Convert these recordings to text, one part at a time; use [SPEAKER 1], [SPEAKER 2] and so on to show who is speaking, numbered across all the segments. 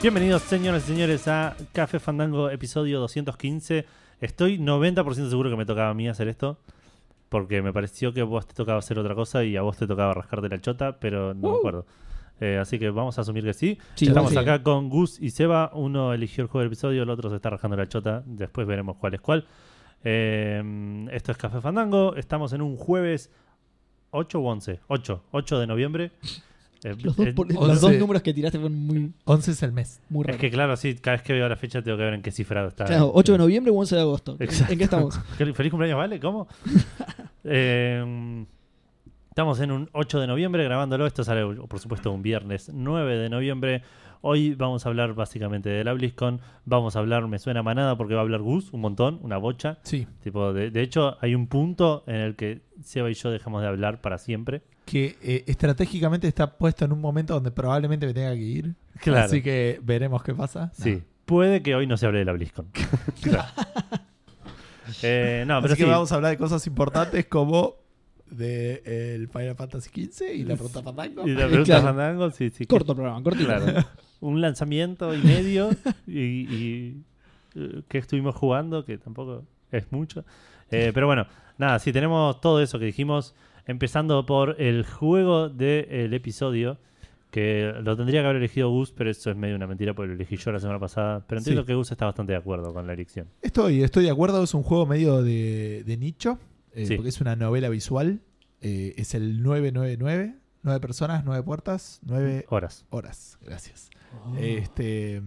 [SPEAKER 1] Bienvenidos, señoras y señores, a Café Fandango, episodio 215. Estoy 90% seguro que me tocaba a mí hacer esto, porque me pareció que vos te tocaba hacer otra cosa y a vos te tocaba rascarte la chota, pero no me acuerdo. Eh, así que vamos a asumir que sí.
[SPEAKER 2] Sí,
[SPEAKER 1] Estamos
[SPEAKER 2] sí.
[SPEAKER 1] acá con Gus y Seba. Uno eligió el juego del episodio, el otro se está rajando la chota. Después veremos cuál es cuál. Eh, esto es Café Fandango. Estamos en un jueves 8 o 11. 8, 8 de noviembre. Eh,
[SPEAKER 2] Los dos,
[SPEAKER 1] eh,
[SPEAKER 2] por-
[SPEAKER 3] once.
[SPEAKER 2] los dos números que tiraste fueron muy,
[SPEAKER 3] 11 es el mes.
[SPEAKER 2] muy
[SPEAKER 1] Es
[SPEAKER 2] raros.
[SPEAKER 1] que claro, sí, cada vez que veo la fecha tengo que ver en qué cifrado está.
[SPEAKER 2] Claro, 8 de noviembre o 11 de agosto. ¿En-
[SPEAKER 1] Exacto.
[SPEAKER 2] ¿En qué estamos?
[SPEAKER 1] ¿Qué- ¿Feliz cumpleaños, vale? ¿Cómo? Eh, estamos en un 8 de noviembre grabándolo. Esto sale, por supuesto, un viernes 9 de noviembre. Hoy vamos a hablar básicamente de la BlizzCon. Vamos a hablar, me suena manada, porque va a hablar Gus un montón, una bocha.
[SPEAKER 3] Sí.
[SPEAKER 1] Tipo, de, de hecho, hay un punto en el que Seba y yo dejamos de hablar para siempre.
[SPEAKER 3] Que eh, estratégicamente está puesto en un momento donde probablemente me tenga que ir.
[SPEAKER 1] Claro.
[SPEAKER 3] Así que veremos qué pasa.
[SPEAKER 1] Sí.
[SPEAKER 3] No.
[SPEAKER 1] Puede que hoy no se hable de la BlizzCon. Claro. Eh, no, pero
[SPEAKER 3] Así que
[SPEAKER 1] sí.
[SPEAKER 3] vamos a hablar de cosas importantes como de eh, el Final Fantasy XV y la pregunta Fandango.
[SPEAKER 1] Y la pregunta
[SPEAKER 2] Claro.
[SPEAKER 1] Fandango, sí, sí.
[SPEAKER 2] Corto el programa, cortito.
[SPEAKER 1] Claro. Un lanzamiento y medio y, y, eh, que estuvimos jugando, que tampoco es mucho. Eh, pero bueno, nada, sí, tenemos todo eso que dijimos, empezando por el juego del episodio, que lo tendría que haber elegido Gus, pero eso es medio una mentira porque lo elegí yo la semana pasada. Pero entiendo
[SPEAKER 3] Sí.
[SPEAKER 1] que Gus está bastante de acuerdo con la elección.
[SPEAKER 3] Estoy, estoy de acuerdo, es un juego medio de, de nicho, eh,
[SPEAKER 1] Sí.
[SPEAKER 3] porque es una novela visual. Eh, es el 999, 9 personas, 9 puertas, 9
[SPEAKER 1] Horas.
[SPEAKER 3] horas. Gracias. Este,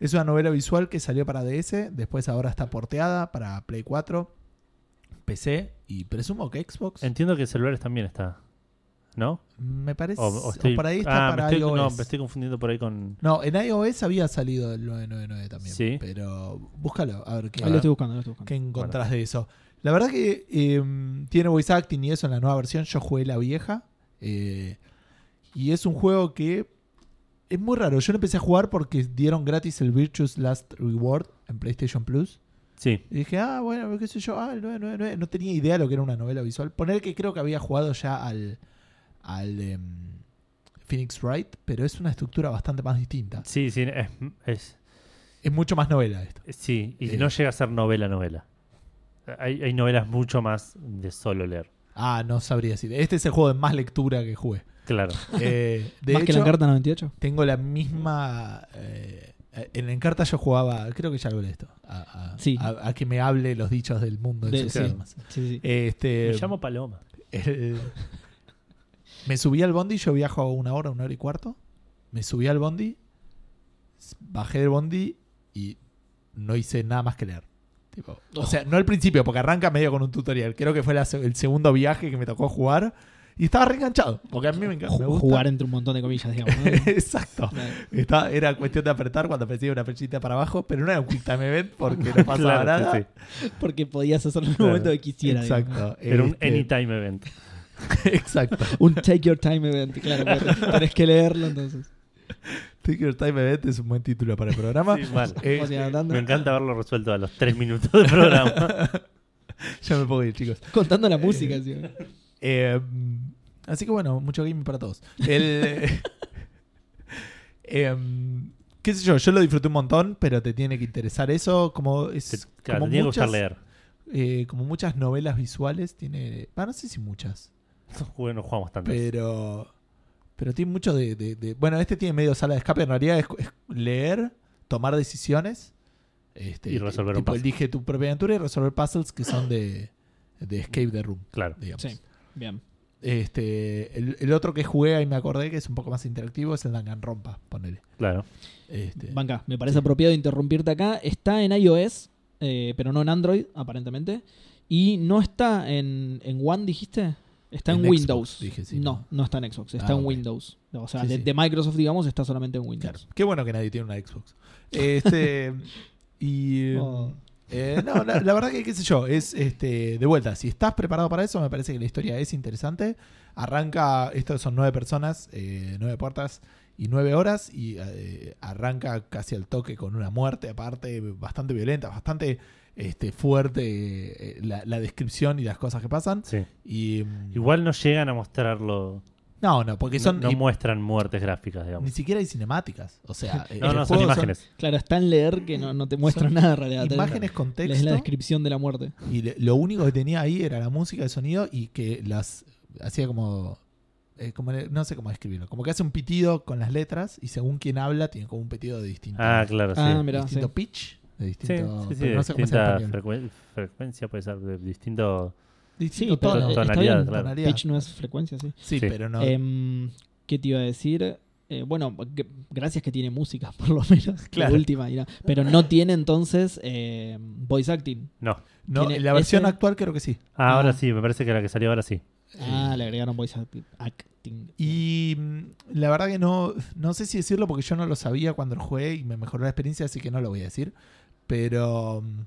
[SPEAKER 3] es una novela visual que salió para DS, después ahora está porteada para Play 4, PC y presumo que Xbox.
[SPEAKER 1] Entiendo que celulares también está. ¿No?
[SPEAKER 3] me parece.
[SPEAKER 1] O, o estoy-
[SPEAKER 3] o por ahí está
[SPEAKER 1] ah, me
[SPEAKER 3] para
[SPEAKER 1] estoy- no,
[SPEAKER 3] iOS.
[SPEAKER 1] me estoy confundiendo por ahí con.
[SPEAKER 3] No, en iOS había salido el 999 también.
[SPEAKER 1] Sí.
[SPEAKER 3] Pero búscalo, a ver qué,
[SPEAKER 2] Ahí lo estoy buscando, ahí lo estoy
[SPEAKER 3] qué
[SPEAKER 2] buscando.
[SPEAKER 3] encontrás de eso. La verdad que eh, tiene voice acting y eso en la nueva versión. Yo jugué la vieja. eh, y es un juego que es muy raro. Yo lo empecé a jugar porque dieron gratis el Virtuous Last Reward en PlayStation Plus.
[SPEAKER 1] Sí.
[SPEAKER 3] Y dije, ah, bueno, qué sé yo, ah, el 999. No tenía idea lo que era una novela visual. Poner que creo que había jugado ya al, al em, Phoenix Wright, pero es una estructura bastante más distinta.
[SPEAKER 1] Sí, sí, es- es,
[SPEAKER 3] Es mucho más novela esto.
[SPEAKER 1] Sí, y
[SPEAKER 3] Eh.
[SPEAKER 1] no llega a ser novela, novela. Hay, hay novelas mucho más de solo leer.
[SPEAKER 3] Ah, no sabría decir. Este es el juego de más lectura que jugué.
[SPEAKER 1] Claro.
[SPEAKER 3] Eh, de
[SPEAKER 2] Más que la
[SPEAKER 3] hecho,
[SPEAKER 2] carta 98.
[SPEAKER 3] tengo la misma... eh, en la Encarta yo jugaba, creo que ya hablé de esto, a, a-
[SPEAKER 2] Sí.
[SPEAKER 3] a- a que me hable los dichos del mundo. en
[SPEAKER 2] De-
[SPEAKER 3] sus
[SPEAKER 2] sí.
[SPEAKER 3] idiomas.
[SPEAKER 2] Sí, sí.
[SPEAKER 3] Este,
[SPEAKER 1] Me llamo Paloma.
[SPEAKER 3] El- me subí al bondi, yo viajo una hora, una hora y cuarto. Me subí al bondi, s- bajé del bondi y no hice nada más que leer. Tipo, O sea, no al principio, porque arranca medio con un tutorial. Creo que fue la se- el segundo viaje que me tocó jugar. Y estaba reenganchado, porque a mí me encanta. me
[SPEAKER 2] Ju-
[SPEAKER 3] gusta.
[SPEAKER 2] Jugar entre un montón de comillas, digamos. ¿no?
[SPEAKER 3] Exacto. Estaba- era cuestión de apretar cuando aparecía una flechita para abajo, pero no era un quick time event porque no pasaba
[SPEAKER 1] Claro, sí,
[SPEAKER 3] nada.
[SPEAKER 1] sí.
[SPEAKER 2] Porque podías hacerlo en el
[SPEAKER 1] Claro.
[SPEAKER 2] momento que quisieras. digamos.
[SPEAKER 3] Exacto.
[SPEAKER 1] Era un
[SPEAKER 3] Este,
[SPEAKER 1] anytime event.
[SPEAKER 3] Exacto.
[SPEAKER 2] Un take your time event, claro. porque Tenés que leerlo entonces.
[SPEAKER 3] Take Your Time Event es un buen título para el programa.
[SPEAKER 1] Sí, mal.
[SPEAKER 3] Eh,
[SPEAKER 2] O sea, andando-
[SPEAKER 1] Me encanta verlo resuelto a los tres minutos de programa.
[SPEAKER 3] ya me puedo ir, chicos.
[SPEAKER 2] Contando la música, sí.
[SPEAKER 3] Eh, así que bueno, mucho gaming para todos. El- eh, Em, ¿Qué sé yo? Yo lo disfruté un montón, pero te tiene que interesar eso. Como es.
[SPEAKER 1] Te, claro,
[SPEAKER 3] como
[SPEAKER 1] te tiene que gustar
[SPEAKER 3] muchas-
[SPEAKER 1] leer.
[SPEAKER 3] eh, como muchas novelas visuales, tiene. Ah, no sé si muchas.
[SPEAKER 1] Bueno, jugamos tanto.
[SPEAKER 3] Eh, Pero. Pero tiene mucho de, de- de- Bueno, este tiene medio sala de escape. En realidad es, es leer, tomar decisiones. este,
[SPEAKER 1] Y resolver un
[SPEAKER 3] tipo,
[SPEAKER 1] puzzle.
[SPEAKER 3] Elige tu propia aventura y resolver puzzles que son de, de escape the room,
[SPEAKER 1] Claro.
[SPEAKER 3] digamos.
[SPEAKER 2] Sí, bien.
[SPEAKER 3] Este, el, el otro que jugué ahí me acordé que es un poco más interactivo es el Danganronpa, ponele.
[SPEAKER 1] Claro.
[SPEAKER 3] Este,
[SPEAKER 2] Banca, me parece apropiado interrumpirte acá. Está en iOS, eh, pero no en Android, aparentemente. Y no está en, en One, dijiste. Está en,
[SPEAKER 3] En Xbox,
[SPEAKER 2] Windows.
[SPEAKER 3] dije, sí,
[SPEAKER 2] no, no está en Xbox, está
[SPEAKER 3] Ah,
[SPEAKER 2] en
[SPEAKER 3] ok.
[SPEAKER 2] Windows. O sea,
[SPEAKER 3] Sí,
[SPEAKER 2] de,
[SPEAKER 3] sí.
[SPEAKER 2] de Microsoft, digamos, está solamente en
[SPEAKER 3] claro.
[SPEAKER 2] Windows.
[SPEAKER 3] Qué bueno que nadie tiene una Xbox. Este, y
[SPEAKER 2] Oh.
[SPEAKER 3] eh, no, la, la verdad que qué sé yo, es este de vuelta, si estás preparado para eso, me parece que la historia es interesante. Arranca, estos son nueve personas, eh, nueve puertas y nueve horas, y eh, arranca casi al toque con una muerte aparte, bastante violenta, bastante este, fuerte eh, la, la descripción y las cosas que pasan.
[SPEAKER 1] Sí.
[SPEAKER 3] Y, mm,
[SPEAKER 1] Igual no llegan a mostrarlo
[SPEAKER 3] No, no, porque son.
[SPEAKER 1] no, no
[SPEAKER 3] y
[SPEAKER 1] muestran muertes gráficas,
[SPEAKER 3] ni
[SPEAKER 1] digamos.
[SPEAKER 3] siquiera hay cinemáticas. O sea, eh,
[SPEAKER 1] No,
[SPEAKER 3] el
[SPEAKER 1] no, son
[SPEAKER 3] juego
[SPEAKER 1] imágenes.
[SPEAKER 2] Claro, está en leer que no, no te muestra
[SPEAKER 3] Son
[SPEAKER 2] nada en realidad. Te-
[SPEAKER 3] imágenes con
[SPEAKER 2] lees la
[SPEAKER 3] texto.
[SPEAKER 2] descripción de la muerte.
[SPEAKER 3] Y le- lo único que tenía ahí era la música, el sonido y que las hacía como, eh, como en el- no sé cómo describirlo, como que hace un pitido con las letras y según quien habla tiene como un pitido de distinto,
[SPEAKER 1] Ah, claro, sí.
[SPEAKER 2] Ah, mirá, sí.
[SPEAKER 3] distinto pitch, de
[SPEAKER 1] Sí,
[SPEAKER 3] distinto,
[SPEAKER 1] sí, sí,
[SPEAKER 3] pero
[SPEAKER 1] de
[SPEAKER 3] no sé cómo se llama
[SPEAKER 1] distinta
[SPEAKER 3] en español.
[SPEAKER 1] frecu- frecuencia, puede ser, de distinto...
[SPEAKER 3] distinto
[SPEAKER 2] pero
[SPEAKER 3] tono,
[SPEAKER 2] eh,
[SPEAKER 1] tonalidad,
[SPEAKER 2] está bien,
[SPEAKER 1] claro.
[SPEAKER 3] tonalidad.
[SPEAKER 2] Pitch no es frecuencia, sí.
[SPEAKER 3] Sí,
[SPEAKER 1] Sí.
[SPEAKER 3] pero no.
[SPEAKER 2] Em, ¿Qué te iba a decir? Eh, bueno, g- gracias que tiene música, por lo menos.
[SPEAKER 3] Claro.
[SPEAKER 2] La última, dirá. Pero no tiene entonces eh, voice acting.
[SPEAKER 1] No.
[SPEAKER 3] No,
[SPEAKER 2] tiene
[SPEAKER 3] en la versión
[SPEAKER 2] ese-
[SPEAKER 3] actual creo que sí.
[SPEAKER 1] Ah, ahora
[SPEAKER 2] Ah.
[SPEAKER 1] sí, me parece que la que salió ahora sí.
[SPEAKER 2] Ah, le agregaron voice acti- acting.
[SPEAKER 3] Y mm, la verdad que no, no sé si decirlo porque yo no lo sabía cuando lo jugué y me mejoró la experiencia, así que no lo voy a decir. Pero mm,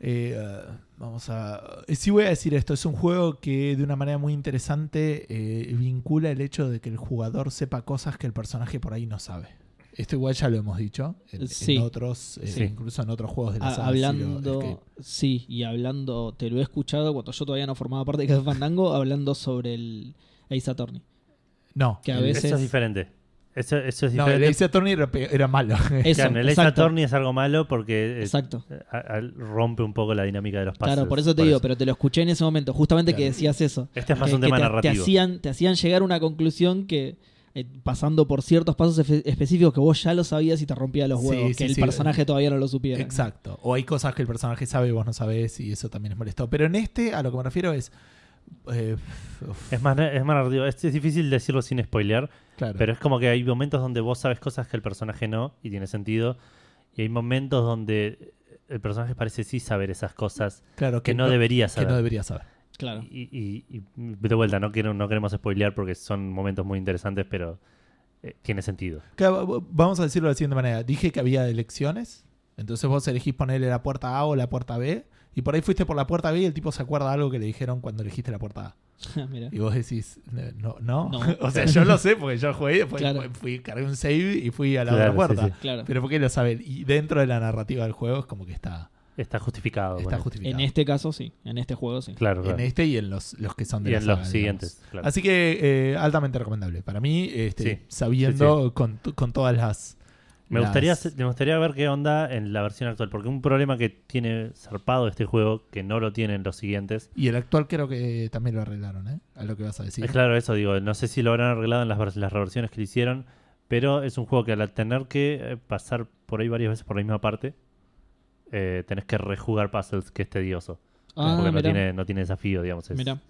[SPEAKER 3] eh, eh, vamos a... eh, Sí voy a decir esto, es un juego que de una manera muy interesante eh, vincula el hecho de que el jugador sepa cosas que el personaje por ahí no sabe. Esto igual ya lo hemos dicho en, en
[SPEAKER 2] Sí.
[SPEAKER 3] otros, eh,
[SPEAKER 1] Sí.
[SPEAKER 3] incluso en otros juegos de la
[SPEAKER 2] Ah,
[SPEAKER 3] saga Zero Escape.
[SPEAKER 2] hablando, sí, y hablando, te lo he escuchado cuando yo todavía no formaba parte de Café Fandango, hablando sobre el Ace Attorney.
[SPEAKER 3] No,
[SPEAKER 2] que a
[SPEAKER 3] el-
[SPEAKER 2] veces-
[SPEAKER 1] Eso es diferente. Eso, eso es
[SPEAKER 3] no, el
[SPEAKER 1] diferente.
[SPEAKER 3] Ace Attorney era, pe- era malo.
[SPEAKER 2] Eso,
[SPEAKER 1] Claro, el Ace
[SPEAKER 2] exacto,
[SPEAKER 1] Attorney es algo malo porque eh,
[SPEAKER 2] exacto.
[SPEAKER 1] a- a- rompe un poco la dinámica de los pasos.
[SPEAKER 2] Claro, por eso te digo, pero te lo escuché en ese momento, justamente que
[SPEAKER 3] Claro.
[SPEAKER 2] decías eso.
[SPEAKER 1] Este es más
[SPEAKER 2] que-
[SPEAKER 1] un
[SPEAKER 2] que
[SPEAKER 1] tema
[SPEAKER 2] te, te
[SPEAKER 1] narrativo.
[SPEAKER 2] hacían, te hacían llegar a una conclusión que eh, pasando por ciertos pasos efe- específicos que vos ya lo sabías y te rompía los
[SPEAKER 3] Sí,
[SPEAKER 2] huevos,
[SPEAKER 3] sí,
[SPEAKER 2] que el
[SPEAKER 3] sí.
[SPEAKER 2] personaje todavía no lo supiera.
[SPEAKER 3] Exacto. O hay cosas que el personaje sabe y vos no sabés y eso también es molesto. Pero en este, a lo que me refiero es... eh, uf,
[SPEAKER 1] Es más, es más narrativo. Es, es difícil decirlo sin spoilear,
[SPEAKER 3] claro.
[SPEAKER 1] pero es como que hay momentos donde vos sabes cosas que el personaje no y tiene sentido. Y hay momentos donde el personaje parece sí saber esas cosas
[SPEAKER 3] claro
[SPEAKER 1] que no debería
[SPEAKER 3] que
[SPEAKER 1] saber.
[SPEAKER 3] no debería saber.
[SPEAKER 2] Claro.
[SPEAKER 1] Y, y- y de vuelta, no, quiero, no queremos spoilear porque son momentos muy interesantes, pero eh, tiene sentido.
[SPEAKER 3] Claro, v- Vamos a decirlo de la siguiente manera. Dije que había elecciones. Entonces vos elegís ponerle la puerta A o la puerta B. Y por ahí fuiste por la puerta B y el tipo se acuerda algo que le dijeron cuando elegiste la puerta A.
[SPEAKER 2] Mira.
[SPEAKER 3] Y vos decís, no, no.
[SPEAKER 2] No.
[SPEAKER 3] o sea, yo lo sé porque yo jugué, después
[SPEAKER 2] Claro.
[SPEAKER 3] fui, cargué un save y fui a la
[SPEAKER 1] Claro,
[SPEAKER 3] otra puerta.
[SPEAKER 1] sí, sí.
[SPEAKER 2] Claro.
[SPEAKER 3] Pero porque lo sabe. Y dentro de la narrativa del juego es como que está,
[SPEAKER 1] Está justificado. Ah,
[SPEAKER 3] está
[SPEAKER 1] bueno.
[SPEAKER 3] justificado.
[SPEAKER 2] En este caso sí, en este juego sí.
[SPEAKER 1] Claro,
[SPEAKER 3] en
[SPEAKER 1] claro.
[SPEAKER 3] este y en los, los que son de
[SPEAKER 1] Y
[SPEAKER 3] la
[SPEAKER 1] en
[SPEAKER 3] saga,
[SPEAKER 1] los
[SPEAKER 3] digamos.
[SPEAKER 1] siguientes. claro.
[SPEAKER 3] Así que eh, altamente recomendable. Para mí, este,
[SPEAKER 1] Sí,
[SPEAKER 3] sabiendo Con, tu- con todas las.
[SPEAKER 1] Me
[SPEAKER 3] las-
[SPEAKER 1] gustaría, hacer- me gustaría ver qué onda en la versión actual, porque un problema que tiene zarpado este juego, que no lo tienen los siguientes,
[SPEAKER 3] Y el actual creo que también lo arreglaron, ¿eh? A lo que vas a decir.
[SPEAKER 1] es claro eso, digo, no sé si lo habrán arreglado en las, vers- las reversiones que le hicieron, pero es un juego que al tener que eh, pasar por ahí varias veces por la misma parte, eh, tenés que rejugar puzzles, que es tedioso,
[SPEAKER 2] Ah,
[SPEAKER 1] porque no
[SPEAKER 2] mirá,
[SPEAKER 1] tiene, no tiene desafío, digamos, es
[SPEAKER 2] mirá.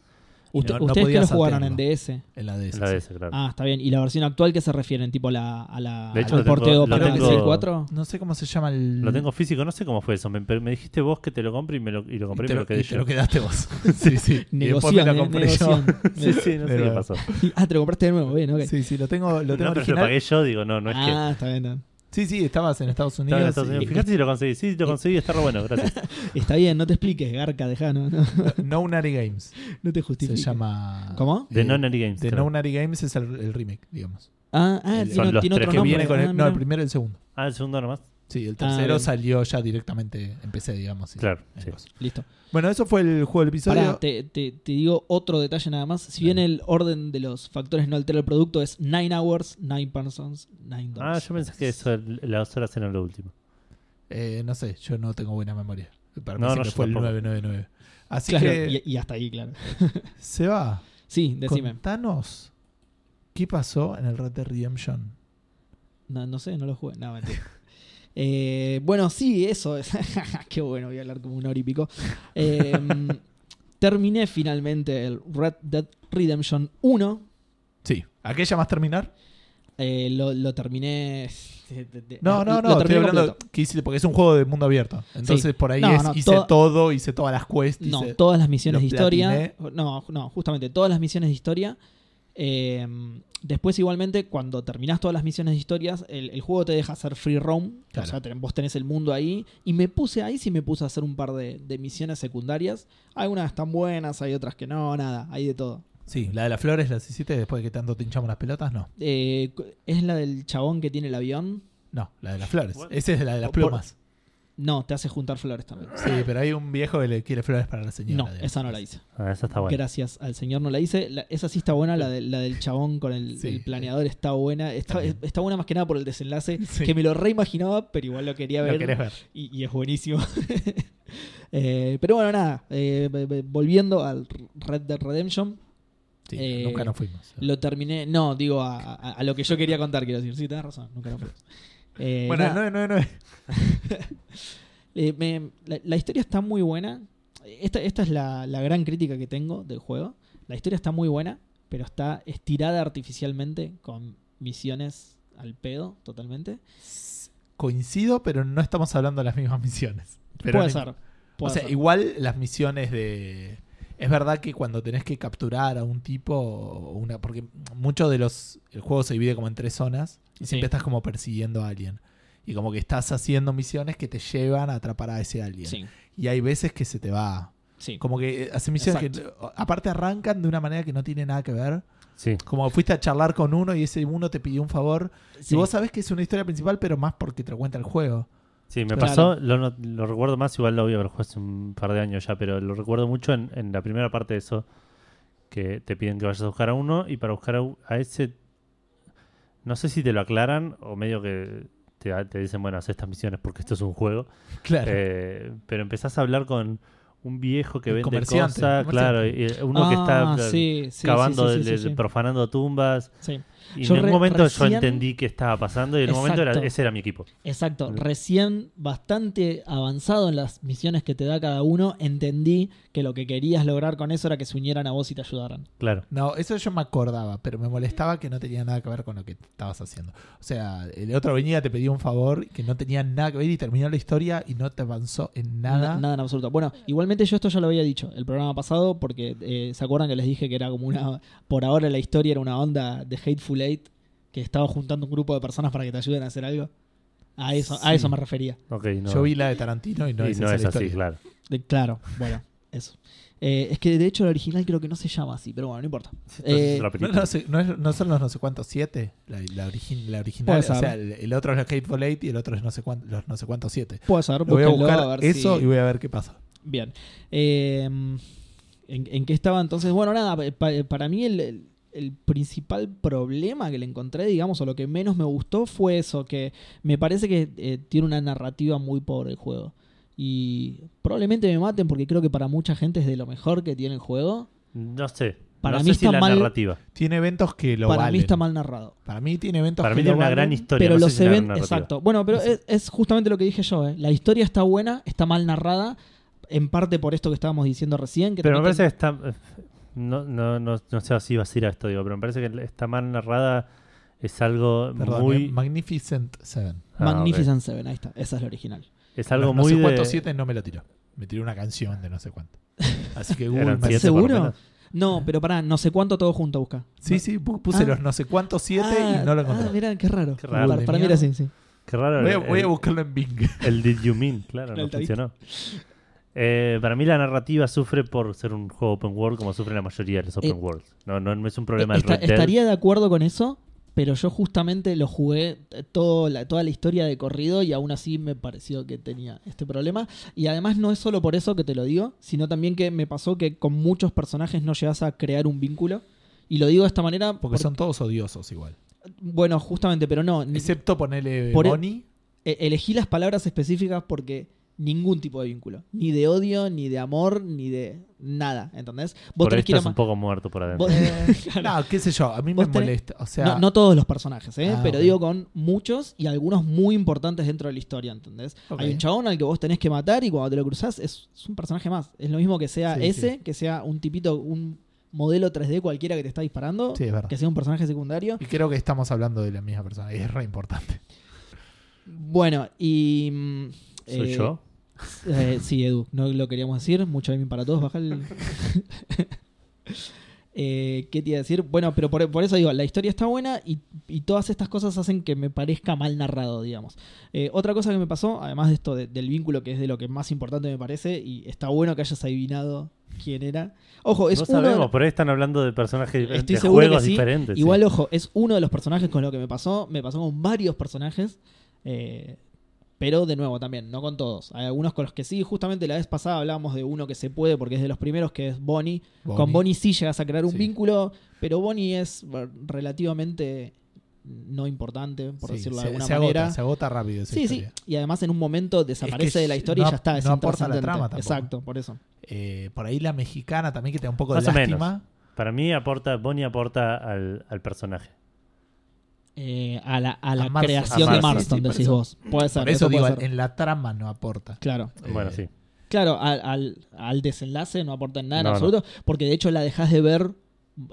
[SPEAKER 3] Usted-
[SPEAKER 2] Ust-
[SPEAKER 3] no
[SPEAKER 2] ¿Ustedes que
[SPEAKER 3] podía
[SPEAKER 2] lo jugaron en
[SPEAKER 3] saltearlo.
[SPEAKER 2] DS?
[SPEAKER 3] En la DS.
[SPEAKER 1] es la
[SPEAKER 3] sí.
[SPEAKER 1] DS, claro.
[SPEAKER 2] Ah, está bien. ¿Y la versión actual qué se refieren? ¿Tipo la, a la,
[SPEAKER 1] De hecho, lo
[SPEAKER 2] al
[SPEAKER 1] tengo-
[SPEAKER 2] porteo
[SPEAKER 1] lo
[SPEAKER 2] para
[SPEAKER 3] tengo-
[SPEAKER 2] PlayStation 4?
[SPEAKER 3] No sé cómo se llama el.
[SPEAKER 2] mm.
[SPEAKER 1] Lo tengo físico, no sé cómo fue eso, me, me dijiste vos que te lo compré y, me lo, y lo
[SPEAKER 3] Y
[SPEAKER 1] compré y
[SPEAKER 3] te
[SPEAKER 1] me
[SPEAKER 3] lo,
[SPEAKER 1] lo quedé
[SPEAKER 3] y te
[SPEAKER 1] yo.
[SPEAKER 3] lo quedaste vos. sí, sí. Y después
[SPEAKER 2] Negocian,
[SPEAKER 3] me
[SPEAKER 2] eh,
[SPEAKER 3] lo compré
[SPEAKER 2] negocian.
[SPEAKER 1] Sí, sí, no sé
[SPEAKER 3] Pero-
[SPEAKER 1] qué pasó.
[SPEAKER 2] Me- ah, te lo compraste de nuevo, bien, ok.
[SPEAKER 3] yo. Sí, sí, lo tengo, lo
[SPEAKER 1] No,
[SPEAKER 3] tengo
[SPEAKER 1] pero lo
[SPEAKER 3] original.
[SPEAKER 1] pagué yo, digo, no, no es que...
[SPEAKER 2] ah, está bien, está bien.
[SPEAKER 3] Sí, sí, estabas en Estados Unidos.
[SPEAKER 1] Estaba en Estados Unidos.
[SPEAKER 3] y-
[SPEAKER 1] Fíjate si lo conseguí. Sí, lo conseguí, está re bueno, gracias.
[SPEAKER 2] Está bien, no te expliques, Garca, dejá, no, no,
[SPEAKER 3] no Nutty Games.
[SPEAKER 2] no te
[SPEAKER 3] Se
[SPEAKER 2] justifiques.
[SPEAKER 3] llama.
[SPEAKER 2] ¿Cómo?
[SPEAKER 1] De
[SPEAKER 3] Eh,
[SPEAKER 1] No Nutty Games.
[SPEAKER 3] The
[SPEAKER 1] creo.
[SPEAKER 3] No Nutty Games es el, el remake, digamos.
[SPEAKER 2] Ah, ah
[SPEAKER 3] Son
[SPEAKER 2] tiene,
[SPEAKER 1] los
[SPEAKER 2] tiene
[SPEAKER 1] tres que
[SPEAKER 2] otro
[SPEAKER 3] que
[SPEAKER 2] nombre.
[SPEAKER 3] viene con
[SPEAKER 2] Ah,
[SPEAKER 3] el, no, el
[SPEAKER 2] mirá.
[SPEAKER 3] primero y el segundo.
[SPEAKER 1] Ah, el segundo nomás.
[SPEAKER 3] Sí, el
[SPEAKER 2] Ah,
[SPEAKER 3] tercero
[SPEAKER 2] bien.
[SPEAKER 3] salió ya directamente en PC, digamos. sí.
[SPEAKER 1] Claro,
[SPEAKER 3] En
[SPEAKER 1] sí.
[SPEAKER 3] cosa.
[SPEAKER 2] Listo.
[SPEAKER 3] Bueno, eso fue el juego del episodio.
[SPEAKER 2] Pará, te, te- te digo otro detalle nada más. Si bien
[SPEAKER 3] Dale.
[SPEAKER 2] el orden de los factores no altera el producto, es 9 hours, 9 persons, 9
[SPEAKER 1] Ah,
[SPEAKER 2] dollars.
[SPEAKER 1] yo pensé que eso, las dos horas eran lo último.
[SPEAKER 3] Eh, no sé, yo no tengo buena memoria. Para mí
[SPEAKER 1] No, no,
[SPEAKER 3] siempre
[SPEAKER 1] yo
[SPEAKER 3] fue el
[SPEAKER 1] tampoco.
[SPEAKER 3] 999. Así
[SPEAKER 2] Claro,
[SPEAKER 3] que,
[SPEAKER 2] y, y hasta ahí, claro.
[SPEAKER 3] se va.
[SPEAKER 2] Sí, decime.
[SPEAKER 3] Contanos qué pasó en el Red Dead Redemption.
[SPEAKER 2] No, no sé, no lo jugué. No, mentira. Eh, bueno, sí, eso es. Qué bueno, voy a hablar como un hora y pico. Eh, terminé finalmente el Red Dead Redemption 1.
[SPEAKER 3] Sí. ¿A qué llamas terminar?
[SPEAKER 2] Eh, lo, lo terminé. este, de- de- de-
[SPEAKER 3] No, no,
[SPEAKER 2] lo
[SPEAKER 3] no. estoy
[SPEAKER 2] terminé
[SPEAKER 3] hablando
[SPEAKER 2] completo.
[SPEAKER 3] que hice- porque es un juego de mundo abierto. Entonces por ahí
[SPEAKER 2] No,
[SPEAKER 3] es
[SPEAKER 2] no,
[SPEAKER 3] hice
[SPEAKER 2] toda-
[SPEAKER 3] todo, hice todas las quests.
[SPEAKER 2] No,
[SPEAKER 3] hice-
[SPEAKER 2] todas las misiones
[SPEAKER 3] lo
[SPEAKER 2] de historia. No, no, justamente todas las misiones de historia. Eh, después, igualmente, cuando terminás todas las misiones de historias, el, el juego te deja hacer free roam.
[SPEAKER 3] Claro.
[SPEAKER 2] O sea, ten- vos tenés el mundo ahí. Y me puse ahí, sí me puse a hacer un par de, de misiones secundarias. Algunas están buenas, hay otras que no, nada, hay de todo.
[SPEAKER 3] Sí, la de las flores las hiciste después de que tanto te hinchamos las pelotas, no.
[SPEAKER 2] Eh, cu- es la del chabón que tiene el avión.
[SPEAKER 3] No, la de las flores.
[SPEAKER 1] What?
[SPEAKER 3] Esa es la de las
[SPEAKER 2] Por-
[SPEAKER 3] plumas.
[SPEAKER 2] No, te hace juntar flores también.
[SPEAKER 3] Sí, pero hay un viejo que le quiere flores para la señora.
[SPEAKER 2] No,
[SPEAKER 3] digamos.
[SPEAKER 2] esa no la hice.
[SPEAKER 1] Ah, esa está buena.
[SPEAKER 2] Gracias al señor no la hice. La- esa sí está buena, la, de- la del chabón con el,
[SPEAKER 3] Sí.
[SPEAKER 2] el planeador está buena. Está,
[SPEAKER 3] También.
[SPEAKER 2] está buena más que nada por el desenlace,
[SPEAKER 3] Sí.
[SPEAKER 2] que me lo reimaginaba, pero igual lo quería
[SPEAKER 3] Lo
[SPEAKER 2] ver.
[SPEAKER 3] querés ver.
[SPEAKER 2] y, y es buenísimo. Eh, pero bueno, nada, eh, ve- ve- volviendo al Red Dead Redemption,
[SPEAKER 3] Sí,
[SPEAKER 2] Eh,
[SPEAKER 3] nunca nos fuimos.
[SPEAKER 2] lo terminé, no, digo a, a- a lo que yo quería contar, quiero decir, sí, tenés razón, nunca lo fuimos. Eh,
[SPEAKER 3] bueno,
[SPEAKER 2] nada,
[SPEAKER 3] no, no, no.
[SPEAKER 2] eh, me- la, la historia está muy buena, esta, esta es la, la gran crítica que tengo del juego, la historia está muy buena, pero está estirada artificialmente con misiones al pedo totalmente.
[SPEAKER 3] Coincido, pero no estamos hablando de las mismas misiones. Pero
[SPEAKER 2] puede
[SPEAKER 3] no-
[SPEAKER 2] ser.
[SPEAKER 3] O
[SPEAKER 2] puede
[SPEAKER 3] sea,
[SPEAKER 2] ser.
[SPEAKER 3] igual las misiones de. Es verdad que cuando tenés que capturar a un tipo, o una, porque mucho de los. El juego se divide como en tres zonas y
[SPEAKER 2] Sí.
[SPEAKER 3] siempre estás como persiguiendo a alguien. Y como que estás haciendo misiones que te llevan a atrapar a ese alguien.
[SPEAKER 2] Sí,
[SPEAKER 3] Y hay veces que se te va.
[SPEAKER 2] sí.
[SPEAKER 3] Como que eh, hace misiones que. Aparte arrancan de una manera que no tiene nada que ver.
[SPEAKER 1] Sí.
[SPEAKER 3] Como fuiste a charlar con uno y ese uno te pidió un favor.
[SPEAKER 2] Sí.
[SPEAKER 3] Y vos sabés que es una historia principal, pero más porque te lo cuenta el juego.
[SPEAKER 1] Sí, me
[SPEAKER 2] Claro.
[SPEAKER 1] pasó, lo, no- lo recuerdo más, igual lo voy a ver hace un par de años ya, pero lo recuerdo mucho en, en la primera parte de eso, que te piden que vayas a buscar a uno y para buscar a, u- a ese, no sé si te lo aclaran o medio que te, te dicen, bueno, haz estas misiones porque esto es un juego,
[SPEAKER 3] Claro.
[SPEAKER 1] Eh, pero empezás a hablar con un viejo que
[SPEAKER 3] El
[SPEAKER 1] vende
[SPEAKER 3] comerciante,
[SPEAKER 1] cosas,
[SPEAKER 3] el
[SPEAKER 1] claro, y y uno que está
[SPEAKER 2] Ah,
[SPEAKER 1] eh,
[SPEAKER 2] sí, sí,
[SPEAKER 1] cavando,
[SPEAKER 2] sí, sí,
[SPEAKER 1] del-
[SPEAKER 2] sí, sí.
[SPEAKER 1] profanando tumbas.
[SPEAKER 2] Sí.
[SPEAKER 1] Y
[SPEAKER 2] Yo
[SPEAKER 1] en
[SPEAKER 2] re-
[SPEAKER 1] un momento
[SPEAKER 2] recién-
[SPEAKER 1] yo entendí qué estaba pasando y en un momento era,
[SPEAKER 2] Exacto.
[SPEAKER 1] ese era mi equipo.
[SPEAKER 2] Exacto,
[SPEAKER 1] Mm.
[SPEAKER 2] recién bastante avanzado en las misiones que te da cada uno, entendí que lo que querías lograr con eso era que se unieran a vos y te ayudaran.
[SPEAKER 1] Claro.
[SPEAKER 3] No, eso yo me acordaba, pero me molestaba que no tenía nada que ver con lo que estabas haciendo. O sea, el otro venía, te pedía un favor que no tenía nada que ver y terminó la historia y no te avanzó en nada.
[SPEAKER 2] Na- nada en absoluto. Bueno, igualmente yo esto ya lo había dicho el programa pasado porque eh, se acuerdan que les dije que era como una, por ahora la historia era una onda de Hateful Eight que estaba juntando un grupo de personas para que te ayuden a hacer algo. A eso, a
[SPEAKER 3] Sí.
[SPEAKER 2] eso me refería.
[SPEAKER 1] Ok, no.
[SPEAKER 3] Yo vi la de Tarantino y no,
[SPEAKER 1] Y
[SPEAKER 3] es,
[SPEAKER 1] no
[SPEAKER 3] esa
[SPEAKER 1] es
[SPEAKER 3] la
[SPEAKER 1] así,
[SPEAKER 3] historia.
[SPEAKER 1] claro.
[SPEAKER 2] De- claro, bueno, eso. Eh, es que de hecho el original creo que no se llama así, pero bueno, no importa. Eh,
[SPEAKER 1] Entonces, la película.
[SPEAKER 3] No, no sé- no es- no son los no sé cuántos siete, la, la origi- la original.
[SPEAKER 2] Puede
[SPEAKER 3] O sea,
[SPEAKER 2] ser.
[SPEAKER 3] el, el otro es los Hateful Eight y el otro es no sé cuántos, los no sé cuántos siete.
[SPEAKER 2] Puede ser,
[SPEAKER 3] Lo voy a
[SPEAKER 2] búsquenlo,
[SPEAKER 3] buscar
[SPEAKER 2] a ver
[SPEAKER 3] eso
[SPEAKER 2] si-
[SPEAKER 3] y voy a ver qué pasa.
[SPEAKER 2] Bien. Eh, ¿en, en qué estaba entonces? Bueno, nada, eh, pa- para mí el, el- el principal problema que le encontré, digamos, o lo que menos me gustó fue eso, que me parece que eh, tiene una narrativa muy pobre el juego. Y probablemente me maten porque creo que para mucha gente es de lo mejor que tiene el juego.
[SPEAKER 1] No sé.
[SPEAKER 2] Para
[SPEAKER 1] no
[SPEAKER 2] mí
[SPEAKER 1] sé si
[SPEAKER 2] está
[SPEAKER 1] la
[SPEAKER 2] mal-
[SPEAKER 1] narrativa.
[SPEAKER 3] Tiene eventos que lo
[SPEAKER 2] para
[SPEAKER 3] valen.
[SPEAKER 2] mí está mal narrado.
[SPEAKER 3] Para mí tiene eventos
[SPEAKER 1] Para
[SPEAKER 3] que
[SPEAKER 1] mí
[SPEAKER 3] lo
[SPEAKER 1] tiene una
[SPEAKER 3] valen.
[SPEAKER 1] gran historia.
[SPEAKER 2] pero
[SPEAKER 1] no sé
[SPEAKER 2] los
[SPEAKER 1] si la gran
[SPEAKER 2] eventos.
[SPEAKER 1] narrativa.
[SPEAKER 2] Exacto. Bueno, pero es, es justamente lo que dije yo, ¿eh? La historia está buena, está mal narrada, en parte por esto que estábamos diciendo recién. Que
[SPEAKER 1] Pero me
[SPEAKER 2] también
[SPEAKER 1] parece que está. No, no, no, no sé si vas a ir a esto, digo, pero me parece que está mal narrada. Es algo
[SPEAKER 3] Perdón, eh,
[SPEAKER 1] muy.
[SPEAKER 3] Magnificent Seven.
[SPEAKER 1] Ah, ok.
[SPEAKER 2] Magnificent Seven, ahí está. Esa es la original.
[SPEAKER 1] Es algo
[SPEAKER 3] no, no
[SPEAKER 1] muy.
[SPEAKER 3] sé cuántos
[SPEAKER 1] de...
[SPEAKER 3] siete no me lo tiró. Me tiró una canción de no sé cuánto. Así que Google
[SPEAKER 1] Eran
[SPEAKER 3] me-
[SPEAKER 1] siete,
[SPEAKER 3] Sí,
[SPEAKER 1] por lo
[SPEAKER 2] ¿Seguro?
[SPEAKER 1] menos.
[SPEAKER 2] No, pero pará, no sé cuánto todo junto busca.
[SPEAKER 3] Sí, sí, pu- puse
[SPEAKER 2] Ah.
[SPEAKER 3] los no sé cuántos siete
[SPEAKER 2] Ah,
[SPEAKER 3] y no lo
[SPEAKER 2] Ah,
[SPEAKER 3] encontré.
[SPEAKER 2] mirá, qué raro.
[SPEAKER 1] Qué raro.
[SPEAKER 2] Para, para mí era así, sí.
[SPEAKER 1] Qué raro. eh,
[SPEAKER 3] voy, a,
[SPEAKER 1] el-
[SPEAKER 3] voy a
[SPEAKER 1] el-
[SPEAKER 3] buscarlo en Bing.
[SPEAKER 1] El Did You Mean, claro,
[SPEAKER 2] La
[SPEAKER 1] no
[SPEAKER 2] altavista.
[SPEAKER 1] funcionó. Eh, para mí la narrativa sufre por ser un juego open world como sufre la mayoría de los open
[SPEAKER 2] Eh,
[SPEAKER 1] worlds. No, no, no es un problema
[SPEAKER 2] Esta-
[SPEAKER 1] del Red Dead.
[SPEAKER 2] estaría de acuerdo con eso, pero yo justamente lo jugué eh, todo la- toda la historia de corrido y aún así me pareció que tenía este problema. Y además no es solo por eso que te lo digo, sino también que me pasó que con muchos personajes no llegas a crear un vínculo. Y lo digo de esta manera
[SPEAKER 3] Porque son todos odiosos igual.
[SPEAKER 2] Bueno, justamente, pero no. ni-
[SPEAKER 3] Excepto ponerle
[SPEAKER 2] Por e-
[SPEAKER 3] Bonnie.
[SPEAKER 2] E- elegí las palabras específicas porque ningún tipo de vínculo. Ni de odio, ni de amor, ni de nada, ¿entendés? Vos
[SPEAKER 1] por
[SPEAKER 2] tenés que ir
[SPEAKER 1] esto
[SPEAKER 2] a
[SPEAKER 1] es
[SPEAKER 2] ma-
[SPEAKER 1] un poco muerto por adentro.
[SPEAKER 2] vos-
[SPEAKER 3] No, qué sé yo, a mí me
[SPEAKER 2] Vos tenés-
[SPEAKER 3] molesta. O sea,
[SPEAKER 2] no, no todos los personajes, ¿eh?
[SPEAKER 3] Ah,
[SPEAKER 2] pero
[SPEAKER 3] ok.
[SPEAKER 2] digo con muchos y algunos muy importantes dentro de la historia, ¿entendés?
[SPEAKER 3] Ok.
[SPEAKER 2] Hay un chabón al que vos tenés que matar y cuando te lo cruzás es, es un personaje más. Es lo mismo que sea
[SPEAKER 3] Sí,
[SPEAKER 2] ese,
[SPEAKER 3] sí.
[SPEAKER 2] que sea un tipito, un modelo 3D cualquiera que te está disparando,
[SPEAKER 3] sí, es verdad.
[SPEAKER 2] que sea un personaje secundario.
[SPEAKER 3] Y creo que estamos hablando de la misma persona y es re importante.
[SPEAKER 2] Bueno, y... mm,
[SPEAKER 1] ¿Soy
[SPEAKER 2] eh,
[SPEAKER 1] yo?
[SPEAKER 2] Eh, sí, Edu, no lo queríamos decir. Mucho gaming para todos, baja el. Eh, ¿Qué te iba a decir? Bueno, pero por, por eso digo, la historia está buena y, y todas estas cosas hacen que me parezca mal narrado, digamos. Eh, otra cosa que me pasó, además de esto de- del vínculo, que es de lo que más importante me parece, y está bueno que hayas adivinado quién era. Ojo, es
[SPEAKER 1] no
[SPEAKER 2] uno de
[SPEAKER 1] sabemos,
[SPEAKER 2] los-
[SPEAKER 1] por ahí están hablando de personajes diferentes,
[SPEAKER 2] Estoy
[SPEAKER 1] de
[SPEAKER 2] seguro que
[SPEAKER 1] juegos
[SPEAKER 2] sí.
[SPEAKER 1] diferentes. sí.
[SPEAKER 2] Igual, ojo, es uno de los personajes con lo que me pasó. Me pasó con varios personajes. eh, Pero de nuevo también, no con todos. Hay algunos con los que sí. Justamente la vez pasada hablábamos de uno que se puede porque es de los primeros, que es Bonnie. Con Bonnie sí llegas a crear un
[SPEAKER 3] Sí.
[SPEAKER 2] vínculo, pero Bonnie es eh, relativamente no importante, por
[SPEAKER 3] Sí,
[SPEAKER 2] decirlo
[SPEAKER 3] se-
[SPEAKER 2] de alguna
[SPEAKER 3] se
[SPEAKER 2] manera.
[SPEAKER 3] Agota, se agota rápido esa
[SPEAKER 2] sí,
[SPEAKER 3] historia.
[SPEAKER 2] sí. Y además en un momento desaparece
[SPEAKER 3] Es que
[SPEAKER 2] de la historia
[SPEAKER 3] no
[SPEAKER 2] y ya está.
[SPEAKER 3] ap-
[SPEAKER 2] Es
[SPEAKER 3] no aporta la
[SPEAKER 2] intrascendente.
[SPEAKER 3] trama tampoco.
[SPEAKER 2] Exacto, por eso.
[SPEAKER 3] Eh, por ahí la mexicana también que te da un poco
[SPEAKER 1] Más
[SPEAKER 3] de
[SPEAKER 1] o
[SPEAKER 3] lástima.
[SPEAKER 1] menos. Para mí aporta, Bonnie aporta al, al personaje.
[SPEAKER 2] Eh, a la, a la
[SPEAKER 3] Marston.
[SPEAKER 2] creación
[SPEAKER 1] A
[SPEAKER 2] de
[SPEAKER 1] Marston,
[SPEAKER 2] Marston,
[SPEAKER 3] sí, por
[SPEAKER 2] decís
[SPEAKER 3] eso.
[SPEAKER 2] vos. Puede ser.
[SPEAKER 3] Por eso digo,
[SPEAKER 2] puede ser.
[SPEAKER 3] en la trama no aporta.
[SPEAKER 2] Claro.
[SPEAKER 1] Bueno,
[SPEAKER 3] Eh,
[SPEAKER 1] sí.
[SPEAKER 2] Claro, al, al- al desenlace no aporta en nada
[SPEAKER 1] No,
[SPEAKER 2] en
[SPEAKER 1] no.
[SPEAKER 2] absoluto, porque de hecho la dejas de ver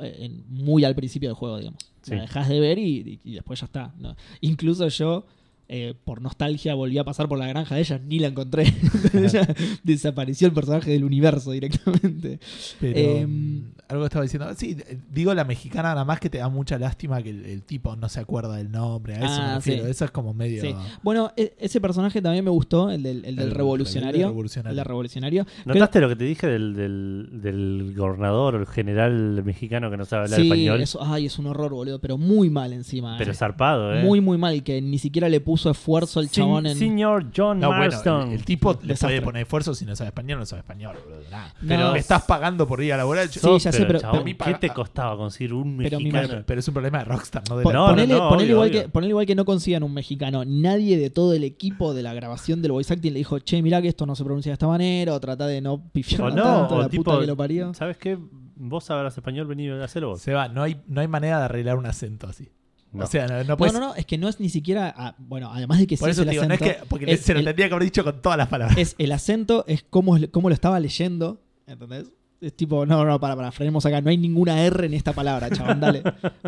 [SPEAKER 2] eh, en- muy al principio del juego, digamos.
[SPEAKER 1] Sí.
[SPEAKER 2] La dejas de ver y, y- y después ya está. ¿no? Incluso yo, eh, por nostalgia, volví a pasar por la granja de ella, ni la encontré. Ella desapareció el personaje del universo directamente.
[SPEAKER 3] Pero,
[SPEAKER 2] Eh,
[SPEAKER 3] mm, algo estaba diciendo. Sí, eh, digo la mexicana nada más que te da mucha lástima que el, el tipo no se acuerda del nombre. A eso me
[SPEAKER 2] Ah,
[SPEAKER 3] refiero.
[SPEAKER 2] sí.
[SPEAKER 3] Eso es como medio.
[SPEAKER 2] Sí.
[SPEAKER 1] ah.
[SPEAKER 2] Bueno, e- ese personaje también me gustó, el del, el del
[SPEAKER 3] El rebelde
[SPEAKER 2] revolucionario.
[SPEAKER 3] revolucionario.
[SPEAKER 2] El del revolucionario.
[SPEAKER 1] ¿Notaste lo que te dije del, del, del gobernador o el general mexicano que no sabe hablar
[SPEAKER 2] sí,
[SPEAKER 1] español?
[SPEAKER 2] eso- ay, es un horror, boludo, pero muy mal encima.
[SPEAKER 1] Pero
[SPEAKER 2] eh.
[SPEAKER 1] zarpado, ¿eh?
[SPEAKER 2] Muy, muy mal, que ni siquiera le puso esfuerzo el
[SPEAKER 1] Sin-
[SPEAKER 2] chabón en...
[SPEAKER 1] Señor John
[SPEAKER 3] No, bueno,
[SPEAKER 1] Marston.
[SPEAKER 3] el, el tipo le
[SPEAKER 2] Desastre.
[SPEAKER 3] puede poner esfuerzo si no sabe español, no sabe español. boludo, nada.
[SPEAKER 2] No,
[SPEAKER 1] pero-
[SPEAKER 3] Me estás pagando por ir a laborar. Yo-
[SPEAKER 2] Sí,
[SPEAKER 1] Sos,
[SPEAKER 2] ya sé, pero-
[SPEAKER 1] chabón,
[SPEAKER 3] pero-
[SPEAKER 1] ¿qué te costaba conseguir un
[SPEAKER 2] Pero mi
[SPEAKER 1] mexicano?
[SPEAKER 3] Pero es un problema de Rockstar, no de
[SPEAKER 2] Po-
[SPEAKER 1] No,
[SPEAKER 3] la-
[SPEAKER 2] ponele,
[SPEAKER 1] no, no,
[SPEAKER 2] ponele
[SPEAKER 1] obvio,
[SPEAKER 2] igual
[SPEAKER 1] obvio.
[SPEAKER 2] Que, ponele igual que no consigan un mexicano. Nadie de todo el equipo de la grabación del voice acting le dijo, che, mirá que esto no se pronuncia de esta manera, o trata de no
[SPEAKER 1] O
[SPEAKER 2] pifiar
[SPEAKER 1] no,
[SPEAKER 2] tanto,
[SPEAKER 1] o
[SPEAKER 2] la
[SPEAKER 1] tipo,
[SPEAKER 2] puta que lo parió.
[SPEAKER 1] ¿sabes qué? Vos sabrás español, vení, hacelo vos.
[SPEAKER 3] Seba, no hay, no hay manera de arreglar un acento así.
[SPEAKER 1] No.
[SPEAKER 3] O sea, no, no
[SPEAKER 2] No,
[SPEAKER 3] puedes.
[SPEAKER 2] no, no, es que no es ni siquiera... ah, bueno, además de que
[SPEAKER 3] Pues Por
[SPEAKER 2] sí
[SPEAKER 3] eso
[SPEAKER 2] es
[SPEAKER 3] te
[SPEAKER 2] el
[SPEAKER 3] digo, no es
[SPEAKER 2] acento,
[SPEAKER 3] que. Porque le-
[SPEAKER 2] es
[SPEAKER 3] se lo
[SPEAKER 2] el-
[SPEAKER 3] tendría que haber dicho con todas las palabras.
[SPEAKER 2] es el acento, es cómo, es- cómo lo estaba leyendo, ¿entendés? Es tipo, no, no, para, para, frenemos acá, no hay ninguna R en esta palabra, chabón, dale,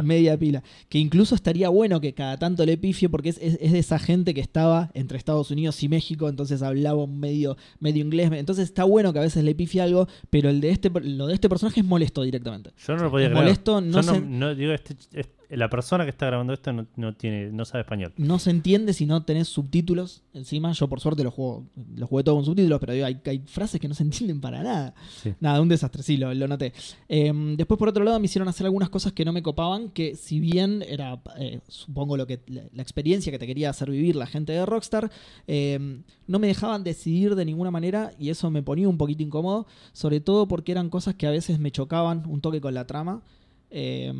[SPEAKER 2] media pila. Que incluso estaría bueno que cada tanto le pifie, porque es, es- es de esa gente que estaba entre Estados Unidos y México, entonces hablaba un medio, medio inglés, entonces está bueno que a veces le pifie algo, pero el de este, lo de este personaje es molesto directamente.
[SPEAKER 1] Yo no lo podía
[SPEAKER 2] Es
[SPEAKER 1] creer.
[SPEAKER 2] molesto,
[SPEAKER 1] Yo
[SPEAKER 2] no
[SPEAKER 1] no,
[SPEAKER 2] se-
[SPEAKER 1] no- digo, este- este- la persona que está grabando esto no, no tiene, no sabe español.
[SPEAKER 2] no se entiende si no tenés subtítulos encima. Yo por suerte lo juego, lo jugué todo con subtítulos, pero digo, hay, hay frases que no se entienden para nada.
[SPEAKER 1] Sí.
[SPEAKER 2] Nada, un desastre, sí, lo, lo noté. Eh, después, por otro lado, me hicieron hacer algunas cosas que no me copaban, que si bien era, eh, supongo, lo que la, la experiencia que te quería hacer vivir la gente de Rockstar, eh, no me dejaban decidir de ninguna manera y eso me ponía un poquito incómodo, sobre todo porque eran cosas que a veces me chocaban un toque con la trama. Eh,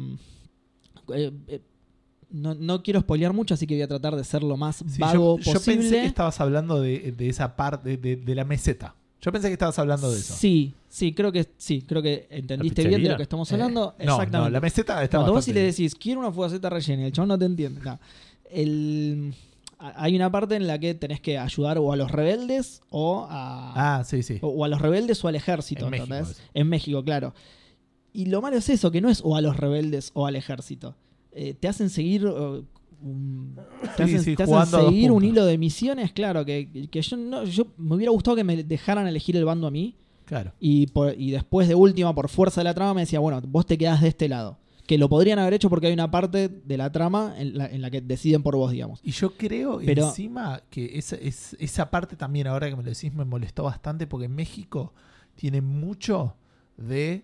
[SPEAKER 2] eh, eh, no, no quiero spoilear mucho, así que voy a tratar de ser lo más
[SPEAKER 3] Sí,
[SPEAKER 2] vago
[SPEAKER 3] yo, yo
[SPEAKER 2] posible.
[SPEAKER 3] pensé que estabas hablando de, de esa parte, de, de la meseta. Yo pensé que estabas hablando de eso.
[SPEAKER 2] Sí, sí, creo que sí, creo que entendiste bien de
[SPEAKER 1] pizzería?
[SPEAKER 2] lo que estamos
[SPEAKER 3] Eh,
[SPEAKER 2] hablando.
[SPEAKER 3] no,
[SPEAKER 2] Exactamente.
[SPEAKER 3] no, la meseta está
[SPEAKER 2] Cuando vos
[SPEAKER 3] bastante
[SPEAKER 2] si le
[SPEAKER 3] bien.
[SPEAKER 2] decís, quiero una fugaceta rellena, y el chabón no te entiende. No. El- a- hay una parte en la que tenés que ayudar o a los rebeldes o a,
[SPEAKER 3] Ah, sí, sí.
[SPEAKER 2] o- o a los rebeldes o al ejército,
[SPEAKER 3] En México,
[SPEAKER 2] ¿entendés?
[SPEAKER 3] eso.
[SPEAKER 2] En México, claro. Y lo malo es eso, que no es o a los rebeldes o al ejército. Eh, te hacen seguir eh, un, te
[SPEAKER 3] Sí,
[SPEAKER 2] hacen,
[SPEAKER 3] sí,
[SPEAKER 2] te hacen
[SPEAKER 3] jugando a dos
[SPEAKER 2] seguir un
[SPEAKER 3] puntos.
[SPEAKER 2] hilo de misiones, claro, que, que yo, no, yo me hubiera gustado que me dejaran elegir el bando a mí.
[SPEAKER 3] Claro.
[SPEAKER 2] Y, por- y después de última, por fuerza de la trama, me decía, bueno, vos te quedás de este lado. Que lo podrían haber hecho porque hay una parte de la trama en la, en la que deciden por vos, digamos.
[SPEAKER 3] Y yo creo
[SPEAKER 2] Pero-
[SPEAKER 3] encima que esa, es- esa parte también, ahora que me lo decís, me molestó bastante porque en México tiene mucho de.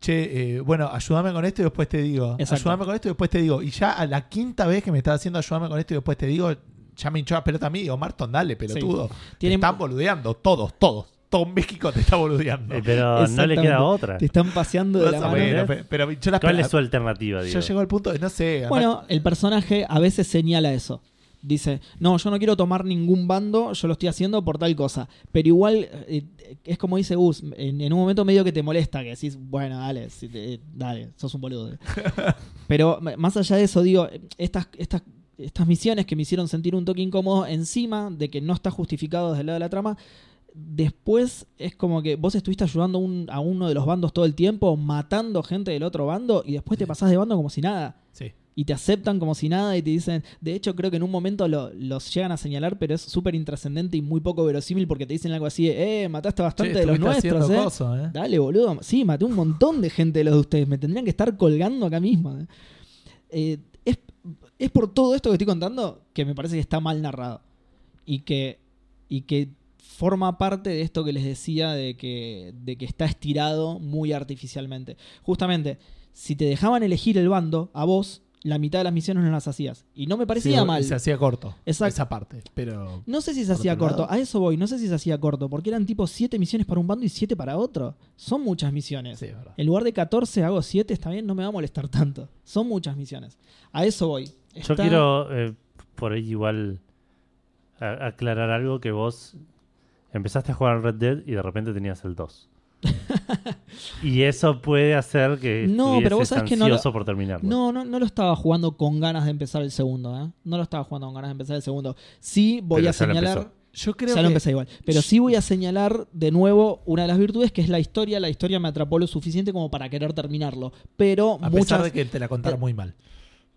[SPEAKER 3] Che, eh, bueno, ayúdame con esto y después te digo.
[SPEAKER 2] Exacto.
[SPEAKER 3] Ayúdame con esto y después te digo. Y ya a la quinta vez que me estás haciendo ayúdame con esto y después te digo, ya me hinchó la pelota a mí. Digo, Marton, dale, pelotudo. Te
[SPEAKER 2] Tiene-
[SPEAKER 3] están boludeando, todos, todos. Todo México te está boludeando.
[SPEAKER 1] Eh, pero no le
[SPEAKER 2] Exactamente.
[SPEAKER 1] queda otra.
[SPEAKER 2] Te están paseando de la
[SPEAKER 3] Más o
[SPEAKER 2] mano.
[SPEAKER 3] menos, pe- pero me hinchó las
[SPEAKER 1] ¿Cuál es
[SPEAKER 3] pelotas.
[SPEAKER 1] su alternativa?
[SPEAKER 3] Ya
[SPEAKER 1] Digo?
[SPEAKER 3] llegó al punto de no sé. andá-
[SPEAKER 2] Bueno, el personaje a veces señala eso. Dice, no, yo no quiero tomar ningún bando, yo lo estoy haciendo por tal cosa. Pero igual, eh, es como dice Gus, en, en un momento medio que te molesta, que decís, bueno, dale, si te- eh, dale, sos un boludo. Pero m- más allá de eso, digo, estas, estas, estas misiones que me hicieron sentir un toque incómodo, encima de que no está justificado desde el lado de la trama, después es como que vos estuviste ayudando un- a uno de los bandos todo el tiempo, matando gente del otro bando, y después te pasás de bando como si nada
[SPEAKER 3] Sí.
[SPEAKER 2] y te aceptan como si nada y te dicen, de hecho creo que en un momento lo- los llegan a señalar, pero es súper intrascendente y muy poco verosímil porque te dicen algo así, de, eh, mataste bastante
[SPEAKER 3] Che,
[SPEAKER 2] de los
[SPEAKER 3] estuviste
[SPEAKER 2] nuestros,
[SPEAKER 3] haciendo
[SPEAKER 2] eh.
[SPEAKER 3] coso, eh.
[SPEAKER 2] Dale, boludo. Sí, maté un montón de gente de los de ustedes. Me tendrían que estar colgando acá mismo. Eh, es, es por todo esto que estoy contando que me parece que está mal narrado. Y que, y que forma parte de esto que les decía de que, de que está estirado muy artificialmente. Justamente, si te dejaban elegir el bando a vos, la mitad de las misiones no las hacías. Y no me parecía
[SPEAKER 3] Sí,
[SPEAKER 2] mal.
[SPEAKER 3] Se hacía corto.
[SPEAKER 2] Exacto.
[SPEAKER 3] Esa parte. Pero
[SPEAKER 2] No sé si se
[SPEAKER 3] por
[SPEAKER 2] hacía
[SPEAKER 3] otro
[SPEAKER 2] corto,
[SPEAKER 3] lado.
[SPEAKER 2] a eso voy, no sé si se hacía corto, porque eran tipo 7 misiones para un bando y 7 para otro. Son muchas misiones.
[SPEAKER 3] sí, es verdad.
[SPEAKER 2] En lugar de 14 hago 7, está bien, no me va a molestar tanto. Son muchas misiones. A eso voy.
[SPEAKER 1] Yo
[SPEAKER 2] Está-
[SPEAKER 1] quiero eh, por ahí igual a- aclarar algo que vos empezaste a jugar al Red Dead y de repente tenías el 2. y eso puede hacer que
[SPEAKER 2] No, pero vos
[SPEAKER 1] estuvieses
[SPEAKER 2] sabés que no lo-
[SPEAKER 1] ansioso por terminarlo.
[SPEAKER 2] No, no, no lo estaba jugando con ganas de empezar el segundo, ¿eh? No lo estaba jugando con ganas de empezar el segundo. Sí voy
[SPEAKER 1] Pero
[SPEAKER 2] a
[SPEAKER 1] ya lo
[SPEAKER 2] señalar...
[SPEAKER 1] empezó.
[SPEAKER 3] Yo creo
[SPEAKER 2] Ya lo
[SPEAKER 3] que-
[SPEAKER 2] empecé igual. Pero sí voy a señalar de nuevo una de las virtudes, que es la historia. La historia me atrapó lo suficiente como para querer terminarlo. Pero
[SPEAKER 3] a
[SPEAKER 2] muchas...
[SPEAKER 3] pesar de que te la contara muy mal.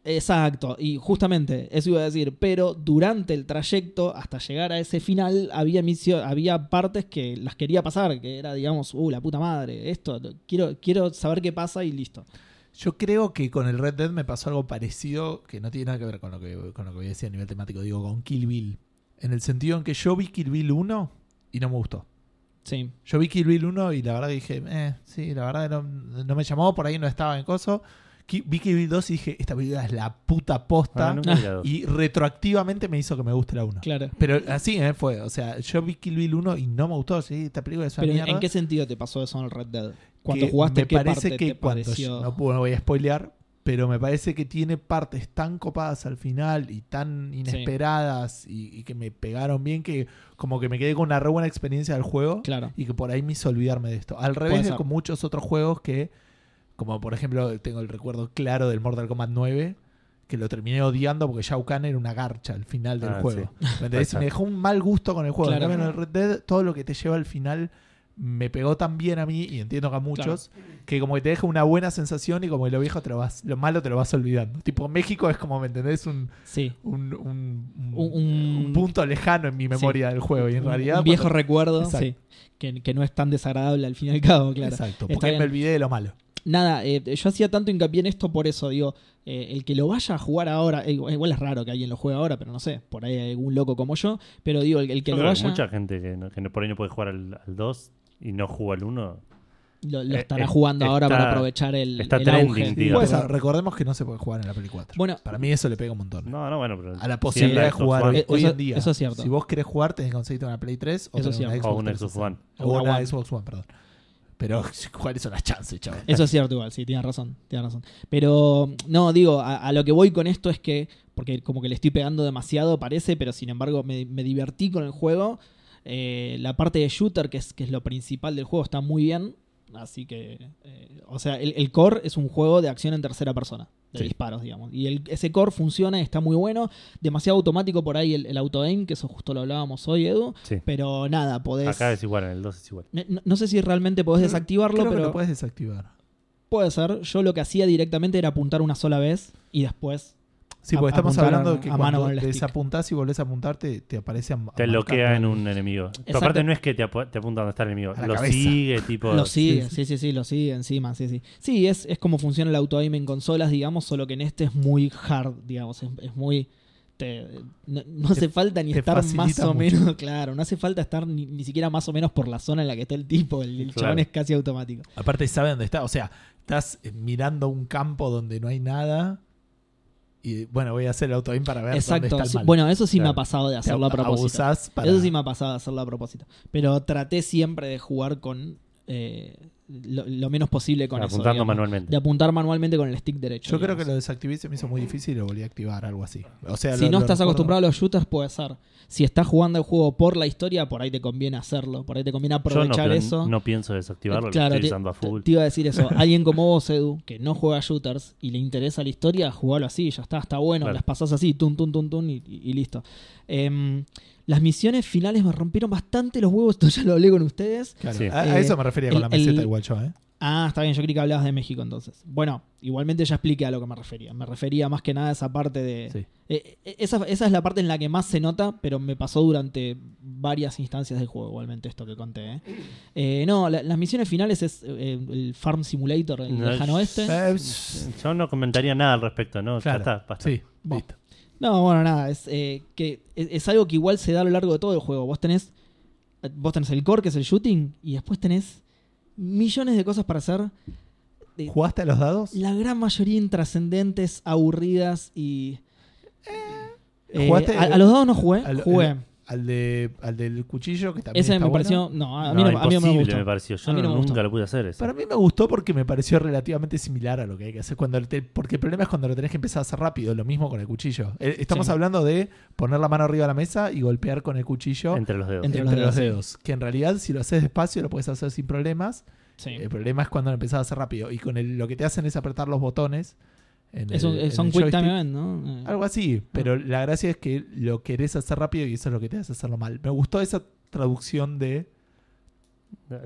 [SPEAKER 2] Exacto, y justamente eso iba a decir, pero durante el trayecto hasta llegar a ese final había misio- había partes que las quería pasar, que era digamos, uh, la puta madre, esto, lo- quiero, quiero saber qué pasa y listo.
[SPEAKER 3] Yo creo que con el Red Dead me pasó algo parecido que no tiene nada que ver con lo que, con lo que voy a decir a nivel temático, digo, con Kill Bill. En el sentido en que yo vi Kill Bill 1 y no me gustó.
[SPEAKER 2] Sí,
[SPEAKER 3] Yo vi Kill Bill 1 y la verdad que dije, eh, sí, la verdad no, no me llamó, por ahí no estaba en coso. Ki- Vi Kill Bill 2 y dije, esta película es la puta
[SPEAKER 1] Ah,
[SPEAKER 3] posta.
[SPEAKER 1] nunca vi la dos.
[SPEAKER 3] y retroactivamente me hizo que me guste la 1.
[SPEAKER 2] claro.
[SPEAKER 3] Pero así eh, fue, o sea, yo vi Kill Bill 1 y no me gustó, sí, esta película es una
[SPEAKER 2] Pero
[SPEAKER 3] mierda.
[SPEAKER 2] ¿en qué sentido te pasó eso en el Red Dead? Cuando
[SPEAKER 3] que
[SPEAKER 2] jugaste,
[SPEAKER 3] me
[SPEAKER 2] ¿qué
[SPEAKER 3] parece
[SPEAKER 2] parte
[SPEAKER 3] que
[SPEAKER 2] te
[SPEAKER 3] cuando
[SPEAKER 2] pareció?
[SPEAKER 3] no, puedo- no voy a spoilear pero me parece que tiene partes tan copadas al final y tan inesperadas y, y que me pegaron bien que como que me quedé con una re buena experiencia del juego
[SPEAKER 2] Claro,
[SPEAKER 3] y que por ahí me hizo olvidarme de esto al
[SPEAKER 2] Puede
[SPEAKER 3] revés de
[SPEAKER 2] ser.
[SPEAKER 3] con muchos otros juegos que como por ejemplo tengo el recuerdo claro del Mortal Kombat 9 que lo terminé odiando porque Shao Kahn era una garcha al final del
[SPEAKER 1] Ah,
[SPEAKER 3] juego.
[SPEAKER 1] sí.
[SPEAKER 3] ¿Me entendés? Y me dejó un mal gusto con el juego. En
[SPEAKER 2] Claro.
[SPEAKER 3] cambio, en el Red Dead, todo lo que te lleva al final me pegó tan bien a mí, y entiendo que a muchos, que como que te deja una buena sensación y como que lo viejo te lo vas, lo malo te lo vas olvidando. Tipo, México es como, ¿me entendés? Un,
[SPEAKER 2] sí.
[SPEAKER 3] un, un- un-
[SPEAKER 2] Un-
[SPEAKER 3] Mm, un punto lejano en mi memoria del juego. Y en
[SPEAKER 2] Un-
[SPEAKER 3] realidad.
[SPEAKER 2] un viejo
[SPEAKER 3] cuando-
[SPEAKER 2] recuerdo,
[SPEAKER 3] Exacto.
[SPEAKER 2] sí, que, que no es tan desagradable al fin y al cabo, claro.
[SPEAKER 3] Exacto,
[SPEAKER 2] Está
[SPEAKER 3] porque
[SPEAKER 2] bien.
[SPEAKER 3] me olvidé de lo malo.
[SPEAKER 2] Nada, eh, yo hacía tanto hincapié en esto por eso, digo, eh, el que lo vaya a jugar ahora, eh, igual igual es raro que alguien lo juegue ahora, pero no sé, por ahí hay algún loco como yo, pero digo, el, el que
[SPEAKER 1] Yo
[SPEAKER 2] lo
[SPEAKER 1] creo
[SPEAKER 2] vaya,
[SPEAKER 1] mucha gente que, no- que no- por ahí no puede jugar al, 2 y no jugó al 1.
[SPEAKER 2] lo, lo
[SPEAKER 1] eh,
[SPEAKER 2] estará
[SPEAKER 1] eh,
[SPEAKER 2] jugando ahora
[SPEAKER 1] está-
[SPEAKER 2] para aprovechar el,
[SPEAKER 1] está
[SPEAKER 2] el
[SPEAKER 1] trending,
[SPEAKER 2] auge.
[SPEAKER 1] tío.
[SPEAKER 3] Puede
[SPEAKER 2] Pero,
[SPEAKER 3] ser, recordemos que no se puede jugar en la Play 4.
[SPEAKER 2] Bueno.
[SPEAKER 3] Para mí eso le pega un montón.
[SPEAKER 1] No, no, bueno, pero.
[SPEAKER 3] A la
[SPEAKER 1] sí, en
[SPEAKER 3] posibilidad de
[SPEAKER 1] Xbox
[SPEAKER 3] jugar hoy,
[SPEAKER 1] One
[SPEAKER 2] Eh,
[SPEAKER 3] hoy
[SPEAKER 2] eso-
[SPEAKER 3] en día.
[SPEAKER 2] eso es cierto.
[SPEAKER 3] Si vos querés jugar, tenés que conseguirte una Play 3 o
[SPEAKER 2] Eso es
[SPEAKER 3] tener una
[SPEAKER 2] cierto.
[SPEAKER 1] o
[SPEAKER 3] Xbox
[SPEAKER 1] un
[SPEAKER 3] 360.
[SPEAKER 1] Xbox One.
[SPEAKER 3] O una,
[SPEAKER 2] One.
[SPEAKER 3] Xbox One, perdón. Pero, ¿cuáles son las chances, chaval?
[SPEAKER 2] Eso es cierto igual, sí, tienes razón, tienes razón. Pero no, digo, a, a lo que voy con esto es que, porque como que le estoy pegando demasiado, parece, pero sin embargo me, me divertí con el juego. Eh, la parte de shooter, que es, que es lo principal del juego, está muy bien. Así que, eh, o sea, el, el core es un juego de acción en tercera persona, de
[SPEAKER 3] Sí.
[SPEAKER 2] disparos, digamos. Y el- ese core funciona, está muy bueno. Demasiado automático por ahí el, el auto-aim, que eso justo lo hablábamos hoy, Edu.
[SPEAKER 1] Sí.
[SPEAKER 2] Pero nada, podés...
[SPEAKER 1] Acá es igual, en el 2 es igual.
[SPEAKER 2] No, no sé si realmente podés
[SPEAKER 3] Creo-
[SPEAKER 2] desactivarlo,
[SPEAKER 3] Creo que
[SPEAKER 2] pero...
[SPEAKER 3] lo puedes desactivar.
[SPEAKER 2] Puede ser. Yo lo que hacía directamente era apuntar una sola vez y después.
[SPEAKER 3] Sí,
[SPEAKER 2] A-
[SPEAKER 3] porque estamos
[SPEAKER 2] apuntar
[SPEAKER 3] hablando
[SPEAKER 2] a-
[SPEAKER 3] de que
[SPEAKER 2] a mano
[SPEAKER 3] cuando
[SPEAKER 2] con el stick.
[SPEAKER 3] desapuntás y volvés a apuntar, te, te aparece a, a
[SPEAKER 1] Te
[SPEAKER 3] marcar
[SPEAKER 1] bloquea
[SPEAKER 3] la-
[SPEAKER 1] en un enemigo. Pero
[SPEAKER 2] Exacto.
[SPEAKER 1] aparte no es que te, apu- te apunta donde está el enemigo.
[SPEAKER 3] A la
[SPEAKER 1] Lo
[SPEAKER 3] cabeza.
[SPEAKER 1] sigue, tipo.
[SPEAKER 2] Lo sigue, sí, sí, sí, lo sigue encima, sí, sí. Sí, es, es como funciona el auto aim en consolas, digamos, solo que en este es muy hard, digamos, es, es muy... te- no, no hace falta ni
[SPEAKER 3] te
[SPEAKER 2] estar más
[SPEAKER 3] facilita
[SPEAKER 2] o
[SPEAKER 3] mucho.
[SPEAKER 2] menos, claro, no hace falta estar ni, ni siquiera más o menos por la zona en la que está el tipo, el, el
[SPEAKER 1] Claro.
[SPEAKER 2] chabón es casi automático.
[SPEAKER 3] Aparte, sabe dónde está. O sea, estás eh, mirando un campo donde no hay nada. Y bueno, voy a hacer el auto-aim para ver dónde
[SPEAKER 2] Exacto,
[SPEAKER 3] está el
[SPEAKER 2] sí,
[SPEAKER 3] mal.
[SPEAKER 2] bueno, eso sí me
[SPEAKER 1] Claro.
[SPEAKER 2] ha pasado de
[SPEAKER 3] Te
[SPEAKER 2] hacerlo a propósito.
[SPEAKER 3] abusás para-
[SPEAKER 2] Eso sí me ha pasado hacerlo a propósito. Pero traté siempre de jugar con eh, lo, lo menos posible con eso.
[SPEAKER 1] apuntando
[SPEAKER 2] digamos.
[SPEAKER 1] manualmente.
[SPEAKER 2] De apuntar manualmente con el stick derecho.
[SPEAKER 3] Yo creo que lo
[SPEAKER 2] digamos.
[SPEAKER 3] desactivé y se me hizo muy difícil y lo volví a activar, algo así. O sea,
[SPEAKER 2] Si
[SPEAKER 3] lo-
[SPEAKER 2] no
[SPEAKER 3] lo
[SPEAKER 2] estás
[SPEAKER 3] recuerdo.
[SPEAKER 2] acostumbrado a los shooters, puede ser. Si estás jugando el juego por la historia, por ahí te conviene hacerlo. Por ahí te conviene
[SPEAKER 1] Yo no,
[SPEAKER 2] aprovechar
[SPEAKER 1] plan-
[SPEAKER 2] eso.
[SPEAKER 1] no pienso desactivarlo,
[SPEAKER 2] Claro,
[SPEAKER 1] lo estoy
[SPEAKER 2] te-
[SPEAKER 1] usando a
[SPEAKER 2] te-
[SPEAKER 1] full.
[SPEAKER 2] Te iba a decir eso. Alguien como vos, Edu, que no juega shooters y le interesa la historia, jugalo así, ya está, está bueno.
[SPEAKER 1] Claro.
[SPEAKER 2] Las pasás así, tun, tun, tun, tun, y, y- y listo. Em, las misiones finales me rompieron bastante los huevos. Esto ya lo hablé con ustedes.
[SPEAKER 3] Claro,
[SPEAKER 1] Sí.
[SPEAKER 3] a, a
[SPEAKER 2] Eh,
[SPEAKER 3] eso me refería con
[SPEAKER 2] el-
[SPEAKER 3] la meseta
[SPEAKER 2] el-
[SPEAKER 3] igual yo, ¿eh?
[SPEAKER 2] Ah, está bien, yo creí que hablabas de México entonces. Bueno, igualmente ya expliqué a lo que me refería. Me refería más que nada a esa parte de...
[SPEAKER 3] Sí.
[SPEAKER 2] Eh, eh, esa, esa es la parte en la que más se nota, pero me pasó durante varias instancias del juego, igualmente esto que conté. ¿eh? Eh, no, la- las misiones finales es eh, el Farm Simulator, el
[SPEAKER 1] No,
[SPEAKER 2] lejano oeste.
[SPEAKER 3] Eh, pss,
[SPEAKER 1] Yo no comentaría nada al respecto, ¿no?
[SPEAKER 3] claro,
[SPEAKER 1] Ya está, basta.
[SPEAKER 3] sí,
[SPEAKER 2] Bueno.
[SPEAKER 3] listo.
[SPEAKER 2] No, bueno, nada, es, eh, que es, es algo que igual se da a lo largo de todo el juego. Vos tenés, vos tenés el core, que es el shooting, y después tenés millones de cosas para hacer. de
[SPEAKER 3] ¿Jugaste a los dados?
[SPEAKER 2] la gran mayoría intrascendentes, aburridas y. Eh,
[SPEAKER 3] ¿Jugaste?
[SPEAKER 2] a, a los dados no jugué,
[SPEAKER 3] Al-
[SPEAKER 2] jugué.
[SPEAKER 3] el- Al, de, al del cuchillo, que también
[SPEAKER 2] Ese
[SPEAKER 3] está
[SPEAKER 2] me
[SPEAKER 3] bueno.
[SPEAKER 2] pareció. No, a
[SPEAKER 1] No,
[SPEAKER 2] mí no, a mí no me
[SPEAKER 1] imposible
[SPEAKER 2] gustó.
[SPEAKER 1] me pareció. Yo
[SPEAKER 2] A mí no
[SPEAKER 1] no-
[SPEAKER 2] me
[SPEAKER 1] nunca
[SPEAKER 2] gustó.
[SPEAKER 1] lo pude hacer eso.
[SPEAKER 3] Para mí me gustó porque me pareció relativamente similar a lo que hay que hacer. cuando el te- Porque el problema es cuando lo tenés que empezar a hacer rápido, lo mismo con el cuchillo. Eh, Estamos
[SPEAKER 2] Sí.
[SPEAKER 3] hablando de poner la mano arriba de la mesa y golpear con el cuchillo entre,
[SPEAKER 1] Entre los dedos.
[SPEAKER 2] Entre-
[SPEAKER 3] los,
[SPEAKER 2] los
[SPEAKER 3] dedos.
[SPEAKER 2] dedos,
[SPEAKER 3] Que en realidad, si lo haces despacio, lo puedes hacer sin problemas.
[SPEAKER 2] Sí.
[SPEAKER 3] El problema es cuando lo empezás a hacer rápido. Y con el- lo que te hacen es apretar los botones. en
[SPEAKER 2] Es
[SPEAKER 3] el-
[SPEAKER 2] un-
[SPEAKER 3] en el
[SPEAKER 2] son quick time
[SPEAKER 3] joystick.
[SPEAKER 2] event, ¿no? Eh,
[SPEAKER 3] Algo así, pero la gracia es que lo querés hacer rápido y eso es lo que te hace hacerlo mal. Me gustó esa traducción de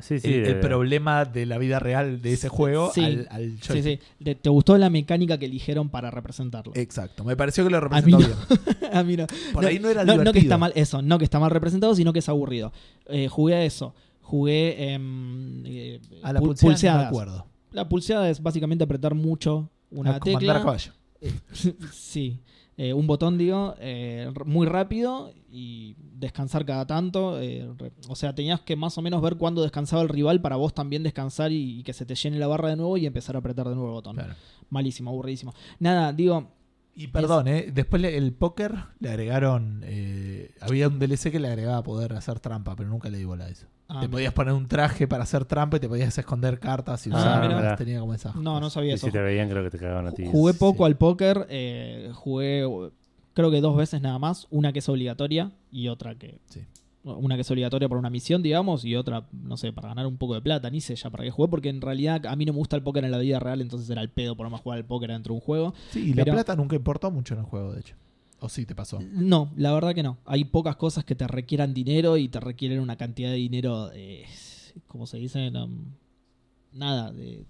[SPEAKER 1] Sí, sí.
[SPEAKER 3] el, el
[SPEAKER 1] eh,
[SPEAKER 3] problema de la vida real de ese juego
[SPEAKER 2] Sí.
[SPEAKER 3] al, al
[SPEAKER 2] Sí,
[SPEAKER 3] joystick.
[SPEAKER 2] sí. ¿Te, te gustó la mecánica que eligieron para representarlo?
[SPEAKER 3] Exacto, me pareció que lo
[SPEAKER 2] A mí
[SPEAKER 3] representó
[SPEAKER 2] no.
[SPEAKER 3] bien.
[SPEAKER 2] ah, mira.
[SPEAKER 3] Eh, Por ahí no era
[SPEAKER 2] no, no que
[SPEAKER 3] divertido.
[SPEAKER 2] está mal eso, no que está mal representado, sino que es aburrido. Eh, jugué a eso. Jugué em, eh,
[SPEAKER 3] A
[SPEAKER 2] pul-
[SPEAKER 3] la pulseada, no me
[SPEAKER 2] pulseadas.
[SPEAKER 3] acuerdo. Ah,
[SPEAKER 2] la pulseada es básicamente apretar mucho una
[SPEAKER 3] A comandar a
[SPEAKER 2] tecla.
[SPEAKER 3] caballo.
[SPEAKER 2] sí. Eh, un botón, digo, eh, r- muy rápido y descansar cada tanto. eh, re- o sea, tenías que más o menos ver cuándo descansaba el rival para vos también descansar y, y que se te llene la barra de nuevo y empezar a apretar de nuevo el botón.
[SPEAKER 3] Claro.
[SPEAKER 2] Malísimo, aburridísimo. Nada, digo,
[SPEAKER 3] Y perdón, eh, después le- el póker le agregaron. eh, había un DLC que le agregaba poder hacer trampa, pero nunca le di bola a eso.
[SPEAKER 2] ah,
[SPEAKER 3] te podías poner un traje para hacer trampa y te podías esconder cartas y
[SPEAKER 1] Ah,
[SPEAKER 3] usarlas.
[SPEAKER 1] mirá.
[SPEAKER 3] tenía como esas
[SPEAKER 2] no, no
[SPEAKER 3] cosas.
[SPEAKER 1] y
[SPEAKER 2] sabía eso.
[SPEAKER 1] si te veían, creo que te cagaban a ti.
[SPEAKER 2] Jugué
[SPEAKER 3] Sí.
[SPEAKER 2] poco al póker, eh, jugué eh, creo que dos veces nada más, una que es obligatoria y otra que...
[SPEAKER 3] Sí.
[SPEAKER 2] Una que es obligatoria para una misión, digamos, y otra, no sé, para ganar un poco de plata, ni sé ya para qué jugué, porque en realidad a mí no me gusta el póker en la vida real, entonces era el pedo por más jugar al póker dentro de un juego.
[SPEAKER 3] Sí, y la
[SPEAKER 2] Pero-
[SPEAKER 3] plata nunca importó mucho en el juego, de hecho. O sí, te pasó.
[SPEAKER 2] No, la verdad que no. Hay pocas cosas que te requieran dinero y te requieren una cantidad de dinero, eh, ¿cómo se dice? Um, nada, de,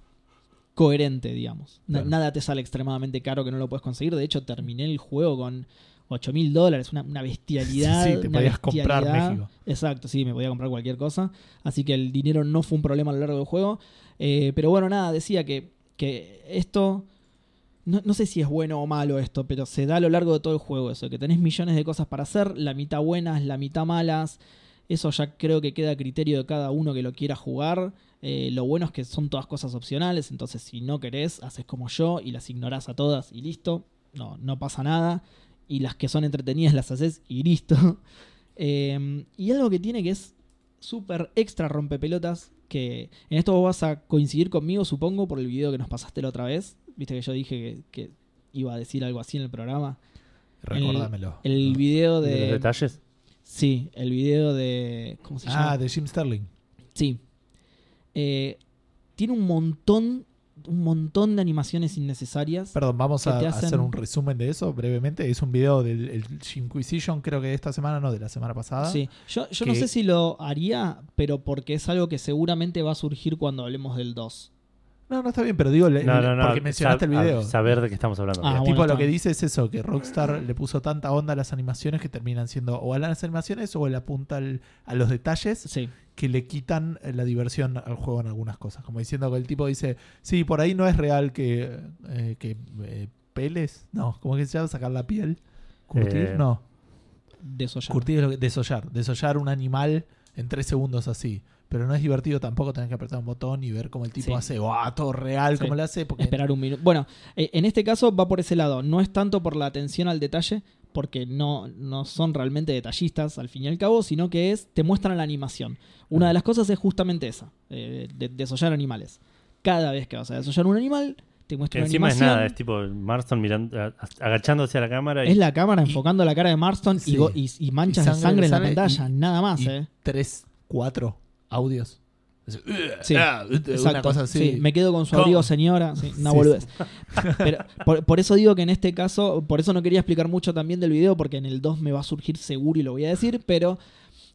[SPEAKER 2] coherente, digamos. Na-
[SPEAKER 3] Claro.
[SPEAKER 2] Nada te sale extremadamente caro que no lo puedes conseguir. De hecho, terminé el juego con 8 mil dólares, una, una bestialidad.
[SPEAKER 3] Sí, sí, te
[SPEAKER 2] una
[SPEAKER 3] podías comprar
[SPEAKER 2] bestialidad.
[SPEAKER 3] México.
[SPEAKER 2] Exacto, sí, me podía comprar cualquier cosa. Así que el dinero no fue un problema a lo largo del juego. Eh, pero bueno, nada, decía que, que esto. No, no sé si es bueno o malo esto, pero se da a lo largo de todo el juego eso, que tenés millones de cosas para hacer, la mitad buenas, la mitad malas. Eso ya creo que queda a criterio de cada uno que lo quiera jugar. Eh, lo bueno es que son todas cosas opcionales, entonces si no querés, haces como yo y las ignorás a todas y listo. No, no pasa nada. Y las que son entretenidas las haces y listo. Eh, y algo que tiene que es súper extra rompepelotas, que en esto vos vas a coincidir conmigo, supongo, por el video que nos pasaste la otra vez. Viste que yo dije que, que iba a decir algo así en el programa.
[SPEAKER 3] Recordámelo. Ah.
[SPEAKER 2] El video
[SPEAKER 1] ¿De los
[SPEAKER 2] de...
[SPEAKER 1] detalles?
[SPEAKER 2] sí, el video de... ¿Cómo se llama?
[SPEAKER 3] Ah, de Jim Sterling.
[SPEAKER 2] Sí. Eh, tiene un montón, un montón de animaciones innecesarias.
[SPEAKER 3] Perdón, vamos
[SPEAKER 2] que
[SPEAKER 3] a
[SPEAKER 2] te hacen-
[SPEAKER 3] hacer un resumen de eso brevemente. Es un video del el Inquisition, creo que de esta semana, no, de la semana pasada.
[SPEAKER 2] Sí. Yo, yo no
[SPEAKER 3] Ah, que-
[SPEAKER 2] sé si lo haría, pero porque es algo que seguramente va a surgir cuando hablemos del 2.
[SPEAKER 3] No, no está bien, pero digo, le-
[SPEAKER 1] No, no,
[SPEAKER 3] le-
[SPEAKER 1] no.
[SPEAKER 3] porque mencionaste
[SPEAKER 1] sab-
[SPEAKER 3] el video.
[SPEAKER 1] a- Saber de qué estamos hablando.
[SPEAKER 2] Ah,
[SPEAKER 3] El
[SPEAKER 2] bueno,
[SPEAKER 3] tipo
[SPEAKER 2] está
[SPEAKER 3] lo que
[SPEAKER 2] bien.
[SPEAKER 3] dice es eso, que Rockstar le puso tanta onda a las animaciones que terminan siendo o a las animaciones o le apunta al- a los detalles
[SPEAKER 2] Sí.
[SPEAKER 3] que le quitan eh, la diversión al juego en algunas cosas. Como diciendo que el tipo dice, sí, por ahí no es real que, eh, que eh, peles, no, como que se llama sacar la piel, curtir,
[SPEAKER 1] Eh,
[SPEAKER 3] no.
[SPEAKER 2] De eso ya.
[SPEAKER 3] Curtir es lo que- desollar. Desollar un animal en tres segundos así. Pero no es divertido tampoco tener que apretar un botón y ver cómo el tipo
[SPEAKER 2] Sí.
[SPEAKER 3] hace, ¡guau! Todo real,
[SPEAKER 2] Sí.
[SPEAKER 3] cómo lo hace. Porque
[SPEAKER 2] Esperar un minuto. Bueno, eh, en este caso va por ese lado. No es tanto por la atención al detalle, porque no, no son realmente detallistas al fin y al cabo, sino que es te muestran la animación.
[SPEAKER 3] Ah.
[SPEAKER 2] Una de las cosas es justamente esa, eh, de, desollar animales. Cada vez que vas a desollar un animal, te muestra una
[SPEAKER 1] Encima es
[SPEAKER 2] animación.
[SPEAKER 1] nada, es tipo Marston mirando, a- agachándose a la cámara. y-
[SPEAKER 2] Es la cámara
[SPEAKER 3] Y-
[SPEAKER 2] enfocando la cara de Marston y
[SPEAKER 3] Sí.
[SPEAKER 2] go- y, y manchas
[SPEAKER 3] Y
[SPEAKER 2] de
[SPEAKER 3] sangre
[SPEAKER 2] sangre
[SPEAKER 3] que
[SPEAKER 2] en la
[SPEAKER 3] sale
[SPEAKER 2] pantalla,
[SPEAKER 3] y-
[SPEAKER 2] nada más,
[SPEAKER 3] y
[SPEAKER 2] eh.
[SPEAKER 3] tres, cuatro audios. Así, "Ugh,
[SPEAKER 2] Sí,
[SPEAKER 3] ah, uh, Una cosa así.
[SPEAKER 2] Sí, me quedo con su
[SPEAKER 3] ¿Cómo?
[SPEAKER 2] abrigo, señora. Sí, una
[SPEAKER 3] Sí,
[SPEAKER 2] boludez. Pero por, por eso digo que en este caso, por eso no quería explicar mucho también del video, porque en el 2 me va a surgir seguro y lo voy a decir, pero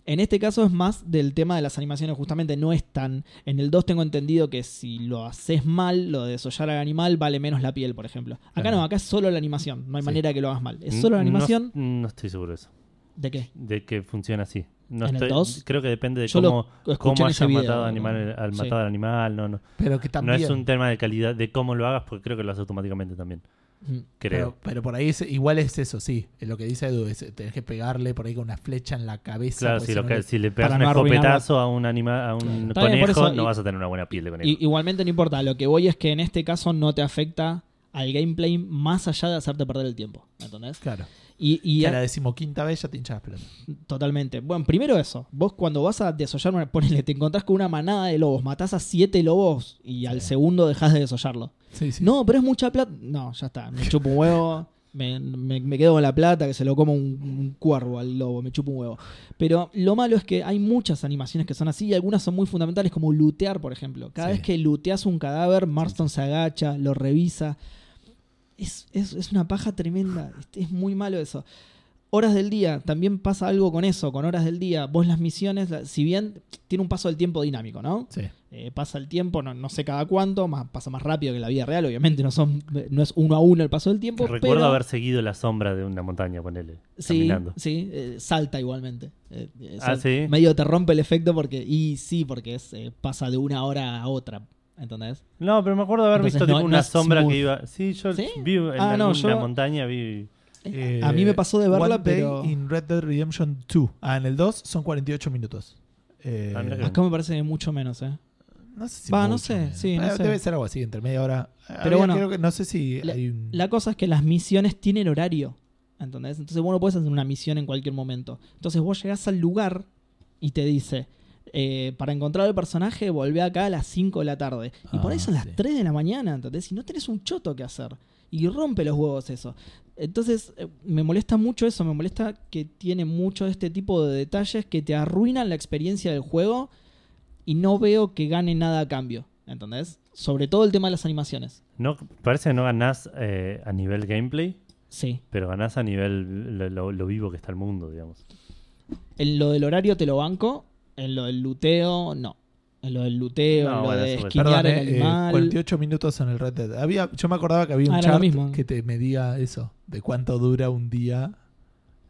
[SPEAKER 2] en este caso es más del tema de las animaciones, justamente no es tan. En el 2 tengo entendido que si lo haces mal, lo de desollar al animal, vale menos la piel, por ejemplo. Acá
[SPEAKER 3] Claro.
[SPEAKER 2] no, acá es solo la animación, no hay
[SPEAKER 3] Sí.
[SPEAKER 2] manera que lo hagas mal. Es solo la
[SPEAKER 1] No-
[SPEAKER 2] animación.
[SPEAKER 1] No, estoy seguro de eso.
[SPEAKER 2] ¿De qué?
[SPEAKER 1] De que funciona así. No
[SPEAKER 2] ¿En el
[SPEAKER 1] estoy,
[SPEAKER 2] dos?
[SPEAKER 1] Creo que depende de
[SPEAKER 2] Yo lo
[SPEAKER 1] cómo,
[SPEAKER 2] escuché
[SPEAKER 1] cómo
[SPEAKER 2] en ese
[SPEAKER 1] hayan
[SPEAKER 2] video,
[SPEAKER 1] matado,
[SPEAKER 2] ¿no?
[SPEAKER 1] animal, al
[SPEAKER 2] Sí.
[SPEAKER 1] matado al animal. No, no.
[SPEAKER 3] Pero que
[SPEAKER 1] no
[SPEAKER 3] también.
[SPEAKER 1] es un tema de calidad, de cómo lo hagas, porque creo que lo hace automáticamente también.
[SPEAKER 2] Mm.
[SPEAKER 1] creo.
[SPEAKER 3] Pero, pero por ahí es, igual es eso, sí. Es lo que dice Edu, es, tenés que pegarle por ahí con una flecha en la cabeza.
[SPEAKER 1] claro,
[SPEAKER 3] pues,
[SPEAKER 1] si,
[SPEAKER 3] no
[SPEAKER 1] lo
[SPEAKER 3] le-
[SPEAKER 1] que- si le pegas
[SPEAKER 4] para
[SPEAKER 1] un
[SPEAKER 4] no arruinarla.
[SPEAKER 1] escopetazo a un, anima, a un
[SPEAKER 2] Está bien, por
[SPEAKER 1] conejo,
[SPEAKER 2] eso,
[SPEAKER 1] no
[SPEAKER 2] y-
[SPEAKER 1] vas a tener una buena piel de conejo.
[SPEAKER 2] I- igualmente no importa, lo que voy es que en este caso no te afecta al gameplay más allá de hacerte perder el tiempo, ¿entendés?
[SPEAKER 3] Claro.
[SPEAKER 2] Y, y
[SPEAKER 3] Y a la decimoquinta vez ya te hinchas las pelotas.
[SPEAKER 2] totalmente. Bueno, primero eso, vos cuando vas a desollar una, ponele, te encontrás con una manada de lobos, matás a siete lobos y al
[SPEAKER 3] Sí.
[SPEAKER 2] segundo dejás de desollarlo.
[SPEAKER 3] Sí, sí.
[SPEAKER 2] No, pero es mucha plata. No, ya está, me chupo un huevo. Me, me- me quedo con la plata, que se lo como un, un cuervo al lobo, me chupo un huevo. Pero lo malo es que hay muchas animaciones que son así y algunas son muy fundamentales, como lootear, por ejemplo. Cada
[SPEAKER 3] Sí.
[SPEAKER 2] vez que looteas un cadáver, Marston se agacha, lo revisa. Es, es- es una paja tremenda, Este, es, muy malo eso. Horas del día, también pasa algo con eso, con horas del día. Vos las misiones, la- si bien tiene un paso del tiempo dinámico, ¿no?
[SPEAKER 3] Sí.
[SPEAKER 2] Eh, pasa el tiempo, no, no sé cada cuánto, más, pasa más rápido que en la vida real, obviamente, no, son, no es uno a uno el paso del tiempo.
[SPEAKER 1] Recuerdo
[SPEAKER 2] pero,
[SPEAKER 1] haber seguido la sombra de una montaña, ponele,
[SPEAKER 2] sí,
[SPEAKER 1] caminando.
[SPEAKER 2] sí, eh, salta igualmente. Eh, eh,
[SPEAKER 1] Ah,
[SPEAKER 2] salta.
[SPEAKER 1] sí.
[SPEAKER 2] Medio te rompe el efecto porque, y sí, porque es, eh, pasa de una hora a otra, ¿entendés?
[SPEAKER 1] No, pero me acuerdo de haber
[SPEAKER 2] Entonces
[SPEAKER 1] visto
[SPEAKER 2] no-
[SPEAKER 1] tipo,
[SPEAKER 2] no
[SPEAKER 1] una
[SPEAKER 2] es
[SPEAKER 1] sombra
[SPEAKER 2] smooth.
[SPEAKER 1] que iba. Sí, yo
[SPEAKER 2] ¿Sí?
[SPEAKER 1] vi en
[SPEAKER 2] Ah, no,
[SPEAKER 1] alguna
[SPEAKER 2] yo-
[SPEAKER 1] montaña, vi.
[SPEAKER 2] Eh, a mí me pasó de
[SPEAKER 3] One
[SPEAKER 2] verla,
[SPEAKER 3] Day
[SPEAKER 2] pero
[SPEAKER 3] in Red Dead Redemption 2. Ah, en el 2 son 48 minutos. Eh,
[SPEAKER 1] Ah, mira que-
[SPEAKER 2] acá me parece que mucho menos, ¿eh?
[SPEAKER 3] no sé si
[SPEAKER 2] Va,
[SPEAKER 3] mucho,
[SPEAKER 2] no sé,
[SPEAKER 3] mira.
[SPEAKER 2] sí, no
[SPEAKER 3] Eh,
[SPEAKER 2] sé.
[SPEAKER 3] Debe ser algo así, entre media hora. Pero
[SPEAKER 2] bueno,
[SPEAKER 3] creo que, no sé si hay un...
[SPEAKER 2] La cosa es que las misiones tienen horario. ¿Entendés? Entonces vos no podés hacer una misión en cualquier momento. Entonces vos llegás al lugar y te dice: eh, Para encontrar al personaje, volvé acá a las 5 de la tarde. Y por ahí
[SPEAKER 3] Ah,
[SPEAKER 2] son las
[SPEAKER 3] sí.
[SPEAKER 2] 3 de la mañana, ¿entendés? Y no tenés un choto que hacer. Y rompe los huevos eso. Entonces eh, me molesta mucho eso. Me molesta que tiene mucho de este tipo de detalles que te arruinan la experiencia del juego y no veo que gane nada a cambio. ¿Entendés? Sobre todo el tema de las animaciones.
[SPEAKER 1] No, parece que no ganás eh, a nivel gameplay,
[SPEAKER 2] Sí.
[SPEAKER 1] pero ganás a nivel lo, lo- lo vivo que está el mundo, digamos.
[SPEAKER 2] En lo del horario te lo banco, en lo del luteo, no. En lo del luteo,
[SPEAKER 1] No,
[SPEAKER 2] en lo
[SPEAKER 1] bueno,
[SPEAKER 2] de
[SPEAKER 1] eso me-
[SPEAKER 2] esquinear
[SPEAKER 3] Perdón,
[SPEAKER 2] el
[SPEAKER 3] eh, eh,
[SPEAKER 2] animal.
[SPEAKER 3] 48 minutos en el Red Dead. Había, yo me acordaba que había un
[SPEAKER 2] Ah, era lo
[SPEAKER 3] chart
[SPEAKER 2] mismo.
[SPEAKER 3] que te medía eso, de cuánto dura un día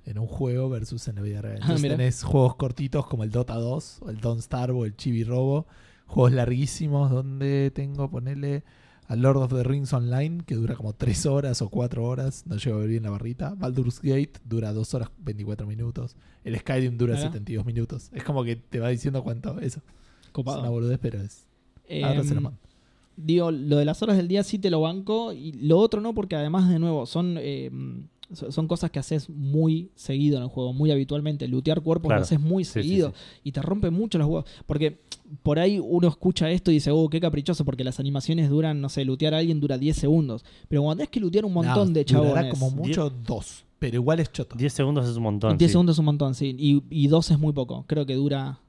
[SPEAKER 3] en un juego versus en la vida real.
[SPEAKER 2] Ah,
[SPEAKER 3] Entonces
[SPEAKER 2] mira.
[SPEAKER 3] tenés juegos cortitos como el Dota 2, o el Don't Starve o el Chibi Robo, juegos larguísimos donde tengo, ponele a Lord of the Rings Online, que dura como 3 horas o 4 horas, no llego a ver bien la barrita. Baldur's Gate dura 2 horas 24 minutos. El Skyrim dura
[SPEAKER 2] Mira.
[SPEAKER 3] 72 minutos. Es como que te va diciendo cuánto. Eso. Es una
[SPEAKER 2] Copado.
[SPEAKER 3] boludez, pero es.
[SPEAKER 2] Em,
[SPEAKER 3] ahora se lo mando.
[SPEAKER 2] digo, lo de las horas del día sí te lo banco y lo otro no, porque además, de nuevo, son, em, so- son cosas que haces muy seguido en el juego, muy habitualmente. Lutear cuerpos
[SPEAKER 1] Claro.
[SPEAKER 2] lo haces muy
[SPEAKER 1] Sí, sí,
[SPEAKER 2] seguido.
[SPEAKER 1] sí.
[SPEAKER 2] y te rompe mucho los huevos. Porque por ahí uno escucha esto y dice, oh, qué caprichoso, porque las animaciones duran, no sé, lutear a alguien dura 10 segundos. Pero cuando tenés que lutear un montón
[SPEAKER 3] No,
[SPEAKER 2] de
[SPEAKER 3] durará
[SPEAKER 2] chabones.
[SPEAKER 3] como mucho dos, pero igual es choto.
[SPEAKER 1] 10 segundos es un montón.
[SPEAKER 2] 10
[SPEAKER 1] sí.
[SPEAKER 2] segundos es un montón, sí. Y, y 2 es muy poco. Creo que dura.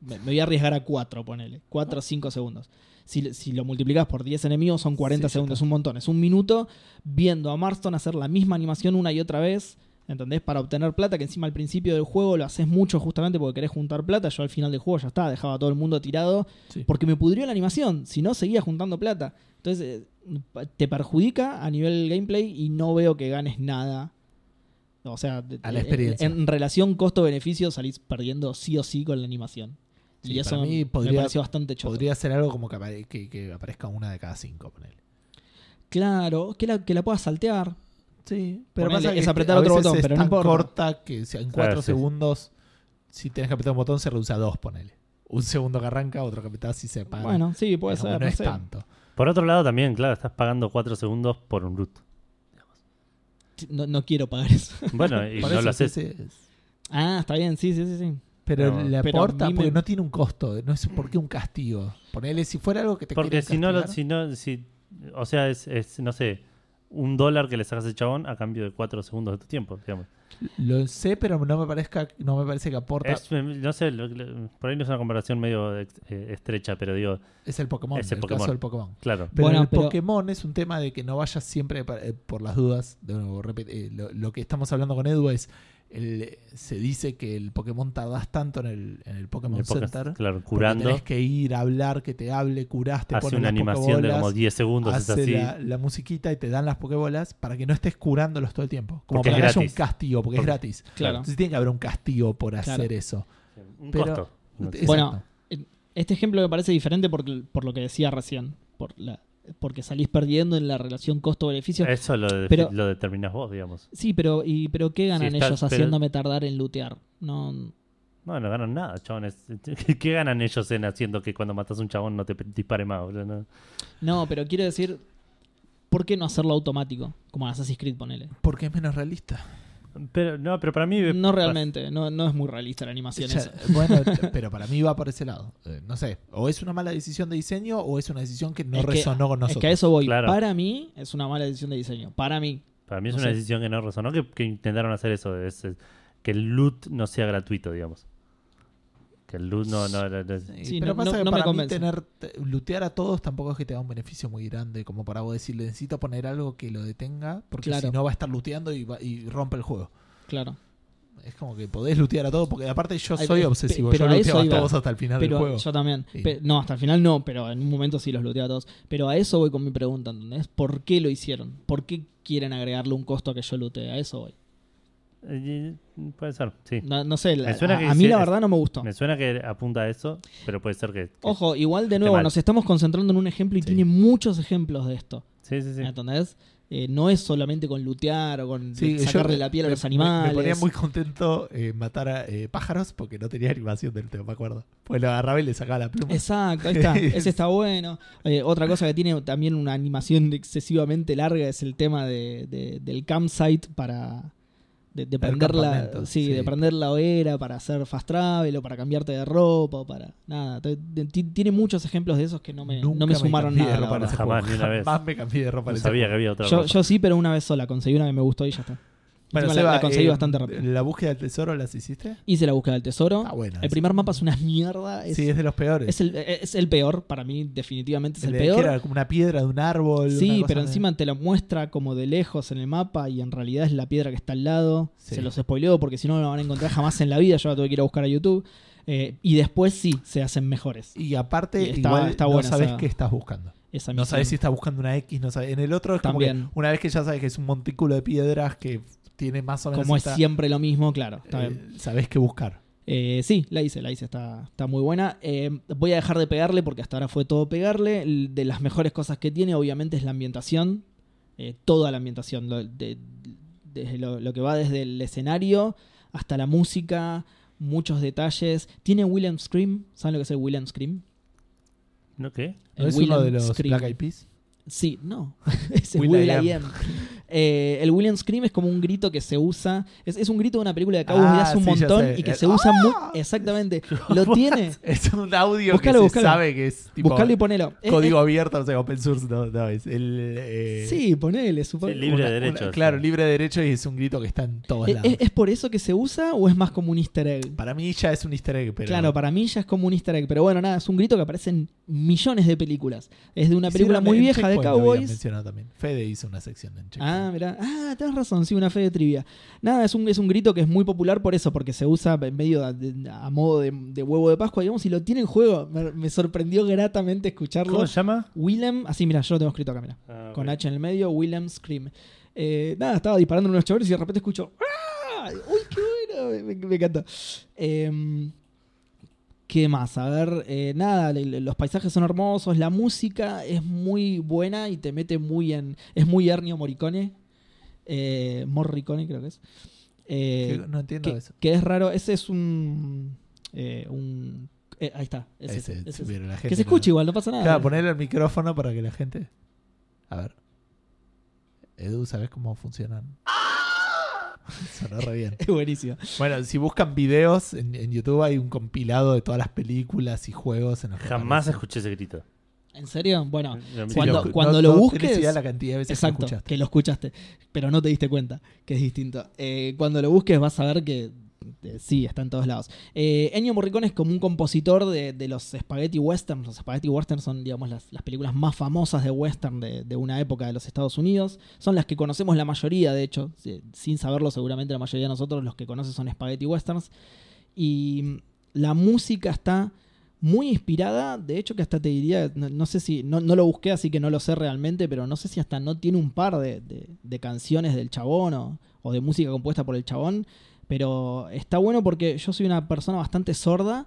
[SPEAKER 2] Me, me voy a arriesgar a 4, ponele. 4 o 5 segundos. Si, si lo multiplicas por 10 enemigos, son 40
[SPEAKER 3] Sí, ya
[SPEAKER 2] segundos. Es
[SPEAKER 3] está.
[SPEAKER 2] un montón. Es un minuto viendo a Marston hacer la misma animación una y otra vez. ¿Entendés? Para obtener plata, que encima al principio del juego lo haces mucho justamente porque querés juntar plata. Yo al final del juego ya está, dejaba a todo el mundo tirado
[SPEAKER 3] Sí.
[SPEAKER 2] porque me pudrió la animación. Si no, seguía juntando plata. Entonces, eh, pa- te perjudica a nivel gameplay y no veo que ganes nada. O sea, de-
[SPEAKER 3] A la
[SPEAKER 2] en-
[SPEAKER 3] experiencia.
[SPEAKER 2] En, relación costo-beneficio salís perdiendo sí o sí con la animación.
[SPEAKER 3] Sí,
[SPEAKER 2] y eso
[SPEAKER 3] para mí
[SPEAKER 2] me- me
[SPEAKER 3] podría-
[SPEAKER 2] pareció bastante choto.
[SPEAKER 3] Podría ser algo como que, apare- que- que aparezca una de cada cinco, ponele.
[SPEAKER 2] Claro, que la, que la puedas saltear.
[SPEAKER 3] Sí,
[SPEAKER 2] pero pasa que
[SPEAKER 3] es
[SPEAKER 2] este- a
[SPEAKER 3] otro
[SPEAKER 2] veces
[SPEAKER 3] botón,
[SPEAKER 2] es
[SPEAKER 3] pero no
[SPEAKER 2] tan
[SPEAKER 3] importa. corta que si en
[SPEAKER 1] Claro, sí,
[SPEAKER 3] cuatro
[SPEAKER 1] sí.
[SPEAKER 3] segundos, si tienes que apretar un botón, se reduce a dos, ponele. Un segundo que arranca, otro que apretás y se para.
[SPEAKER 2] Bueno, sí, puede
[SPEAKER 3] Es como,
[SPEAKER 2] ser.
[SPEAKER 3] no
[SPEAKER 2] no
[SPEAKER 3] es
[SPEAKER 2] sé.
[SPEAKER 3] tanto.
[SPEAKER 1] Por otro lado, también, claro, estás pagando 4 segundos por un loot.
[SPEAKER 2] No, no quiero pagar eso.
[SPEAKER 1] Bueno, y
[SPEAKER 3] Por
[SPEAKER 1] no
[SPEAKER 3] eso,
[SPEAKER 1] lo haces.
[SPEAKER 3] entonces-
[SPEAKER 2] Ah, está bien, sí, sí, sí. sí.
[SPEAKER 3] Pero
[SPEAKER 1] No.
[SPEAKER 3] le
[SPEAKER 2] Pero a
[SPEAKER 3] aporta
[SPEAKER 2] mí me-
[SPEAKER 3] porque no tiene un costo. eh, No es porque un castigo. Ponele, si fuera algo que te
[SPEAKER 1] Porque
[SPEAKER 3] quieren
[SPEAKER 1] si no, lo-
[SPEAKER 3] castigar,
[SPEAKER 1] si no, si, o sea, es, es, no sé, un dólar que le sacas al chabón a cambio de 4 segundos de tu tiempo, digamos.
[SPEAKER 3] Lo sé, pero no me, parezca, no me parece que aporta.
[SPEAKER 1] Es, eh, no sé, lo- lo- por ahí no es una comparación medio ex- eh, estrecha, pero digo,
[SPEAKER 3] Es el Pokémon,
[SPEAKER 1] Es
[SPEAKER 3] es
[SPEAKER 1] el
[SPEAKER 3] el,
[SPEAKER 1] Pokémon.
[SPEAKER 3] caso del Pokémon.
[SPEAKER 1] claro.
[SPEAKER 3] Pero
[SPEAKER 2] Bueno,
[SPEAKER 3] en el
[SPEAKER 2] pero-
[SPEAKER 3] Pokémon es un tema de que no vayas siempre pa- eh, por las dudas. De nuevo, repet- eh, lo, lo que estamos hablando con Edu es, el- se dice que el Pokémon tardás tanto en el, en el Pokémon
[SPEAKER 1] en pocas-
[SPEAKER 3] Center.
[SPEAKER 1] claro,
[SPEAKER 3] porque
[SPEAKER 1] curando,
[SPEAKER 3] Tenés que ir a hablar, que te hable, curaste,
[SPEAKER 1] hace una animación de como 10 segundos, es
[SPEAKER 3] hace
[SPEAKER 1] así.
[SPEAKER 3] La, la musiquita y te dan las Pokébolas para que no estés curándolos todo el tiempo. Como
[SPEAKER 1] Porque
[SPEAKER 3] para
[SPEAKER 1] es
[SPEAKER 3] que haya
[SPEAKER 1] gratis.
[SPEAKER 3] un castigo, porque,
[SPEAKER 1] Porque-
[SPEAKER 3] es gratis.
[SPEAKER 2] Claro.
[SPEAKER 3] Entonces tiene que haber un castigo por
[SPEAKER 2] Claro.
[SPEAKER 3] hacer eso.
[SPEAKER 1] Un
[SPEAKER 3] pero-
[SPEAKER 1] costo.
[SPEAKER 3] Exacto.
[SPEAKER 2] Bueno, Este ejemplo me parece diferente por, por lo que decía recién. Por la, porque salís perdiendo en la relación costo-beneficio.
[SPEAKER 1] Eso lo, de-
[SPEAKER 2] pero-
[SPEAKER 1] lo determinás vos, digamos.
[SPEAKER 2] Sí, pero, y, pero ¿qué ganan
[SPEAKER 1] está-
[SPEAKER 2] ellos
[SPEAKER 1] pero-
[SPEAKER 2] haciéndome tardar en lootear? No,
[SPEAKER 1] No, no ganan nada, chabones. ¿Qué- ¿Qué ganan ellos en haciendo que cuando matas a un chabón no te pe- dispare más, boludo? No.
[SPEAKER 2] no, pero quiero decir, ¿por qué no hacerlo automático? Como en Assassin's Creed, ponele.
[SPEAKER 3] Porque es menos realista.
[SPEAKER 1] Pero, no, pero para mí.
[SPEAKER 2] No realmente, no, no es muy realista la animación
[SPEAKER 3] Ya,
[SPEAKER 2] esa.
[SPEAKER 3] bueno, t- pero para mí va por ese lado. Eh, no sé, o es una mala decisión de diseño o es una decisión que no
[SPEAKER 2] Es que-
[SPEAKER 3] resonó con
[SPEAKER 2] Es
[SPEAKER 3] nosotros.
[SPEAKER 2] que a eso voy.
[SPEAKER 1] Claro.
[SPEAKER 2] Para mí es una mala decisión de diseño. Para mí.
[SPEAKER 1] Para mí es
[SPEAKER 2] No
[SPEAKER 1] una
[SPEAKER 2] sé.
[SPEAKER 1] decisión que no resonó, que, que intentaron hacer eso, es- es que el loot no sea gratuito, digamos. Que el loot no... no, no- no-
[SPEAKER 3] Sí,
[SPEAKER 2] Sí,
[SPEAKER 3] pero
[SPEAKER 2] no-
[SPEAKER 3] pasa
[SPEAKER 2] no-
[SPEAKER 3] que
[SPEAKER 2] no me
[SPEAKER 3] para mí
[SPEAKER 2] convence.
[SPEAKER 3] tener te- lootear a todos tampoco es que te da un beneficio muy grande como para vos decirle necesito poner algo que lo detenga porque
[SPEAKER 2] Claro.
[SPEAKER 3] si no va a estar looteando y, va- y rompe el juego.
[SPEAKER 2] Claro.
[SPEAKER 3] Es como que podés lootear a todos porque aparte yo
[SPEAKER 2] Ay,
[SPEAKER 3] soy
[SPEAKER 2] pe-
[SPEAKER 3] obsesivo,
[SPEAKER 2] pero
[SPEAKER 3] yo
[SPEAKER 2] a
[SPEAKER 3] looteo
[SPEAKER 2] eso
[SPEAKER 3] a,
[SPEAKER 2] iba.
[SPEAKER 3] todos hasta el final del
[SPEAKER 2] Pero
[SPEAKER 3] juego.
[SPEAKER 2] yo también.
[SPEAKER 3] Sí.
[SPEAKER 2] Pe- no, hasta el final no, pero en un momento sí los looteé a todos. Pero a eso voy con mi pregunta, ¿entendés? ¿Por qué lo hicieron? ¿Por qué quieren agregarle un costo a que yo lootee? A eso voy.
[SPEAKER 1] Eh, Puede ser, sí.
[SPEAKER 2] No, no sé, la-
[SPEAKER 1] Me suena
[SPEAKER 2] a,
[SPEAKER 1] que
[SPEAKER 2] a mí
[SPEAKER 1] hici-
[SPEAKER 2] la verdad no me gustó.
[SPEAKER 1] Me suena que apunta a eso, pero puede ser que... que-
[SPEAKER 2] Ojo, igual de nuevo,
[SPEAKER 1] mal.
[SPEAKER 2] nos estamos concentrando en un ejemplo y
[SPEAKER 3] Sí.
[SPEAKER 2] tiene muchos ejemplos de esto.
[SPEAKER 1] Sí, sí, sí.
[SPEAKER 2] ¿Entendés? Eh, no es solamente con lootear o con
[SPEAKER 3] Sí, yo
[SPEAKER 2] sacarle
[SPEAKER 3] me-
[SPEAKER 2] la piel a
[SPEAKER 3] me-
[SPEAKER 2] los
[SPEAKER 3] me-
[SPEAKER 2] animales.
[SPEAKER 3] Me, ponía muy contento eh, matar a eh, pájaros porque no tenía animación del tema, me acuerdo. Pues lo agarraba y le sacaba la pluma.
[SPEAKER 2] Exacto, ahí está. Ese está bueno. Eh, otra cosa que tiene también una animación excesivamente larga es el tema de, de- del campsite para. De, de prender la,
[SPEAKER 3] campamento,
[SPEAKER 2] sí,
[SPEAKER 3] sí.
[SPEAKER 2] de prender la hoguera para hacer fast travel o para cambiarte de ropa o para nada. Te- te- ti- Tiene muchos ejemplos de esos que no me, no
[SPEAKER 3] Nunca
[SPEAKER 2] me sumaron
[SPEAKER 3] cambié
[SPEAKER 2] nada.
[SPEAKER 3] de
[SPEAKER 2] la
[SPEAKER 3] ropa en
[SPEAKER 2] verdad.
[SPEAKER 3] ese
[SPEAKER 1] Jamás,
[SPEAKER 3] juego.
[SPEAKER 1] ni una vez.
[SPEAKER 3] Jamás me cambié de ropa en
[SPEAKER 1] No
[SPEAKER 3] ese
[SPEAKER 1] sabía
[SPEAKER 3] juego.
[SPEAKER 1] que había otra
[SPEAKER 2] Yo,
[SPEAKER 1] ropa.
[SPEAKER 2] yo sí, pero una vez sola. Conseguí una que me gustó y ya está.
[SPEAKER 3] Bueno,
[SPEAKER 2] Encima la,
[SPEAKER 3] Seba,
[SPEAKER 2] la conseguí
[SPEAKER 3] eh,
[SPEAKER 2] bastante rápido.
[SPEAKER 3] ¿La búsqueda del tesoro las hiciste?
[SPEAKER 2] Hice la búsqueda del tesoro.
[SPEAKER 3] Está buena.
[SPEAKER 2] el primer mapa es una mierda. Es,
[SPEAKER 3] Sí, es de los peores.
[SPEAKER 2] es el, es el peor. Para mí, definitivamente es el,
[SPEAKER 3] de-
[SPEAKER 2] peor.
[SPEAKER 3] Que era como una piedra de un árbol. una
[SPEAKER 2] Sí,
[SPEAKER 3] cosa
[SPEAKER 2] pero
[SPEAKER 3] de-
[SPEAKER 2] encima te lo muestra como de lejos en el mapa y en realidad es la piedra que está al lado.
[SPEAKER 3] Sí.
[SPEAKER 2] Se los spoileó porque si no, no la van a encontrar jamás en la vida. Yo la tuve que ir a buscar a YouTube. Eh, y después sí, se hacen mejores.
[SPEAKER 3] Y aparte,
[SPEAKER 2] Y está-
[SPEAKER 3] igual
[SPEAKER 2] está
[SPEAKER 3] no
[SPEAKER 2] buena
[SPEAKER 3] sabes
[SPEAKER 2] esa-
[SPEAKER 3] qué estás buscando.
[SPEAKER 2] Esa
[SPEAKER 3] No
[SPEAKER 2] misión.
[SPEAKER 3] sabes si estás buscando una X, no sabes. En el otro es como
[SPEAKER 2] También.
[SPEAKER 3] que una vez que ya sabes que es un montículo de piedras que tiene más o menos.
[SPEAKER 2] Como es
[SPEAKER 3] esta-
[SPEAKER 2] siempre lo mismo, claro. Está
[SPEAKER 3] eh,
[SPEAKER 2] bien.
[SPEAKER 3] sabes qué buscar.
[SPEAKER 2] Eh, sí, la hice, la hice, está, está muy buena. Eh, voy a dejar de pegarle porque hasta ahora fue todo pegarle. L- De las mejores cosas que tiene, obviamente, es la ambientación. Eh, toda la ambientación, lo, de- desde lo, lo que va desde el escenario hasta la música, muchos detalles. Tiene William Scream, ¿saben lo que es el William Scream?
[SPEAKER 1] ¿No qué?
[SPEAKER 3] ¿No
[SPEAKER 2] El
[SPEAKER 3] es uno
[SPEAKER 2] Will
[SPEAKER 3] de
[SPEAKER 2] and
[SPEAKER 3] los
[SPEAKER 2] Scream.
[SPEAKER 3] Black Eyed Peas?
[SPEAKER 2] Sí, no. es el
[SPEAKER 3] Will
[SPEAKER 2] Will,
[SPEAKER 3] I
[SPEAKER 2] I
[SPEAKER 3] Am.
[SPEAKER 2] Am. Eh, el William Scream es como un grito que se usa. Es, es un grito de una película de cowboys de
[SPEAKER 3] Ah,
[SPEAKER 2] hace un
[SPEAKER 3] sí, ya
[SPEAKER 2] montón
[SPEAKER 3] sé.
[SPEAKER 2] y que
[SPEAKER 3] El- ¡Ah!
[SPEAKER 2] se usa muy. Exactamente. Lo tiene.
[SPEAKER 3] Es un audio
[SPEAKER 2] Búscalo,
[SPEAKER 3] que
[SPEAKER 2] búscalo.
[SPEAKER 3] se sabe que es tipo
[SPEAKER 2] Buscalo y ponelo. Eh,
[SPEAKER 3] código abierto, o sea, open source. No, no, es el.
[SPEAKER 2] eh,
[SPEAKER 3] eh,
[SPEAKER 2] sí, ponele, supongo.
[SPEAKER 1] Sí, libre
[SPEAKER 3] una-
[SPEAKER 1] de
[SPEAKER 3] una-
[SPEAKER 1] derecho.
[SPEAKER 3] claro, libre de derecho y es un grito que está en todos
[SPEAKER 2] Eh,
[SPEAKER 3] lados.
[SPEAKER 2] ¿Es, es por eso que se usa o es más como un easter egg?
[SPEAKER 3] Para mí ya es un easter egg, pero.
[SPEAKER 2] Claro, para mí ya es como un easter egg. Pero bueno, nada, es un grito que aparece en millones de películas. Es de una película
[SPEAKER 3] Hicieron
[SPEAKER 2] muy
[SPEAKER 3] en
[SPEAKER 2] vieja de
[SPEAKER 3] Checkpoint, lo habían
[SPEAKER 2] cowboys.
[SPEAKER 3] mencionado también. Fede hizo una sección en Checkpoint.
[SPEAKER 2] Ah, mira, ah, tenés razón, sí, una fe de trivia. Nada, es un, es un grito que es muy popular por eso, porque se usa en medio de- a modo de, de huevo de Pascua, digamos, y lo tiene en juego. Me, me sorprendió gratamente escucharlo.
[SPEAKER 1] ¿Cómo se llama?
[SPEAKER 2] Willem, así, mira, yo lo tengo escrito acá, mira.
[SPEAKER 3] Ah,
[SPEAKER 2] con H en el medio, William Scream. Eh, nada, estaba disparando unos chavales y de repente escucho. ¡Ah! ¡Uy, qué bueno! Me, me- me encanta. Em, ¿Qué más? A ver, eh, nada, le- le- los paisajes son hermosos, la música es muy buena y te mete muy en. Es muy Ernio Morricone. eh, Morricone, creo que es. Eh,
[SPEAKER 3] Que- no entiendo
[SPEAKER 2] que,
[SPEAKER 3] eso.
[SPEAKER 2] que es raro. Ese es un. eh, un eh, ahí está. es ese,
[SPEAKER 3] Ese,
[SPEAKER 2] es ese.
[SPEAKER 3] pero la gente
[SPEAKER 2] Que se
[SPEAKER 3] no-
[SPEAKER 2] escuche igual, no pasa nada.
[SPEAKER 3] Claro, ponerle el micrófono para que la gente. A ver. Edu, ¿sabes cómo funcionan? Sonó re bien.
[SPEAKER 2] Es buenísimo.
[SPEAKER 3] Bueno, si buscan videos en, en YouTube hay un compilado de todas las películas y juegos en los que
[SPEAKER 1] Jamás
[SPEAKER 3] aparece.
[SPEAKER 1] escuché ese grito.
[SPEAKER 2] ¿En serio? Bueno,
[SPEAKER 1] Lo
[SPEAKER 3] Sí,
[SPEAKER 1] mismo.
[SPEAKER 2] Cuando-
[SPEAKER 3] no-
[SPEAKER 2] cuando
[SPEAKER 3] no-
[SPEAKER 2] lo
[SPEAKER 3] no tenés
[SPEAKER 2] busques-
[SPEAKER 3] idea la cantidad de veces
[SPEAKER 2] Exacto,
[SPEAKER 3] que lo escuchaste.
[SPEAKER 2] que lo escuchaste, pero no te diste cuenta, que es distinto. Eh, cuando lo busques vas a ver que eh, sí, está en todos lados. Eh, Ennio Morricone es como un compositor de, de los spaghetti westerns. Los spaghetti westerns son, digamos, las, las películas más famosas de western de, de una época de los Estados Unidos. Son las que conocemos la mayoría, de hecho, si- sin saberlo seguramente la mayoría de nosotros los que conoce son spaghetti westerns. Y mm, la música está muy inspirada, de hecho que hasta te diría, no, no sé si, no, no lo busqué así que no lo sé realmente, pero no sé si hasta no tiene un par de, de- de canciones del chabón o, o de música compuesta por el chabón, pero está bueno porque yo soy una persona bastante sorda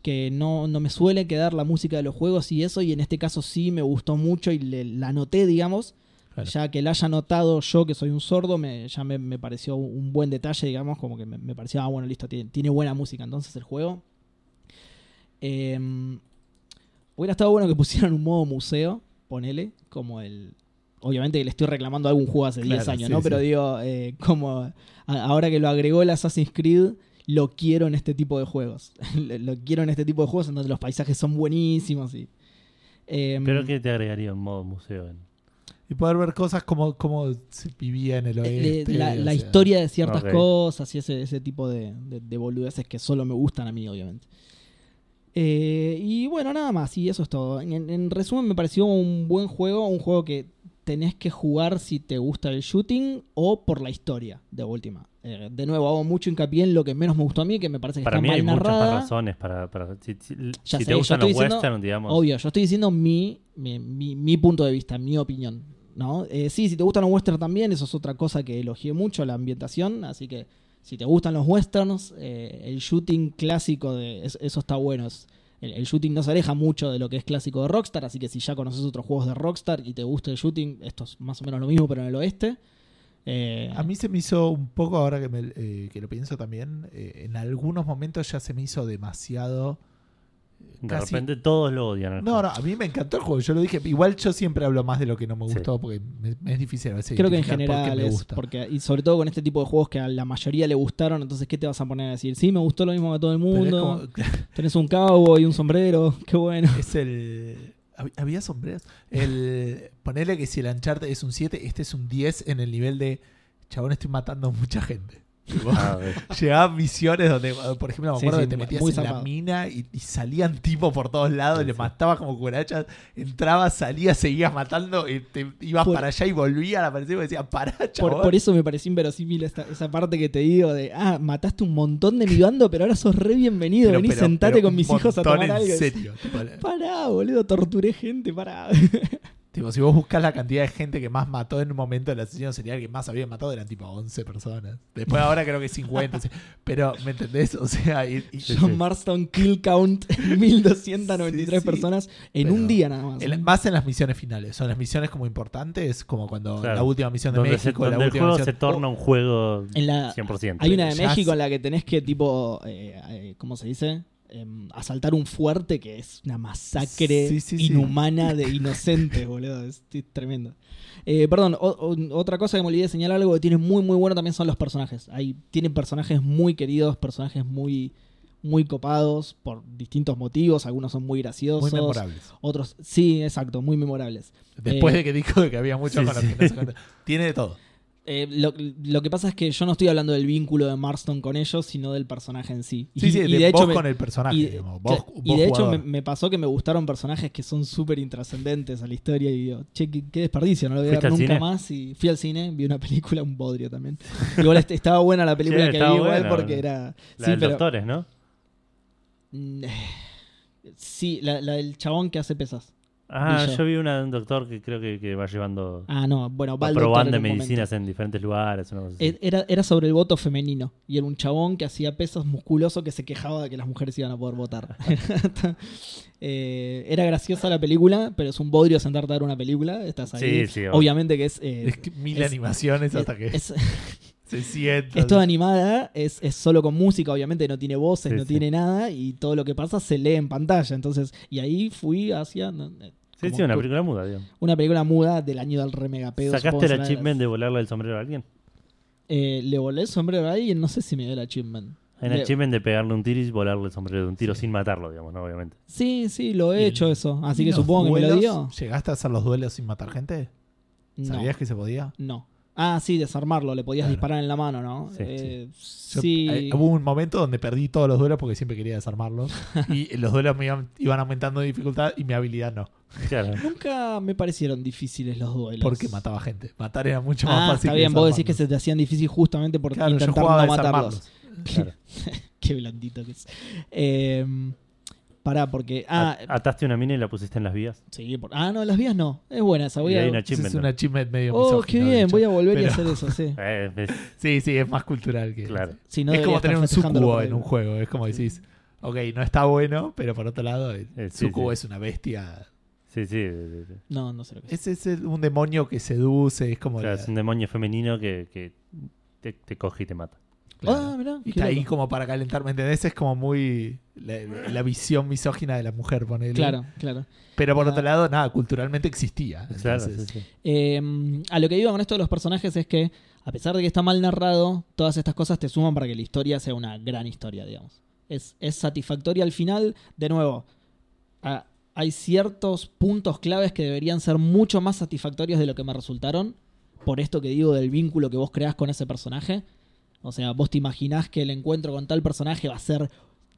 [SPEAKER 2] que no, no me suele quedar la música de los juegos y eso, y en este caso sí me gustó mucho y le- la noté, digamos.
[SPEAKER 3] Claro.
[SPEAKER 2] Ya que la haya notado yo, que soy un sordo, me, ya me, me pareció un buen detalle, digamos, como que me, me pareció, ah, bueno, listo, tiene, tiene buena música entonces el juego. Eh, hubiera estado bueno que pusieran un modo museo, ponele, como el... Obviamente que le estoy reclamando a algún juego hace 10
[SPEAKER 3] Claro,
[SPEAKER 2] años,
[SPEAKER 3] sí,
[SPEAKER 2] ¿no?
[SPEAKER 3] sí.
[SPEAKER 2] Pero digo, eh, como a- ahora que lo agregó el Assassin's Creed, lo quiero en este tipo de juegos. lo, lo quiero en este tipo de juegos en donde los paisajes son buenísimos y... eh,
[SPEAKER 1] Pero que te agregaría un modo museo. en-
[SPEAKER 3] Y poder ver cosas como, como se vivía en el
[SPEAKER 2] Eh,
[SPEAKER 3] oeste.
[SPEAKER 2] la,
[SPEAKER 3] o
[SPEAKER 2] la
[SPEAKER 3] sea,
[SPEAKER 2] historia de ciertas
[SPEAKER 1] Ok.
[SPEAKER 2] cosas y ese, ese tipo de, de- de boludeces que solo me gustan a mí, obviamente. Eh, y bueno, nada más, y eso es todo. En, en resumen, me pareció un buen juego, un juego que tenés que jugar si te gusta el shooting o por la historia, de última. Eh, de nuevo, hago mucho hincapié en lo que menos me gustó a mí, que me parece que
[SPEAKER 1] Para
[SPEAKER 2] está
[SPEAKER 1] mí
[SPEAKER 2] mal
[SPEAKER 1] hay muchas
[SPEAKER 2] narrada.
[SPEAKER 1] más razones para... para- si si-
[SPEAKER 2] Ya
[SPEAKER 1] si
[SPEAKER 2] sé,
[SPEAKER 1] te
[SPEAKER 2] yo
[SPEAKER 1] gustan
[SPEAKER 2] estoy
[SPEAKER 1] los
[SPEAKER 2] diciendo-
[SPEAKER 1] western, digamos.
[SPEAKER 2] Obvio, yo estoy diciendo mi, mi, mi- mi punto de vista, mi opinión. ¿no? Eh, sí, si te gustan los westerns también, eso es otra cosa que elogié mucho, la ambientación. Así que si te gustan los westerns, eh, el shooting clásico, de, es- eso está bueno. es- el, el shooting no se aleja mucho de lo que es clásico de Rockstar, así que si ya conoces otros juegos de Rockstar y te gusta el shooting, esto es más o menos lo mismo, pero en el oeste. Eh,
[SPEAKER 3] A mí se me hizo un poco, ahora que, me- eh, que lo pienso también, eh, en algunos momentos ya se me hizo demasiado. eh,
[SPEAKER 1] De
[SPEAKER 3] casi-
[SPEAKER 1] repente todos lo odian. al
[SPEAKER 3] No,
[SPEAKER 1] juego.
[SPEAKER 3] no, a mí me encantó el juego. Yo lo dije. Igual yo siempre hablo más de lo que no me
[SPEAKER 1] Sí.
[SPEAKER 3] gustó porque me, me es difícil a veces.
[SPEAKER 2] Creo que en
[SPEAKER 3] identificar por qué
[SPEAKER 2] general
[SPEAKER 3] me
[SPEAKER 2] es
[SPEAKER 3] gusta.
[SPEAKER 2] porque y sobre todo con este tipo de juegos que a la mayoría le gustaron, entonces qué te vas a poner a decir? Sí, me gustó lo mismo que a todo el
[SPEAKER 3] Pero es
[SPEAKER 2] mundo.
[SPEAKER 3] como-
[SPEAKER 2] Tenés un cowboy, un sombrero, qué bueno.
[SPEAKER 3] Es el. hab- Había sombreros. El. Ponerle que si el Uncharted es un 7, este es un 10 en el nivel de. Chabón, estoy matando a mucha gente. Tipo,
[SPEAKER 1] Ah, ok.
[SPEAKER 3] Llegaban misiones donde, por ejemplo, me
[SPEAKER 2] Sí,
[SPEAKER 3] acuerdo
[SPEAKER 2] sí,
[SPEAKER 3] que te metías
[SPEAKER 2] muy
[SPEAKER 3] en la
[SPEAKER 2] zarpado.
[SPEAKER 3] mina y, y salían tipos por todos lados,
[SPEAKER 1] Sí,
[SPEAKER 3] le
[SPEAKER 1] sí.
[SPEAKER 3] matabas como cucarachas, entrabas, salías, seguías matando, y te ibas
[SPEAKER 2] Por-
[SPEAKER 3] para allá y volvías, aparecía y decías, pará, chabón.
[SPEAKER 2] Por, por eso me pareció inverosímil esta- esa parte que te digo de, ah, mataste un montón de mi bando, pero ahora sos re bienvenido,
[SPEAKER 3] Pero-
[SPEAKER 2] vení,
[SPEAKER 3] pero-
[SPEAKER 2] sentate
[SPEAKER 3] pero
[SPEAKER 2] con
[SPEAKER 3] un
[SPEAKER 2] mis hijos a
[SPEAKER 3] montón
[SPEAKER 2] tomar
[SPEAKER 3] en
[SPEAKER 2] algo.
[SPEAKER 3] serio. Tipo,
[SPEAKER 2] Pará, boludo, torturé gente, pará.
[SPEAKER 3] tipo, si vos buscas la cantidad de gente que más mató en un momento del asesino serial, que más había matado, eran tipo 11 personas. Después ahora creo que 50. sí. pero, ¿me entendés? O sea, y- y-
[SPEAKER 1] Sí,
[SPEAKER 2] John Marston kill count, 1293
[SPEAKER 3] Sí, sí.
[SPEAKER 2] personas en
[SPEAKER 3] Pero-
[SPEAKER 2] un día nada más.
[SPEAKER 3] en- más en las misiones finales. Son las misiones como importantes, como cuando
[SPEAKER 1] Claro.
[SPEAKER 3] la última misión de
[SPEAKER 1] Donde, se-
[SPEAKER 3] México, la
[SPEAKER 1] donde el
[SPEAKER 3] última
[SPEAKER 1] juego
[SPEAKER 3] misión-
[SPEAKER 1] se torna un juego
[SPEAKER 2] En la-
[SPEAKER 1] 100%.
[SPEAKER 2] Hay una de
[SPEAKER 3] Ya
[SPEAKER 2] México
[SPEAKER 3] sé.
[SPEAKER 2] en la que tenés que, tipo, eh, eh, ¿cómo se dice? Em, asaltar un fuerte que es una masacre
[SPEAKER 3] Sí, sí, sí.
[SPEAKER 2] inhumana de inocentes, boludo. Es, es tremendo. Eh, perdón, o- o- otra cosa que me olvidé de señalar, algo que tiene muy, muy bueno también son los personajes. Hay, tienen personajes muy queridos, personajes muy, muy copados por distintos motivos. Algunos son muy graciosos.
[SPEAKER 3] muy memorables.
[SPEAKER 2] Otros, sí, exacto, muy memorables.
[SPEAKER 3] Después
[SPEAKER 2] Eh,
[SPEAKER 3] de que dijo que había muchos
[SPEAKER 1] sí,
[SPEAKER 3] con los
[SPEAKER 1] sí.
[SPEAKER 3] que no se contó. Tiene de todo.
[SPEAKER 2] Eh, lo, lo que pasa es que yo no estoy hablando del vínculo de Marston con ellos, sino del personaje en sí.
[SPEAKER 3] Sí, sí,
[SPEAKER 2] y, y
[SPEAKER 3] de,
[SPEAKER 2] de hecho
[SPEAKER 3] vos
[SPEAKER 2] me-
[SPEAKER 3] con el personaje.
[SPEAKER 2] Y,
[SPEAKER 3] digamos,
[SPEAKER 2] claro,
[SPEAKER 3] vos-
[SPEAKER 2] y
[SPEAKER 3] vos
[SPEAKER 2] de hecho me,
[SPEAKER 3] jugador.
[SPEAKER 2] me pasó que me gustaron personajes que son súper intrascendentes a la historia y digo, che, qué, qué desperdicio, no lo voy a ver
[SPEAKER 1] ¿Fuiste al
[SPEAKER 2] nunca
[SPEAKER 1] cine?
[SPEAKER 2] más. Y fui al cine, vi una película, un bodrio también. Igual est- estaba buena la
[SPEAKER 1] Sí,
[SPEAKER 2] película que vi
[SPEAKER 1] estaba
[SPEAKER 2] igual
[SPEAKER 1] buena,
[SPEAKER 2] porque
[SPEAKER 1] boludo.
[SPEAKER 2] era...
[SPEAKER 1] La
[SPEAKER 2] sí,
[SPEAKER 1] de los
[SPEAKER 2] pero-
[SPEAKER 1] doctores, ¿no?
[SPEAKER 2] Mm, Sí, la, la del chabón que hace pesas.
[SPEAKER 1] Ah,
[SPEAKER 2] Villa.
[SPEAKER 1] yo vi una de un doctor que creo que, que va llevando...
[SPEAKER 2] Ah, no, bueno, va al doctor
[SPEAKER 1] probando
[SPEAKER 2] en un momento.
[SPEAKER 1] medicinas en diferentes lugares. una cosa así.
[SPEAKER 2] E- Era, era sobre el voto femenino. Y era un chabón que hacía pesas musculoso que se quejaba de que las mujeres iban a poder votar. Eh, era graciosa la película, pero es un bodrio sentarte a ver una película. Estás
[SPEAKER 1] Sí,
[SPEAKER 2] ahí.
[SPEAKER 1] sí, obvio.
[SPEAKER 2] Obviamente que es. eh,
[SPEAKER 3] Es que mil
[SPEAKER 2] es-
[SPEAKER 3] animaciones hasta que
[SPEAKER 2] es-
[SPEAKER 3] se sienta.
[SPEAKER 2] es toda animada, es, es solo con música, obviamente no tiene voces,
[SPEAKER 1] Sí,
[SPEAKER 2] no
[SPEAKER 1] sí.
[SPEAKER 2] tiene nada, y todo lo que pasa se lee en pantalla. Entonces, y ahí fui hacia no, eh,
[SPEAKER 1] sí,
[SPEAKER 2] como
[SPEAKER 1] sí, una
[SPEAKER 2] tú-
[SPEAKER 1] película muda, digamos.
[SPEAKER 2] una película muda del año del re megapedo.
[SPEAKER 1] ¿Sacaste el achievement de volarle el sombrero a alguien?
[SPEAKER 2] Eh, le volé el sombrero ahí y no sé si me dio el achievement.
[SPEAKER 1] Hay un
[SPEAKER 2] Le-
[SPEAKER 1] achievement de pegarle un tiro y volarle el sombrero de un tiro sin matarlo, digamos, ¿no? Obviamente.
[SPEAKER 2] Sí, sí, lo
[SPEAKER 3] Y
[SPEAKER 2] he
[SPEAKER 3] el-
[SPEAKER 2] hecho eso. Así
[SPEAKER 3] ¿Y
[SPEAKER 2] que
[SPEAKER 3] los
[SPEAKER 2] supongo que me lo
[SPEAKER 3] duelos?
[SPEAKER 2] dio.
[SPEAKER 3] ¿Llegaste a hacer los duelos sin matar gente?
[SPEAKER 2] No,
[SPEAKER 3] ¿Sabías que se podía?
[SPEAKER 2] no. Ah, sí, desarmarlo. Le podías
[SPEAKER 3] Claro.
[SPEAKER 2] disparar en la mano, ¿no?
[SPEAKER 1] Sí,
[SPEAKER 2] Eh,
[SPEAKER 3] Yo-
[SPEAKER 2] sí.
[SPEAKER 3] eh, hubo un momento donde perdí todos los duelos porque siempre quería desarmarlos. y los duelos me iban, iban aumentando de dificultad y mi habilidad no.
[SPEAKER 1] Claro.
[SPEAKER 2] Nunca me parecieron difíciles los duelos.
[SPEAKER 3] Porque mataba gente. Matar era mucho más
[SPEAKER 2] Ah,
[SPEAKER 3] fácil.
[SPEAKER 2] está bien, vos decís que se
[SPEAKER 3] desarmarlos.
[SPEAKER 2] te hacían difícil justamente por
[SPEAKER 3] Claro, yo
[SPEAKER 2] intentar
[SPEAKER 3] jugaba
[SPEAKER 2] no
[SPEAKER 3] a
[SPEAKER 2] matarlos.
[SPEAKER 3] desarmarlos.
[SPEAKER 1] claro.
[SPEAKER 2] Qué blandito que es. Eh, pará, porque. Ah,
[SPEAKER 1] A- Ataste una mina y la pusiste en las vías.
[SPEAKER 2] sí, por- ah, no, las vías no. Es buena esa. Voy
[SPEAKER 1] Y
[SPEAKER 2] a...
[SPEAKER 1] hay una
[SPEAKER 3] Ese
[SPEAKER 1] achievement.
[SPEAKER 3] Es un
[SPEAKER 1] ¿no?
[SPEAKER 3] achievement medio
[SPEAKER 2] Oh,
[SPEAKER 3] misógino,
[SPEAKER 2] qué
[SPEAKER 3] de
[SPEAKER 2] bien,
[SPEAKER 3] hecho.
[SPEAKER 2] voy a volver y
[SPEAKER 3] Pero-
[SPEAKER 2] hacer eso, sí.
[SPEAKER 1] Eh, es-
[SPEAKER 3] Sí, sí, es más cultural que...
[SPEAKER 1] claro.
[SPEAKER 2] Sí, no
[SPEAKER 3] es como
[SPEAKER 2] debería
[SPEAKER 3] tener
[SPEAKER 2] estar
[SPEAKER 3] un
[SPEAKER 2] festejándolo
[SPEAKER 3] sucubo
[SPEAKER 2] por
[SPEAKER 3] en
[SPEAKER 2] ahí.
[SPEAKER 3] un juego. Es como decís, Ok, no está bueno, pero por otro lado, el
[SPEAKER 1] Eh, sí,
[SPEAKER 3] Tsukubo
[SPEAKER 1] sí.
[SPEAKER 3] es una bestia.
[SPEAKER 1] Sí, sí. eh, eh,
[SPEAKER 2] No, no sé lo que es.
[SPEAKER 3] Ese es el- un demonio que seduce, es como.
[SPEAKER 1] o sea,
[SPEAKER 3] la-
[SPEAKER 1] es un demonio femenino que, que te, te coge y te mata.
[SPEAKER 3] claro.
[SPEAKER 2] Ah, mirá.
[SPEAKER 3] Y
[SPEAKER 2] qué
[SPEAKER 3] está ahí
[SPEAKER 2] loco.
[SPEAKER 3] como para calentar, ¿me entendés? Es como muy la, la visión misógina de la mujer, ponele.
[SPEAKER 2] Claro, claro.
[SPEAKER 3] Pero por
[SPEAKER 2] Ah.
[SPEAKER 3] otro lado, nada, culturalmente existía.
[SPEAKER 1] Claro,
[SPEAKER 3] entonces-
[SPEAKER 1] sí, sí.
[SPEAKER 2] Eh, a lo que iba con esto de los personajes es que, a pesar de que está mal narrado, todas estas cosas te suman para que la historia sea una gran historia, digamos. Es, es satisfactoria al final. De nuevo, a- hay ciertos puntos claves que deberían ser mucho más satisfactorios de lo que me resultaron. Por esto que digo del vínculo que vos creás con ese personaje. O sea, vos te imaginás que el encuentro con tal personaje va a ser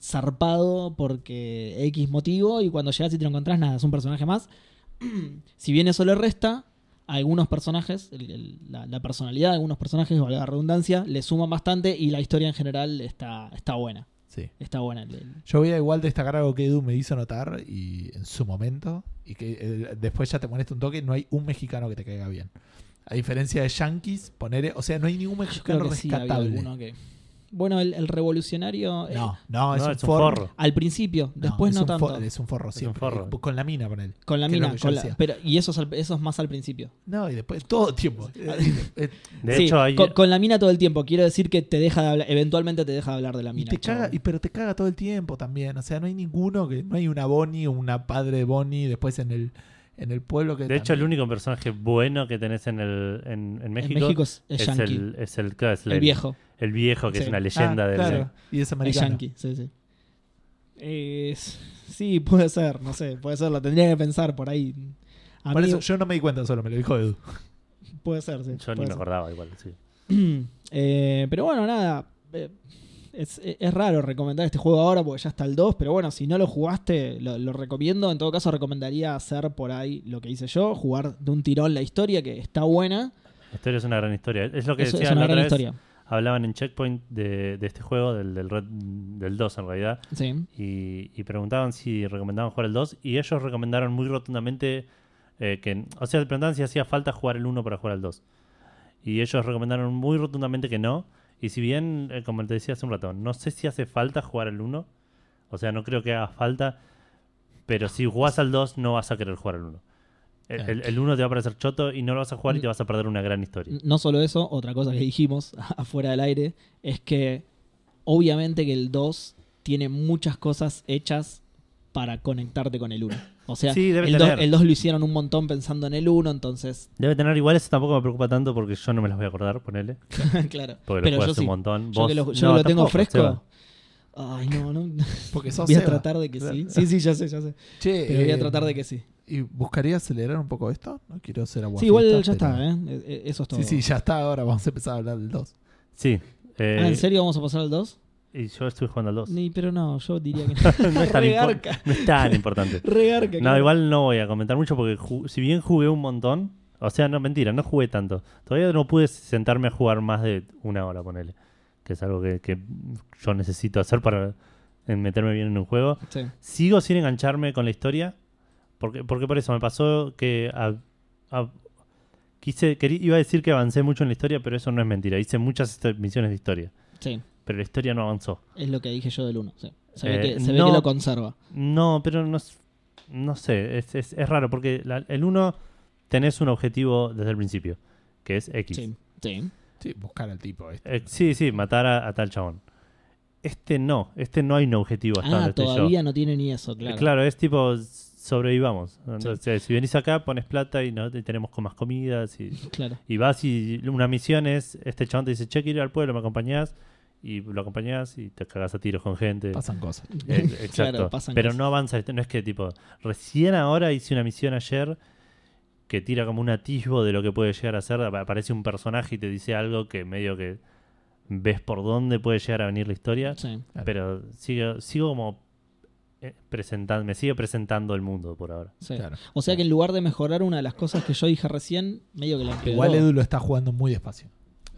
[SPEAKER 2] zarpado porque X motivo y cuando llegas y te lo encontrás, nada, es un personaje más. si bien eso le resta, a algunos personajes, el- el- la, la personalidad de algunos personajes, valga la redundancia, le suman bastante y la historia en general está, está buena.
[SPEAKER 3] sí.
[SPEAKER 2] Está buena. Le-
[SPEAKER 3] Yo voy a igual destacar algo que Edu me hizo notar y en su momento, y que eh, después ya te molesta un toque, no hay un mexicano que te caiga bien. A diferencia de Yankees, poner, o sea, no hay ningún
[SPEAKER 2] Yo
[SPEAKER 3] mexicano
[SPEAKER 2] creo que sí, había
[SPEAKER 3] rescatable.
[SPEAKER 2] alguno que- Bueno, el, el revolucionario. eh,
[SPEAKER 3] no, no,
[SPEAKER 1] No,
[SPEAKER 3] es, un forro.
[SPEAKER 2] al principio,
[SPEAKER 3] No,
[SPEAKER 2] después
[SPEAKER 3] es
[SPEAKER 2] no
[SPEAKER 3] un
[SPEAKER 2] tanto.
[SPEAKER 3] for- es un forro,
[SPEAKER 1] un
[SPEAKER 3] siempre.
[SPEAKER 1] forro.
[SPEAKER 3] Y Con la mina, ponele.
[SPEAKER 2] con la
[SPEAKER 3] que es lo
[SPEAKER 2] mina.
[SPEAKER 3] que yo
[SPEAKER 2] con la-
[SPEAKER 3] decía.
[SPEAKER 2] pero, y eso es, al- eso es más al principio.
[SPEAKER 3] No, y después todo tiempo. Eh,
[SPEAKER 1] De
[SPEAKER 2] Sí,
[SPEAKER 1] hecho, hay,
[SPEAKER 2] con, con la mina todo el tiempo. Quiero decir que te deja de hablar, eventualmente te deja de hablar de la
[SPEAKER 3] Y
[SPEAKER 2] mina.
[SPEAKER 3] te
[SPEAKER 2] chabón.
[SPEAKER 3] caga, y- pero te caga todo el tiempo también. O sea, no hay ninguno que. No hay una Bonnie o una padre de Bonnie después en el, en el pueblo que.
[SPEAKER 1] de hecho, el
[SPEAKER 3] también-
[SPEAKER 1] único personaje bueno que tenés en, el, en, en
[SPEAKER 2] en
[SPEAKER 1] México,
[SPEAKER 2] México es, es
[SPEAKER 1] es,
[SPEAKER 2] yankee. El,
[SPEAKER 1] el, es el, claro, es el-
[SPEAKER 2] viejo.
[SPEAKER 1] El viejo, que
[SPEAKER 2] Sí.
[SPEAKER 1] es una
[SPEAKER 3] Ah,
[SPEAKER 1] leyenda del.
[SPEAKER 3] claro. Y es
[SPEAKER 2] Es
[SPEAKER 3] americano.
[SPEAKER 2] yankee, sí, sí. Es- sí, puede ser, no sé, puede ser, lo tendría que pensar por ahí. A
[SPEAKER 3] Por
[SPEAKER 2] mí-
[SPEAKER 3] eso yo no me di cuenta solo, me lo dijo Edu.
[SPEAKER 2] puede ser, sí.
[SPEAKER 1] Yo
[SPEAKER 2] puede
[SPEAKER 1] ni me
[SPEAKER 2] ser.
[SPEAKER 1] acordaba igual, sí.
[SPEAKER 2] Eh, pero bueno, nada. eh, es, eh, es raro recomendar este juego ahora porque ya está el 2, pero bueno, si no lo jugaste, lo, lo recomiendo. En todo caso, recomendaría hacer por ahí lo que hice yo, jugar de un tirón la historia, que está buena.
[SPEAKER 1] La historia es una gran historia. Es lo que
[SPEAKER 2] Es, es
[SPEAKER 1] decían
[SPEAKER 2] una
[SPEAKER 1] la
[SPEAKER 2] gran
[SPEAKER 1] otra vez.
[SPEAKER 2] historia.
[SPEAKER 1] Hablaban en Checkpoint de, de este juego, del, del, Red- del 2 en realidad,
[SPEAKER 2] Sí.
[SPEAKER 1] y, y preguntaban si recomendaban jugar el 2, y ellos recomendaron muy rotundamente eh, que. O sea, preguntaban si hacía falta jugar el 1 para jugar al 2. Y ellos recomendaron muy rotundamente que no. Y si bien, eh, como te decía hace un rato, no sé si hace falta jugar el 1, o sea, no creo que haga falta, pero si jugás al 2 no vas a querer jugar al 1. El- El, el 1 te va a parecer choto y no lo vas a jugar y te vas a perder una gran historia.
[SPEAKER 2] No solo eso, otra cosa que dijimos afuera del aire es que obviamente que el 2 tiene muchas cosas hechas para conectarte con el 1. O sea,
[SPEAKER 1] Sí, debe
[SPEAKER 2] el, 2,
[SPEAKER 1] tener.
[SPEAKER 2] el 2 lo hicieron un montón pensando en el 1, entonces,
[SPEAKER 1] Debe tener igual, eso tampoco me preocupa tanto porque yo no me las voy a acordar, ponele.
[SPEAKER 2] claro.
[SPEAKER 1] Porque
[SPEAKER 2] pero
[SPEAKER 1] lo
[SPEAKER 2] yo
[SPEAKER 1] jugué hace
[SPEAKER 2] sí,
[SPEAKER 1] un montón.
[SPEAKER 2] yo
[SPEAKER 1] Vos-
[SPEAKER 2] que lo, yo
[SPEAKER 1] No,
[SPEAKER 2] que lo tengo
[SPEAKER 1] tampoco,
[SPEAKER 2] fresco.
[SPEAKER 1] Seba.
[SPEAKER 2] Ay, no, no.
[SPEAKER 3] Porque sos
[SPEAKER 2] Voy a
[SPEAKER 3] Seba.
[SPEAKER 2] tratar de que sí. Sí, sí, ya sé, ya sé.
[SPEAKER 3] Che,
[SPEAKER 2] Pero voy
[SPEAKER 3] eh,
[SPEAKER 2] a tratar de que sí.
[SPEAKER 3] ¿Y buscaría acelerar un poco esto? No quiero ser aguafista,
[SPEAKER 2] Sí, igual ya
[SPEAKER 3] pero-
[SPEAKER 2] está, ¿eh? Eh, eh, Eso es todo.
[SPEAKER 3] Sí, sí, ya está. Ahora vamos a empezar a hablar del 2.
[SPEAKER 1] Sí. eh,
[SPEAKER 2] Ah, ¿en serio vamos a pasar al 2?
[SPEAKER 1] Y yo estuve jugando al 2.
[SPEAKER 2] Ni, pero no, yo diría que
[SPEAKER 1] no, es tan
[SPEAKER 2] Regarca.
[SPEAKER 1] impor- no es tan importante.
[SPEAKER 2] Regarca.
[SPEAKER 1] No,
[SPEAKER 2] claro.
[SPEAKER 1] igual no voy a comentar mucho porque ju- si bien jugué un montón, o sea, no, mentira, no jugué tanto. Todavía no pude sentarme a jugar más de una hora, ponele. Que es algo que, que yo necesito hacer para eh, meterme bien en un juego.
[SPEAKER 2] Sí.
[SPEAKER 1] sigo sin engancharme con la historia. Porque, porque por eso me pasó que a- a- quise, querí- iba a decir que avancé mucho en la historia, pero eso no es mentira. Hice muchas histo- misiones de historia,
[SPEAKER 2] Sí.
[SPEAKER 1] pero la historia no avanzó.
[SPEAKER 2] Es lo que dije yo del 1. Se, ve,
[SPEAKER 1] Eh,
[SPEAKER 2] que, se ve
[SPEAKER 1] no.
[SPEAKER 2] que lo conserva.
[SPEAKER 1] No, pero no, s- no sé, es, es- es raro, porque la- el 1 tenés un objetivo desde el principio, que es X.
[SPEAKER 2] Sí, sí.
[SPEAKER 3] Sí, buscar al tipo este.
[SPEAKER 1] Eh, sí, sí, matar a, a tal chabón. Este no, este no hay un objetivo hasta donde
[SPEAKER 2] Ah,
[SPEAKER 1] estoy yo. Eh,
[SPEAKER 2] todavía no tiene ni eso, claro.
[SPEAKER 1] Claro. es tipo s- sobrevivamos. Entonces, si venís acá, pones plata y no te- tenemos con más comidas. Y,
[SPEAKER 2] Claro.
[SPEAKER 1] y vas y una misión es: este chabón te dice, che, quiero ir al pueblo, me acompañás. Y lo acompañás y te cagás a tiros con gente.
[SPEAKER 3] Pasan cosas.
[SPEAKER 1] Eh, exacto.
[SPEAKER 2] pasan
[SPEAKER 1] Pero
[SPEAKER 2] cosas.
[SPEAKER 1] no avanza. No es que tipo, recién ahora hice una misión ayer que tira como un atisbo de lo que puede llegar a ser. Ap- Aparece un personaje y te dice algo que medio que ves por dónde puede llegar a venir la historia.
[SPEAKER 2] Sí.
[SPEAKER 3] Claro.
[SPEAKER 1] Pero sigo, sigo como presentando, me sigue presentando el mundo por ahora.
[SPEAKER 2] sí.
[SPEAKER 3] Claro.
[SPEAKER 2] O sea que en lugar de mejorar una de las cosas que yo dije recién, medio que la empeoró.
[SPEAKER 3] Igual Edu lo está jugando muy despacio.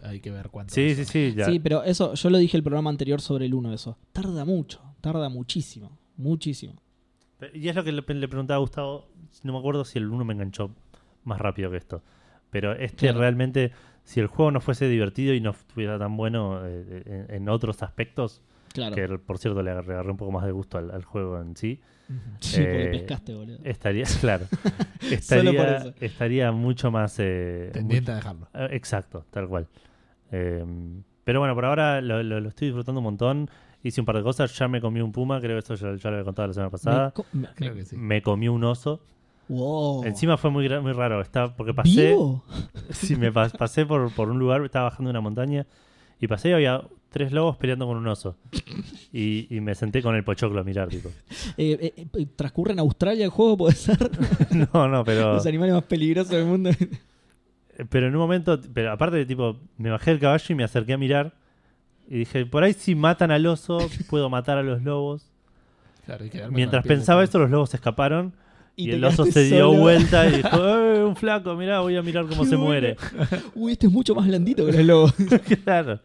[SPEAKER 3] Hay que ver cuánto.
[SPEAKER 1] Sí,
[SPEAKER 3] es.
[SPEAKER 1] sí, sí, ya.
[SPEAKER 2] Sí, pero eso, yo lo dije el programa anterior sobre el 1, eso. Tarda mucho, tarda muchísimo, muchísimo.
[SPEAKER 1] Y es lo que le, le preguntaba a Gustavo, no me acuerdo si el 1 me enganchó más rápido que esto. Pero este
[SPEAKER 2] Claro.
[SPEAKER 1] realmente, si el juego no fuese divertido y no estuviera tan bueno eh, en, en eh, otros aspectos,
[SPEAKER 2] Claro.
[SPEAKER 1] Que por cierto le agarré agarré un poco más de gusto al, al juego en sí.
[SPEAKER 3] Ujú.
[SPEAKER 2] sí, porque
[SPEAKER 1] eh,
[SPEAKER 2] pescaste, boludo.
[SPEAKER 1] Estaría, claro.
[SPEAKER 2] Solo por
[SPEAKER 1] estaría,
[SPEAKER 2] eso.
[SPEAKER 1] estaría mucho más. eh,
[SPEAKER 3] Tendiente a dejarlo.
[SPEAKER 1] Eh, Exacto, tal cual. Eh, pero bueno, por ahora lo, lo- lo estoy disfrutando un montón. Hice un par de cosas. Ya me comí un puma, creo que esto ya, ya lo había contado la semana
[SPEAKER 2] Me
[SPEAKER 1] pasada.
[SPEAKER 2] co- me-
[SPEAKER 3] Creo
[SPEAKER 2] me-
[SPEAKER 3] que sí.
[SPEAKER 1] Me comí un oso.
[SPEAKER 2] Wow.
[SPEAKER 1] Encima fue muy, gra- muy raro. Está, porque pasé.
[SPEAKER 2] Oh. ¿Vivo?
[SPEAKER 1] Sí, me pas- pasé por, por un lugar, estaba bajando una montaña. Y pasé y había tres lobos peleando con un oso. Y, y me senté con el pochoclo a mirar, tipo.
[SPEAKER 2] Eh, eh, eh, ¿Transcurre en Australia el juego? ¿Puede ser?
[SPEAKER 1] No, no, pero.
[SPEAKER 2] Los animales más peligrosos del mundo.
[SPEAKER 1] Pero en un momento, pero aparte, tipo, me bajé del caballo y me acerqué a mirar. Y dije, por ahí si matan al oso, puedo matar a los lobos.
[SPEAKER 3] Claro, y quedarme
[SPEAKER 1] Mientras
[SPEAKER 3] con la piel
[SPEAKER 1] pensaba
[SPEAKER 3] de-
[SPEAKER 1] esto, los lobos escaparon. Y,
[SPEAKER 2] te
[SPEAKER 1] el oso
[SPEAKER 2] quedaste
[SPEAKER 1] se dio
[SPEAKER 2] solo.
[SPEAKER 1] vuelta y dijo, "Eh, un flaco, mirá, voy a mirar cómo
[SPEAKER 2] Qué
[SPEAKER 1] se
[SPEAKER 2] bueno.
[SPEAKER 1] muere.
[SPEAKER 2] Uy, este es mucho más blandito que los lobos.
[SPEAKER 1] claro.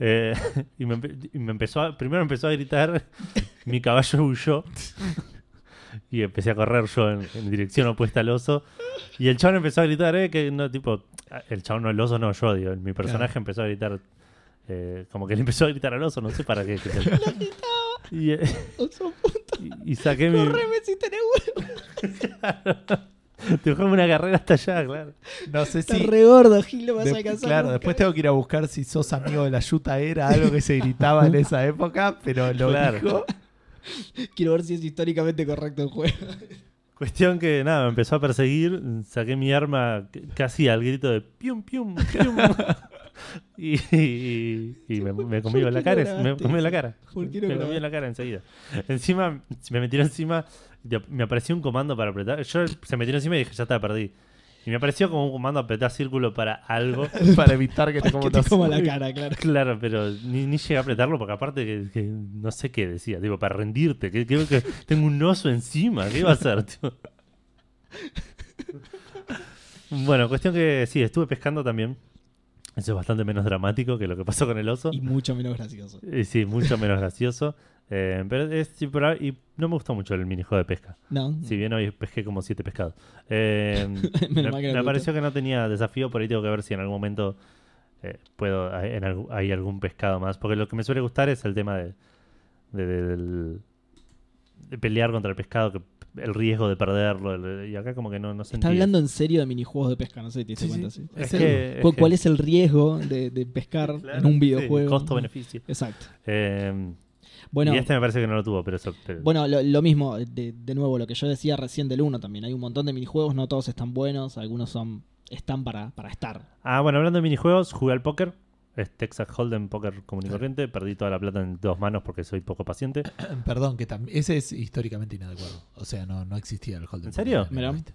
[SPEAKER 1] Eh, y me, empe- y me empezó a- primero empezó a gritar, mi caballo huyó. Y empecé a correr yo en, en dirección opuesta al oso. Y el chabón empezó a gritar, eh, que no, tipo, el chabón no, el oso no, yo, digo, mi personaje empezó a gritar, eh, como que le empezó a gritar al oso, no sé para qué. qué sé yo. y, eh,
[SPEAKER 2] Oso,
[SPEAKER 1] y- y saqué mi...
[SPEAKER 2] córreme si tenés huevo.
[SPEAKER 1] Te jugué una carrera hasta allá, claro.
[SPEAKER 3] No sé
[SPEAKER 2] Estás
[SPEAKER 3] si.
[SPEAKER 2] re gordo, Gil, lo vas a
[SPEAKER 3] de-
[SPEAKER 2] alcanzar.
[SPEAKER 3] claro,
[SPEAKER 2] nunca. eh.
[SPEAKER 3] después tengo que ir a buscar si sos amigo de la yuta era algo que se gritaba en esa época, pero lo
[SPEAKER 1] Claro.
[SPEAKER 3] dijo.
[SPEAKER 2] Quiero ver si es históricamente correcto el juego.
[SPEAKER 1] Cuestión que nada, me empezó a perseguir, saqué mi arma c- casi al grito de pium, pium, pium. y y- y me, me comí
[SPEAKER 2] ¿Por
[SPEAKER 1] la
[SPEAKER 2] qué
[SPEAKER 1] cara,
[SPEAKER 2] lo
[SPEAKER 1] me
[SPEAKER 2] grabaste?
[SPEAKER 1] comí la cara.
[SPEAKER 2] ¿Por qué lo
[SPEAKER 1] Me comí
[SPEAKER 2] grabaste?
[SPEAKER 1] la cara enseguida. Encima, me metió encima, y ap- me apareció un comando para apretar. Yo se metió encima y dije, ya está, perdí. Y me apareció como un comando apretar círculo para algo.
[SPEAKER 3] Para evitar que te
[SPEAKER 2] Que
[SPEAKER 3] coman
[SPEAKER 2] te
[SPEAKER 3] los-
[SPEAKER 2] coma la cara, claro.
[SPEAKER 1] Claro, pero ni, ni llegué a apretarlo porque aparte que, que no sé qué decía, digo, para rendirte, que, que- que tengo un oso encima, ¿qué iba a hacer? tío? Bueno, cuestión que sí, estuve pescando también. Eso es bastante menos dramático que lo que pasó con el oso.
[SPEAKER 2] Y mucho menos gracioso.
[SPEAKER 1] Y sí, mucho menos gracioso. Eh, pero es sí, por ahí- y no me gustó mucho el minijuego de pesca.
[SPEAKER 2] No.
[SPEAKER 1] Si bien hoy pesqué como siete pescados. Eh,
[SPEAKER 2] Menos
[SPEAKER 1] me
[SPEAKER 2] mal que no
[SPEAKER 1] me
[SPEAKER 2] te
[SPEAKER 1] pareció que no tenía desafío, por ahí tengo que ver si en algún momento eh, puedo hay, en algu- hay algún pescado más. Porque lo que me suele gustar es el tema de, de- de- del- de pelear contra el pescado, que, el riesgo de perderlo. el- y acá como que no, no sentí
[SPEAKER 2] Está hablando en serio de minijuegos de pesca, no sé si te diste
[SPEAKER 3] Sí,
[SPEAKER 2] cuenta.
[SPEAKER 3] sí.
[SPEAKER 2] sí.
[SPEAKER 1] Es
[SPEAKER 2] Sí.
[SPEAKER 1] que-
[SPEAKER 2] ¿Cu-
[SPEAKER 1] es que-
[SPEAKER 2] ¿Cuál es el riesgo de, de pescar
[SPEAKER 1] eso. Claro,
[SPEAKER 2] en un
[SPEAKER 1] sí,
[SPEAKER 2] videojuego?
[SPEAKER 1] Costo-beneficio.
[SPEAKER 2] Exacto.
[SPEAKER 1] Eh,
[SPEAKER 2] Bueno,
[SPEAKER 1] y este me parece que no lo tuvo, pero eso. pero-
[SPEAKER 2] Bueno, lo, lo mismo, de, de nuevo, lo que yo decía recién del 1 también. Hay un montón de minijuegos, no todos están buenos, algunos son están para, para estar.
[SPEAKER 1] Ah, bueno, hablando de minijuegos, jugué al póker. Es Texas Hold'em Póker común y corriente. Perdí toda la plata en dos manos porque soy poco paciente.
[SPEAKER 3] Eh, Perdón, que tam- ese es históricamente inadecuado. O sea, no, no existía el Holden.
[SPEAKER 1] ¿En serio?
[SPEAKER 3] Poker en el
[SPEAKER 2] Mirá.
[SPEAKER 3] oeste.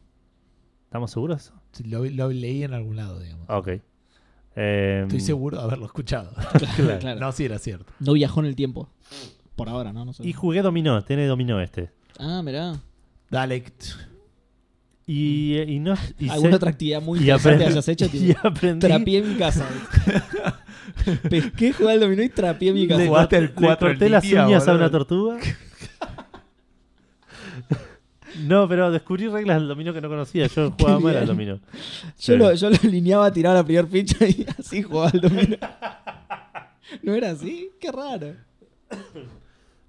[SPEAKER 1] ¿Estamos seguros de eso?
[SPEAKER 3] Lo, lo leí en algún lado, digamos.
[SPEAKER 2] Ah.
[SPEAKER 1] Ok. Eh,
[SPEAKER 3] Estoy seguro de haberlo escuchado.
[SPEAKER 2] Claro, claro. No.
[SPEAKER 3] No, sí era cierto.
[SPEAKER 2] viajó en el tiempo. Por ahora, ¿no? No sé.
[SPEAKER 1] Y jugué dominó, tiene dominó este.
[SPEAKER 2] Ah, mirá.
[SPEAKER 3] Dale.
[SPEAKER 1] Y, eh, y no. Y
[SPEAKER 2] Mm. Alguna
[SPEAKER 1] sé-
[SPEAKER 2] otra actividad muy
[SPEAKER 1] y
[SPEAKER 2] interesante
[SPEAKER 1] aprendí-
[SPEAKER 2] hayas hecho,
[SPEAKER 1] Y
[SPEAKER 2] tipo,
[SPEAKER 1] aprendí.
[SPEAKER 2] trapié mi casa. Pesqué, jugué al dominó y trapié mi casa.
[SPEAKER 1] le,
[SPEAKER 3] Jugaste al
[SPEAKER 1] le
[SPEAKER 3] cuatro
[SPEAKER 1] corté
[SPEAKER 3] el
[SPEAKER 1] las
[SPEAKER 3] día,
[SPEAKER 1] uñas a
[SPEAKER 3] boludo.
[SPEAKER 1] una tortuga. no, pero descubrí reglas del dominó que no conocía. Yo jugaba mal al
[SPEAKER 2] bien.
[SPEAKER 1] dominó.
[SPEAKER 2] Yo, lo, yo lo alineaba, tiraba la primer ficha y así jugaba al dominó. ¿No era así? Qué raro.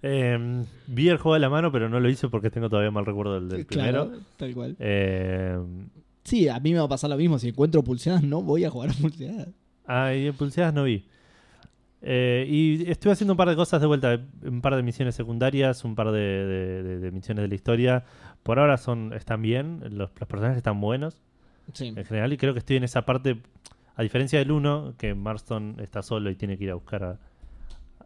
[SPEAKER 1] Eh, vi el juego de la mano, pero no lo hice porque tengo todavía mal recuerdo del, del primero.
[SPEAKER 2] Claro, tal cual.
[SPEAKER 1] Eh,
[SPEAKER 2] Sí, a mí me va a pasar lo mismo. Si encuentro pulseadas, no voy a jugar a pulseadas.
[SPEAKER 1] Ah, y en pulseadas no vi. Eh, y estuve haciendo un par de cosas de vuelta, un par de misiones secundarias, un par de, de- de- de misiones de la historia. Por ahora son están bien, los, los personajes están buenos
[SPEAKER 2] Sí.
[SPEAKER 1] en general y creo que estoy en esa parte, a diferencia del 1, que Marston está solo y tiene que ir a buscar a...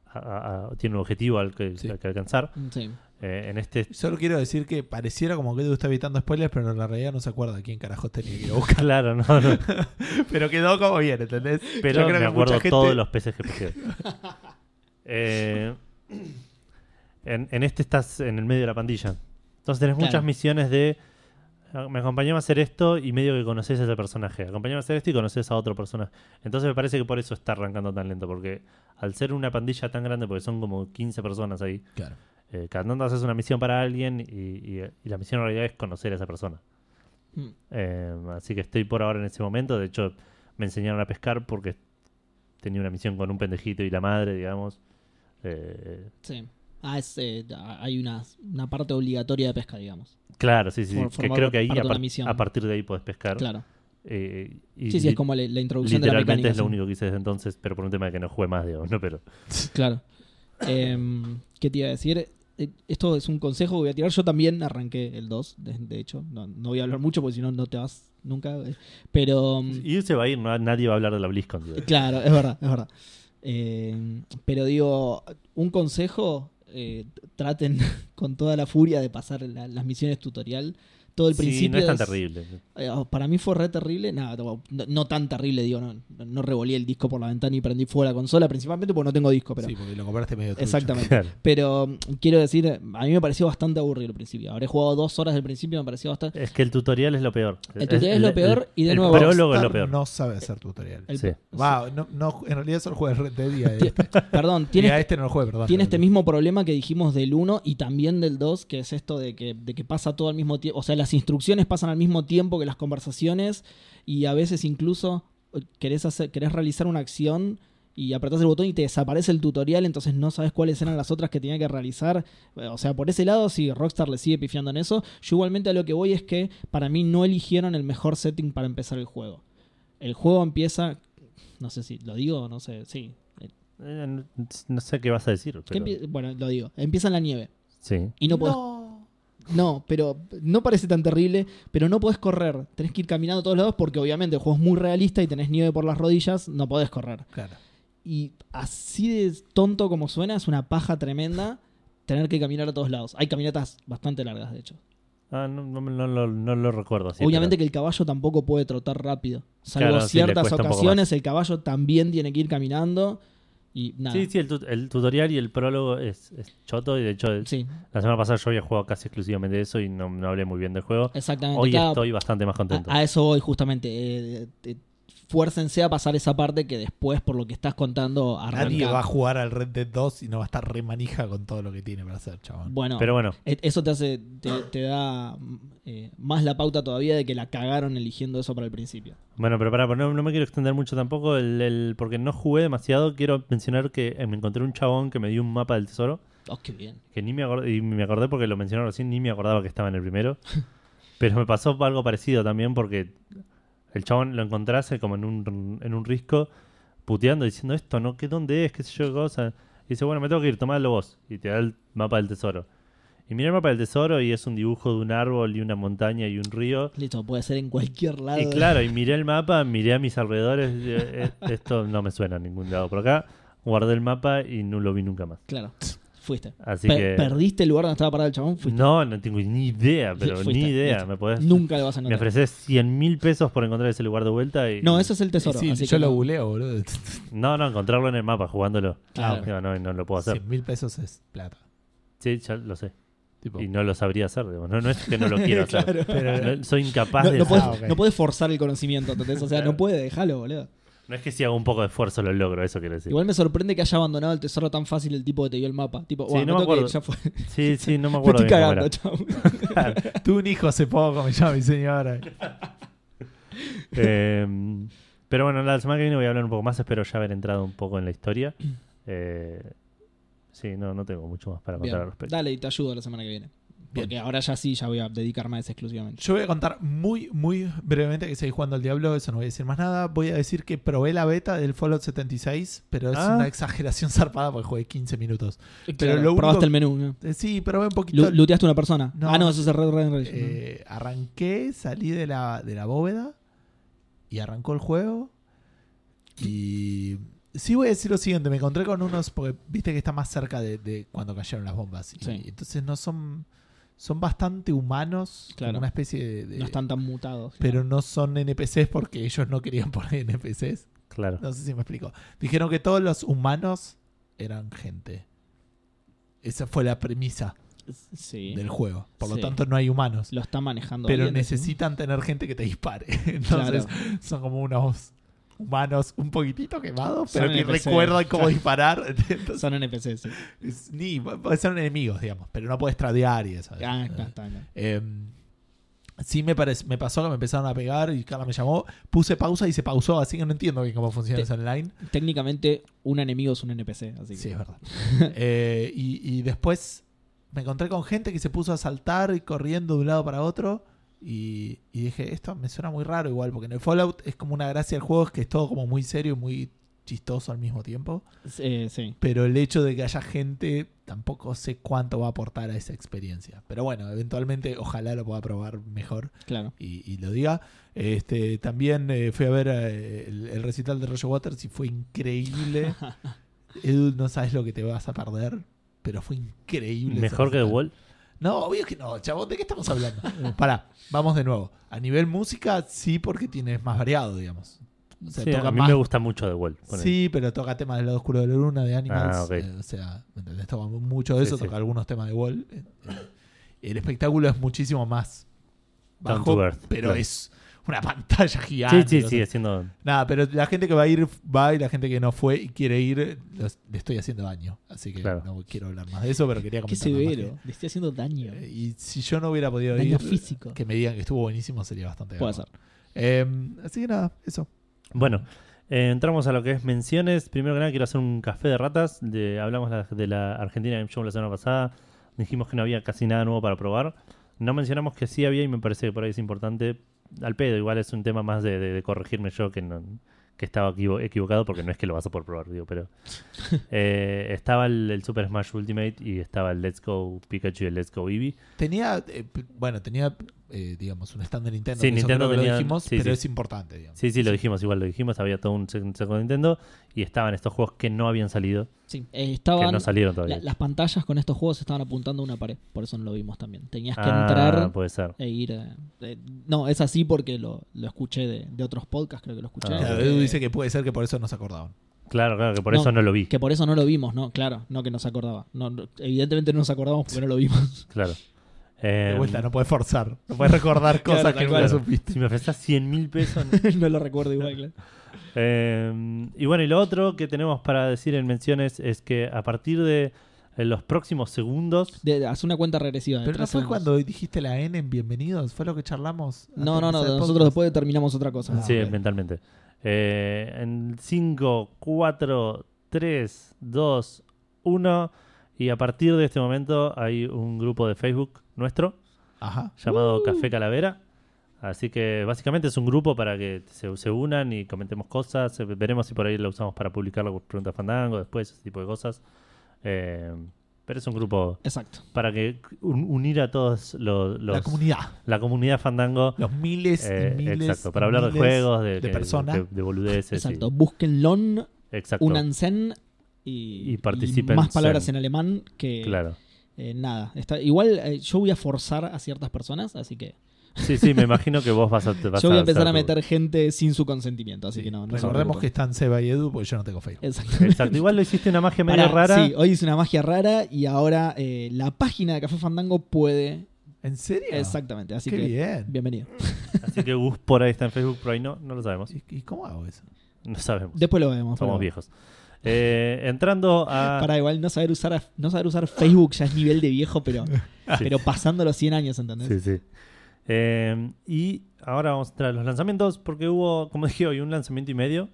[SPEAKER 1] a- a- tiene un objetivo al que,
[SPEAKER 3] Sí.
[SPEAKER 1] al que alcanzar.
[SPEAKER 2] Sí.
[SPEAKER 1] Eh, en este...
[SPEAKER 3] Solo quiero decir que pareciera como que Edu está evitando spoilers, pero en la realidad no se acuerda quién carajos tenía que ir a buscar.
[SPEAKER 1] Claro, no, no.
[SPEAKER 3] Pero quedó como bien, ¿entendés?
[SPEAKER 1] Pero me acuerdo
[SPEAKER 3] mucha gente-
[SPEAKER 1] todos los peces que pesqué. Eh, en, en este estás en el medio de la pandilla. Entonces tenés
[SPEAKER 2] Claro.
[SPEAKER 1] muchas misiones de. "Ah, Me acompañó a hacer esto y medio que conoces a ese personaje. Acompañame a hacer esto y conoces a otro personaje. Entonces me parece que por eso está arrancando tan lento. Porque al ser una pandilla tan grande, porque son como 15 personas ahí,
[SPEAKER 3] Claro.
[SPEAKER 1] eh, cada tanto haces una misión para alguien y, y- y la misión en realidad es conocer a esa persona.
[SPEAKER 2] Mm.
[SPEAKER 1] Eh, así que estoy por ahora en ese momento. De hecho, me enseñaron a pescar porque tenía una misión con un pendejito y la madre, digamos. Eh,
[SPEAKER 2] Sí. Ah, es, eh, a- hay una, una parte obligatoria de pesca, digamos.
[SPEAKER 1] claro, sí, sí.
[SPEAKER 2] Por-
[SPEAKER 1] sí, que
[SPEAKER 2] formar
[SPEAKER 1] creo que ahí
[SPEAKER 2] parte de
[SPEAKER 1] a,
[SPEAKER 2] una
[SPEAKER 1] par-
[SPEAKER 2] misión.
[SPEAKER 1] a partir de ahí podés pescar.
[SPEAKER 2] Claro.
[SPEAKER 1] Eh, y
[SPEAKER 2] Sí, sí,
[SPEAKER 1] li-
[SPEAKER 2] es como la, la introducción de la
[SPEAKER 1] Literalmente
[SPEAKER 2] mecánica.
[SPEAKER 1] es lo
[SPEAKER 2] sí.
[SPEAKER 1] único que hice desde entonces, pero por un tema de que no jugué más, digamos, ¿no? Pero
[SPEAKER 2] Claro. Em, ¿Qué te iba a decir? Eh, Esto es un consejo que voy a tirar. Yo también arranqué el 2, de, de hecho. No, no voy a hablar mucho porque si no, no te vas nunca. eh. Pero. mm,
[SPEAKER 1] Y se va a ir, no- nadie va a hablar de la BlizzCon. digo.
[SPEAKER 2] Claro, es verdad, es verdad. Eh, pero digo, un consejo, eh, traten con toda la furia de pasar la- las misiones tutorial. Todo el
[SPEAKER 1] Sí,
[SPEAKER 2] principio...
[SPEAKER 1] no es tan
[SPEAKER 2] es-
[SPEAKER 1] terrible.
[SPEAKER 2] eh, oh, para mí fue re terrible. Nada, no, no- no tan terrible, digo, no, no- no revolí el disco por la ventana y prendí fuego a la consola, principalmente porque no tengo disco, pero...
[SPEAKER 3] Sí, porque lo compraste medio trucho.
[SPEAKER 2] exactamente.
[SPEAKER 1] Claro.
[SPEAKER 2] Pero mm, quiero decir, a mí me pareció bastante aburrido al principio. Habré jugado dos horas del principio, me pareció bastante...
[SPEAKER 1] Es que el tutorial es lo peor.
[SPEAKER 2] El tutorial es lo peor y de
[SPEAKER 1] el
[SPEAKER 2] nuevo-
[SPEAKER 1] prólogo es lo
[SPEAKER 3] Rockstar
[SPEAKER 1] peor.
[SPEAKER 3] No sabe hacer tutorial.
[SPEAKER 2] el-
[SPEAKER 1] Sí.
[SPEAKER 3] Va, no, no, en realidad solo juega el Red Dead y a
[SPEAKER 2] Ti-
[SPEAKER 3] este.
[SPEAKER 2] Perdón,
[SPEAKER 3] Y
[SPEAKER 2] tienes,
[SPEAKER 3] a este no lo juega, perdón.
[SPEAKER 2] Tiene este mismo problema que dijimos del 1 y también del 2, que es esto de que, de que pasa todo al mismo tiempo. O sea, las instrucciones pasan al mismo tiempo que las conversaciones y a veces incluso eh, querés, hacer, querés realizar una acción y apretás el botón y te desaparece el tutorial, entonces no sabes cuáles eran las otras que tenía que realizar. Eh, O sea, por ese lado, si Rockstar le sigue pifiando en eso, yo igualmente a lo que voy es que para mí no eligieron el mejor setting para empezar el juego. El juego empieza, no sé si lo digo, no sé, sí. Eh,
[SPEAKER 1] Eh, no- no sé qué vas a decir.
[SPEAKER 2] ¿qué
[SPEAKER 1] pero-
[SPEAKER 2] empie- bueno, lo digo. Empieza en la nieve.
[SPEAKER 1] Sí.
[SPEAKER 2] Y no podés. No. pero no parece tan terrible, pero no podés correr. Tenés que ir caminando a todos lados porque obviamente el juego es muy realista y tenés nieve por las rodillas, no podés correr.
[SPEAKER 3] Claro.
[SPEAKER 2] Y así de tonto como suena, es una paja tremenda tener que caminar a todos lados. Hay caminatas bastante largas, de hecho.
[SPEAKER 1] Ah, no, no- no lo- no lo recuerdo. así,
[SPEAKER 2] obviamente que el caballo tampoco puede trotar rápido. Salvo
[SPEAKER 1] Claro, sí, le
[SPEAKER 2] ciertas
[SPEAKER 1] cuesta un poco
[SPEAKER 2] ocasiones, el caballo también tiene que ir caminando. Y
[SPEAKER 1] pero-
[SPEAKER 2] nada.
[SPEAKER 1] Sí, sí, el, tu- el tutorial y el prólogo es, es choto. Y de hecho,
[SPEAKER 2] Sí,
[SPEAKER 1] la semana pasada yo había jugado casi exclusivamente de eso y no, no hablé muy bien del juego.
[SPEAKER 2] exactamente. Ah,
[SPEAKER 1] Hoy
[SPEAKER 2] Cada-
[SPEAKER 1] estoy bastante más contento.
[SPEAKER 2] A, a eso voy justamente. eh, eh, fuércense a pasar esa parte que después, por lo que estás contando, arranca.
[SPEAKER 3] Nadie va a jugar al Red Dead 2 y no va a estar re manija con todo lo que tiene para hacer, chabón.
[SPEAKER 2] Bueno,
[SPEAKER 1] Pero bueno,
[SPEAKER 2] eh, eso te hace, te, te da eh, más la pauta todavía de que la cagaron eligiendo eso para el principio.
[SPEAKER 1] Bueno, pero para, no, no me quiero extender mucho tampoco, el, el- porque no jugué demasiado. Quiero mencionar que eh, me encontré un chabón que me dio un mapa del tesoro,
[SPEAKER 2] Oh, qué bien.
[SPEAKER 1] que ni me acordé, y me acordé porque lo mencionaron recién, ni me acordaba que estaba en el primero. pero me pasó algo parecido también, porque el chabón lo encontrase como en un, en un risco, puteando, diciendo esto, ¿no? ¿Qué, ¿Dónde es? ¿Qué sé yo? qué cosa? Y dice, bueno, me tengo que ir, tomadlo vos. Y te da el mapa del tesoro. Y mira el mapa del tesoro y es un dibujo de un árbol y una montaña y un río.
[SPEAKER 2] Listo, puede ser en cualquier lado.
[SPEAKER 1] Y claro, y miré el mapa, miré a mis alrededores. eh, eh, Esto no me suena a ningún lado por acá. Guardé el mapa y no lo vi nunca más.
[SPEAKER 2] Claro, fuiste.
[SPEAKER 1] Así
[SPEAKER 2] Per-
[SPEAKER 1] que.
[SPEAKER 2] Perdiste el lugar donde estaba parado el chabón, fuiste.
[SPEAKER 1] No, no tengo ni idea, pero
[SPEAKER 2] Fuiste,
[SPEAKER 1] ni idea.
[SPEAKER 2] listo.
[SPEAKER 1] Me podés.
[SPEAKER 2] Nunca lo vas a
[SPEAKER 1] Me
[SPEAKER 2] encontrar.
[SPEAKER 1] ofreces 100 mil pesos por encontrar ese lugar de vuelta y.
[SPEAKER 2] No, eso es el tesoro.
[SPEAKER 3] Sí,
[SPEAKER 2] así
[SPEAKER 3] yo
[SPEAKER 2] que
[SPEAKER 3] lo
[SPEAKER 2] no.
[SPEAKER 3] buleo, boludo.
[SPEAKER 1] No, no, encontrarlo en el mapa jugándolo.
[SPEAKER 2] Claro.
[SPEAKER 1] Digo, no, no lo puedo hacer.
[SPEAKER 3] 100 mil pesos es plata.
[SPEAKER 1] Sí, ya lo sé.
[SPEAKER 3] Tipo,
[SPEAKER 1] Y no lo sabría hacer. digo, No, no es que no lo quiero hacer.
[SPEAKER 2] Claro.
[SPEAKER 3] pero,
[SPEAKER 1] No- soy incapaz
[SPEAKER 2] No,
[SPEAKER 1] de.
[SPEAKER 2] no podés,
[SPEAKER 3] Ah, ok.
[SPEAKER 2] no podés forzar el conocimiento, ¿entendés? O sea, no puede, déjalo, boludo.
[SPEAKER 1] No es que si hago un poco de esfuerzo lo logro, eso quiero decir.
[SPEAKER 2] Igual me sorprende que haya abandonado el tesoro tan fácil el tipo que te dio el mapa. Tipo,
[SPEAKER 1] Sí,
[SPEAKER 2] "Buah, me
[SPEAKER 1] no me
[SPEAKER 2] tengo que ir,
[SPEAKER 1] acuerdo.
[SPEAKER 2] ya fue".
[SPEAKER 1] Sí, sí, no me
[SPEAKER 2] Me
[SPEAKER 1] acuerdo.
[SPEAKER 2] estoy
[SPEAKER 1] bien cómo era.
[SPEAKER 2] cagando, chao.
[SPEAKER 3] tuve un hijo hace poco, me llama mi señora.
[SPEAKER 1] Eh, pero bueno, la semana que viene voy a hablar un poco más. Espero ya haber entrado un poco en la historia. Eh, sí, no, no tengo mucho más para contar
[SPEAKER 2] Bien,
[SPEAKER 1] al respecto.
[SPEAKER 2] Dale y te ayudo la semana que viene. Porque ahora ya sí, ya voy a dedicarme a eso exclusivamente.
[SPEAKER 3] Yo voy a contar muy, muy brevemente que seguí jugando al Diablo, eso no voy a decir más nada. Voy a decir que probé la beta del Fallout 76, pero es
[SPEAKER 1] Ah.
[SPEAKER 3] una exageración zarpada porque jugué 15 minutos.
[SPEAKER 2] Pero
[SPEAKER 3] lo
[SPEAKER 2] probaste
[SPEAKER 3] único-
[SPEAKER 2] el menú. ¿no?
[SPEAKER 3] Eh, sí, probé un poquito.
[SPEAKER 2] Lu- Looteaste una persona.
[SPEAKER 3] No.
[SPEAKER 2] ah, no, eso es el Red Red Redemption, ¿no?
[SPEAKER 3] Eh, arranqué, salí de la, de la bóveda y arrancó el juego. Y sí voy a decir lo siguiente, me encontré con unos, porque viste que está más cerca de, de cuando cayeron las bombas. Y-
[SPEAKER 2] Sí.
[SPEAKER 3] y entonces no son, son bastante humanos, como
[SPEAKER 2] Claro.
[SPEAKER 3] una especie de... de-
[SPEAKER 2] No están tan mutados.
[SPEAKER 3] pero no son NPCs porque ellos no querían poner NPCs.
[SPEAKER 1] Claro.
[SPEAKER 3] No sé si me explico. Dijeron que todos los humanos eran gente. Esa fue la premisa
[SPEAKER 2] Sí.
[SPEAKER 3] del juego. Por
[SPEAKER 2] Sí.
[SPEAKER 3] lo tanto, no hay humanos.
[SPEAKER 2] Lo está manejando.
[SPEAKER 3] Pero
[SPEAKER 2] bien, ¿sí?
[SPEAKER 3] necesitan tener gente que te dispare. Entonces son como unos humanos un poquitito quemados,
[SPEAKER 2] Son
[SPEAKER 3] pero que
[SPEAKER 2] NPC.
[SPEAKER 3] recuerdan cómo disparar. Entonces,
[SPEAKER 2] Son NPCs. sí.
[SPEAKER 3] es- ah. ni, pueden ser enemigos, digamos, pero no puedes tradear y eso.
[SPEAKER 2] Ah, está, está, está.
[SPEAKER 3] Eh, Sí me, parec- me pasó que me empezaron a pegar y Carla me llamó, puse pausa y se pausó, así que no entiendo bien cómo funciona
[SPEAKER 2] Te-
[SPEAKER 3] eso online.
[SPEAKER 2] Técnicamente, un enemigo es un NPC, así que.
[SPEAKER 3] Sí, es verdad. Eh, y, y después me encontré con gente que se puso a saltar y corriendo de un lado para otro. Y, y dije, esto me suena muy raro igual, porque en el Fallout es como una gracia del juego, es que es todo como muy serio y muy chistoso al mismo tiempo.
[SPEAKER 2] Eh, sí.
[SPEAKER 3] Pero el hecho de que haya gente, tampoco sé cuánto va a aportar a esa experiencia. Pero bueno, eventualmente ojalá lo pueda probar mejor
[SPEAKER 2] claro.
[SPEAKER 3] y, y lo diga. Este, también eh, fui a ver eh, el, el recital de Roger Waters y fue increíble. Edu, no sabes lo que te vas a perder, pero fue increíble. ese
[SPEAKER 1] Mejor que The
[SPEAKER 3] recital.
[SPEAKER 1] Wall.
[SPEAKER 3] No, obvio que no, chabón, ¿de qué estamos hablando? Pará, vamos de nuevo. A nivel música, sí, porque tienes más variado, digamos. O sea,
[SPEAKER 1] Sí, ah,
[SPEAKER 3] toca
[SPEAKER 1] a mí
[SPEAKER 3] más-
[SPEAKER 1] me gusta mucho The Wall. ponele.
[SPEAKER 3] Sí, pero toca temas del lado oscuro de la luna, de Animals.
[SPEAKER 1] Ah, ok.
[SPEAKER 3] eh, o sea, ¿me entendés? Toca mucho de
[SPEAKER 1] Sí,
[SPEAKER 3] eso,
[SPEAKER 1] sí.
[SPEAKER 3] toca algunos temas de Wall. eh, eh, El espectáculo es muchísimo más
[SPEAKER 1] Down
[SPEAKER 3] bajo,
[SPEAKER 1] to earth,
[SPEAKER 3] pero
[SPEAKER 1] claro.
[SPEAKER 3] es una pantalla
[SPEAKER 1] sí,
[SPEAKER 3] gigante.
[SPEAKER 1] sí,
[SPEAKER 3] o sea,
[SPEAKER 1] sigue siendo.
[SPEAKER 3] Nada, pero la gente que va a ir va y la gente que no fue y quiere ir, los- le estoy haciendo daño. Así que
[SPEAKER 1] Claro.
[SPEAKER 3] no quiero hablar más de eso, pero quería
[SPEAKER 2] Qué
[SPEAKER 3] comentar. nada más
[SPEAKER 2] severo. Le estoy haciendo
[SPEAKER 3] que-
[SPEAKER 2] daño.
[SPEAKER 3] eh, y si yo no hubiera podido
[SPEAKER 2] Daño
[SPEAKER 3] ir,
[SPEAKER 2] físico.
[SPEAKER 3] que me digan que estuvo buenísimo sería bastante
[SPEAKER 2] Puede ser.
[SPEAKER 3] grave. Eh, así que nada, eso.
[SPEAKER 1] Bueno, eh, entramos a lo que es menciones. Primero que nada, quiero hacer un café de ratas. De, hablamos la- de la Argentina Game Show la semana pasada. Dijimos que no había casi nada nuevo para probar. No mencionamos que sí había y me parece que por ahí es importante. Al pedo, igual es un tema más de, de- de corregirme yo que no que estaba equivo- equivocado porque no es que lo vas a por probar, digo, pero eh, estaba el, el Super Smash Ultimate y estaba el Let's Go Pikachu y el Let's Go Eevee.
[SPEAKER 3] Tenía, eh, p- bueno, tenía, eh, digamos, un stand de Nintendo.
[SPEAKER 1] Sí,
[SPEAKER 3] que eso
[SPEAKER 1] Nintendo
[SPEAKER 3] creo que
[SPEAKER 1] tenía-
[SPEAKER 3] lo dijimos,
[SPEAKER 1] sí,
[SPEAKER 3] pero
[SPEAKER 1] sí.
[SPEAKER 3] es importante, digamos.
[SPEAKER 1] Sí, sí, lo dijimos, igual lo dijimos, había todo un sec- segundo Nintendo y estaban estos juegos que no habían salido,
[SPEAKER 2] Sí. eh,
[SPEAKER 1] que
[SPEAKER 2] estaban.
[SPEAKER 1] no salieron
[SPEAKER 2] la-
[SPEAKER 1] todavía.
[SPEAKER 2] las pantallas con estos juegos estaban apuntando a una pared. Por eso no lo vimos también. Tenías que
[SPEAKER 1] Ah,
[SPEAKER 2] entrar
[SPEAKER 1] puede ser.
[SPEAKER 2] e ir. eh, eh, no, es así porque lo, lo escuché de, de otros podcasts, creo que lo escuché.
[SPEAKER 1] Ah,
[SPEAKER 3] Claro,
[SPEAKER 2] Eh,
[SPEAKER 3] Edu dice que puede ser que por eso no se acordaban.
[SPEAKER 1] Claro, claro, que por
[SPEAKER 2] No,
[SPEAKER 1] eso no lo vi.
[SPEAKER 2] que por eso no lo vimos, ¿no? Claro, no que nos acordaba. No, no, evidentemente no nos acordamos porque no lo vimos.
[SPEAKER 1] Claro.
[SPEAKER 3] De
[SPEAKER 1] Em,
[SPEAKER 3] vuelta, no puedes forzar, no puedes recordar cosas
[SPEAKER 2] Claro,
[SPEAKER 3] que
[SPEAKER 2] tal
[SPEAKER 3] nunca
[SPEAKER 2] cual.
[SPEAKER 3] supiste.
[SPEAKER 1] Si me ofreces 100 mil pesos. no.
[SPEAKER 2] no lo recuerdo igual, claro.
[SPEAKER 1] Em, y bueno, y lo otro que tenemos para decir en menciones es que a partir de eh, los próximos segundos.
[SPEAKER 2] De- de- haz una cuenta regresiva. de
[SPEAKER 3] Pero no
[SPEAKER 2] tres
[SPEAKER 3] fue
[SPEAKER 2] segundos.
[SPEAKER 3] cuando dijiste la N en Bienvenidos, fue lo que charlamos.
[SPEAKER 2] No, no,
[SPEAKER 3] antes de
[SPEAKER 2] no.
[SPEAKER 3] empezar el
[SPEAKER 2] Nosotros
[SPEAKER 3] podcast.
[SPEAKER 2] después terminamos otra cosa.
[SPEAKER 3] Ah,
[SPEAKER 1] sí,
[SPEAKER 3] ok.
[SPEAKER 1] mentalmente. Eh, en 5, 4, 3, 2, 1. Y a partir de este momento hay un grupo de Facebook nuestro
[SPEAKER 3] Ajá.
[SPEAKER 1] llamado Café Calavera. Así que básicamente es un grupo para que se, se unan y comentemos cosas. Eh, Veremos si por ahí lo usamos para publicar la pregunta Fandango después, ese tipo de cosas. Eh, pero es un grupo
[SPEAKER 2] Exacto.
[SPEAKER 1] para que un- unir a todos los, los-
[SPEAKER 3] La comunidad.
[SPEAKER 1] la comunidad Fandango.
[SPEAKER 3] Los miles
[SPEAKER 1] eh,
[SPEAKER 3] y miles.
[SPEAKER 1] exacto,
[SPEAKER 3] y
[SPEAKER 1] para hablar de
[SPEAKER 3] miles
[SPEAKER 1] juegos, de, que-
[SPEAKER 3] personas.
[SPEAKER 1] de- de boludeces. y-
[SPEAKER 2] Exacto. Búsquenlo,
[SPEAKER 1] exacto.
[SPEAKER 2] únanse y,
[SPEAKER 1] Y participen
[SPEAKER 2] más palabras
[SPEAKER 1] en-
[SPEAKER 2] en alemán que
[SPEAKER 1] Claro.
[SPEAKER 2] eh, nada. Está, igual eh, yo voy a forzar a ciertas personas, así que
[SPEAKER 1] Sí, sí, me imagino que vos vas a. vas
[SPEAKER 2] yo voy a
[SPEAKER 1] hacer
[SPEAKER 2] empezar a
[SPEAKER 1] tu-
[SPEAKER 2] meter gente sin su consentimiento, así
[SPEAKER 3] Sí.
[SPEAKER 2] que no. no se
[SPEAKER 3] Recordemos que
[SPEAKER 2] preocupen. Eh,
[SPEAKER 3] están Seba y Edu, porque yo no tengo Facebook.
[SPEAKER 2] Exacto.
[SPEAKER 1] Exacto. Igual lo hiciste una magia medio
[SPEAKER 2] Pará,
[SPEAKER 1] rara.
[SPEAKER 2] Sí, hoy hice una magia rara y ahora eh, la página de Café Fandango puede.
[SPEAKER 3] ¿En serio?
[SPEAKER 2] Exactamente, así
[SPEAKER 3] Qué
[SPEAKER 2] que
[SPEAKER 3] bien.
[SPEAKER 2] bienvenido.
[SPEAKER 1] Así que Gus por ahí está en Facebook, por ahí no, no lo sabemos.
[SPEAKER 3] ¿Y, y cómo hago eso?
[SPEAKER 1] No sabemos.
[SPEAKER 2] Después lo vemos.
[SPEAKER 1] Somos
[SPEAKER 2] pero-
[SPEAKER 1] viejos. Eh, entrando a.
[SPEAKER 2] Para igual no saber usar no saber usar Facebook ya es nivel de viejo, pero,
[SPEAKER 1] Sí.
[SPEAKER 2] pero pasando los 100 años, ¿entendés?
[SPEAKER 1] Sí, sí. Eh, y ahora vamos a entrar a los lanzamientos, porque hubo, como dije hoy, un lanzamiento y medio.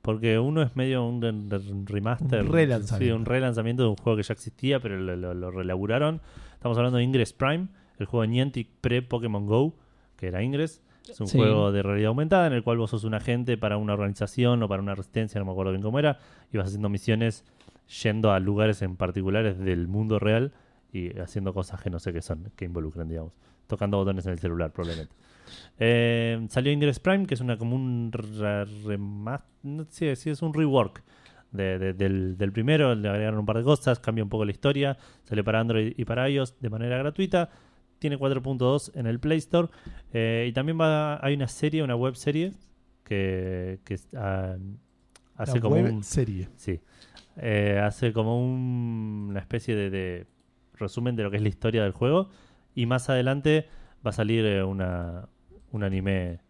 [SPEAKER 1] Porque uno es medio un re- re- remaster.
[SPEAKER 3] Un relanzamiento.
[SPEAKER 1] Sí, un relanzamiento de un juego que ya existía, pero lo, lo- lo relaburaron. Estamos hablando de Ingress Prime, el juego de Niantic pre-Pokémon Go, que era Ingress. Es un
[SPEAKER 2] Sí.
[SPEAKER 1] juego de realidad aumentada en el cual vos sos un agente para una organización o para una resistencia, no me acuerdo bien cómo era, y vas haciendo misiones yendo a lugares en particulares del mundo real y haciendo cosas que no sé qué son, que involucran, digamos. Tocando botones en el celular, probablemente. Eh, salió Ingress Prime, que es una como un remaster, no sé si es un rework de- de- del, del primero, le agregaron un par de cosas, cambia un poco la historia, sale para Android y para iOS de manera gratuita, tiene 4.2 en el Play Store eh, y también va, hay una serie, una web serie que, que es, ah, hace
[SPEAKER 3] La
[SPEAKER 1] como
[SPEAKER 3] web
[SPEAKER 1] un
[SPEAKER 3] serie.
[SPEAKER 1] Sí. Eh, hace como un- una especie de, de resumen de lo que es la historia del juego. Y más adelante va a salir eh, una, un anime.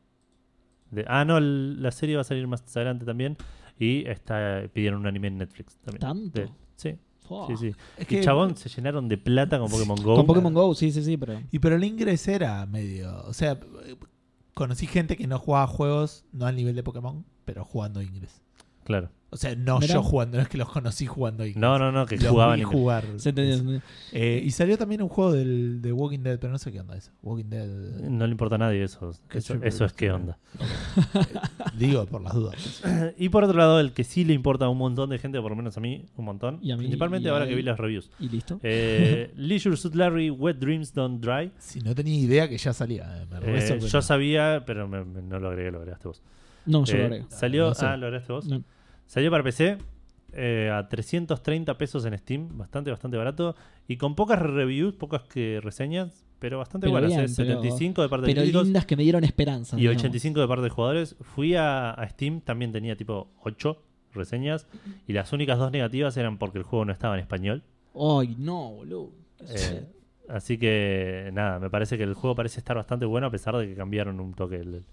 [SPEAKER 1] De, ah, no, el- la serie va a salir más adelante también. Y está pidieron un anime en Netflix también.
[SPEAKER 2] ¿Tanto?
[SPEAKER 1] De- sí.
[SPEAKER 2] Fua.
[SPEAKER 1] Sí, sí.
[SPEAKER 3] Es
[SPEAKER 1] Y
[SPEAKER 3] que-
[SPEAKER 1] chabón se llenaron de plata con Pokémon Go.
[SPEAKER 2] Con Pokémon Go, sí, sí, sí, pero.
[SPEAKER 3] Y pero el inglés era medio. O sea, conocí gente que no jugaba juegos, no al nivel de Pokémon, pero jugando inglés.
[SPEAKER 1] Claro.
[SPEAKER 3] O sea, no
[SPEAKER 2] Mirá.
[SPEAKER 3] yo jugando, no es que los conocí jugando inglés.
[SPEAKER 1] No, no, no, que
[SPEAKER 3] Los
[SPEAKER 1] jugaban
[SPEAKER 3] vi
[SPEAKER 1] en-
[SPEAKER 3] jugar.
[SPEAKER 2] Se entendió, se entendió.
[SPEAKER 3] Eh, y salió también un juego del, de Walking Dead, pero no sé qué onda es. Walking Dead.
[SPEAKER 1] No le importa a nadie eso.
[SPEAKER 3] Que
[SPEAKER 1] Eso,
[SPEAKER 3] yo-
[SPEAKER 1] eso es qué onda.
[SPEAKER 3] Digo, por las dudas.
[SPEAKER 1] Y por otro lado, el que sí le importa a un montón de gente, por lo menos a mí, un montón.
[SPEAKER 2] Y a mí,
[SPEAKER 1] principalmente
[SPEAKER 2] y a
[SPEAKER 1] ahora
[SPEAKER 2] él.
[SPEAKER 1] que vi los reviews.
[SPEAKER 2] Y listo.
[SPEAKER 1] Eh, Leisure Suit Larry, Wet Dreams Don't Dry.
[SPEAKER 3] Si no tenía idea que ya salía. eh, Me re
[SPEAKER 1] Eh,
[SPEAKER 3] sorprendió.
[SPEAKER 1] yo sabía, pero me- me- no lo agregué, lo agregaste vos.
[SPEAKER 2] No, yo
[SPEAKER 1] Eh,
[SPEAKER 2] lo agrego.
[SPEAKER 1] Salió,
[SPEAKER 3] No sé.
[SPEAKER 1] ah, lo agregaste vos.
[SPEAKER 2] No.
[SPEAKER 1] Salió para PC eh, a 330 pesos en Steam, bastante, bastante barato. Y con pocas reviews, pocas que reseñas, pero bastante
[SPEAKER 2] Pero
[SPEAKER 1] buenas.
[SPEAKER 2] bien,
[SPEAKER 1] eh,
[SPEAKER 2] pero-
[SPEAKER 1] 75 de parte de
[SPEAKER 2] Pero
[SPEAKER 1] críticos
[SPEAKER 2] lindas que me dieron esperanza.
[SPEAKER 1] y
[SPEAKER 2] digamos.
[SPEAKER 1] 85 de parte de jugadores. Fui a, a Steam, también tenía tipo 8 reseñas. Y las únicas dos negativas eran porque el juego no estaba en español.
[SPEAKER 2] Ay, no, boludo.
[SPEAKER 1] Eh, así que nada, me parece que el juego parece estar bastante bueno a pesar de que cambiaron un toque el,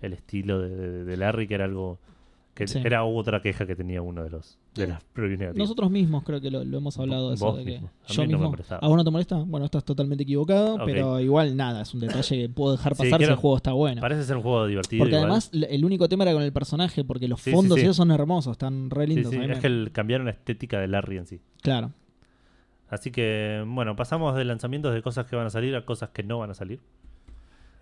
[SPEAKER 1] el estilo de, de- de Larry, que era algo que
[SPEAKER 2] Sí.
[SPEAKER 1] era otra queja que tenía uno de los de las previews negativas.
[SPEAKER 2] Nosotros mismos creo que lo, lo hemos hablado de eso.
[SPEAKER 1] Vos
[SPEAKER 2] De que
[SPEAKER 1] mismo. A
[SPEAKER 2] yo
[SPEAKER 1] mí no me
[SPEAKER 2] mismo.
[SPEAKER 1] molestaba.
[SPEAKER 2] ¿A vos no te molesta? Bueno, estás totalmente equivocado,
[SPEAKER 1] Ok.
[SPEAKER 2] pero igual nada, es un detalle que puedo dejar
[SPEAKER 1] Sí,
[SPEAKER 2] pasar si
[SPEAKER 1] quiero-
[SPEAKER 2] el juego está bueno.
[SPEAKER 1] Parece ser un juego divertido.
[SPEAKER 2] Porque
[SPEAKER 1] igual.
[SPEAKER 2] además l- el único tema era con el personaje, porque los
[SPEAKER 1] Sí, sí,
[SPEAKER 2] fondos
[SPEAKER 1] sí.
[SPEAKER 2] y eso son hermosos, están re
[SPEAKER 1] Sí,
[SPEAKER 2] lindos.
[SPEAKER 1] sí,
[SPEAKER 2] a mí
[SPEAKER 1] es
[SPEAKER 2] me-
[SPEAKER 1] que el- cambiaron la estética de Larry en sí.
[SPEAKER 2] Claro.
[SPEAKER 1] Así que bueno, pasamos de lanzamientos de cosas que van a salir a cosas que no van a salir.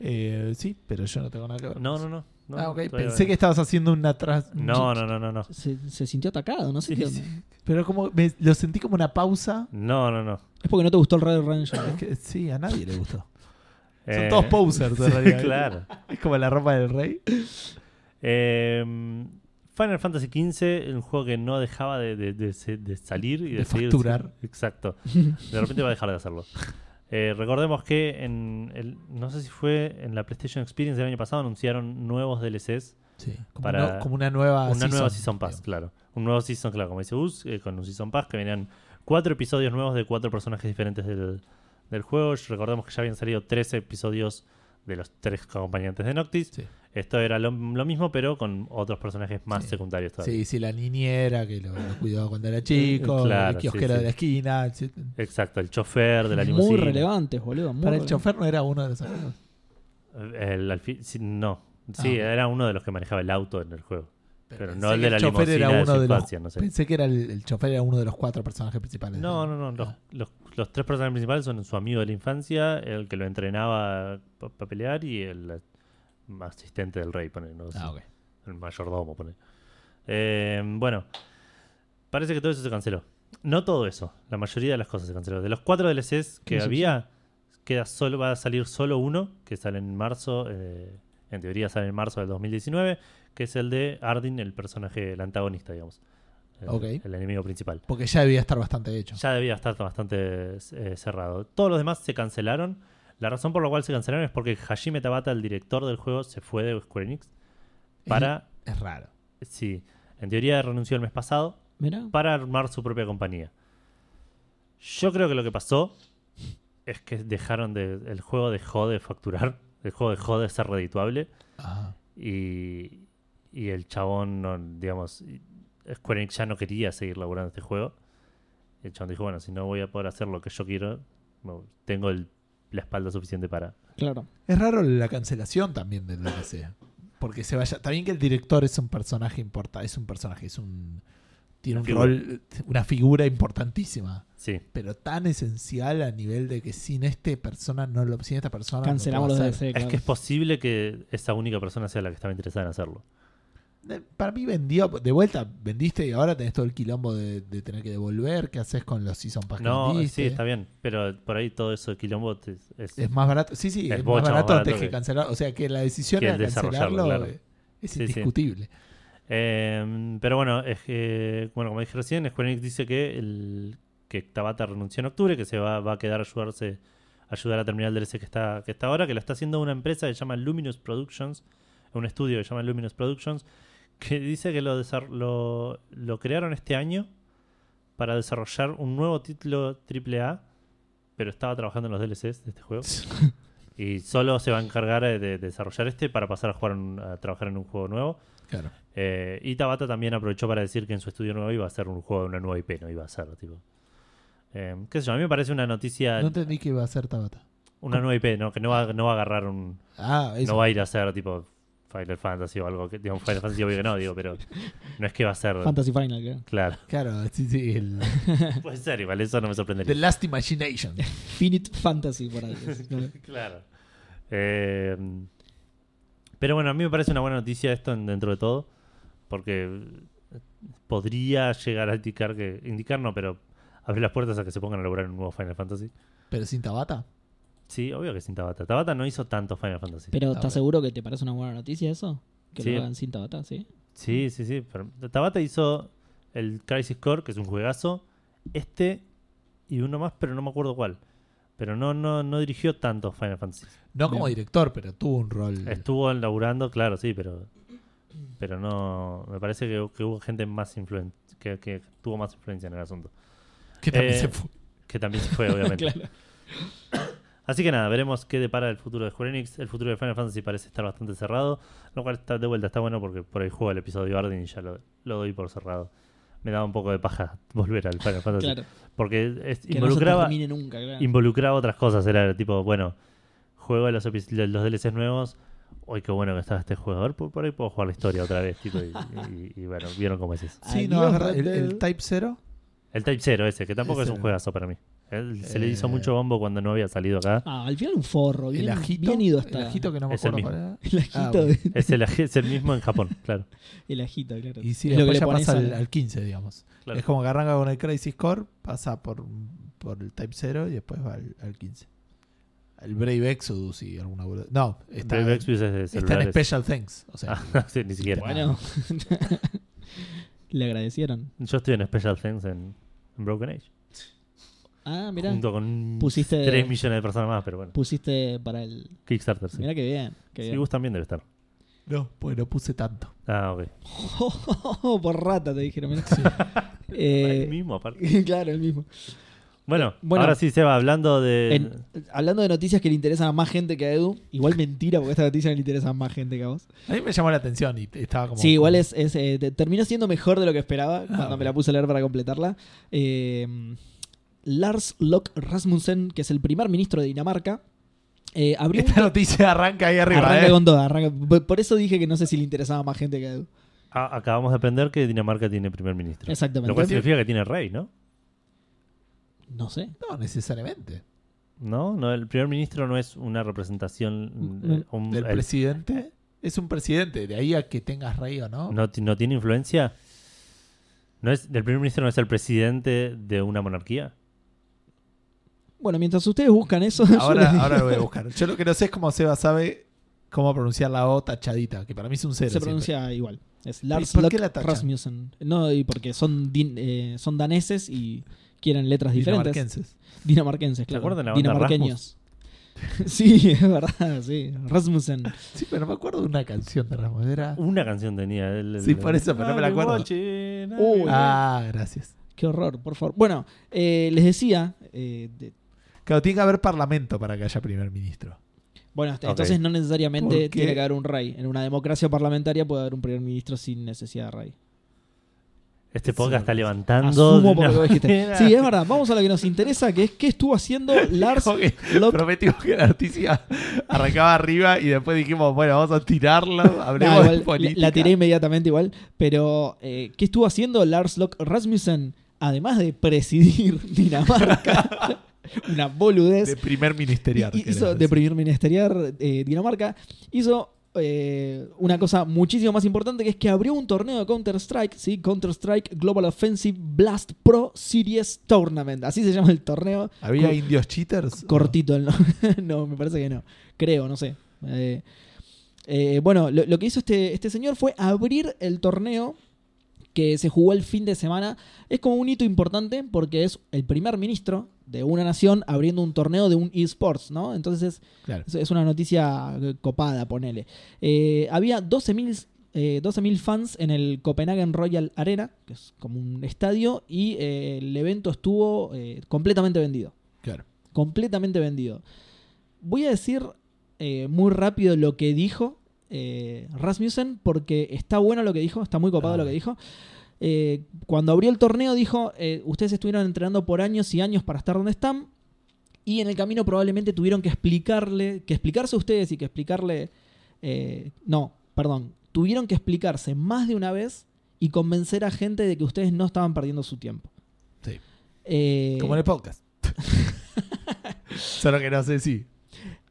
[SPEAKER 3] Eh, sí, pero yo no tengo nada que ver.
[SPEAKER 1] No, no, no. no,
[SPEAKER 3] ah, ok.
[SPEAKER 1] todavía
[SPEAKER 3] Pensé que estabas haciendo una atrás.
[SPEAKER 1] No, no, no, no, no.
[SPEAKER 2] Se, se sintió atacado, no sé
[SPEAKER 1] Sí,
[SPEAKER 2] qué
[SPEAKER 1] sí.
[SPEAKER 2] onda.
[SPEAKER 3] Pero como me- lo sentí como una pausa.
[SPEAKER 1] No, no, no.
[SPEAKER 2] Es porque no te gustó el Red Ranger. ¿no?
[SPEAKER 3] Es que sí, a nadie le gustó.
[SPEAKER 1] Eh,
[SPEAKER 3] Son todos posers, en realidad. ¿eh?
[SPEAKER 1] Claro.
[SPEAKER 3] Es como la ropa del rey.
[SPEAKER 1] Eh, Final Fantasy XV, un juego que no dejaba de, de- de se- de salir y de,
[SPEAKER 3] De
[SPEAKER 1] seguir-
[SPEAKER 3] facturar.
[SPEAKER 1] Exacto. De repente va a dejar de hacerlo. Eh, recordemos que en el, no sé si fue en la PlayStation Experience del año pasado anunciaron nuevos DLCs,
[SPEAKER 3] Sí, como,
[SPEAKER 1] Para-
[SPEAKER 3] una, como una nueva
[SPEAKER 1] una nueva Season Pass, claro. Un nuevo Season, claro, como dice Gus, eh, con un Season Pass que venían cuatro episodios nuevos de cuatro personajes diferentes del, del juego. Recordemos que ya habían salido tres episodios de los tres acompañantes de Noctis.
[SPEAKER 3] Sí.
[SPEAKER 1] Esto era lo, lo mismo, pero con otros personajes más
[SPEAKER 3] Sí.
[SPEAKER 1] secundarios todavía.
[SPEAKER 3] Sí, sí, la niñera que lo, lo cuidaba cuando era chico,
[SPEAKER 1] Claro,
[SPEAKER 3] el
[SPEAKER 1] sí,
[SPEAKER 3] kiosquero
[SPEAKER 1] sí.
[SPEAKER 3] de la esquina. etcétera.
[SPEAKER 1] Exacto, el chofer de la
[SPEAKER 2] Muy
[SPEAKER 1] limusina.
[SPEAKER 2] relevantes, boludo. muy
[SPEAKER 3] Para el
[SPEAKER 2] relevantes.
[SPEAKER 3] chofer no era uno de los amigos.
[SPEAKER 1] El alfi- sí, no, sí,
[SPEAKER 3] Ah.
[SPEAKER 1] era uno de los que manejaba el auto en el juego. Pero no
[SPEAKER 3] pensé
[SPEAKER 1] el
[SPEAKER 3] que
[SPEAKER 1] de la
[SPEAKER 3] chofer
[SPEAKER 1] limusina de su
[SPEAKER 3] uno
[SPEAKER 1] infancia,
[SPEAKER 3] los,
[SPEAKER 1] no sé.
[SPEAKER 3] Pensé que era el, el chofer era uno de los cuatro personajes principales.
[SPEAKER 1] No, no, no.
[SPEAKER 3] Ah.
[SPEAKER 1] Los, los- los tres personajes principales son su amigo de la infancia, el que lo entrenaba para pelear y el eh, asistente del rey, pone, no sé,
[SPEAKER 3] Ah, ok.
[SPEAKER 1] el mayordomo. Pone. Eh, bueno, parece que todo eso se canceló. No todo eso, la mayoría de las cosas se canceló. De los cuatro DLCs que
[SPEAKER 2] Una
[SPEAKER 1] había, queda solo, va a salir solo uno, que sale en marzo, eh, en teoría sale en marzo del 2019, que es el de Ardyn, el personaje, el antagonista, digamos. El-
[SPEAKER 3] Ok.
[SPEAKER 1] el enemigo principal.
[SPEAKER 3] Porque ya debía estar bastante hecho.
[SPEAKER 1] Ya debía estar bastante eh, cerrado. Todos los demás se cancelaron. La razón por la cual se cancelaron es porque Hajime Tabata, el director del juego, se fue de Square Enix para,
[SPEAKER 3] Es raro.
[SPEAKER 1] sí, en teoría renunció el mes pasado,
[SPEAKER 2] Mirá.
[SPEAKER 1] para armar su propia compañía. Yo creo que lo que pasó es que dejaron de, el juego dejó de facturar, el juego dejó de ser redituable
[SPEAKER 3] Ajá.
[SPEAKER 1] y, y el chabón, no, digamos, y- Square Enix ya no quería seguir laburando este juego. El chabón dijo, bueno, si no voy a poder hacer lo que yo quiero, no, tengo el- la espalda suficiente para...
[SPEAKER 2] Claro.
[SPEAKER 3] Es raro la cancelación también del DLC. Porque se vaya. También que el director es un personaje importante. Es un personaje, es un. Tiene un
[SPEAKER 1] Figura.
[SPEAKER 3] rol, una figura importantísima.
[SPEAKER 1] Sí,
[SPEAKER 3] Pero tan esencial a nivel de que sin este persona no lo, sin esta persona no
[SPEAKER 2] Cancelamos los
[SPEAKER 3] lo puedo
[SPEAKER 2] DLC,
[SPEAKER 1] es
[SPEAKER 2] claro.
[SPEAKER 1] que es posible que esa única persona sea la que estaba interesada en hacerlo.
[SPEAKER 3] hacer. Para mí vendió, de vuelta, vendiste y ahora tenés todo el quilombo de, de tener que devolver, ¿qué haces con los season pass que
[SPEAKER 1] No,
[SPEAKER 3] vendiste?
[SPEAKER 1] sí, está bien, pero por ahí todo eso de quilombo te- es,
[SPEAKER 3] ¿eh? Es más barato, sí, sí,
[SPEAKER 1] Es
[SPEAKER 3] es,
[SPEAKER 1] mucho
[SPEAKER 3] más
[SPEAKER 1] más
[SPEAKER 3] barato
[SPEAKER 1] barato
[SPEAKER 3] antes que,
[SPEAKER 1] que-
[SPEAKER 3] cancelar, o sea que la decisión
[SPEAKER 1] que
[SPEAKER 3] de
[SPEAKER 1] el desarrollarlo,
[SPEAKER 3] cancelarlo
[SPEAKER 1] claro.
[SPEAKER 3] eh, es
[SPEAKER 1] Sí, sí.
[SPEAKER 3] indiscutible.
[SPEAKER 1] Eh, pero bueno, es que, bueno, como dije recién, Square Enix dice que el que Tabata renunció en octubre, que se va, va a quedar a ayudarse, a ayudar a terminar el DLC que está, que está ahora, que lo está haciendo una empresa que se llama Luminous Productions, un estudio que se llama Luminous Productions, que dice que lo, desar- lo, lo crearon este año para desarrollar un nuevo título AAA, pero estaba trabajando en los DLCs de este juego. Y solo se va a encargar eh, de, desarrollar este para pasar a, jugar un- a trabajar en un juego nuevo.
[SPEAKER 3] Claro.
[SPEAKER 1] Eh, y Tabata también aprovechó para decir que en su estudio nuevo iba a ser un juego de una nueva IP, no iba a ser tipo Eh, qué sé yo, a mí me parece una noticia,
[SPEAKER 3] No entendí que iba a ser Tabata.
[SPEAKER 1] una nueva IP, ¿no? Que no va, no va a agarrar un...
[SPEAKER 3] Ah, eso.
[SPEAKER 1] No va a ir a ser tipo Final Fantasy o algo. Que, digo, Final Fantasy obvio que no, digo, pero no es que va a ser...
[SPEAKER 2] Fantasy Final, creo.
[SPEAKER 1] Claro.
[SPEAKER 3] Claro, sí, sí. El...
[SPEAKER 1] Puede ser igual, eso no me
[SPEAKER 3] The
[SPEAKER 1] sorprendería.
[SPEAKER 3] Last Imagination.
[SPEAKER 2] Finite Fantasy, por ahí.
[SPEAKER 1] Claro. Eh, pero bueno, a mí me parece una buena noticia esto en- dentro de todo, porque podría llegar a indicar que... Indicar no, pero abrir las puertas a que se pongan a lograr un nuevo Final Fantasy.
[SPEAKER 3] Pero sin Tabata.
[SPEAKER 1] Sí, obvio que sin Tabata. Tabata no hizo tanto Final Fantasy.
[SPEAKER 2] Pero
[SPEAKER 3] Ahora.
[SPEAKER 2] ¿estás seguro que te parece una buena noticia eso? Que
[SPEAKER 1] Sí.
[SPEAKER 2] lo hagan sin Tabata, ¿sí?
[SPEAKER 1] Sí, sí, sí. pero Tabata hizo el Crisis Core, que es un juegazo. Este y uno más, pero no me acuerdo cuál. Pero no, no, no dirigió tantos Final Fantasy.
[SPEAKER 3] No como
[SPEAKER 2] Bien.
[SPEAKER 3] director, pero tuvo un rol.
[SPEAKER 1] Estuvo laburando, claro, sí, pero. Pero no. Me parece que, que hubo gente más influen que, que tuvo más influencia en el asunto.
[SPEAKER 3] Que también
[SPEAKER 1] eh,
[SPEAKER 3] se fue.
[SPEAKER 1] Que también se fue, obviamente. Así que nada, veremos qué depara el futuro de Square Enix. El futuro de Final Fantasy parece estar bastante cerrado, lo cual está de vuelta está bueno porque por ahí juego el episodio de Arden y ya lo, lo doy por cerrado. Me daba un poco de paja volver al Final Fantasy.
[SPEAKER 2] Claro.
[SPEAKER 1] Porque es-
[SPEAKER 2] Que no se
[SPEAKER 1] involucraba,
[SPEAKER 2] termine nunca, claro.
[SPEAKER 1] involucraba otras cosas. Era tipo, bueno, juego los, epi- los DLCs nuevos. Uy, qué bueno que estaba este jugador. Por, por ahí puedo jugar la historia otra vez. tipo, y, y- y bueno, vieron cómo es eso.
[SPEAKER 3] Sí, no,
[SPEAKER 2] Adiós,
[SPEAKER 3] agarra- el,
[SPEAKER 2] Red
[SPEAKER 3] el
[SPEAKER 2] Dead.
[SPEAKER 3] Type 0.
[SPEAKER 1] El Type 0 ese, que tampoco
[SPEAKER 3] Ese
[SPEAKER 1] es un
[SPEAKER 3] no.
[SPEAKER 1] juegazo para mí. Él- se le hizo
[SPEAKER 3] Eh.
[SPEAKER 1] mucho bombo cuando no había salido acá.
[SPEAKER 2] Ah, al final un forro. Bien,
[SPEAKER 3] el ajito.
[SPEAKER 2] bien ido hasta.
[SPEAKER 3] El ajito que no me
[SPEAKER 1] Es el
[SPEAKER 3] acuerdo cuál era.
[SPEAKER 2] El ajito,
[SPEAKER 3] Ah, bueno.
[SPEAKER 2] de-
[SPEAKER 1] Es el, es el mismo en Japón, claro.
[SPEAKER 2] el ajito, claro.
[SPEAKER 3] Y sí,
[SPEAKER 2] Es lo que
[SPEAKER 3] después
[SPEAKER 2] le
[SPEAKER 3] ya
[SPEAKER 2] pones
[SPEAKER 3] pasa al,
[SPEAKER 2] al-
[SPEAKER 3] al 15, digamos.
[SPEAKER 1] Claro.
[SPEAKER 3] Es como que arranca con el Crisis Core, pasa por, por el Type 0 y después va al, al 15. El Brave Exodus y alguna bol- No, está,
[SPEAKER 1] Brave Exvius es de
[SPEAKER 3] está en
[SPEAKER 1] celulares.
[SPEAKER 3] Special Thanks. O sea,
[SPEAKER 1] Ah, sí, ni siquiera.
[SPEAKER 2] Bueno. le agradecieron.
[SPEAKER 1] Yo estoy en Special Things en, en Broken Age.
[SPEAKER 2] Ah, mirá.
[SPEAKER 1] Junto con
[SPEAKER 2] Pusiste-
[SPEAKER 1] 3 millones de personas más, pero bueno.
[SPEAKER 2] Pusiste para el.
[SPEAKER 1] Kickstarter, sí.
[SPEAKER 2] Mirá que bien. qué
[SPEAKER 1] Si
[SPEAKER 2] bien.
[SPEAKER 1] gustan bien debe estar.
[SPEAKER 3] no, pues no puse tanto.
[SPEAKER 1] Ah, ok.
[SPEAKER 2] Oh, por rata te dijeron. mirá. Eh,
[SPEAKER 1] el mismo, aparte.
[SPEAKER 2] claro, el mismo.
[SPEAKER 1] Bueno,
[SPEAKER 2] Eh, Bueno.
[SPEAKER 1] ahora sí, Seba, hablando de.
[SPEAKER 2] En- hablando de noticias que le interesan a más gente que a Edu, igual mentira porque esta noticia le interesa a más gente que a vos.
[SPEAKER 3] A mí me llamó la atención y te- estaba como. Ah,
[SPEAKER 2] Sí, igual es, es, eh, te- terminó siendo mejor de lo que esperaba cuando
[SPEAKER 3] ok.
[SPEAKER 2] me la puse a leer para completarla. Eh, Lars Locke Rasmussen, que es el primer ministro de Dinamarca, eh, abrió un-
[SPEAKER 3] Esta noticia arranca ahí arriba.
[SPEAKER 2] arranca
[SPEAKER 3] ¿eh?
[SPEAKER 2] con todo, arranca- por- Por eso dije que no sé si le interesaba a más gente que a Edu.
[SPEAKER 1] a- acabamos de aprender que Dinamarca tiene primer ministro.
[SPEAKER 2] Exactamente.
[SPEAKER 1] Lo cual significa que tiene rey, ¿no?
[SPEAKER 2] No sé.
[SPEAKER 3] No, necesariamente.
[SPEAKER 1] No, no el primer ministro no es una representación.
[SPEAKER 2] Mm,
[SPEAKER 1] eh, un-
[SPEAKER 3] Del
[SPEAKER 1] el-
[SPEAKER 3] presidente. Es un presidente. De ahí a que tengas rey o no.
[SPEAKER 1] no, ti- no tiene influencia. No es, el primer ministro no es el presidente de una monarquía.
[SPEAKER 2] Bueno, mientras ustedes buscan eso, yo les
[SPEAKER 3] Ahora,
[SPEAKER 2] digo.
[SPEAKER 3] ahora lo voy a buscar. Yo lo que no sé es cómo Seba sabe cómo pronunciar la O tachadita, que para mí es un cero.
[SPEAKER 2] se
[SPEAKER 3] siempre.
[SPEAKER 2] pronuncia igual. Es Lars
[SPEAKER 3] por qué
[SPEAKER 2] Locke
[SPEAKER 3] la tachan?
[SPEAKER 2] Rasmussen. No, y porque son, din- eh, son daneses y quieren letras diferentes.
[SPEAKER 3] Dinamarquenses.
[SPEAKER 2] Dinamarquenses, claro.
[SPEAKER 1] acuerdan la banda
[SPEAKER 2] Dinamarqueños. sí, es verdad, sí. Rasmussen.
[SPEAKER 3] Sí, pero me acuerdo de una canción de Ramos. Era...
[SPEAKER 1] Una canción tenía. el- el-
[SPEAKER 3] Sí, por eso, pero no me la acuerdo.
[SPEAKER 1] Uy.
[SPEAKER 3] Ah, gracias.
[SPEAKER 2] Qué horror, por favor. Bueno, eh, les decía. eh, de-
[SPEAKER 3] Claro, tiene que haber parlamento para que haya primer ministro.
[SPEAKER 2] bueno, hasta-
[SPEAKER 1] Ok.
[SPEAKER 2] entonces no necesariamente
[SPEAKER 3] Porque-
[SPEAKER 2] tiene que haber un rey. En una democracia parlamentaria puede haber un primer ministro sin necesidad de rey.
[SPEAKER 1] Este podcast está levantando. de
[SPEAKER 2] Asumo por
[SPEAKER 1] una
[SPEAKER 2] lo que vos dijiste.
[SPEAKER 1] manera-
[SPEAKER 2] Sí, es verdad. Vamos a lo que nos interesa, que es qué estuvo haciendo Lars
[SPEAKER 3] Como que
[SPEAKER 2] Locke Ah,
[SPEAKER 3] prometimos que la noticia arrancaba arriba y después dijimos, bueno, vamos a tirarla, hablemos
[SPEAKER 2] No,
[SPEAKER 3] de
[SPEAKER 2] igual, la-
[SPEAKER 3] política.
[SPEAKER 2] la tiré inmediatamente igual. Pero, eh, ¿qué estuvo haciendo Lars Locke Rasmussen? Además de presidir Dinamarca. una boludez.
[SPEAKER 3] de primer ministerial.
[SPEAKER 2] Y- y-
[SPEAKER 3] querés
[SPEAKER 2] hizo de
[SPEAKER 3] decir.
[SPEAKER 2] primer ministerial eh, Dinamarca. Hizo eh, una cosa muchísimo más importante que es que abrió un torneo de Counter-Strike, ¿sí? Counter-Strike Global Offensive Blast Pro Series Tournament. Así se llama el torneo.
[SPEAKER 3] ¿Había
[SPEAKER 2] Cor-
[SPEAKER 3] indios cheaters?
[SPEAKER 2] cortito el nombre. no, me parece que no. Creo, no sé. Eh, eh, bueno, lo, lo que hizo este, este señor fue abrir el torneo que se jugó el fin de semana. Es como un hito importante porque es el primer ministro de una nación abriendo un torneo de un esports, ¿no? Entonces es
[SPEAKER 3] Claro.
[SPEAKER 2] es- Es una noticia eh, copada, ponele. Eh, había 12.000 eh, 12.000 fans en el Copenhagen Royal Arena, que es como un estadio, y eh, el evento estuvo eh, completamente vendido.
[SPEAKER 3] Claro.
[SPEAKER 2] Completamente vendido. Voy a decir eh, muy rápido lo que dijo eh, Rasmussen, porque está bueno lo que dijo, está muy copado
[SPEAKER 3] Ah.
[SPEAKER 2] lo que dijo. eh, cuando abrió el torneo dijo, eh, ustedes estuvieron entrenando por años y años para estar donde están, y en el camino probablemente tuvieron que explicarle, que explicarse a ustedes y que explicarle, eh, no, perdón, tuvieron que explicarse más de una vez y convencer a gente de que ustedes no estaban perdiendo su tiempo.
[SPEAKER 3] Sí.
[SPEAKER 2] Eh,
[SPEAKER 3] Como en el podcast. Solo que no sé si.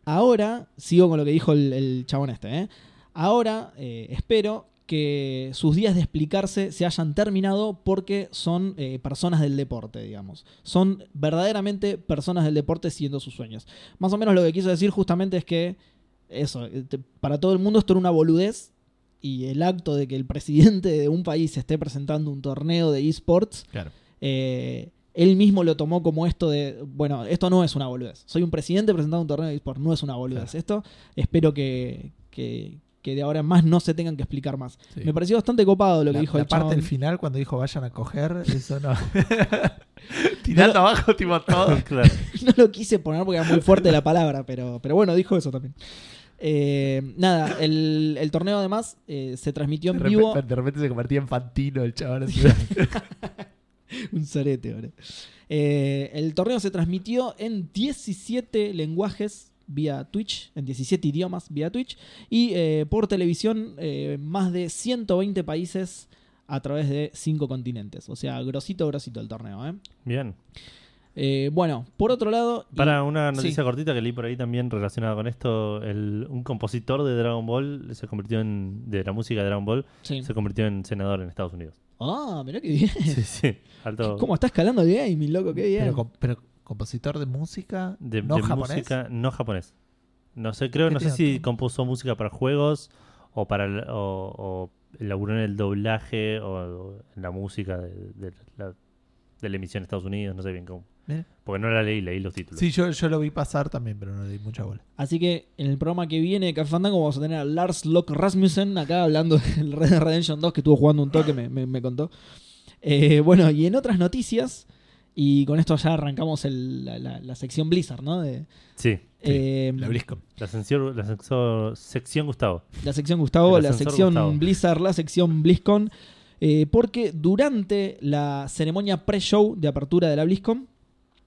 [SPEAKER 2] Ahora, sigo con lo que dijo el, el chabón este, ¿eh? Ahora eh, espero que sus días de explicarse se hayan terminado porque son eh, personas del deporte, digamos. Son verdaderamente personas del deporte siguiendo sus sueños. Más o menos lo que quiso decir justamente es que eso, eh, te- para todo el mundo esto era una boludez y el acto de que el presidente de un país esté presentando un torneo de esports
[SPEAKER 3] Claro.
[SPEAKER 2] eh, él mismo lo tomó como esto de, bueno, esto no es una boludez. Soy un presidente presentando un torneo de esports, no es una boludez.
[SPEAKER 3] Claro.
[SPEAKER 2] Esto espero que, que- que de ahora en más no se tengan que explicar más.
[SPEAKER 3] sí.
[SPEAKER 2] Me pareció bastante copado lo que
[SPEAKER 3] la,
[SPEAKER 2] dijo
[SPEAKER 3] la
[SPEAKER 2] el
[SPEAKER 3] parte
[SPEAKER 2] chabón.
[SPEAKER 3] del final cuando dijo vayan a coger, eso no. Tirando abajo, tipo todo.
[SPEAKER 1] claro.
[SPEAKER 2] no lo quise poner porque era muy fuerte la palabra, pero, pero bueno, dijo eso también. Eh, nada, el, el torneo además eh, se transmitió
[SPEAKER 3] De
[SPEAKER 2] en
[SPEAKER 3] repe-
[SPEAKER 2] vivo.
[SPEAKER 3] de repente se convertía en Fantino el chaval. así.
[SPEAKER 2] Un zarete, boludo. Eh, el torneo se transmitió en 17 lenguajes vía Twitch, en 17 idiomas vía Twitch, y eh, por televisión eh, más de 120 países a través de 5 continentes. O sea, grosito, grosito el torneo. ¿eh?
[SPEAKER 1] Bien.
[SPEAKER 2] Eh, bueno, por otro lado... y-
[SPEAKER 1] Para una noticia
[SPEAKER 2] sí.
[SPEAKER 1] cortita que leí por ahí también relacionada con esto, el- un compositor de Dragon Ball se convirtió en de la música de Dragon Ball
[SPEAKER 2] sí.
[SPEAKER 1] se convirtió en senador en Estados Unidos.
[SPEAKER 2] Ah, mirá qué bien.
[SPEAKER 1] Sí, sí. Alto
[SPEAKER 2] ¿Cómo está escalando el gaming, loco? Qué bien.
[SPEAKER 3] pero, com- pero compositor de música,
[SPEAKER 1] de,
[SPEAKER 3] no
[SPEAKER 1] de
[SPEAKER 3] japonés.
[SPEAKER 1] música no japonés. No sé, creo,
[SPEAKER 3] ¿Qué
[SPEAKER 1] no sé
[SPEAKER 3] tiene
[SPEAKER 1] si
[SPEAKER 3] otro?
[SPEAKER 1] compuso música para juegos o para el- o, o laburó en el doblaje o, o en la música de, de la, de la emisión de Estados Unidos, no sé bien cómo.
[SPEAKER 3] Mira.
[SPEAKER 1] Porque no la leí, leí los títulos.
[SPEAKER 3] Sí, yo, yo lo vi pasar también, pero no le di mucha bola.
[SPEAKER 2] Así que en el programa que viene de Café Fandango vamos a tener a Lars Locke Rasmussen acá hablando del Red Dead Redemption 2 que estuvo jugando un toque, me, me- me contó. Eh, bueno, y en otras noticias, y con esto ya arrancamos el- la, la- la sección Blizzard, ¿no? De,
[SPEAKER 1] Sí.
[SPEAKER 2] eh,
[SPEAKER 3] La BlizzCon.
[SPEAKER 1] La, sección- la sección- sección Gustavo.
[SPEAKER 2] la sección Gustavo,
[SPEAKER 1] El
[SPEAKER 2] la
[SPEAKER 1] ascensor
[SPEAKER 2] sección
[SPEAKER 1] Gustavo.
[SPEAKER 2] Blizzard, la sección BlizzCon, eh, porque durante la ceremonia pre-show de apertura de la BlizzCon,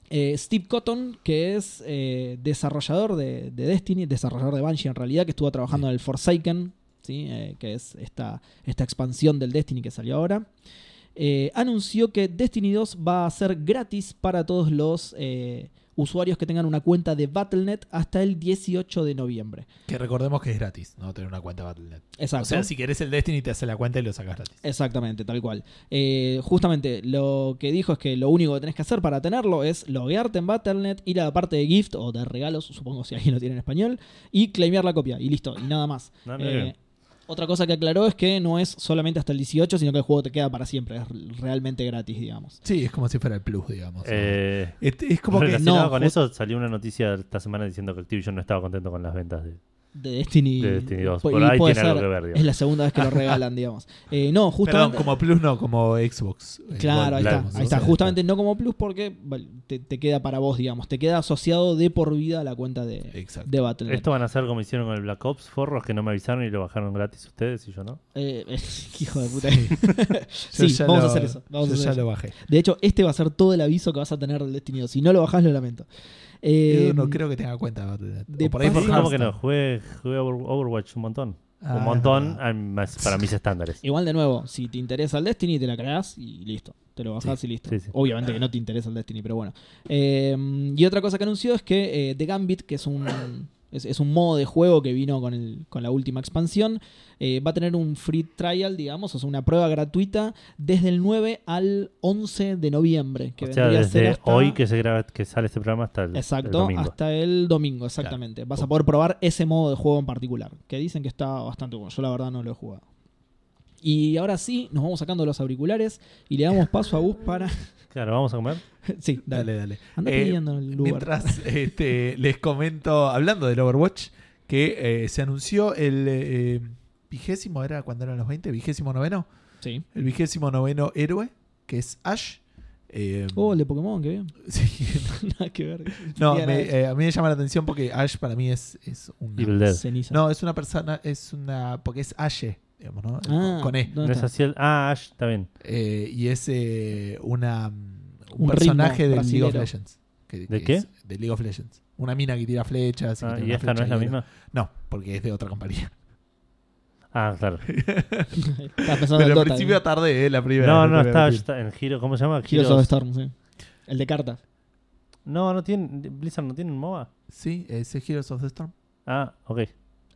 [SPEAKER 2] eh, Steve Cotton, que es eh, desarrollador de, de Destiny, desarrollador de Bungie en realidad, que estuvo trabajando en el Forsaken, ¿sí? Eh, que es esta, esta expansión del Destiny que salió ahora, eh, anunció que Destiny 2 va a ser gratis para todos los eh, usuarios que tengan una cuenta de Battle.net hasta el 18 de noviembre.
[SPEAKER 3] Que recordemos que es gratis, no tener una cuenta Battle.net.
[SPEAKER 2] Exacto.
[SPEAKER 3] O sea, si querés el Destiny, te hace la cuenta y lo sacas gratis.
[SPEAKER 2] Exactamente, tal cual. Eh, justamente lo que dijo es que lo único que tenés que hacer para tenerlo es loguearte en Battle.net, ir a la parte de gift o de regalos, supongo si alguien lo tiene en español, y claimear la copia, y listo, y nada más. Eh,
[SPEAKER 1] Ah, mira bien.
[SPEAKER 2] otra cosa que aclaró es que no es solamente hasta el 18, sino que el juego te queda para siempre, es realmente gratis, digamos.
[SPEAKER 3] Sí, es como si fuera el Plus, digamos.
[SPEAKER 1] Eh,
[SPEAKER 3] Este- es como que.
[SPEAKER 1] relacionado
[SPEAKER 2] no,
[SPEAKER 1] con
[SPEAKER 2] ju-
[SPEAKER 1] eso, salió una noticia esta semana diciendo que Activision no estaba contento con las ventas de.
[SPEAKER 2] De Destiny,
[SPEAKER 1] De Destiny 2,
[SPEAKER 2] po-
[SPEAKER 1] por
[SPEAKER 2] y
[SPEAKER 1] ahí
[SPEAKER 2] puede
[SPEAKER 1] tiene algo
[SPEAKER 2] ser-
[SPEAKER 1] que ver, digamos.
[SPEAKER 2] Es la segunda vez que lo regalan, digamos. Eh, no,
[SPEAKER 3] Perdón,
[SPEAKER 2] justamente.
[SPEAKER 3] como Plus no, como Xbox. eh,
[SPEAKER 2] Claro,
[SPEAKER 3] Gold,
[SPEAKER 2] ahí está,
[SPEAKER 3] digamos,
[SPEAKER 2] ahí
[SPEAKER 3] o
[SPEAKER 2] está.
[SPEAKER 3] sea,
[SPEAKER 2] Justamente no como plus porque bueno, te, te queda para vos, digamos. Te queda asociado de por vida a la cuenta de,
[SPEAKER 3] Exacto.
[SPEAKER 2] de Battle.net.
[SPEAKER 1] Esto van a hacer como hicieron con el Black Ops, forros que no me avisaron y lo bajaron gratis ustedes y yo no.
[SPEAKER 2] Eh, eh, hijo de puta.
[SPEAKER 3] Yo
[SPEAKER 2] Sí,
[SPEAKER 3] ya
[SPEAKER 2] vamos
[SPEAKER 3] lo-
[SPEAKER 2] a hacer eso. vamos a
[SPEAKER 3] yo
[SPEAKER 2] hacer
[SPEAKER 3] ya
[SPEAKER 2] eso.
[SPEAKER 3] lo bajé.
[SPEAKER 2] De hecho, este va a ser todo el aviso que vas a tener del Destiny 2. Si no lo bajás, lo lamento. Eh,
[SPEAKER 3] Yo no creo que tenga cuenta Battle.net.
[SPEAKER 2] de
[SPEAKER 3] O por ahí por
[SPEAKER 1] Sí, ¿Cómo que
[SPEAKER 3] Hearthstone.
[SPEAKER 1] no? Jugué, jugué Over- Overwatch un montón.
[SPEAKER 3] Ah,
[SPEAKER 1] un montón
[SPEAKER 3] es verdad.
[SPEAKER 1] a mis- para mis estándares.
[SPEAKER 2] Igual de nuevo, si te interesa el Destiny, te la creás y listo. Te lo bajás y listo.
[SPEAKER 1] sí, sí.
[SPEAKER 2] Obviamente que no te interesa el Destiny, pero bueno. Eh, y otra cosa que anunció es que eh, The Gambit, que es un, es, es un modo de juego que vino con, el, con la última expansión, eh, va a tener un free trial, digamos, o sea, una prueba gratuita desde el 9 al 11 de noviembre. Que
[SPEAKER 1] o sea,
[SPEAKER 2] vendría a ser
[SPEAKER 1] desde
[SPEAKER 2] hasta-
[SPEAKER 1] hoy que se graba, que sale este programa hasta el, el
[SPEAKER 2] Exacto,
[SPEAKER 1] domingo.
[SPEAKER 2] hasta el domingo, exactamente. Vas a
[SPEAKER 3] Claro.
[SPEAKER 2] poder probar ese modo de juego en particular, que dicen que está bastante bueno. Yo la verdad no lo he jugado. Y ahora sí, nos vamos sacando los auriculares y le damos paso a Gus para...
[SPEAKER 1] Claro, vamos a comer.
[SPEAKER 2] Ah, sí, dale.
[SPEAKER 3] Dale, dale.
[SPEAKER 2] Anda
[SPEAKER 3] Eh,
[SPEAKER 2] pidiendo el lugar.
[SPEAKER 3] Mientras este, les comento, hablando del Overwatch, que eh, se anunció el eh, vigésimo, ¿era cuando eran los 20? ¿Vigésimo noveno?
[SPEAKER 2] Sí.
[SPEAKER 3] El vigésimo noveno héroe, que es Ash. Eh,
[SPEAKER 2] Oh, el de Pokémon, qué bien.
[SPEAKER 3] sí.
[SPEAKER 2] Nada que ver.
[SPEAKER 3] No,
[SPEAKER 2] Diana,
[SPEAKER 3] me- eh, a mí me llama la atención porque Ash para mí es, es un...
[SPEAKER 1] Evil Dead.
[SPEAKER 2] Ceniza.
[SPEAKER 3] No, es una persona, es una... porque es Ashe. digamos, ¿no?
[SPEAKER 2] Ah,
[SPEAKER 3] con E.
[SPEAKER 2] ¿dónde
[SPEAKER 1] No es
[SPEAKER 2] está?
[SPEAKER 1] así el- Ah, Ash, está bien.
[SPEAKER 3] Eh, y es eh, una, un,
[SPEAKER 2] ritmo
[SPEAKER 3] personaje de League
[SPEAKER 2] brasilero.
[SPEAKER 3] of Legends. que-
[SPEAKER 1] ¿De
[SPEAKER 3] que
[SPEAKER 1] qué?
[SPEAKER 3] es de League of Legends. Una mina que tira flechas.
[SPEAKER 1] Ah,
[SPEAKER 3] tiene
[SPEAKER 1] ¿Y
[SPEAKER 3] una
[SPEAKER 1] esta no
[SPEAKER 3] flecha
[SPEAKER 1] es la
[SPEAKER 3] y
[SPEAKER 1] misma?
[SPEAKER 3] era- No, porque es de otra compañía.
[SPEAKER 1] Ah, claro.
[SPEAKER 2] Estaba pensando en
[SPEAKER 3] Pero al
[SPEAKER 2] Dota,
[SPEAKER 3] principio
[SPEAKER 2] digo.
[SPEAKER 3] tarde, eh, la primera.
[SPEAKER 1] No,
[SPEAKER 3] te
[SPEAKER 1] no,
[SPEAKER 3] voy a
[SPEAKER 1] está,
[SPEAKER 3] mentir.
[SPEAKER 1] está en Giro. ¿Cómo se llama?
[SPEAKER 2] Heroes
[SPEAKER 1] Heroes-
[SPEAKER 2] of Storm, sí. El de cartas.
[SPEAKER 1] No, no tiene. Blizzard no tiene un MOBA.
[SPEAKER 3] Sí, es Heroes of the Storm. Eh,
[SPEAKER 1] Ah, ok.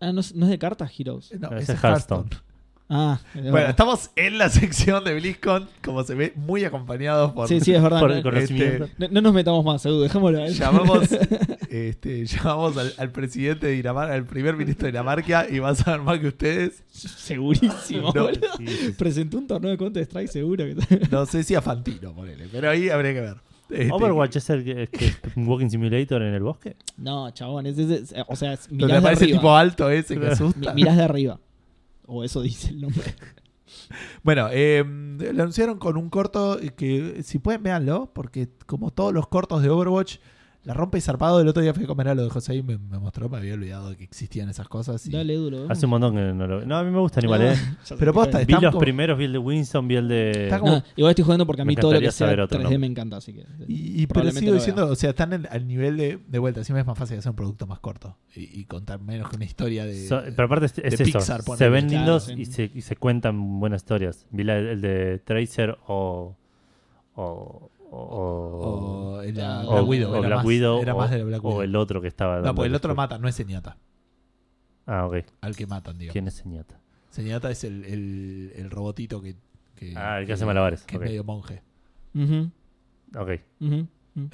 [SPEAKER 2] Ah, no es, no es de cartas, Heroes.
[SPEAKER 3] No,
[SPEAKER 1] Ese
[SPEAKER 3] ese
[SPEAKER 1] es
[SPEAKER 3] es
[SPEAKER 1] Hearthstone.
[SPEAKER 3] Hearthstone.
[SPEAKER 2] Ah, es
[SPEAKER 3] Bueno,
[SPEAKER 2] verdad.
[SPEAKER 3] estamos en la sección de BlizzCon, como se ve, muy acompañados por...
[SPEAKER 2] Sí, sí, es verdad.
[SPEAKER 1] Por el
[SPEAKER 2] no,
[SPEAKER 1] conocimiento.
[SPEAKER 3] Este,
[SPEAKER 2] no- no nos metamos más, Edu, dejémoslo. a él.
[SPEAKER 3] Llamamos, este, llamamos al, al presidente de Dinamarca, al primer ministro de Dinamarca, y vas a ver más que ustedes.
[SPEAKER 2] Segurísimo,
[SPEAKER 3] No.
[SPEAKER 2] boludo.
[SPEAKER 1] Sí, sí, sí.
[SPEAKER 2] Presentó un torneo de Counter Strike seguro que
[SPEAKER 3] No sé si a Fantino, ponele, pero ahí habría que ver. Este,
[SPEAKER 1] Overwatch es el que, es que- es un walking simulator en el bosque.
[SPEAKER 2] No, chabón, es, es- es- o sea, es,
[SPEAKER 3] Donde
[SPEAKER 2] mirás de
[SPEAKER 3] aparece el
[SPEAKER 2] arriba.
[SPEAKER 3] tipo alto ese que
[SPEAKER 2] Mi-
[SPEAKER 3] asusta.
[SPEAKER 2] mirás de arriba. O eso dice el nombre.
[SPEAKER 3] Bueno, eh, lo anunciaron con un corto eh, que, si pueden, véanlo, porque como todos los cortos de Overwatch, la rompe y zarpado. El otro día fui a comer a lo de José y me, me mostró, me había olvidado de que existían esas cosas. y-
[SPEAKER 2] Dale, Edu, lo
[SPEAKER 3] Mm.
[SPEAKER 2] vemos.
[SPEAKER 1] Hace un montón que no lo veo. No, a mí me gusta animal,
[SPEAKER 2] Ah,
[SPEAKER 1] ¿eh?
[SPEAKER 2] ya sé
[SPEAKER 3] Pero
[SPEAKER 2] que
[SPEAKER 3] posta,
[SPEAKER 2] bueno.
[SPEAKER 1] Vi
[SPEAKER 3] Están
[SPEAKER 1] los
[SPEAKER 3] como-
[SPEAKER 1] primeros, vi el de Winston, vi el de.
[SPEAKER 3] Está como-
[SPEAKER 2] No, igual estoy jugando porque a
[SPEAKER 1] Me
[SPEAKER 2] mí todo lo que
[SPEAKER 1] encantaría
[SPEAKER 2] sea
[SPEAKER 1] saber otro
[SPEAKER 2] 3D
[SPEAKER 1] nombre.
[SPEAKER 2] me encanta, así que.
[SPEAKER 3] Y, y pero
[SPEAKER 2] Probablemente
[SPEAKER 3] sigo
[SPEAKER 2] lo
[SPEAKER 3] diciendo, o sea, están en- al nivel de, de vuelta. Siempre es más fácil hacer un producto más corto y, y contar menos que una historia de.
[SPEAKER 1] So- pero aparte es, es
[SPEAKER 3] de
[SPEAKER 1] eso.
[SPEAKER 3] Pixar, ponele.
[SPEAKER 1] se ven
[SPEAKER 2] Claro,
[SPEAKER 1] lindos
[SPEAKER 2] sí.
[SPEAKER 1] y, se, y se cuentan buenas historias. Vi la- el de Tracer o. O. O.
[SPEAKER 3] o en la,
[SPEAKER 2] o-
[SPEAKER 3] la
[SPEAKER 1] o-
[SPEAKER 3] Widow.
[SPEAKER 1] o
[SPEAKER 3] era
[SPEAKER 1] Black
[SPEAKER 3] más,
[SPEAKER 1] Widow.
[SPEAKER 3] Era
[SPEAKER 1] o,
[SPEAKER 3] más de la Black
[SPEAKER 1] o
[SPEAKER 3] Widow.
[SPEAKER 1] el otro que estaba.
[SPEAKER 3] no,
[SPEAKER 1] dando
[SPEAKER 3] pues el otro
[SPEAKER 1] después.
[SPEAKER 3] mata, no es Señata.
[SPEAKER 1] Ah, ok.
[SPEAKER 3] Al que matan, digo.
[SPEAKER 1] ¿Quién es Señata?
[SPEAKER 3] Señata es el, el, el robotito que. que-
[SPEAKER 1] Ah, el que hace malabares,
[SPEAKER 3] Que
[SPEAKER 1] ok.
[SPEAKER 3] es medio monje.
[SPEAKER 2] Ujú,
[SPEAKER 1] Ok.
[SPEAKER 2] ujú, ujú.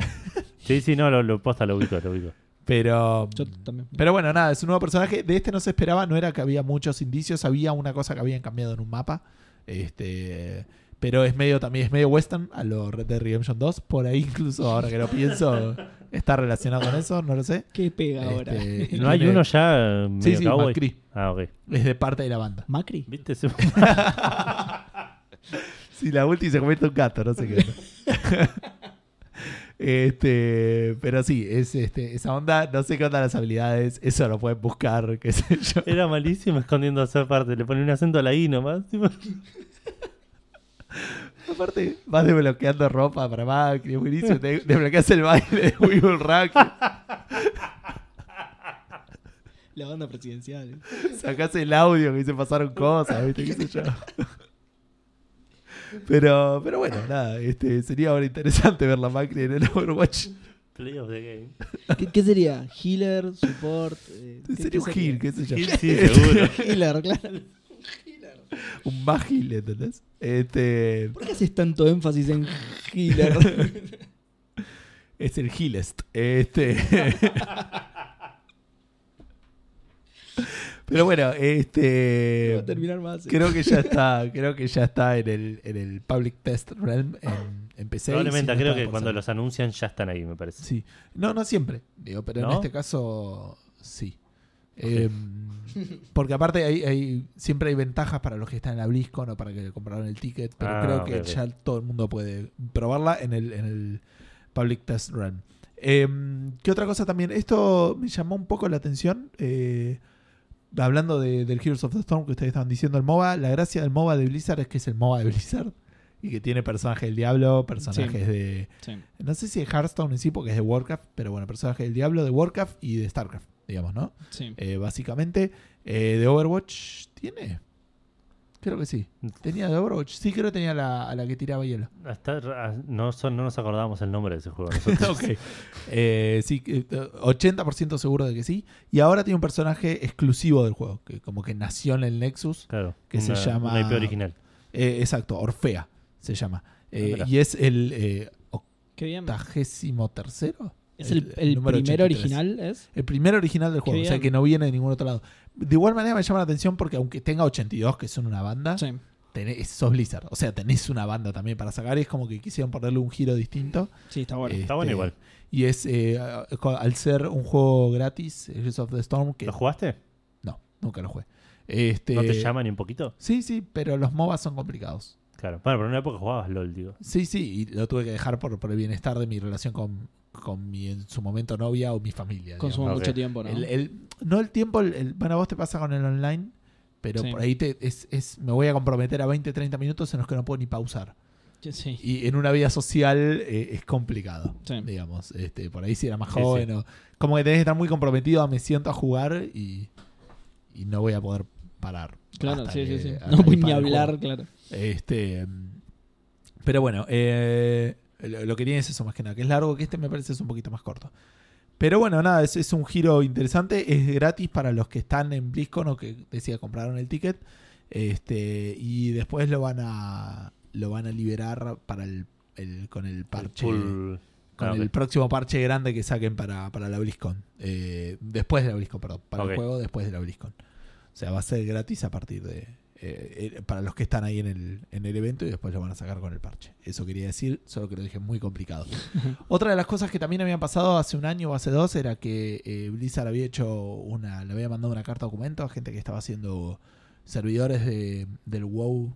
[SPEAKER 1] Sí, sí, no, lo, lo posta, lo ubico, lo ubico.
[SPEAKER 3] Pero. mm,
[SPEAKER 2] Yo también.
[SPEAKER 3] Pero bueno, nada, es un nuevo personaje. De este no se esperaba, no era que había muchos indicios, había una cosa que habían cambiado en un mapa. Este. Pero es medio también, es medio western a lo Red Dead Redemption 2. Por ahí incluso, ahora que lo pienso, está relacionado con eso, no lo sé.
[SPEAKER 2] ¿Qué pega ahora?
[SPEAKER 3] Este, y
[SPEAKER 1] ¿No hay
[SPEAKER 3] tiene-
[SPEAKER 1] uno ya eh, medio
[SPEAKER 3] Sí, sí,
[SPEAKER 1] cowboy?
[SPEAKER 3] Macri.
[SPEAKER 1] Ah, ok.
[SPEAKER 3] Es de parte de la banda.
[SPEAKER 2] ¿Macri?
[SPEAKER 1] ¿Viste? Se-
[SPEAKER 3] Si la ulti se convierte en un gato, no sé qué. este, pero sí, es este, esa onda, no sé qué onda las habilidades, eso lo pueden buscar, qué sé yo.
[SPEAKER 1] Era malísimo escondiendo esa parte. Le ponía un acento a la I nomás. tipo.
[SPEAKER 3] Aparte, vas desbloqueando ropa para Macri, es buenísimo. Te desbloqueas el baile de Wiggle Rack,
[SPEAKER 2] La banda presidencial.
[SPEAKER 3] sacás el audio que se pasaron cosas, ¿viste? ¿Qué sé yo? Pero, pero bueno, nada, este, sería ahora interesante ver la Macri en el Overwatch.
[SPEAKER 1] Play of the game.
[SPEAKER 2] ¿Qué, qué sería? ¿Healer? ¿Support? Eh, ¿qué- qué
[SPEAKER 3] Sería un heal, qué sé yo.
[SPEAKER 1] Sí, sí, seguro.
[SPEAKER 2] Healer, claro.
[SPEAKER 3] Un más heal, ¿entendés? Este,
[SPEAKER 2] ¿Por qué haces tanto énfasis en healer?
[SPEAKER 3] es el healest. Este. pero bueno, este.
[SPEAKER 2] Va a terminar más. eh.
[SPEAKER 3] Creo que ya está, creo que ya está en el, en el public test realm en, en PC.
[SPEAKER 1] Probablemente,
[SPEAKER 3] Sí, no
[SPEAKER 1] creo
[SPEAKER 3] está
[SPEAKER 1] que
[SPEAKER 3] por
[SPEAKER 1] cuando
[SPEAKER 3] salir.
[SPEAKER 1] los anuncian ya están ahí, me parece.
[SPEAKER 3] Sí. No, no siempre, digo, pero
[SPEAKER 1] ¿No?
[SPEAKER 3] en este caso sí. Em, porque aparte hay, hay- siempre hay ventajas para los que están en la BlizzCon o para que compraron el ticket, pero
[SPEAKER 1] Ah,
[SPEAKER 3] creo
[SPEAKER 1] ok,
[SPEAKER 3] que
[SPEAKER 1] ok.
[SPEAKER 3] ya todo el mundo puede probarla en el, en el Public Test Run. Em, ¿Qué otra cosa también? Esto me llamó un poco la atención. eh, hablando de, del Heroes of the Storm que ustedes estaban diciendo, el MOBA, la gracia del MOBA de Blizzard es que es el MOBA de Blizzard y que tiene personajes del diablo, personajes de,
[SPEAKER 2] Sí.
[SPEAKER 3] no sé si de Hearthstone en sí, porque es de Warcraft, pero bueno, personaje del Diablo, de Warcraft y de Starcraft, digamos, ¿no?
[SPEAKER 2] Sí.
[SPEAKER 3] Eh, básicamente, eh, de Overwatch tiene. Creo que sí. Tenía de Overwatch. Sí, creo que tenía la, a la que tiraba hielo.
[SPEAKER 1] Hasta- ah, no, son- no nos acordábamos el nombre de ese juego. nosotros.
[SPEAKER 3] ok. Eh, sí, eh, 80% seguro de que sí. Y ahora tiene un personaje exclusivo del juego, que como que nació en el Nexus.
[SPEAKER 1] Claro.
[SPEAKER 3] Que se
[SPEAKER 1] una-
[SPEAKER 3] llama-
[SPEAKER 1] Una IP original.
[SPEAKER 3] Eh, exacto, Orfea se llama. Eh,
[SPEAKER 1] mirá.
[SPEAKER 3] y es el eh,
[SPEAKER 2] Qué bien.
[SPEAKER 3] octagésimo tercero.
[SPEAKER 2] ¿Es el,
[SPEAKER 3] el
[SPEAKER 2] el
[SPEAKER 3] número
[SPEAKER 2] primero
[SPEAKER 3] 83.
[SPEAKER 2] original? ¿Es?
[SPEAKER 3] El primer original del juego,
[SPEAKER 2] Qué
[SPEAKER 3] o sea
[SPEAKER 2] bien.
[SPEAKER 3] que no viene de ningún otro lado. De igual manera me llama la atención porque aunque tenga 82, que son una banda,
[SPEAKER 2] Sí.
[SPEAKER 3] tenés, sos Blizzard. O sea, tenés una banda también para sacar y es como que quisieron ponerle un giro distinto.
[SPEAKER 2] Sí, está bueno.
[SPEAKER 3] Eh,
[SPEAKER 1] Está bueno
[SPEAKER 3] Este,
[SPEAKER 1] igual.
[SPEAKER 3] Y es, eh, co- al ser un juego gratis, Heroes of the Storm, que
[SPEAKER 1] ¿Lo jugaste?
[SPEAKER 3] no, nunca lo jugué. Este,
[SPEAKER 1] ¿No te llama ni un poquito?
[SPEAKER 3] Sí, sí, pero los MOBAs son complicados.
[SPEAKER 1] Claro. Bueno, pero en una época jugabas LOL, digo.
[SPEAKER 3] Sí, sí, y lo tuve que dejar por, por el bienestar de mi relación con, con mi en su momento novia o mi familia. Eh, digamos. eh,
[SPEAKER 2] Consumo
[SPEAKER 1] ok.
[SPEAKER 2] mucho tiempo, ¿no?
[SPEAKER 3] El, el- no el tiempo, el, el- bueno, a vos te pasa con el online, Pero
[SPEAKER 2] Sí.
[SPEAKER 3] por ahí te, es, es- me voy a comprometer a 20, 30 minutos en los que no puedo ni pausar.
[SPEAKER 2] Sí, sí.
[SPEAKER 3] Y en una vida social eh, es complicado,
[SPEAKER 2] Sí.
[SPEAKER 3] digamos. Este, por ahí si era más
[SPEAKER 1] Sí,
[SPEAKER 3] joven o... Como que tenés que estar muy comprometido a me siento a jugar y, y no voy a poder parar.
[SPEAKER 2] Claro,
[SPEAKER 3] hasta
[SPEAKER 2] sí,
[SPEAKER 3] que-
[SPEAKER 2] sí, sí.
[SPEAKER 3] hasta
[SPEAKER 2] No
[SPEAKER 3] que
[SPEAKER 2] voy ni
[SPEAKER 3] pare el
[SPEAKER 2] hablar,
[SPEAKER 3] juego.
[SPEAKER 2] claro.
[SPEAKER 3] Este, mm, pero bueno, eh, lo, lo que tiene es eso más que nada, que es largo, que este me parece es un poquito más corto. Pero bueno, nada, es, es un giro interesante, es gratis para los que están en BlizzCon o que decía compraron el ticket. Este, y después lo van a lo van a liberar para el, el- con el parche
[SPEAKER 1] Pool.
[SPEAKER 3] con
[SPEAKER 1] Ah, ok.
[SPEAKER 3] el próximo parche grande que saquen para, para la BlizzCon. Eh, después de la BlizzCon, perdón. Para
[SPEAKER 1] Ok.
[SPEAKER 3] el juego después de la BlizzCon. O sea, va a ser gratis a partir de... eh, eh, para los que están ahí en el, en el evento y después lo van a sacar con el parche. Eso quería decir, solo que lo dije muy complicado. Otra de las cosas que también habían pasado hace un año o hace dos era que eh, Blizzard había hecho una... Le había mandado una carta documento a gente que estaba haciendo servidores de, del WoW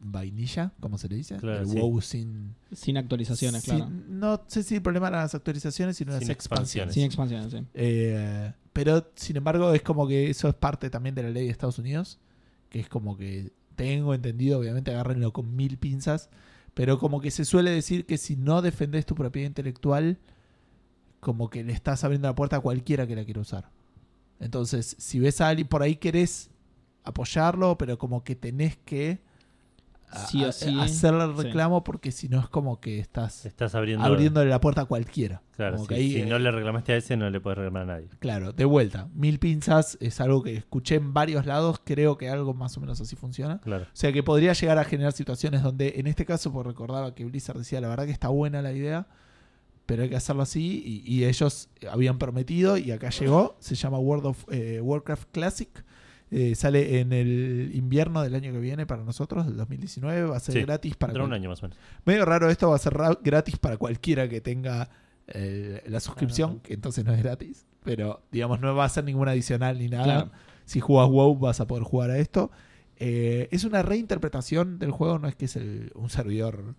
[SPEAKER 3] vainilla, como se le dice.
[SPEAKER 1] Claro,
[SPEAKER 3] el
[SPEAKER 1] sí.
[SPEAKER 3] WoW sin...
[SPEAKER 2] Sin actualizaciones,
[SPEAKER 3] Sí,
[SPEAKER 2] claro.
[SPEAKER 3] No sé si el problema eran las actualizaciones, sino
[SPEAKER 1] Sin
[SPEAKER 3] las expansiones.
[SPEAKER 2] Sin expansiones, sí.
[SPEAKER 3] Eh, pero, sin embargo, es como que eso es parte también de la ley de Estados Unidos, que es como que tengo entendido, obviamente agárrenlo con mil pinzas, pero como que se suele decir que si no defendés tu propiedad intelectual, como que le estás abriendo la puerta a cualquiera que la quiera usar. Entonces, si ves a alguien por ahí querés apoyarlo, pero como que tenés que a-
[SPEAKER 2] Sí o
[SPEAKER 3] a-
[SPEAKER 2] sí.
[SPEAKER 3] hacerle el
[SPEAKER 2] Sí.
[SPEAKER 3] reclamo porque si no es como que estás
[SPEAKER 1] Estás abriendo.
[SPEAKER 3] abriéndole la puerta a cualquiera.
[SPEAKER 1] Claro,
[SPEAKER 3] Como
[SPEAKER 1] si,
[SPEAKER 3] que ahí,
[SPEAKER 1] si
[SPEAKER 3] eh,
[SPEAKER 1] no le reclamaste a ese, no le puedes reclamar a nadie.
[SPEAKER 3] Claro, de vuelta. Mil pinzas es algo que escuché en varios lados. Creo que algo más o menos así funciona.
[SPEAKER 1] Claro.
[SPEAKER 3] O sea que podría llegar a generar situaciones donde, en este caso, pues recordaba que Blizzard decía la verdad que está buena la idea, pero hay que hacerlo así. Y, y ellos habían prometido, y acá llegó. Se llama World of eh, Warcraft Classic. Eh, sale en el invierno del año que viene para nosotros, del 2019. Va a ser
[SPEAKER 1] Sí,
[SPEAKER 3] gratis para
[SPEAKER 1] Dura un
[SPEAKER 3] cual-
[SPEAKER 1] año más o menos.
[SPEAKER 3] Medio raro esto, va a ser ra- gratis para cualquiera que tenga eh, la suscripción, que entonces no es gratis. Pero, digamos, no va a ser ningún adicional ni nada.
[SPEAKER 2] Claro.
[SPEAKER 3] Si juegas WoW vas a poder jugar a esto. Eh, es una reinterpretación del juego, no es que es el- un servidor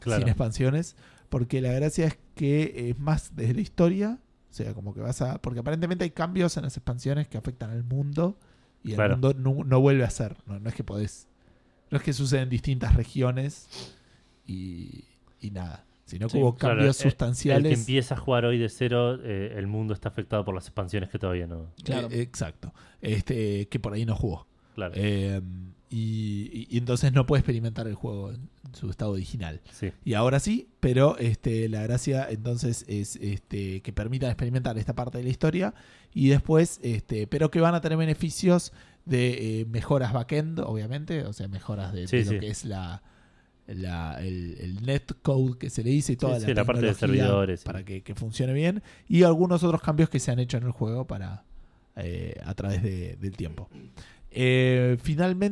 [SPEAKER 1] Claro.
[SPEAKER 3] sin expansiones, porque la gracia es que es más desde la historia, o sea, como que vas a... Porque aparentemente hay cambios en las expansiones que afectan al mundo y el
[SPEAKER 1] Claro.
[SPEAKER 3] mundo no, no vuelve a ser, no, no es que podés... No es que suceden distintas regiones y, y nada, sino que
[SPEAKER 2] Sí,
[SPEAKER 3] hubo
[SPEAKER 1] claro, eh,
[SPEAKER 3] cambios
[SPEAKER 1] El que
[SPEAKER 3] sustanciales.
[SPEAKER 1] empieza a jugar hoy de cero, eh, el mundo está afectado por las expansiones que todavía no.
[SPEAKER 2] Claro.
[SPEAKER 3] Eh, exacto, este, que por ahí no jugó.
[SPEAKER 1] Claro.
[SPEAKER 3] Eh, y, y- y entonces no puede experimentar el juego en su estado original.
[SPEAKER 1] sí.
[SPEAKER 3] Y ahora sí, pero este, la gracia entonces es este, que permitan experimentar esta parte de la historia y después, este, pero que van a tener beneficios de eh, mejoras backend, obviamente, o sea, mejoras de,
[SPEAKER 1] Sí,
[SPEAKER 3] de lo
[SPEAKER 1] sí.
[SPEAKER 3] que es la, la- el, el netcode que se le dice y toda
[SPEAKER 1] Sí,
[SPEAKER 3] la,
[SPEAKER 1] sí, la parte de
[SPEAKER 3] tecnología
[SPEAKER 1] servidores, sí.
[SPEAKER 3] para que, que funcione bien y algunos otros cambios que se han hecho en el juego para eh, a través de- del tiempo. Eh,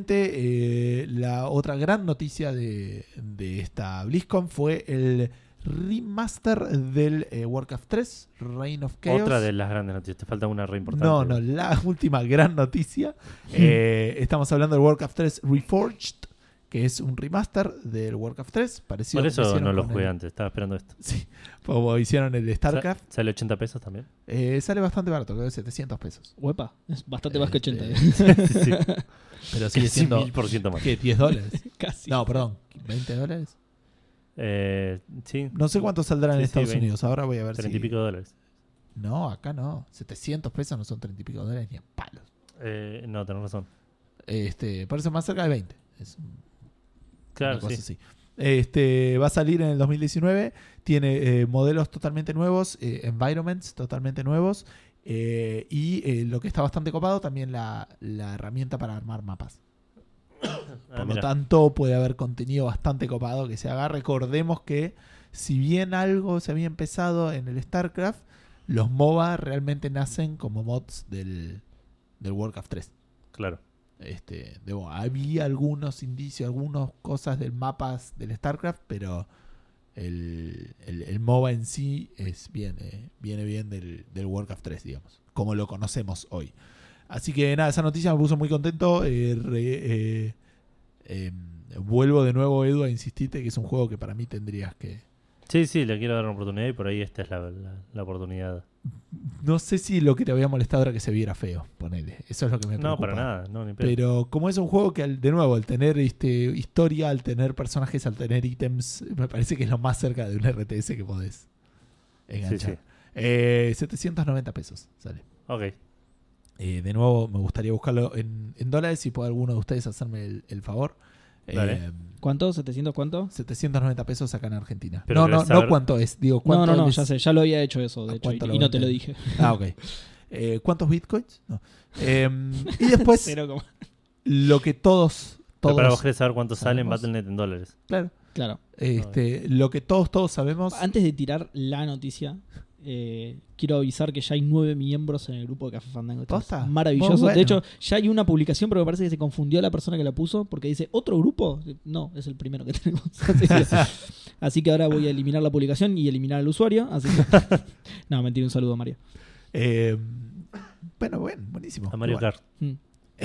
[SPEAKER 3] finalmente, eh, la otra gran noticia de, de esta BlizzCon fue el remaster del eh, Warcraft 3, Reign of Chaos.
[SPEAKER 1] Otra de las grandes noticias. Te falta una re importante.
[SPEAKER 3] No, no, la última gran noticia. Eh, estamos hablando del Warcraft 3 Reforged, que es un remaster del Warcraft 3. Parecido
[SPEAKER 1] Por
[SPEAKER 3] a
[SPEAKER 1] eso
[SPEAKER 3] como hicieron
[SPEAKER 1] no lo
[SPEAKER 3] con
[SPEAKER 1] jugué
[SPEAKER 3] el-
[SPEAKER 1] antes. Estaba esperando esto.
[SPEAKER 3] Sí, como hicieron el StarCraft.
[SPEAKER 1] Sa- Sale 80 pesos también.
[SPEAKER 3] Eh, sale bastante barato, creo que 700 pesos.
[SPEAKER 2] Uepa, es bastante más que 80.
[SPEAKER 3] Este,
[SPEAKER 1] sí, sí.
[SPEAKER 3] Pero sigue
[SPEAKER 1] Casi
[SPEAKER 3] siendo...
[SPEAKER 1] mil por ciento más.
[SPEAKER 3] ¿Qué? ¿10 dólares?
[SPEAKER 2] Casi.
[SPEAKER 3] No, perdón, ¿20 dólares?
[SPEAKER 1] Eh, sí,
[SPEAKER 3] No sé cuánto saldrá
[SPEAKER 1] Sí,
[SPEAKER 3] en
[SPEAKER 1] sí,
[SPEAKER 3] Estados
[SPEAKER 1] 20.
[SPEAKER 3] Unidos. Ahora voy a ver
[SPEAKER 1] 30
[SPEAKER 3] si.
[SPEAKER 1] y pico dólares.
[SPEAKER 3] No, acá no. 700 pesos no son 30 y pico dólares ni a palos.
[SPEAKER 1] Eh, no, tenés razón.
[SPEAKER 3] Este, por eso más cerca de 20. Es
[SPEAKER 1] Claro,
[SPEAKER 3] una cosa
[SPEAKER 1] sí.
[SPEAKER 3] así. Este, va a salir en el 2019. Tiene eh, modelos totalmente nuevos, eh, environments totalmente nuevos. eh, y eh, lo que está bastante copado, también la, la herramienta para armar mapas.
[SPEAKER 1] Ah,
[SPEAKER 3] Por lo
[SPEAKER 1] mira.
[SPEAKER 3] tanto, puede haber contenido bastante copado que se haga. Recordemos que si bien algo se había empezado en el StarCraft, los MOBA realmente nacen como mods del, del Warcraft 3.
[SPEAKER 1] Claro.
[SPEAKER 3] Este, de- bueno, había algunos indicios, algunas cosas del mapas del StarCraft, pero el, el- el MOBA en sí es bien, eh, viene bien del, del Warcraft 3, digamos, como lo conocemos hoy. Así que nada, esa noticia me puso muy contento. eh, re- eh, em, vuelvo de nuevo, Edu, a insistirte que es un juego que para mí tendrías que,
[SPEAKER 1] Sí, sí, le quiero dar una oportunidad y por ahí esta es la, la- la oportunidad.
[SPEAKER 3] No sé si lo que te había molestado era que se viera feo, ponele. Eso es lo que me preocupa.
[SPEAKER 1] No, para nada, no, ni pedo.
[SPEAKER 3] Pero como es un juego que, al- de nuevo, al tener este, historia, al tener personajes, al tener ítems, me parece que es lo más cerca de un RTS que podés
[SPEAKER 1] Sí,
[SPEAKER 3] enganchar.
[SPEAKER 1] sí.
[SPEAKER 3] Eh, 790 pesos sale.
[SPEAKER 1] Ok.
[SPEAKER 3] Eh, de nuevo, me gustaría buscarlo en, en dólares si puede alguno de ustedes hacerme el, el favor. Eh,
[SPEAKER 1] Dale.
[SPEAKER 2] ¿Cuánto? ¿700 cuánto?
[SPEAKER 3] 790 pesos acá en Argentina.
[SPEAKER 1] Pero
[SPEAKER 3] no, no,
[SPEAKER 1] querés
[SPEAKER 3] no
[SPEAKER 1] saber-
[SPEAKER 3] cuánto es. Digo,
[SPEAKER 2] No,
[SPEAKER 3] cuánto
[SPEAKER 2] no, no,
[SPEAKER 3] les-
[SPEAKER 2] ya sé, ya lo había hecho eso,
[SPEAKER 3] ¿A
[SPEAKER 2] de hecho, y,
[SPEAKER 3] cuánto lo
[SPEAKER 2] y no te lo
[SPEAKER 3] venden?
[SPEAKER 2] dije.
[SPEAKER 3] Ah, ok. Eh, ¿Cuántos bitcoins? No. Eh, y después,
[SPEAKER 2] Pero como-
[SPEAKER 3] lo que todos,
[SPEAKER 1] Pero
[SPEAKER 3] todos,
[SPEAKER 1] para vos querés saber cuánto sale en
[SPEAKER 3] sabemos.
[SPEAKER 1] Battle.net en dólares.
[SPEAKER 3] claro,
[SPEAKER 2] Claro.
[SPEAKER 3] este, lo que todos, todos sabemos.
[SPEAKER 2] Antes de tirar la noticia, eh, quiero avisar que ya hay nueve miembros en el grupo de Café Fandango. Esto es
[SPEAKER 3] ¿Posta?
[SPEAKER 2] maravilloso.
[SPEAKER 3] Muy bueno.
[SPEAKER 2] De hecho, ya hay una publicación, pero me parece que se confundió la persona que la puso porque dice, ¿otro grupo? No, es el primero que tenemos. Así que, así que ahora voy a eliminar la publicación y eliminar al usuario. Así que- no, mentira, un saludo a Mario.
[SPEAKER 3] eh, bueno, bueno, buenísimo.
[SPEAKER 1] A Mario
[SPEAKER 3] Bueno.
[SPEAKER 1] Kart.
[SPEAKER 2] Mm.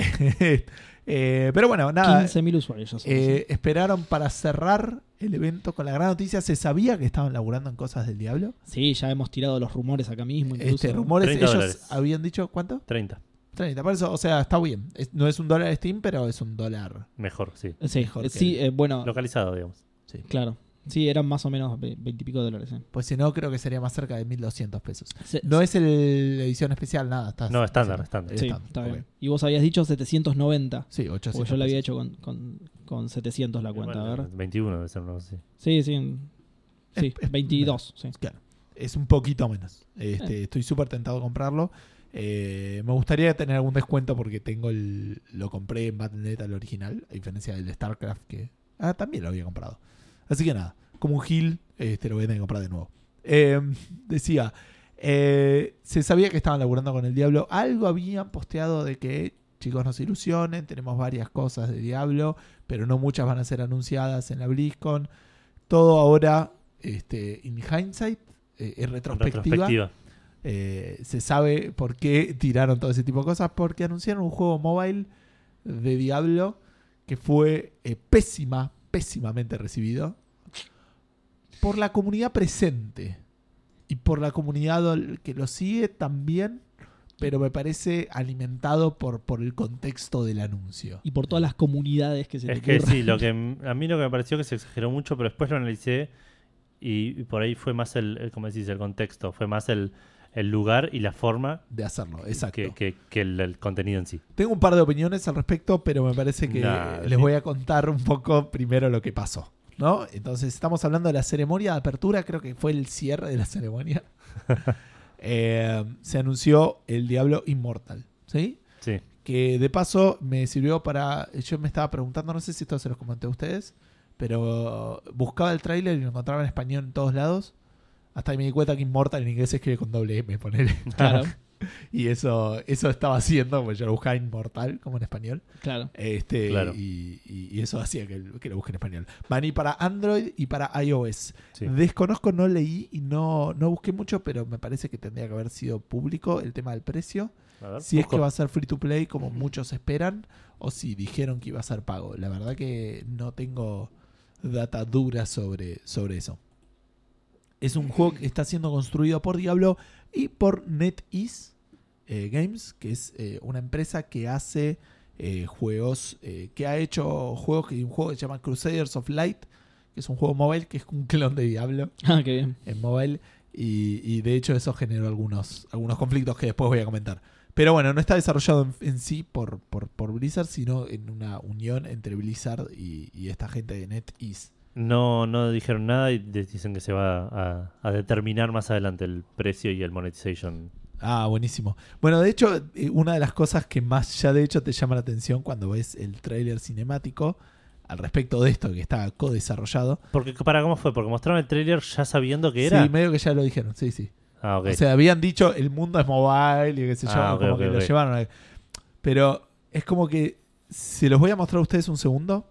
[SPEAKER 3] Eh, pero bueno, nada.
[SPEAKER 2] 15.000 usuarios ya somos.
[SPEAKER 3] Eh, esperaron para cerrar el evento con la gran noticia. Se sabía que estaban laburando en cosas del diablo.
[SPEAKER 2] Sí, ya hemos tirado los rumores acá mismo. Incluso.
[SPEAKER 3] Este, rumores,
[SPEAKER 1] 30
[SPEAKER 3] ellos
[SPEAKER 1] dólares.
[SPEAKER 3] habían dicho, ¿cuánto?
[SPEAKER 1] 30.
[SPEAKER 3] 30, por eso, o sea, está bien. Es- no es un dólar Steam, pero es un dólar.
[SPEAKER 1] Mejor, sí.
[SPEAKER 2] Sí,
[SPEAKER 3] Mejor
[SPEAKER 2] eh,
[SPEAKER 3] que
[SPEAKER 2] sí, eh, bueno,
[SPEAKER 1] Localizado, digamos.
[SPEAKER 2] claro. Sí, eran más o menos ve- 20 y pico dólares. eh.
[SPEAKER 3] Pues si no, creo que sería más cerca de 1200 pesos.
[SPEAKER 2] Se-
[SPEAKER 3] No es el- la edición especial, nada. Está
[SPEAKER 1] No, estándar, estándar.
[SPEAKER 2] Sí,
[SPEAKER 3] estándar,
[SPEAKER 2] está
[SPEAKER 3] ok.
[SPEAKER 2] bien. Y vos habías dicho 790.
[SPEAKER 3] Sí, 800.
[SPEAKER 2] Porque yo la había
[SPEAKER 3] pesos.
[SPEAKER 2] hecho con, con, con 700 la cuenta,
[SPEAKER 1] Bueno,
[SPEAKER 2] a ver.
[SPEAKER 1] 21 eh, debe ser, no sé.
[SPEAKER 2] Sí, sí. en- Sí,
[SPEAKER 3] Es- es-
[SPEAKER 2] 22. Sí.
[SPEAKER 3] Es un poquito menos. Este, Estoy súper tentado a comprarlo. Eh, me gustaría tener algún descuento porque tengo el, lo compré en Battle.net al original, a diferencia del StarCraft que ah, también lo había comprado. Así que nada, como un heel, este, lo voy a tener que comprar de nuevo. Eh, decía, eh, se sabía que estaban laburando con el Diablo. Algo habían posteado de que, chicos, no se ilusionen, tenemos varias cosas de Diablo, pero no muchas van a ser anunciadas en la BlizzCon. Todo ahora, este, in hindsight, eh, en retrospectiva,
[SPEAKER 1] Retrospectiva.
[SPEAKER 3] eh, se sabe por qué tiraron todo ese tipo de cosas. Porque anunciaron un juego mobile de Diablo que fue eh, pésima, pésimamente recibido por la comunidad presente y por la comunidad al- que lo sigue también, pero me parece alimentado por, por el contexto del anuncio.
[SPEAKER 2] Y por todas las comunidades que se te
[SPEAKER 1] Es que
[SPEAKER 2] ocurran.
[SPEAKER 1] sí, lo que m- a mí lo que me pareció que se exageró mucho, pero después lo analicé y, y por ahí fue más el, el- ¿cómo decís? El contexto, fue más el, el lugar y la forma
[SPEAKER 3] de hacerlo, exacto.
[SPEAKER 1] que, que- que el, el contenido en sí.
[SPEAKER 3] Tengo un par de opiniones al respecto, pero me parece que
[SPEAKER 1] Nah,
[SPEAKER 3] les
[SPEAKER 1] sí.
[SPEAKER 3] voy a contar un poco primero lo que pasó. ¿no? Entonces, estamos hablando de la ceremonia de apertura, creo que fue el cierre de la ceremonia. Eh, se anunció el Diablo Inmortal, ¿sí?
[SPEAKER 1] Sí,
[SPEAKER 3] Que de paso me sirvió para. Yo me estaba preguntando, no sé si esto se los comenté a ustedes, pero buscaba el tráiler y lo encontraba en español en todos lados. Hasta que me di cuenta que Inmortal en inglés se escribe con doble M, ponele.
[SPEAKER 2] Claro,
[SPEAKER 3] Y eso, eso estaba haciendo, porque yo lo buscaba Inmortal, como en español.
[SPEAKER 2] claro.
[SPEAKER 3] Este,
[SPEAKER 1] Claro.
[SPEAKER 3] y, y- y eso hacía que, que lo busque en español. Maní para Android y para iOS.
[SPEAKER 1] sí.
[SPEAKER 3] Desconozco, no leí y no, no busqué mucho, pero me parece que tendría que haber sido público el tema del precio.
[SPEAKER 1] A ver,
[SPEAKER 3] Si es
[SPEAKER 1] busco.
[SPEAKER 3] que va a ser free to play, como muchos esperan, o si dijeron que iba a ser pago. La verdad que no tengo data dura sobre, sobre eso. Es un juego que está siendo construido por Diablo y por NetEase eh, Games, que es eh, una empresa que hace eh, juegos, eh, que ha hecho juegos, que hay un juego que se llama Crusaders of Light, que es un juego móvil que es un clon de Diablo
[SPEAKER 2] Ah, qué bien.
[SPEAKER 3] en mobile. Y, y de hecho eso generó algunos, algunos conflictos que después voy a comentar. Pero bueno, no está desarrollado en, en sí por, por, por Blizzard, sino en una unión entre Blizzard y, y esta gente de NetEase.
[SPEAKER 1] No, no dijeron nada y de- dicen que se va a, a determinar más adelante el precio y el monetization.
[SPEAKER 3] Ah, buenísimo. Bueno, de hecho, eh, una de las cosas que más ya de hecho te llama la atención cuando ves el tráiler cinemático al respecto de esto que está co-desarrollado.
[SPEAKER 1] Porque, ¿para cómo fue? Porque mostraron el trailer ya sabiendo que era.
[SPEAKER 3] Sí, medio que ya lo dijeron, sí, sí.
[SPEAKER 1] Ah, ok.
[SPEAKER 3] O sea, habían dicho el mundo es mobile y qué sé yo,
[SPEAKER 1] Ah, ok,
[SPEAKER 3] como
[SPEAKER 1] ok,
[SPEAKER 3] que
[SPEAKER 1] ok.
[SPEAKER 3] lo llevaron. ahí. Pero es como que se los voy a mostrar a ustedes un segundo.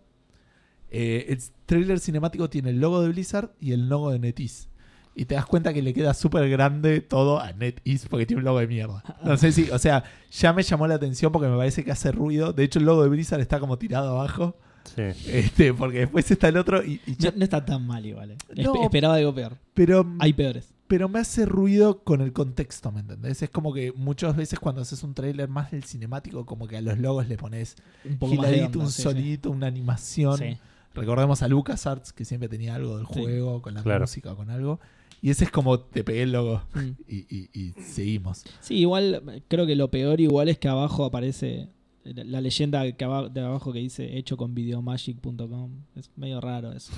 [SPEAKER 3] Eh, el trailer cinemático tiene el logo de Blizzard y el logo de NetEase. Y te das cuenta que le queda súper grande todo a NetEase porque tiene un logo de mierda. No sé si, o sea, ya me llamó la atención porque me parece que hace ruido. De hecho, el logo de Blizzard está como tirado abajo.
[SPEAKER 1] Sí.
[SPEAKER 3] Este, porque después está el otro y, y ya-
[SPEAKER 2] No, no está tan mal igual. eh. Espe-
[SPEAKER 3] No.
[SPEAKER 2] Esperaba algo peor.
[SPEAKER 3] pero
[SPEAKER 2] Hay peores.
[SPEAKER 3] pero me hace ruido con el contexto, ¿me entendés? Es como que muchas veces cuando haces un tráiler más del cinemático, como que a los logos le pones
[SPEAKER 2] Un poco más de
[SPEAKER 3] giladito,
[SPEAKER 2] onda,
[SPEAKER 3] un
[SPEAKER 2] sí, sí.
[SPEAKER 3] solito, una animación.
[SPEAKER 2] Sí.
[SPEAKER 3] Recordemos a LucasArts, que siempre tenía algo del
[SPEAKER 2] Sí.
[SPEAKER 3] juego, con la
[SPEAKER 1] Claro.
[SPEAKER 3] música, con algo. Y ese es como te pegué el logo
[SPEAKER 2] Mm.
[SPEAKER 3] y, y- y seguimos.
[SPEAKER 2] Sí, igual eh, creo que lo peor igual es que abajo aparece la, la leyenda que aba- de abajo que dice hecho con videomagic.com. Es medio raro eso.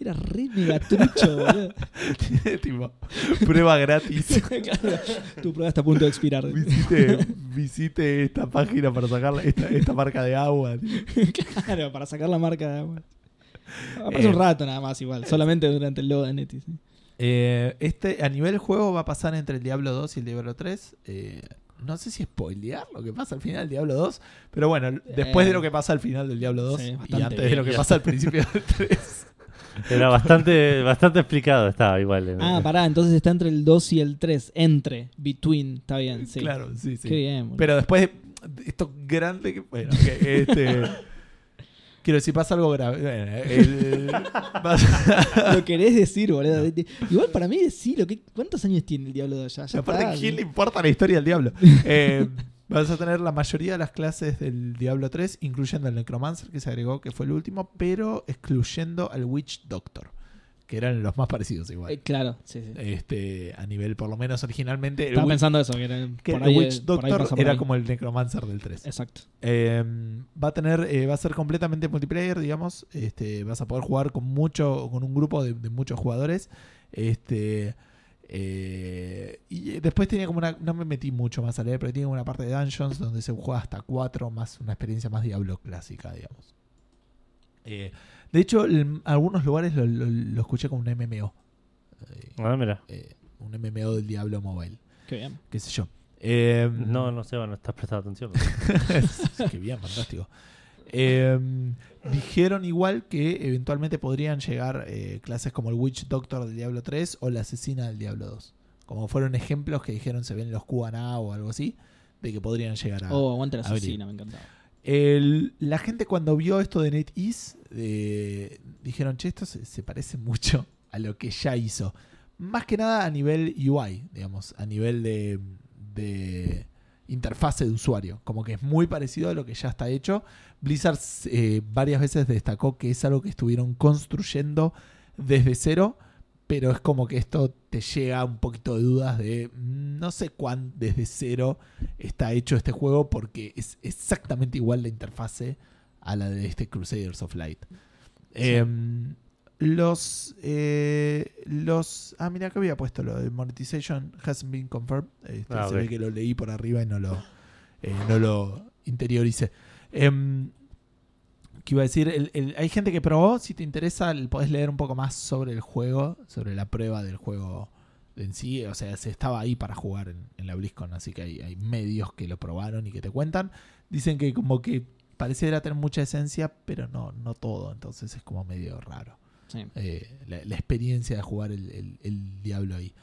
[SPEAKER 2] Era re megatrucho, boludo.
[SPEAKER 3] tipo, prueba gratis.
[SPEAKER 2] Claro, tu prueba está a punto de expirar.
[SPEAKER 3] Visite, visite esta página para sacar esta, esta marca de agua.
[SPEAKER 2] claro, para sacar la marca de agua. Aparece
[SPEAKER 3] Eh.
[SPEAKER 2] un rato nada más igual, solamente durante el logo de Neti. sí.
[SPEAKER 3] Eh, este, a nivel juego va a pasar entre el Diablo 2 y el Diablo 3. Eh, no sé si spoilear lo que pasa al final del Diablo 2, pero bueno, después
[SPEAKER 2] Eh,
[SPEAKER 3] de lo que pasa al final del Diablo 2
[SPEAKER 2] sí,
[SPEAKER 3] y
[SPEAKER 2] bastante
[SPEAKER 3] antes de lo que
[SPEAKER 1] bien.
[SPEAKER 3] pasa al principio del 3.
[SPEAKER 1] Era bastante, bastante explicado, estaba igual. eh. en-
[SPEAKER 2] Ah, pará, entonces está entre el 2 y el 3. Entre, between, está bien, sí.
[SPEAKER 3] Claro, sí, sí.
[SPEAKER 2] Qué bien, boludo.
[SPEAKER 3] Pero después de esto grande que. Bueno, que este. Quiero decir, pasa algo grave. Bueno, el- pasa-
[SPEAKER 2] Lo querés decir, boludo. Igual para mí decirlo. ¿qué- ¿Cuántos años tiene el diablo de allá? Ya
[SPEAKER 3] aparte,
[SPEAKER 2] está.
[SPEAKER 3] ¿quién le importa la historia del Diablo? Eh, vas a tener la mayoría de las clases del Diablo 3, incluyendo el Necromancer que se agregó, que fue el último, pero excluyendo al Witch Doctor, que eran los más parecidos
[SPEAKER 2] Eh,
[SPEAKER 3] igual.
[SPEAKER 2] claro, sí, sí.
[SPEAKER 3] Este, a nivel, por lo menos originalmente, el
[SPEAKER 2] Estaba
[SPEAKER 3] Witch,
[SPEAKER 2] pensando eso, que era,
[SPEAKER 3] que
[SPEAKER 2] por
[SPEAKER 3] el
[SPEAKER 2] ahí, eh,
[SPEAKER 3] Witch
[SPEAKER 2] por ahí
[SPEAKER 3] Doctor
[SPEAKER 2] pasa por
[SPEAKER 3] era
[SPEAKER 2] ahí.
[SPEAKER 3] como el Necromancer del 3.
[SPEAKER 2] Exacto.
[SPEAKER 3] Eh, va a tener, eh, va a ser completamente multiplayer, digamos. Este, vas a poder jugar con mucho, con un grupo de, de muchos jugadores. Este, eh, y eh, después tenía como una, no me metí mucho más a leer, pero tiene como una parte de dungeons donde se juega hasta cuatro, más una experiencia más Diablo clásica, digamos. Eh, de hecho, en algunos lugares lo, lo- lo escuché como un MMO, Eh,
[SPEAKER 1] Ah, mira.
[SPEAKER 3] eh, un MMO del Diablo Mobile,
[SPEAKER 2] Qué bien.
[SPEAKER 3] qué sé yo. Eh,
[SPEAKER 1] No, no sé, no estás prestando atención.
[SPEAKER 3] Qué bien, fantástico. Eh, dijeron igual que eventualmente podrían llegar eh, clases como el Witch Doctor del Diablo 3 o la Asesina del Diablo 2. Como fueron ejemplos que dijeron se ven en los QA o algo así, de que podrían llegar a.
[SPEAKER 2] Oh, aguanta la
[SPEAKER 3] abrir.
[SPEAKER 2] asesina, me encantaba.
[SPEAKER 3] El- la gente cuando vio esto de NetEase eh, dijeron, che, esto se, se parece mucho a lo que ya hizo. Más que nada a nivel UI, digamos, a nivel de, de interfase de usuario. Como que es muy parecido a lo que ya está hecho. Blizzard eh, varias veces destacó que es algo que estuvieron construyendo desde cero. Pero es como que esto te llega un poquito de dudas de mm, no sé cuán desde cero está hecho este juego porque es exactamente igual la interfase a la de este Crusaders of Light. Em, los, eh, los. Ah, mira que había puesto lo de monetization hasn't been confirmed. Este,
[SPEAKER 1] Ah,
[SPEAKER 3] se
[SPEAKER 1] ok.
[SPEAKER 3] ve que lo leí por arriba y no lo, eh, no lo interioricé. Em, ¿Qué iba a decir? El- el- hay gente que probó. Si te interesa, el- podés leer un poco más sobre el juego, sobre la prueba del juego en sí. O sea, se estaba ahí para jugar en, en la BlizzCon. Así que hay, hay medios que lo probaron y que te cuentan. Dicen que, como que pareciera tener mucha esencia, pero no, no todo. Entonces es como medio raro
[SPEAKER 2] Sí.
[SPEAKER 3] eh, la, la experiencia de jugar el, el- el Diablo ahí.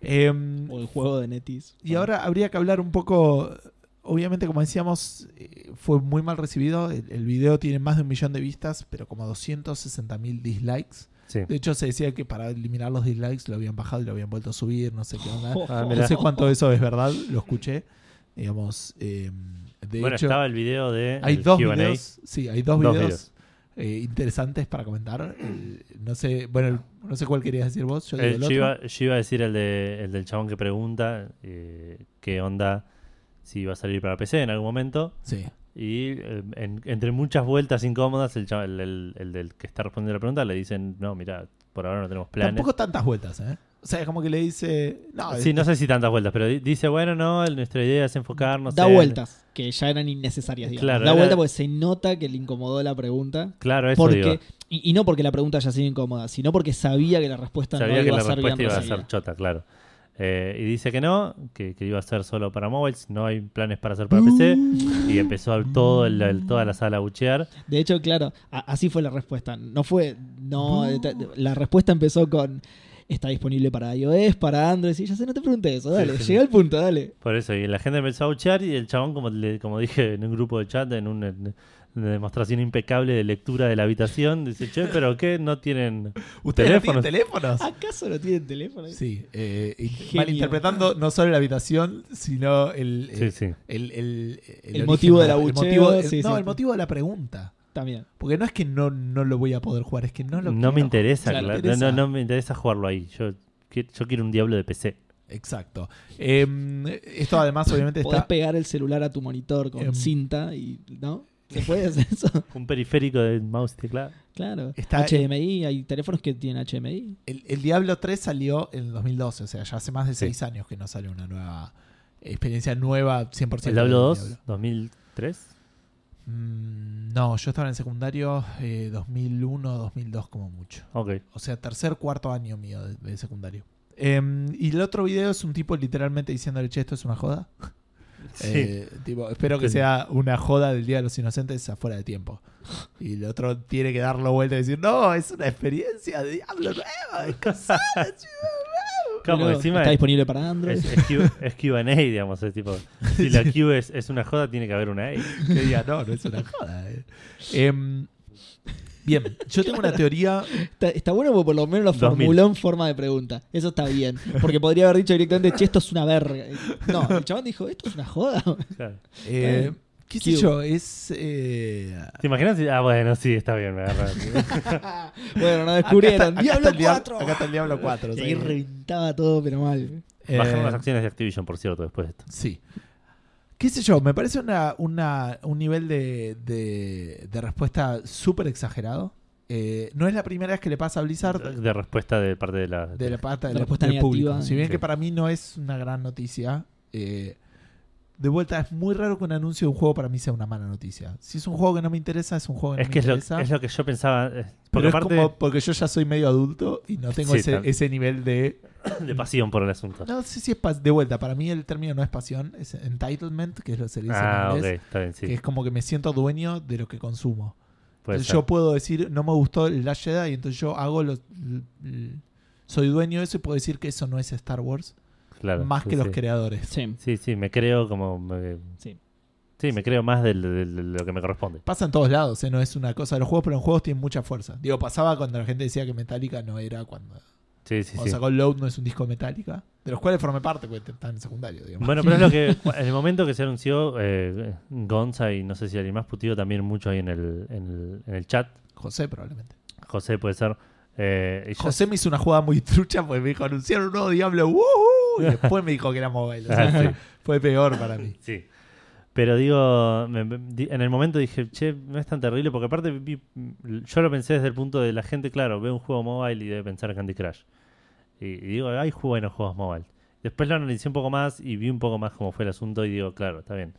[SPEAKER 3] Em,
[SPEAKER 2] O el juego de Netis.
[SPEAKER 3] y ahora habría que hablar un poco. Obviamente, como decíamos, eh, fue muy mal recibido. El, el video tiene más de un millón de vistas, pero como 260 mil dislikes.
[SPEAKER 1] Sí.
[SPEAKER 3] De hecho, se decía que para eliminar los dislikes lo habían bajado y lo habían vuelto a subir, no sé qué onda.
[SPEAKER 1] Ah,
[SPEAKER 3] No
[SPEAKER 1] mira.
[SPEAKER 3] sé cuánto de eso es verdad, lo escuché. Digamos, em, de
[SPEAKER 1] Bueno,
[SPEAKER 3] hecho,
[SPEAKER 1] estaba el video de
[SPEAKER 3] hay
[SPEAKER 1] el
[SPEAKER 3] dos
[SPEAKER 1] Q&A.
[SPEAKER 3] videos. Sí, hay dos,
[SPEAKER 1] Dos
[SPEAKER 3] videos. eh, interesantes para comentar. El- no sé, bueno, el- no sé cuál querías decir vos. Yo digo
[SPEAKER 1] Eh,
[SPEAKER 3] el
[SPEAKER 1] yo,
[SPEAKER 3] otro.
[SPEAKER 1] iba, yo iba a decir el, de, el del chabón que pregunta eh, qué onda si va a salir para PC en algún momento.
[SPEAKER 3] Sí.
[SPEAKER 1] Y eh, en- entre muchas vueltas incómodas, el, cha- el- el- el del que está respondiendo la pregunta le dicen, no, mira, por ahora no tenemos planes.
[SPEAKER 3] Tampoco tantas vueltas, ¿eh? O sea, es como que le dice. No,
[SPEAKER 1] Sí, no sé si tantas vueltas, pero di- dice, bueno, no, el- nuestra idea es enfocarnos.
[SPEAKER 2] da
[SPEAKER 1] en-".
[SPEAKER 2] vueltas, que ya eran innecesarias. digamos.
[SPEAKER 1] Claro,
[SPEAKER 2] da
[SPEAKER 1] era-
[SPEAKER 2] vuelta porque se nota que le incomodó la pregunta.
[SPEAKER 1] Claro, eso digo.
[SPEAKER 2] Porque, y, y no porque la pregunta haya sido incómoda, sino porque sabía que la respuesta
[SPEAKER 1] Sabía
[SPEAKER 2] no iba
[SPEAKER 1] que
[SPEAKER 2] a
[SPEAKER 1] la
[SPEAKER 2] ser bien
[SPEAKER 1] respuesta iba a ser
[SPEAKER 2] recibida.
[SPEAKER 1] chota, claro. Eh, y dice que no, que, que iba a ser solo para móviles, no hay planes para hacer para PC. Y empezó a- todo el- el- toda la sala a buchear.
[SPEAKER 2] De hecho, claro, a- así fue la respuesta. No fue, no, ta- la respuesta empezó con está disponible para iOS, para Android, y ya sé, no te pregunté eso, dale,
[SPEAKER 1] sí.
[SPEAKER 2] llega al punto, dale.
[SPEAKER 1] Por eso, y la gente empezó a buchear y el chabón, como, le- como dije en un grupo de chat, en un, en- una demostración impecable de lectura de la habitación. Dice, che, pero ¿qué? No tienen.
[SPEAKER 3] ¿Ustedes
[SPEAKER 1] Teléfonos.
[SPEAKER 3] no tienen teléfonos?
[SPEAKER 2] ¿Acaso no tienen teléfono?
[SPEAKER 3] Sí, eh, in-
[SPEAKER 2] Genio.
[SPEAKER 3] malinterpretando no solo la habitación, sino el, eh,
[SPEAKER 1] Sí,
[SPEAKER 3] el,
[SPEAKER 1] sí.
[SPEAKER 3] el- el- el
[SPEAKER 2] El motivo del
[SPEAKER 3] el
[SPEAKER 2] abucheo,
[SPEAKER 3] motivo de-
[SPEAKER 2] sí,
[SPEAKER 3] no,
[SPEAKER 2] sí,
[SPEAKER 3] el
[SPEAKER 2] sí.
[SPEAKER 3] motivo de la pregunta.
[SPEAKER 2] También.
[SPEAKER 3] Porque no es que no, no lo voy a poder jugar, es que no lo
[SPEAKER 1] No,
[SPEAKER 3] quiero
[SPEAKER 1] me interesa,
[SPEAKER 3] jugar.
[SPEAKER 1] claro.
[SPEAKER 3] Me interesa.
[SPEAKER 1] No, no, no me interesa jugarlo ahí. Yo, qui- yo quiero un diablo de PC.
[SPEAKER 3] Exacto. Eh, esto además obviamente
[SPEAKER 2] Podés
[SPEAKER 3] está...
[SPEAKER 2] pegar el celular a tu monitor con
[SPEAKER 3] Em.
[SPEAKER 2] cinta y. ¿No? ¿Se puede hacer eso?
[SPEAKER 1] Un periférico de mouse y teclado.
[SPEAKER 2] Claro.
[SPEAKER 3] Está-
[SPEAKER 2] HDMI, hay teléfonos que tienen HDMI.
[SPEAKER 3] El, el Diablo 3 salió en el 2012, o sea, ya hace más de
[SPEAKER 1] Sí.
[SPEAKER 3] 6 años que no sale una nueva experiencia nueva 100%.
[SPEAKER 1] El Diablo
[SPEAKER 3] del
[SPEAKER 1] 2, 2003.
[SPEAKER 3] Mm, no, yo estaba en el secundario eh, 2001, 2002 como mucho.
[SPEAKER 1] Ok.
[SPEAKER 3] O sea, tercer, cuarto año mío de, de secundario. Em, y el otro video es un tipo literalmente diciéndole, che, esto es una joda.
[SPEAKER 1] Sí.
[SPEAKER 3] Eh, tipo, espero que
[SPEAKER 1] Sí.
[SPEAKER 3] sea una joda del Día de los Inocentes afuera de tiempo. Y el otro tiene que darlo vuelta y decir, no, es una experiencia de Diablo nueva. es cosa de
[SPEAKER 1] Como
[SPEAKER 2] Pero
[SPEAKER 1] encima
[SPEAKER 2] está
[SPEAKER 1] es,
[SPEAKER 2] disponible para Android.
[SPEAKER 1] es, es Q- es QA, digamos. Es tipo, si la Q es, es una joda, tiene que haber una A.
[SPEAKER 3] que diga, no, no es una joda. eh". Em, bien, yo tengo una teoría.
[SPEAKER 2] Está, está bueno porque por lo menos
[SPEAKER 1] 2000.
[SPEAKER 2] lo formuló en forma de pregunta. Eso está bien. Porque podría haber dicho directamente, che, esto es una verga. No, el chabón dijo, esto es una joda.
[SPEAKER 1] Claro.
[SPEAKER 3] eh,
[SPEAKER 2] Bueno,
[SPEAKER 3] ¿Qué sé
[SPEAKER 2] cute.
[SPEAKER 3] yo? Es. eh,
[SPEAKER 1] ¿Te imaginas? si- Ah, bueno, sí, está bien, me agarra.
[SPEAKER 2] bueno, no descubrieron.
[SPEAKER 3] acá está
[SPEAKER 2] ¡Diablo
[SPEAKER 3] el dia-
[SPEAKER 2] 4!
[SPEAKER 3] Acá está el Diablo 4.
[SPEAKER 2] Y
[SPEAKER 3] sí.
[SPEAKER 2] ahí reventaba todo, pero mal.
[SPEAKER 3] Eh,
[SPEAKER 1] Bajaron las acciones de Activision, por cierto, después de esto.
[SPEAKER 3] Sí. ¿Qué sé yo? Me parece una, una- un nivel de, de- de respuesta súper exagerado. Eh, no es la primera vez que le pasa a Blizzard
[SPEAKER 1] De respuesta de parte de la.
[SPEAKER 3] de la pata de
[SPEAKER 2] La
[SPEAKER 3] la-
[SPEAKER 2] respuesta
[SPEAKER 3] del
[SPEAKER 2] negativa.
[SPEAKER 3] público. Si bien
[SPEAKER 1] Sí.
[SPEAKER 3] que para mí no es una gran noticia, eh, de vuelta es muy raro que un anuncio de un juego para mí sea una mala noticia. Si es un juego que no me interesa, es un juego que
[SPEAKER 1] es
[SPEAKER 3] no
[SPEAKER 1] que
[SPEAKER 3] me
[SPEAKER 1] es lo,
[SPEAKER 3] interesa.
[SPEAKER 1] es lo que yo pensaba. eh,
[SPEAKER 3] Pero
[SPEAKER 1] Porque
[SPEAKER 3] es
[SPEAKER 1] aparte
[SPEAKER 3] como porque yo ya soy medio adulto y no tengo
[SPEAKER 1] Sí,
[SPEAKER 3] ese,
[SPEAKER 1] tal.
[SPEAKER 3] ese nivel de
[SPEAKER 1] de pasión por el asunto.
[SPEAKER 3] no sé si es pas- de vuelta para mí el término no es pasión es entitlement que es lo que se dice
[SPEAKER 1] ah,
[SPEAKER 3] en
[SPEAKER 1] ok,
[SPEAKER 3] inglés
[SPEAKER 1] está bien, sí.
[SPEAKER 3] que es como que me siento dueño de lo que consumo
[SPEAKER 1] puede
[SPEAKER 3] Entonces
[SPEAKER 1] ser.
[SPEAKER 3] yo puedo decir no me gustó el Last Jedi y entonces yo hago los soy dueño de eso y puedo decir que eso no es Star Wars
[SPEAKER 1] Claro,
[SPEAKER 3] más
[SPEAKER 1] sí,
[SPEAKER 3] que los
[SPEAKER 1] sí.
[SPEAKER 3] creadores
[SPEAKER 2] Sí.
[SPEAKER 1] Sí, sí, me creo como. me-
[SPEAKER 2] Sí.
[SPEAKER 1] sí, me creo más del- del- de lo que me corresponde.
[SPEAKER 3] Pasa en todos lados, ¿eh? no es una cosa de los juegos, pero en juegos tienen mucha fuerza. Digo, pasaba cuando la gente decía que Metallica no era cuando,
[SPEAKER 1] Sí, sí,
[SPEAKER 3] cuando
[SPEAKER 1] sí.
[SPEAKER 3] sacó Load, no es un disco de Metallica, de los cuales formé parte, porque están en secundario, digamos.
[SPEAKER 1] Bueno, pero es lo que. En el momento que se anunció, eh, Gonza y no sé si alguien más putió también mucho ahí en el, en el, en el chat.
[SPEAKER 3] José, probablemente.
[SPEAKER 1] José puede ser. eh, y yo-
[SPEAKER 3] José me hizo una jugada muy trucha porque me dijo, anunciaron un nuevo Diablo, ¡wuhu! Y después me dijo que era mobile. O sea,
[SPEAKER 1] Ah, sí.
[SPEAKER 3] Fue peor para mí.
[SPEAKER 1] Sí. Pero digo, me- me- di- en el momento dije, che, no es tan terrible, porque aparte vi- yo lo pensé desde el punto de la gente, claro, ve un juego mobile y debe pensar en Candy Crush. Y, y digo, hay ju- buenos juegos mobile. Después lo analicé un poco más y vi un poco más cómo fue el asunto y digo, claro, está bien.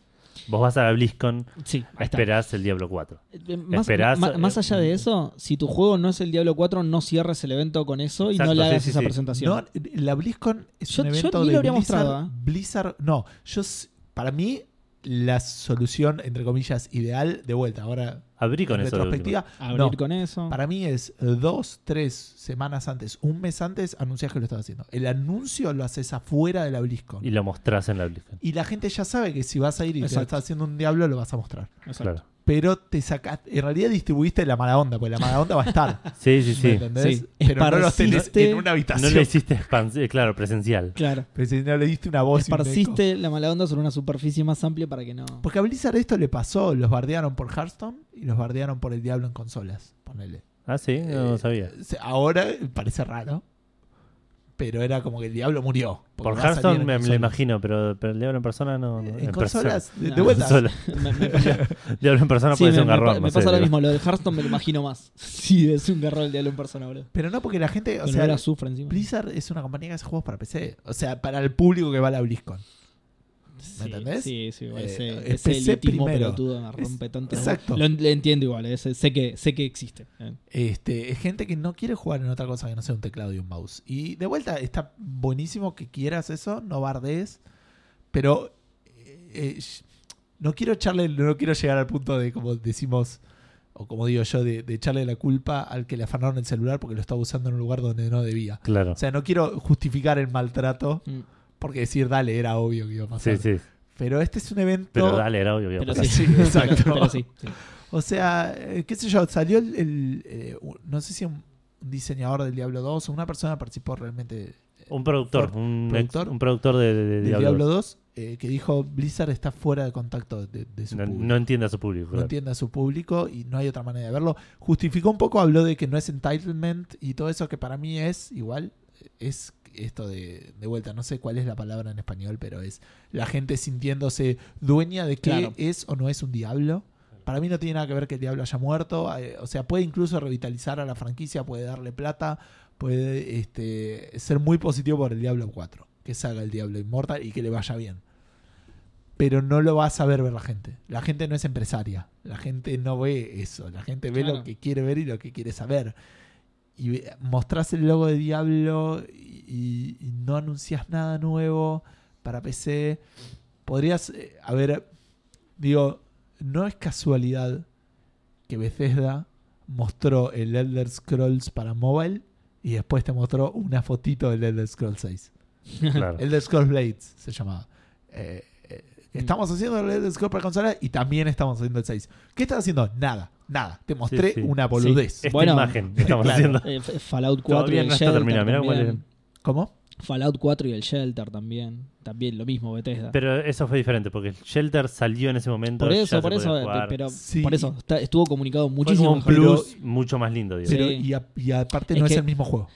[SPEAKER 1] Vos vas a la BlizzCon,
[SPEAKER 2] Sí, ahí está.
[SPEAKER 1] esperás el Diablo 4.
[SPEAKER 2] Eh, Más,
[SPEAKER 1] esperás-
[SPEAKER 2] ma- más allá de eso, si tu juego no es el Diablo 4, no cierres el evento con eso y
[SPEAKER 1] Exacto,
[SPEAKER 2] no le
[SPEAKER 1] sí,
[SPEAKER 2] hagas
[SPEAKER 1] sí,
[SPEAKER 2] esa
[SPEAKER 1] sí.
[SPEAKER 2] presentación.
[SPEAKER 3] No, la BlizzCon es
[SPEAKER 2] Yo-
[SPEAKER 3] un
[SPEAKER 2] yo
[SPEAKER 3] evento
[SPEAKER 2] ni
[SPEAKER 3] de
[SPEAKER 2] lo habría
[SPEAKER 3] Blizzard,
[SPEAKER 2] mostrado, ¿eh?
[SPEAKER 3] Blizzard- no, yo, s- para mí, la solución, entre comillas, ideal, de vuelta, ahora
[SPEAKER 1] Abrí con
[SPEAKER 3] en
[SPEAKER 1] eso. de última.
[SPEAKER 3] retrospectiva,
[SPEAKER 2] Abrir
[SPEAKER 3] no,
[SPEAKER 2] con eso.
[SPEAKER 3] Para mí es dos, tres semanas antes, un mes antes, anunciás que lo estás haciendo. El anuncio lo haces afuera de la BlizzCon.
[SPEAKER 1] y
[SPEAKER 3] Y,
[SPEAKER 1] lo mostrás en la BlizzCon.
[SPEAKER 3] la gente ya sabe que si vas a ir y te
[SPEAKER 2] Exacto.
[SPEAKER 3] estás haciendo un diablo, lo vas a mostrar.
[SPEAKER 2] Exacto.
[SPEAKER 1] Claro.
[SPEAKER 3] Pero te sacaste, en realidad distribuiste la mala onda, porque la mala onda va a estar.
[SPEAKER 1] Sí, sí,
[SPEAKER 3] ¿Me
[SPEAKER 1] sí.
[SPEAKER 3] entendés?
[SPEAKER 2] Sí.
[SPEAKER 3] Pero no lo tenés
[SPEAKER 2] Esparciste-
[SPEAKER 3] en una
[SPEAKER 1] No
[SPEAKER 3] habitación.
[SPEAKER 1] lo hiciste expans- eh, claro, presencial.
[SPEAKER 2] Claro.
[SPEAKER 3] Pero si no le diste una voz. y un eco.
[SPEAKER 2] Esparciste la mala onda sobre una superficie más amplia para que no.
[SPEAKER 3] Porque a Blizzard esto le pasó. Los bardearon por Hearthstone y los bardearon por el diablo en consolas. Ponele.
[SPEAKER 1] Ah, sí, no, no
[SPEAKER 3] Eh,
[SPEAKER 1] sabía.
[SPEAKER 3] se- Ahora parece raro. Pero era como que el diablo murió.
[SPEAKER 1] Por
[SPEAKER 3] porque va a salir
[SPEAKER 1] Hearthstone
[SPEAKER 3] en
[SPEAKER 1] me, me lo
[SPEAKER 3] consolas.
[SPEAKER 1] imagino, pero, pero el diablo en persona no. no-
[SPEAKER 3] En,
[SPEAKER 1] persona.
[SPEAKER 3] consolas, de,
[SPEAKER 2] No.
[SPEAKER 3] de vuelta.
[SPEAKER 1] Solo.
[SPEAKER 2] Me- me- me-
[SPEAKER 1] Diablo en persona
[SPEAKER 2] sí,
[SPEAKER 1] puede
[SPEAKER 2] me-
[SPEAKER 1] ser un
[SPEAKER 2] me pa-
[SPEAKER 1] garrón.
[SPEAKER 2] Me,
[SPEAKER 1] no sé,
[SPEAKER 2] pasa lo
[SPEAKER 1] digo.
[SPEAKER 2] mismo, lo de Hearthstone me lo imagino más. Sí, es un garrón el Diablo en persona, boludo.
[SPEAKER 3] Pero no porque la gente. O
[SPEAKER 2] Con
[SPEAKER 3] sea,
[SPEAKER 2] olor a azufre encima.
[SPEAKER 3] Blizzard es una compañía que hace juegos para PC. O sea, para el público que va a la BlizzCon.
[SPEAKER 2] Sí,
[SPEAKER 3] entendés?
[SPEAKER 2] Sí, sí, igual
[SPEAKER 3] Eh,
[SPEAKER 2] ese,
[SPEAKER 3] es
[SPEAKER 2] ese
[SPEAKER 3] PC
[SPEAKER 2] elitismo
[SPEAKER 3] primero.
[SPEAKER 2] pelotudo me
[SPEAKER 3] Es-
[SPEAKER 2] rompe tanto. la bola.
[SPEAKER 3] exacto.
[SPEAKER 2] Lo en- le entiendo igual, eh, sé, sé que, sé que existe. eh.
[SPEAKER 3] Este, es gente que no quiere jugar en otra cosa que no sea un teclado y un mouse. Y de vuelta, está buenísimo que quieras eso, no bardees. Pero eh, eh, sh- no quiero echarle, no quiero llegar al punto de como decimos, o como digo yo, de, de echarle la culpa al que le afanaron el celular porque lo estaba usando en un lugar donde no debía.
[SPEAKER 1] Claro.
[SPEAKER 3] O sea, no quiero justificar el maltrato
[SPEAKER 2] Mm.
[SPEAKER 3] porque decir, dale, era obvio que iba a pasar.
[SPEAKER 1] Sí, sí.
[SPEAKER 3] Pero este es un evento.
[SPEAKER 1] Pero dale, era obvio. que iba a
[SPEAKER 2] Pero
[SPEAKER 1] pasar.
[SPEAKER 2] sí,
[SPEAKER 3] sí, exacto.
[SPEAKER 2] Pero sí, sí.
[SPEAKER 3] O sea, eh, qué sé yo, salió el. el, eh, un- no sé si un, un diseñador del Diablo 2 o una persona participó realmente
[SPEAKER 1] Un productor,
[SPEAKER 3] Fort-
[SPEAKER 1] un
[SPEAKER 3] productor.
[SPEAKER 1] ex- un productor de, de- de
[SPEAKER 3] del
[SPEAKER 1] Diablo.
[SPEAKER 3] Diablo 2 eh, que dijo Blizzard está fuera de contacto de, de su
[SPEAKER 1] no,
[SPEAKER 3] público.
[SPEAKER 1] no entiende a su público.
[SPEAKER 3] no
[SPEAKER 1] claro.
[SPEAKER 3] entiende a su público y no hay otra manera de verlo. Justificó un poco, habló de que no es entitlement y todo eso que para mí es igual, es esto de, de vuelta, no sé cuál es la palabra en español, pero es la gente sintiéndose dueña de qué
[SPEAKER 2] Claro.
[SPEAKER 3] es o no es un diablo. Para mí no tiene nada que ver que el diablo haya muerto, eh, o sea, puede incluso revitalizar a la franquicia, puede darle plata, puede este, ser muy positivo por el Diablo 4, que salga el Diablo Inmortal y que le vaya bien pero no lo va a saber ver la gente. La gente no es empresaria. La gente no ve eso. La gente ve
[SPEAKER 2] Claro.
[SPEAKER 3] lo que quiere ver y lo que quiere saber. Y ve- mostrás el logo de Diablo y, y no anunciás nada nuevo para PC. Podrías, eh, a ver, digo, no es casualidad que Bethesda mostró el Elder Scrolls para mobile y después te mostró una fotito del Elder Scrolls 6.
[SPEAKER 1] Claro.
[SPEAKER 3] El de Scrolls Blades se llamaba. Eh, eh, estamos haciendo el de Scrolls para consola y también estamos haciendo el 6. ¿Qué estás haciendo? Nada, nada. Te mostré
[SPEAKER 1] Sí, sí.
[SPEAKER 3] una boludez.
[SPEAKER 1] Esta
[SPEAKER 2] Bueno,
[SPEAKER 1] imagen que estamos
[SPEAKER 3] claro.
[SPEAKER 1] haciendo.
[SPEAKER 2] Eh, F- Fallout 4
[SPEAKER 1] Todavía
[SPEAKER 2] y el
[SPEAKER 1] no está
[SPEAKER 2] Shelter
[SPEAKER 1] terminado, mirá cuál
[SPEAKER 2] también.
[SPEAKER 3] ¿Cómo?
[SPEAKER 2] Fallout 4 y el Shelter también. También lo mismo Bethesda.
[SPEAKER 1] Pero eso fue diferente porque el Shelter salió en ese momento.
[SPEAKER 2] por
[SPEAKER 1] ya
[SPEAKER 2] eso,
[SPEAKER 1] se
[SPEAKER 2] por
[SPEAKER 1] podía
[SPEAKER 2] eso, eh,
[SPEAKER 1] jugar.
[SPEAKER 2] pero
[SPEAKER 3] Sí.
[SPEAKER 2] por eso está- estuvo comunicado
[SPEAKER 1] Fue como
[SPEAKER 2] muchísimo
[SPEAKER 1] un
[SPEAKER 2] mejor.
[SPEAKER 1] plus mucho más lindo, digo.
[SPEAKER 2] Sí.
[SPEAKER 3] Pero, y, a- y aparte
[SPEAKER 2] Es
[SPEAKER 3] no es
[SPEAKER 2] que-
[SPEAKER 3] el mismo juego.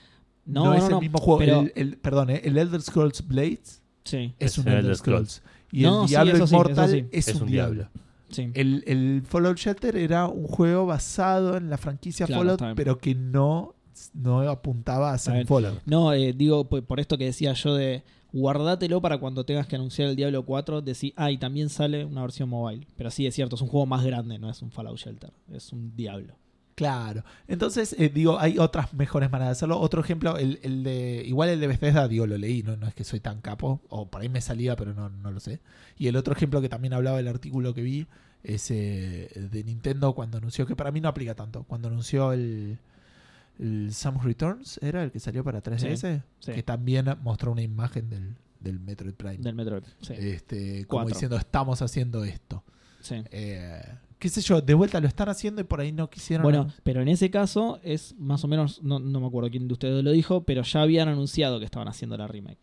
[SPEAKER 2] No,
[SPEAKER 3] No,
[SPEAKER 2] no,
[SPEAKER 3] es el
[SPEAKER 2] no,
[SPEAKER 3] mismo juego.
[SPEAKER 2] pero-
[SPEAKER 3] El, el- perdón, eh, el Elder Scrolls Blades
[SPEAKER 2] Sí,
[SPEAKER 3] es, un Elder Scrolls. Y
[SPEAKER 2] No,
[SPEAKER 3] el
[SPEAKER 2] sí,
[SPEAKER 3] Diablo
[SPEAKER 2] eso sí,
[SPEAKER 3] Immortal
[SPEAKER 2] eso sí.
[SPEAKER 3] es, un Diablo.
[SPEAKER 2] sí.
[SPEAKER 3] El, el Fallout Shelter era un juego basado en la franquicia
[SPEAKER 2] Claro,
[SPEAKER 3] Fallout,
[SPEAKER 2] está bien.
[SPEAKER 3] pero que no, no apuntaba a
[SPEAKER 2] Está
[SPEAKER 3] ser un
[SPEAKER 2] bien.
[SPEAKER 3] Fallout.
[SPEAKER 2] No, eh, digo, por, por esto que decía yo de guardátelo para cuando tengas que anunciar el Diablo 4, decir, ah, y también sale una versión mobile. Pero sí, es cierto, es un juego más grande, no es un Fallout Shelter, es un Diablo.
[SPEAKER 3] Claro. Entonces, eh, digo, hay otras mejores maneras de hacerlo. Otro ejemplo, el, el de. Igual el de Bethesda, digo, lo leí, no, no es que soy tan capo. O por ahí me salía, pero no, no lo sé. Y el otro ejemplo que también hablaba el artículo que vi es eh, de Nintendo cuando anunció, que para mí no aplica tanto, cuando anunció el. El Samus Returns era el que salió para 3DS,
[SPEAKER 2] Sí, sí.
[SPEAKER 3] que también mostró una imagen del, del Metroid Prime.
[SPEAKER 2] Del Metroid. Sí,
[SPEAKER 3] este, como
[SPEAKER 2] Cuatro.
[SPEAKER 3] diciendo, estamos haciendo esto.
[SPEAKER 2] sí.
[SPEAKER 3] Eh, qué sé yo, de vuelta lo están haciendo y por ahí no quisieron.
[SPEAKER 2] Bueno, pero en ese caso es más o menos, no, no me acuerdo quién de ustedes lo dijo, pero ya habían anunciado que estaban haciendo la remake.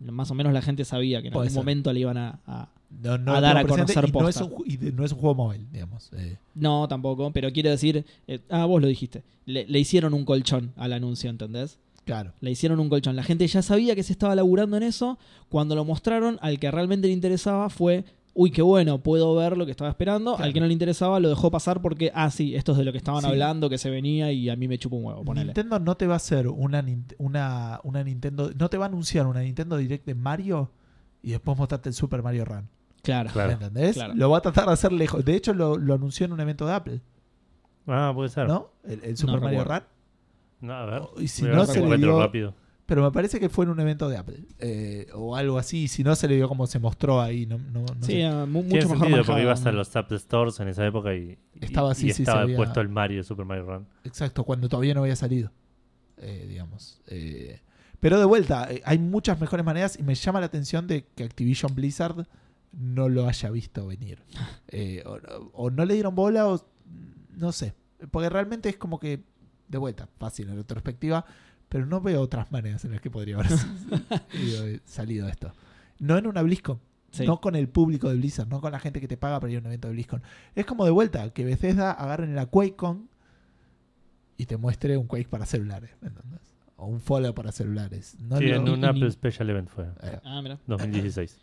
[SPEAKER 2] Más o menos la gente sabía que en
[SPEAKER 3] Puede
[SPEAKER 2] algún
[SPEAKER 3] ser.
[SPEAKER 2] momento le iban a- a,
[SPEAKER 3] no, no
[SPEAKER 2] a
[SPEAKER 3] lo
[SPEAKER 2] dar a
[SPEAKER 3] tengo presente
[SPEAKER 2] conocer
[SPEAKER 3] y no, es
[SPEAKER 2] posta.
[SPEAKER 3] un, ju- y de- no es un juego móvil, digamos. Eh,
[SPEAKER 2] No, tampoco, pero quiero decir, eh, ah, vos lo dijiste, le, le hicieron un colchón al anuncio, ¿entendés?
[SPEAKER 3] claro.
[SPEAKER 2] Le hicieron un colchón. La gente ya sabía que se estaba laburando en eso. Cuando lo mostraron, al que realmente le interesaba fue, uy, qué bueno, puedo ver lo que estaba esperando.
[SPEAKER 3] Claro.
[SPEAKER 2] Al que no le interesaba lo dejó pasar porque, ah, sí, esto es de lo que estaban
[SPEAKER 3] Sí.
[SPEAKER 2] hablando, que se venía y a mí me chupa un huevo, ponele.
[SPEAKER 3] Nintendo no te va a hacer una, nin- una, una Nintendo. No te va a anunciar una Nintendo Direct de Mario y después mostrarte el Super Mario Run.
[SPEAKER 2] Claro.
[SPEAKER 1] Claro.
[SPEAKER 3] ¿Me entendés?
[SPEAKER 2] Claro.
[SPEAKER 3] Lo va a tratar de hacer lejos. De hecho, lo, lo anunció en un evento de Apple,
[SPEAKER 1] Ah, puede ser.
[SPEAKER 3] ¿no? El, el Super
[SPEAKER 2] No
[SPEAKER 3] Mario
[SPEAKER 2] recuerdo.
[SPEAKER 3] Run.
[SPEAKER 1] No, a ver.
[SPEAKER 3] Y si
[SPEAKER 1] Voy a
[SPEAKER 3] no
[SPEAKER 1] ver
[SPEAKER 2] se
[SPEAKER 1] si
[SPEAKER 2] le
[SPEAKER 1] encuentro
[SPEAKER 3] dio-
[SPEAKER 1] rápido.
[SPEAKER 3] Pero me parece que fue en un evento de Apple eh, o algo así. y Si no, se le dio como se mostró ahí. No, no, no
[SPEAKER 2] Sí,
[SPEAKER 3] sé.
[SPEAKER 2] ah, mu-
[SPEAKER 1] Tiene
[SPEAKER 2] mucho mejor
[SPEAKER 1] sentido porque
[SPEAKER 2] manejado.
[SPEAKER 1] ibas a los App Stores en esa época y, y-
[SPEAKER 3] Estaba así,
[SPEAKER 1] y
[SPEAKER 3] sí,
[SPEAKER 1] estaba
[SPEAKER 3] se veía.
[SPEAKER 1] puesto el Mario, Super Mario Run.
[SPEAKER 3] Exacto, cuando todavía no había salido. eh, digamos. Eh, pero de vuelta, eh, hay muchas mejores maneras y me llama la atención de que Activision Blizzard no lo haya visto venir. Eh, o, o no le dieron bola o no sé. Porque realmente es como que, de vuelta, fácil en retrospectiva, pero no veo otras maneras en las que podría haber salido, salido esto. No en una BlizzCon,
[SPEAKER 2] Sí.
[SPEAKER 3] no con el público de Blizzard, no con la gente que te paga para ir a un evento de BlizzCon. Es como de vuelta, que Bethesda agarren la QuakeCon y te muestre un Quake para celulares, ¿me entendés? O un Fallout para celulares. Ah, No
[SPEAKER 1] sí,
[SPEAKER 3] lo-
[SPEAKER 1] en un
[SPEAKER 2] y
[SPEAKER 1] Apple
[SPEAKER 2] ni-
[SPEAKER 1] Special Event fue.
[SPEAKER 3] eh,
[SPEAKER 2] Ah, mira.
[SPEAKER 1] 2016.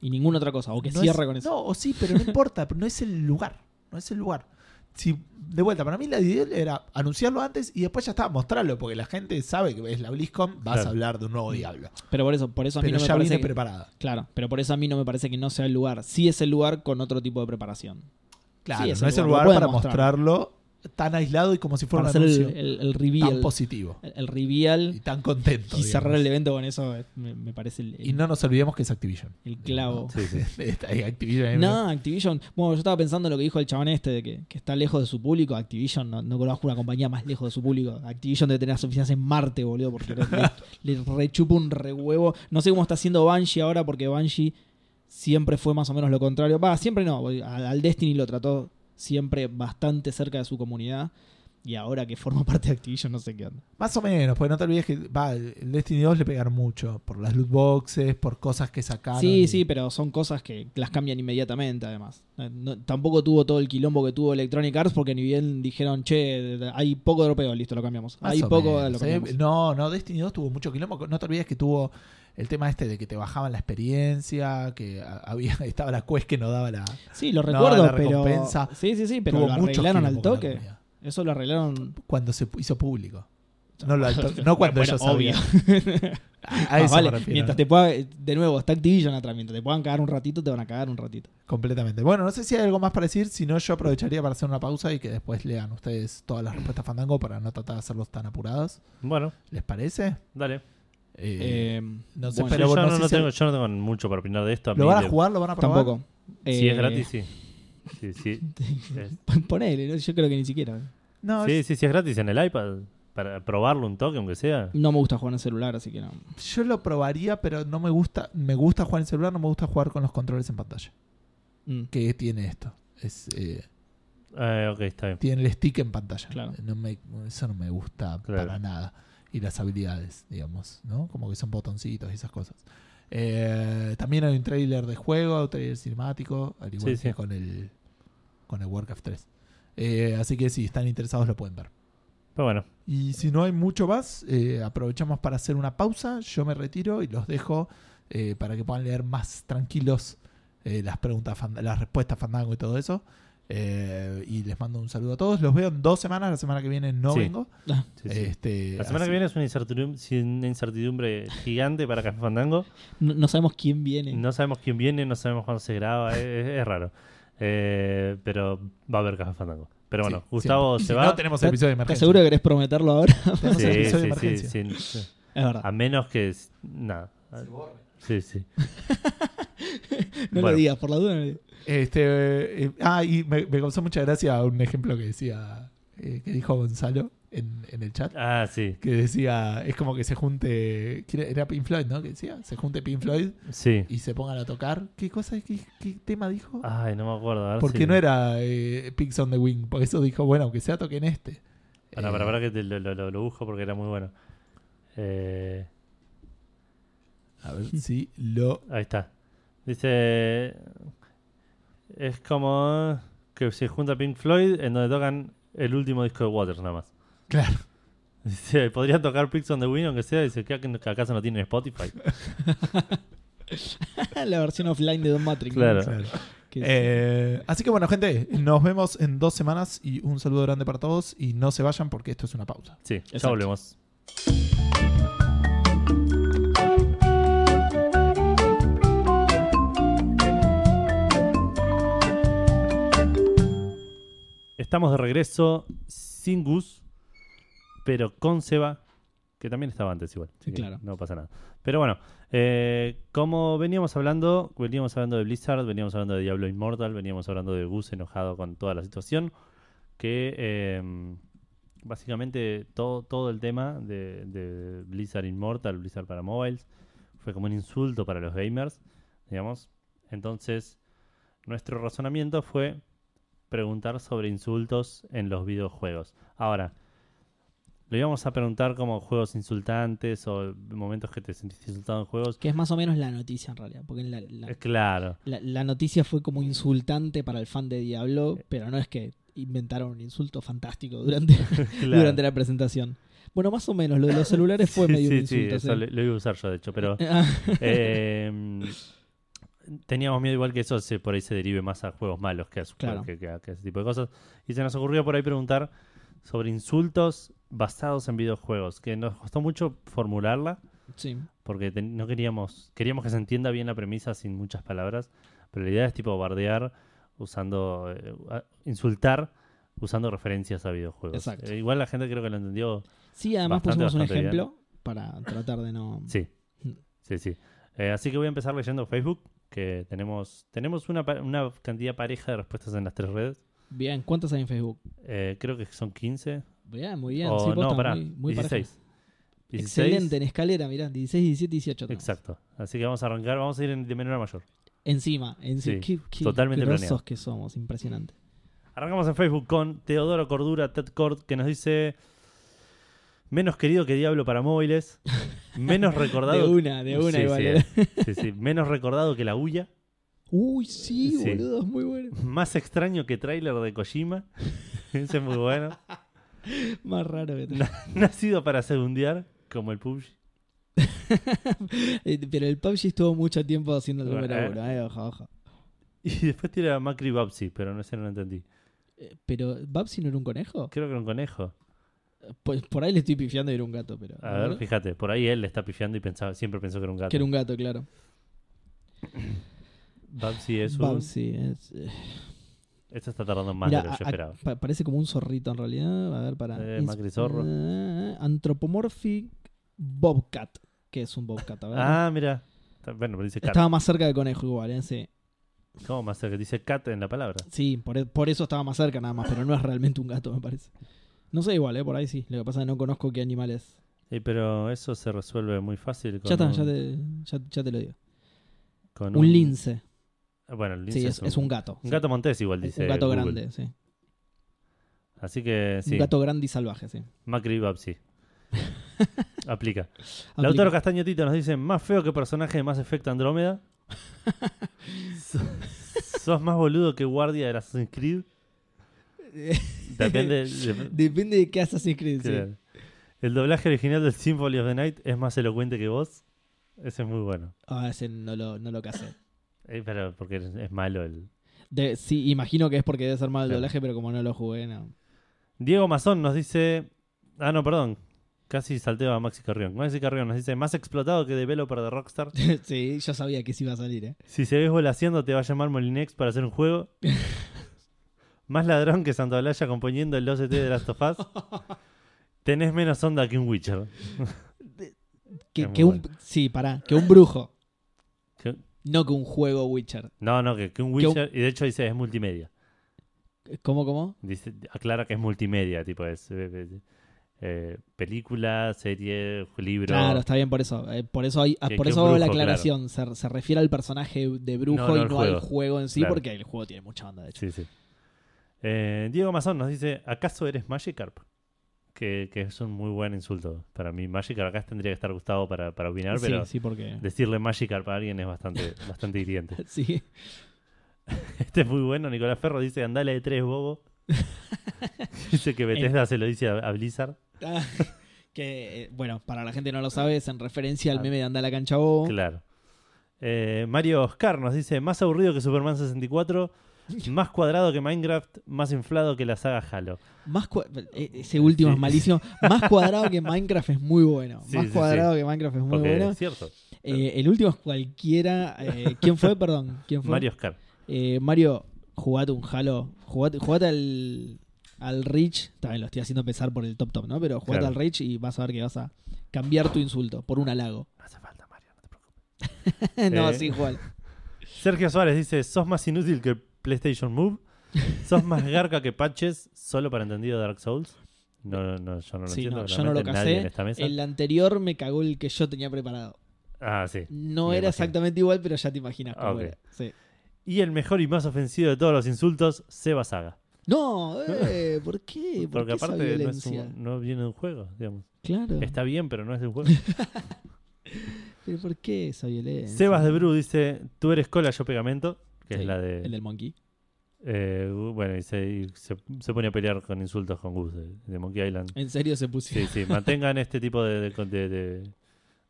[SPEAKER 2] Y ninguna otra cosa, o que
[SPEAKER 3] no
[SPEAKER 2] cierra
[SPEAKER 3] es-
[SPEAKER 2] con eso.
[SPEAKER 3] No, o sí, pero no importa, pero no es el lugar, no es el lugar. Si, de vuelta, para mí la idea era anunciarlo antes y después ya está, mostrarlo, porque la gente sabe que es la BlizzCon, vas
[SPEAKER 1] Claro.
[SPEAKER 3] a hablar de un nuevo diablo.
[SPEAKER 2] Pero por eso, por eso a mí
[SPEAKER 3] Pero
[SPEAKER 2] no Mm. me
[SPEAKER 3] ya
[SPEAKER 2] parece
[SPEAKER 3] viene
[SPEAKER 2] que-
[SPEAKER 3] preparada.
[SPEAKER 2] Claro, pero por eso a mí no me parece que no sea el lugar. Sí es el lugar con otro tipo de preparación.
[SPEAKER 3] Claro,
[SPEAKER 2] Sí, es
[SPEAKER 3] no
[SPEAKER 2] el
[SPEAKER 3] es el
[SPEAKER 2] lugar, lo
[SPEAKER 3] lugar, para
[SPEAKER 2] pueden mostrar.
[SPEAKER 3] mostrarlo tan aislado y como si fuera
[SPEAKER 2] Para
[SPEAKER 3] un
[SPEAKER 2] hacer el,
[SPEAKER 3] anuncio
[SPEAKER 2] el, el
[SPEAKER 3] tan
[SPEAKER 2] reveal.
[SPEAKER 3] positivo
[SPEAKER 2] El, el reveal
[SPEAKER 3] y tan contento.
[SPEAKER 2] y cerrar
[SPEAKER 3] digamos.
[SPEAKER 2] el evento con eso eh, me, me parece el,
[SPEAKER 3] Y no nos olvidemos que es Activision.
[SPEAKER 2] el clavo.
[SPEAKER 1] Sí, sí.
[SPEAKER 3] Esta- Activision
[SPEAKER 2] No, Activision. Bueno, yo estaba pensando en lo que dijo el chabón este, de que, que está lejos de su público. Activision, no, no conozco una compañía más lejos de su público. Activision debe tener las oficinas en Marte, boludo, porque le, le- le rechupa un rehuevo. No sé cómo está haciendo Banshee ahora, porque Banshee siempre fue más o menos lo contrario. Va, siempre no. porque Al al Destiny lo trató siempre bastante cerca de su comunidad. Y ahora que forma parte de Activision, no sé qué onda.
[SPEAKER 3] Más o menos, porque no te olvides que va, el Destiny 2 le pegaron mucho por las loot boxes, por cosas que sacaron.
[SPEAKER 2] Sí,
[SPEAKER 3] y-
[SPEAKER 2] sí, pero son cosas que las cambian inmediatamente, además. Eh, no- tampoco tuvo todo el quilombo que tuvo Electronic Arts, porque ni bien dijeron, che, hay poco dropeo, listo, lo cambiamos.
[SPEAKER 3] Más
[SPEAKER 2] hay
[SPEAKER 3] o
[SPEAKER 2] poco,
[SPEAKER 3] menos,
[SPEAKER 2] lo
[SPEAKER 3] ¿eh?
[SPEAKER 2] cambiamos.
[SPEAKER 3] No, no, Destiny 2 tuvo mucho quilombo. No te olvides que tuvo el tema este de que te bajaban la experiencia, que a- había estaba la quest que no daba la...
[SPEAKER 2] Sí, lo
[SPEAKER 3] No,
[SPEAKER 2] recuerdo,
[SPEAKER 3] la
[SPEAKER 2] pero.
[SPEAKER 3] recompensa
[SPEAKER 2] Sí, sí, sí, pero
[SPEAKER 3] tuvo
[SPEAKER 2] lo
[SPEAKER 3] mucho
[SPEAKER 2] arreglaron al
[SPEAKER 3] quilombo con la
[SPEAKER 2] toque.
[SPEAKER 3] comunidad,
[SPEAKER 2] Eso lo arreglaron.
[SPEAKER 3] Cuando se hizo público. No, lo al toque- no cuando
[SPEAKER 2] Bueno,
[SPEAKER 3] yo sabía. A, a
[SPEAKER 2] Más
[SPEAKER 3] eso
[SPEAKER 2] vale,
[SPEAKER 3] me refiero. ¿eh?
[SPEAKER 2] Mientras te pueda, eh, de nuevo, está Activision atrás. Mientras te puedan cagar un ratito, te van a cagar un ratito.
[SPEAKER 3] Completamente. Bueno, no sé si hay algo más para decir, si no yo aprovecharía para hacer una pausa y que después lean ustedes todas las respuestas Fandango para no tratar de hacerlos tan apurados.
[SPEAKER 1] Bueno,
[SPEAKER 3] ¿Les parece?
[SPEAKER 1] dale.
[SPEAKER 3] Eh,
[SPEAKER 2] Eh,
[SPEAKER 3] no sé,
[SPEAKER 2] bueno,
[SPEAKER 3] pero
[SPEAKER 1] yo, no,
[SPEAKER 3] bueno, no sé
[SPEAKER 1] no
[SPEAKER 3] si-
[SPEAKER 1] tengo, yo no tengo mucho para opinar de esto. A
[SPEAKER 3] ¿Lo
[SPEAKER 1] mí
[SPEAKER 3] van a
[SPEAKER 1] le-
[SPEAKER 3] jugar? ¿Lo van a probar?
[SPEAKER 2] tampoco.
[SPEAKER 1] Si
[SPEAKER 2] Eh,
[SPEAKER 1] es gratis, sí. Sí, sí. Es-
[SPEAKER 2] Ponele, ¿no? yo creo que ni siquiera. ¿eh?
[SPEAKER 3] No,
[SPEAKER 1] sí, sí, sí, es gratis en el iPad. Para probarlo un toque, aunque sea.
[SPEAKER 2] No me gusta jugar en celular, así que no.
[SPEAKER 3] Yo lo probaría, pero no me gusta. Me gusta jugar en celular, no me gusta jugar con los controles en pantalla.
[SPEAKER 2] Mm.
[SPEAKER 3] ¿Qué tiene esto? Es, eh,
[SPEAKER 1] Eh, ok, está bien.
[SPEAKER 3] tiene el stick en pantalla.
[SPEAKER 2] Claro.
[SPEAKER 3] No me- eso no me gusta
[SPEAKER 1] Claro.
[SPEAKER 3] para nada. Y las habilidades, digamos, ¿no? Como que son botoncitos y esas cosas. Eh, también hay un trailer de juego, un trailer cinemático, al igual
[SPEAKER 1] Sí,
[SPEAKER 3] que
[SPEAKER 1] sí.
[SPEAKER 3] con el con el Warcraft 3. Eh, así que si están interesados lo pueden ver.
[SPEAKER 1] Pero bueno,
[SPEAKER 3] Y si no hay mucho más, eh, aprovechamos para hacer una pausa. Yo me retiro y los dejo eh, para que puedan leer más tranquilos eh, las preguntas, fan- las respuestas fandango y todo eso. Eh, y les mando un saludo a todos. Los veo en dos semanas. La semana que viene no
[SPEAKER 1] Sí.
[SPEAKER 3] vengo.
[SPEAKER 2] Ah.
[SPEAKER 1] sí, sí.
[SPEAKER 3] Este,
[SPEAKER 1] La semana
[SPEAKER 3] así-
[SPEAKER 1] que viene es una incertidum- sí, una incertidumbre, gigante para Café Fandango.
[SPEAKER 2] No, no sabemos quién viene.
[SPEAKER 1] No sabemos quién viene, no sabemos cuándo se graba, es, es- es raro. Eh, pero va a haber Café Fandango. Pero bueno,
[SPEAKER 3] Sí,
[SPEAKER 1] Gustavo
[SPEAKER 3] siempre.
[SPEAKER 1] se
[SPEAKER 3] Si
[SPEAKER 1] va.
[SPEAKER 3] No tenemos
[SPEAKER 2] ¿Estás-
[SPEAKER 3] episodio de
[SPEAKER 2] ¿Estás
[SPEAKER 3] emergencia.
[SPEAKER 2] seguro que querés prometerlo ahora?
[SPEAKER 3] Tenemos
[SPEAKER 1] Sí,
[SPEAKER 3] episodio de
[SPEAKER 1] sí, sí,
[SPEAKER 3] emergencia. Ah.
[SPEAKER 1] sí, sí.
[SPEAKER 2] es verdad.
[SPEAKER 1] A menos que. s- Nada. Sí, sí.
[SPEAKER 2] no lo
[SPEAKER 1] bueno.
[SPEAKER 2] digas, por la duda. no lo digas.
[SPEAKER 3] Este, eh, ah, y me, me causó mucha gracia un ejemplo que decía, eh, que dijo Gonzalo en, en el chat.
[SPEAKER 1] Ah, sí.
[SPEAKER 3] que decía, es como que se junte, ¿quién era Pink Floyd, ¿no? Que decía, se junte Pink Floyd
[SPEAKER 1] Sí.
[SPEAKER 3] y se pongan a tocar. ¿Qué cosa, qué, qué tema dijo?
[SPEAKER 1] Ay, no me acuerdo. ahora
[SPEAKER 3] porque
[SPEAKER 1] Ah, sí.
[SPEAKER 3] no era eh, Pigs on the Wing, por eso dijo, bueno, aunque sea toquen este.
[SPEAKER 1] Para,
[SPEAKER 3] Eh,
[SPEAKER 1] para, para que te lo, lo- lo- lo busco porque era muy bueno. Eh,
[SPEAKER 3] A ver si lo...
[SPEAKER 1] ahí está. Dice. Es como que se junta Pink Floyd en donde tocan el último disco de Waters, nada más.
[SPEAKER 3] Claro,
[SPEAKER 1] Dice, podría tocar Pix on the Win, aunque sea. Dice, ¿qué- que acaso no tienen Spotify?
[SPEAKER 2] la versión offline de Don Matrix. ¿no?
[SPEAKER 1] Claro.
[SPEAKER 3] claro.
[SPEAKER 2] Que-
[SPEAKER 3] Eh, así que bueno, gente, nos vemos en dos semanas y un saludo grande para todos y no se vayan porque esto es una pausa.
[SPEAKER 1] Sí, ya
[SPEAKER 2] Exacto.
[SPEAKER 1] volvemos. Estamos de regreso sin Gus, pero con Seba, que también estaba antes igual. así que
[SPEAKER 2] Claro.
[SPEAKER 1] No pasa nada. Pero bueno, eh, como veníamos hablando, veníamos hablando de Blizzard, veníamos hablando de Diablo Immortal, veníamos hablando de Gus enojado con toda la situación, que eh, básicamente todo, todo el tema de, de Blizzard Immortal, Blizzard para móviles, fue como un insulto para los gamers, digamos. Entonces, nuestro razonamiento fue preguntar sobre insultos en los videojuegos. Ahora, lo íbamos a preguntar como juegos insultantes o momentos que te sentiste insultado en juegos.
[SPEAKER 2] que es más o menos la noticia en realidad. Porque en la, la-
[SPEAKER 1] Eh, Claro.
[SPEAKER 2] la- la noticia fue como insultante para el fan de
[SPEAKER 1] Eh.
[SPEAKER 2] Diablo, pero no es que inventaron un insulto fantástico durante,
[SPEAKER 1] claro.
[SPEAKER 2] durante la presentación. Bueno, más o menos, lo de los celulares fue
[SPEAKER 1] Sí,
[SPEAKER 2] medio un
[SPEAKER 1] sí, sí,
[SPEAKER 2] insulto.
[SPEAKER 1] eso
[SPEAKER 2] sí.
[SPEAKER 1] lo, lo iba a usar yo, de hecho, pero...
[SPEAKER 2] Ah,
[SPEAKER 1] Eh, teníamos miedo igual que eso se, por ahí se derive más a juegos malos que a, su-
[SPEAKER 2] Claro.
[SPEAKER 1] que- que a- que a ese tipo de cosas. Y se nos ocurrió por ahí preguntar sobre insultos basados en videojuegos, que nos costó mucho formularla
[SPEAKER 2] sí.
[SPEAKER 1] porque ten- no queríamos queríamos que se entienda bien la premisa sin muchas palabras, pero la idea es tipo bardear usando eh, a- insultar usando referencias a videojuegos.
[SPEAKER 2] Exacto.
[SPEAKER 1] Eh, igual la gente creo que lo entendió.
[SPEAKER 2] Sí, además
[SPEAKER 1] Bastante,
[SPEAKER 2] pusimos un
[SPEAKER 1] bastante
[SPEAKER 2] ejemplo para tratar de no.
[SPEAKER 1] Sí.
[SPEAKER 2] Mm.
[SPEAKER 1] Sí, sí. Eh, así que voy a empezar leyendo Facebook, que tenemos, tenemos una, pa- una cantidad pareja de respuestas en las tres redes.
[SPEAKER 2] Bien, ¿cuántas hay en Facebook?
[SPEAKER 1] Eh, creo que son 15.
[SPEAKER 2] Bien, muy bien.
[SPEAKER 1] o
[SPEAKER 2] sí,
[SPEAKER 1] Oh, no,
[SPEAKER 2] posta,
[SPEAKER 1] pará,
[SPEAKER 2] muy, muy pareja.
[SPEAKER 1] 16. 16.
[SPEAKER 2] Excelente, en escalera, mirá, 16, 17, 18. tenemos.
[SPEAKER 1] Exacto. Así que vamos a arrancar, vamos a ir en- de menor a mayor.
[SPEAKER 2] Encima, encima.
[SPEAKER 1] Sí,
[SPEAKER 2] Qué, qué
[SPEAKER 1] totalmente
[SPEAKER 2] grosos
[SPEAKER 1] planeado.
[SPEAKER 2] que somos, impresionante.
[SPEAKER 1] Arrancamos en Facebook con Teodoro Cordura, Ted Cord, que nos dice. Menos querido que Diablo para móviles. Menos
[SPEAKER 2] De
[SPEAKER 1] recordado.
[SPEAKER 2] una, de una
[SPEAKER 1] Sí,
[SPEAKER 2] igual.
[SPEAKER 1] sí,
[SPEAKER 2] ¿eh?
[SPEAKER 1] es. Sí, sí. Menos recordado que la Huya.
[SPEAKER 2] Uy, sí,
[SPEAKER 1] Sí.
[SPEAKER 2] boludo, es muy bueno.
[SPEAKER 1] Más extraño que tráiler de Kojima. Ese es muy bueno.
[SPEAKER 2] Más raro que todo.
[SPEAKER 1] Na- Nacido para segundear, como el PUBG.
[SPEAKER 2] Eh, Pero el PUBG estuvo mucho tiempo haciendo el
[SPEAKER 1] Bueno,
[SPEAKER 2] número
[SPEAKER 1] eh.
[SPEAKER 2] uno, eh, ojo, ojo.
[SPEAKER 1] Y después tira a Macri Babsi, pero no sé, no lo entendí.
[SPEAKER 2] Eh, Pero, ¿Babsi no era un conejo?
[SPEAKER 1] Creo que era un conejo.
[SPEAKER 2] Pues por ahí le estoy pifiando y era un gato, pero.
[SPEAKER 1] A ver, fíjate, por ahí él le está pifiando y pensaba, siempre pensó que era un gato.
[SPEAKER 2] Que era un gato, claro.
[SPEAKER 1] Babsi es un.
[SPEAKER 2] Babsi. es- eh,
[SPEAKER 1] Esto está tardando más
[SPEAKER 2] mirá,
[SPEAKER 1] de lo que yo
[SPEAKER 2] a- a-
[SPEAKER 1] esperaba.
[SPEAKER 2] pa- parece como un zorrito en realidad. A ver, para.
[SPEAKER 1] Eh, Macri zorro.
[SPEAKER 2] Eh, Anthropomorphic Bobcat. Que es un Bobcat, a ver.
[SPEAKER 1] Ah, mira. Está- Bueno, pero dice cat.
[SPEAKER 2] estaba más cerca de conejo igual, ¿eh? Sí,
[SPEAKER 1] ¿Cómo más cerca? Dice cat en la palabra.
[SPEAKER 2] sí por, e- por eso estaba más cerca nada más, pero no es realmente un gato, me parece. No sé, igual, ¿eh? Por ahí sí. Lo que pasa es que no conozco qué animal es.
[SPEAKER 1] Sí, Eh, pero eso se resuelve muy fácil con
[SPEAKER 2] Ya está,
[SPEAKER 1] un,
[SPEAKER 2] ya te, ya- ya te lo digo.
[SPEAKER 1] con
[SPEAKER 2] Un lince.
[SPEAKER 1] Bueno, el lince
[SPEAKER 2] Sí, es, es un gato.
[SPEAKER 1] Un gato montés igual dice.
[SPEAKER 2] Un gato
[SPEAKER 1] Google.
[SPEAKER 2] grande, sí.
[SPEAKER 1] Así que sí.
[SPEAKER 2] Un gato grande y salvaje, sí.
[SPEAKER 1] Macri Babsi. Aplica.
[SPEAKER 2] Aplica.
[SPEAKER 1] Lautaro Castaño Tito nos dice: Más feo que personaje de Mass Effect Andrómeda. So- Sos más boludo que guardia de Assassin's Creed. Depende. de-
[SPEAKER 2] Depende de qué Assassin's Creed. sí.
[SPEAKER 1] Claro. El doblaje original del Symphony of the Night es más elocuente que vos. Ese es muy bueno.
[SPEAKER 2] Ah, ese no lo, no lo casé.
[SPEAKER 1] Eh, pero porque es- es malo el.
[SPEAKER 2] De- sí, imagino que es porque debe ser mal el
[SPEAKER 1] Claro.
[SPEAKER 2] doblaje, pero como no lo jugué, no.
[SPEAKER 1] Diego Mazón nos dice. Ah, no, perdón. Casi salteo a Maxi Carrión. Maxi Carrión nos dice: Más explotado que developer de Rockstar.
[SPEAKER 2] sí, yo sabía que sí iba a salir, ¿eh?
[SPEAKER 1] Si se ves volaciendo, te va a llamar Molinex para hacer un juego. Más ladrón que Santa Olalla componiendo el OCT de Last of Us. Tenés menos onda que un Witcher. Es
[SPEAKER 2] Que,
[SPEAKER 1] muy
[SPEAKER 2] que un, sí, pará, que un brujo.
[SPEAKER 1] Que-
[SPEAKER 2] No que un juego Witcher.
[SPEAKER 1] no, no, que, que un
[SPEAKER 2] Que un-
[SPEAKER 1] Witcher. Y de hecho dice: es multimedia.
[SPEAKER 2] ¿Cómo, cómo?
[SPEAKER 1] Dice, aclara que es multimedia, tipo, es eh, eh, eh, película, serie, libro.
[SPEAKER 2] Claro, está bien por eso. Eh, por eso hay, ah,
[SPEAKER 1] Que-
[SPEAKER 2] por
[SPEAKER 1] que
[SPEAKER 2] eso
[SPEAKER 1] un
[SPEAKER 2] hago la
[SPEAKER 1] brujo, claro.
[SPEAKER 2] aclaración. Se, se refiere al personaje de brujo
[SPEAKER 1] No, no
[SPEAKER 2] y
[SPEAKER 1] al
[SPEAKER 2] no al
[SPEAKER 1] juego.
[SPEAKER 2] juego en sí,
[SPEAKER 1] Claro.
[SPEAKER 2] porque el juego tiene mucha onda, de hecho.
[SPEAKER 1] Sí, sí. Eh, Diego Mazón nos dice: ¿Acaso eres Magikarp? Que, que es un muy buen insulto para mí. Magikarp acá tendría que estar Gustavo para, para opinar,
[SPEAKER 2] Sí,
[SPEAKER 1] pero
[SPEAKER 2] sí, porque.
[SPEAKER 1] decirle Magikarp a alguien es bastante, bastante hiriente.
[SPEAKER 2] Sí.
[SPEAKER 1] Este es muy bueno. Nicolás Ferro dice: Andale de tres, bobo. dice que Bethesda se lo dice a, a Blizzard.
[SPEAKER 2] Ah, que, eh, bueno, para la gente que no lo sabe, es en referencia al
[SPEAKER 1] Ah.
[SPEAKER 2] meme de Anda a la cancha bobo.
[SPEAKER 1] Claro. Eh, Mario Oscar nos dice: Más aburrido que Superman 64, más cuadrado que Minecraft, más inflado que la saga Halo.
[SPEAKER 2] Más cua- eh, ese último es
[SPEAKER 1] Sí.
[SPEAKER 2] malísimo. Más cuadrado que Minecraft es muy bueno.
[SPEAKER 1] Sí,
[SPEAKER 2] Más
[SPEAKER 1] sí,
[SPEAKER 2] cuadrado que Minecraft es muy
[SPEAKER 1] Porque
[SPEAKER 2] bueno.
[SPEAKER 1] es cierto.
[SPEAKER 2] Eh, el último es cualquiera. eh, ¿Quién fue? Perdón. ¿Quién fue?
[SPEAKER 1] Mario Oscar.
[SPEAKER 2] Eh, Mario, jugate un Halo. Jugate, jugate al, al Reach. También lo estoy haciendo empezar por el top top, ¿no? Pero jugate
[SPEAKER 1] Claro.
[SPEAKER 2] al Reach y vas a ver que vas a cambiar tu insulto por un halago.
[SPEAKER 1] No hace falta, Mario, no te preocupes.
[SPEAKER 2] no,
[SPEAKER 1] Eh.
[SPEAKER 2] sí, igual.
[SPEAKER 1] Sergio Suárez dice: Sos más inútil que PlayStation Move, sos más garca que Patches, solo para entendido Dark Souls. No, no, no, yo no lo
[SPEAKER 2] Sí,
[SPEAKER 1] entiendo.
[SPEAKER 2] no, yo no lo
[SPEAKER 1] claramente, nadie
[SPEAKER 2] casé.
[SPEAKER 1] en esta mesa.
[SPEAKER 2] El anterior me cagó el que yo tenía preparado.
[SPEAKER 1] Ah, sí.
[SPEAKER 2] No
[SPEAKER 1] Me
[SPEAKER 2] era
[SPEAKER 1] imagino.
[SPEAKER 2] exactamente igual, pero ya te imaginas cómo
[SPEAKER 1] Ah, ok.
[SPEAKER 2] era. Sí.
[SPEAKER 1] Y el mejor y más ofensivo de todos los insultos, Seba Saga.
[SPEAKER 2] No, eh, ¿por qué? ¿Por
[SPEAKER 1] Porque
[SPEAKER 2] qué esa
[SPEAKER 1] aparte no, es un-
[SPEAKER 2] violencia?
[SPEAKER 1] no viene de un juego, digamos.
[SPEAKER 2] Claro.
[SPEAKER 1] Está bien, pero no es de un juego.
[SPEAKER 2] ¿Pero por qué esa violencia?
[SPEAKER 1] Sebas de Bru dice: Tú eres cola, yo pegamento. Que
[SPEAKER 2] Sí,
[SPEAKER 1] es la de.
[SPEAKER 2] El del monkey.
[SPEAKER 1] eh, bueno, y se, y se- se pone a pelear con insultos con Gus de, de Monkey Island.
[SPEAKER 2] En serio se pusieron.
[SPEAKER 1] Sí, sí, mantengan este tipo de, de, de- de-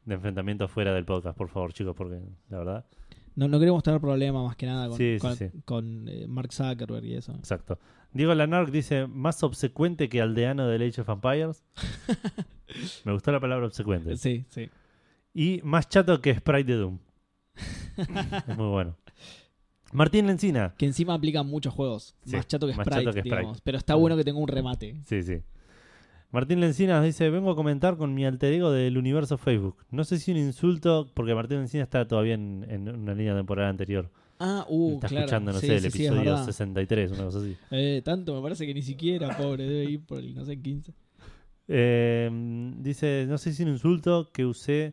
[SPEAKER 1] de enfrentamientos fuera del podcast, por favor, chicos, porque la verdad.
[SPEAKER 2] No, no queremos tener problemas más que nada con,
[SPEAKER 1] Sí, sí,
[SPEAKER 2] con-
[SPEAKER 1] sí.
[SPEAKER 2] con, eh, Mark Zuckerberg y eso.
[SPEAKER 1] Exacto. Diego Lanark dice: Más obsecuente que aldeano del Age of Empires. Me gustó la palabra obsecuente.
[SPEAKER 2] Sí, sí.
[SPEAKER 1] Y más chato que Sprite de Doom. es muy bueno. Martín Lencina.
[SPEAKER 2] Que encima aplican muchos juegos.
[SPEAKER 1] Sí,
[SPEAKER 2] más chato que
[SPEAKER 1] más
[SPEAKER 2] Sprite,
[SPEAKER 1] chato que
[SPEAKER 2] digamos.
[SPEAKER 1] Sprite.
[SPEAKER 2] Pero está bueno que tenga un remate.
[SPEAKER 1] Sí, sí. Martín Lencinas dice, vengo a comentar con mi alter ego del universo Facebook. No sé si un insulto, porque Martín Lencinas está todavía en, en una línea temporal anterior.
[SPEAKER 2] Ah, uh,
[SPEAKER 1] está
[SPEAKER 2] claro.
[SPEAKER 1] escuchando, no
[SPEAKER 2] Sí,
[SPEAKER 1] sé, el
[SPEAKER 2] sí, sí, es
[SPEAKER 1] episodio
[SPEAKER 2] verdad.
[SPEAKER 1] 63, una cosa así.
[SPEAKER 2] Eh, tanto me parece que ni siquiera, pobre, debe ir por el, no sé, 15.
[SPEAKER 1] Eh, dice, no sé si un insulto que usé,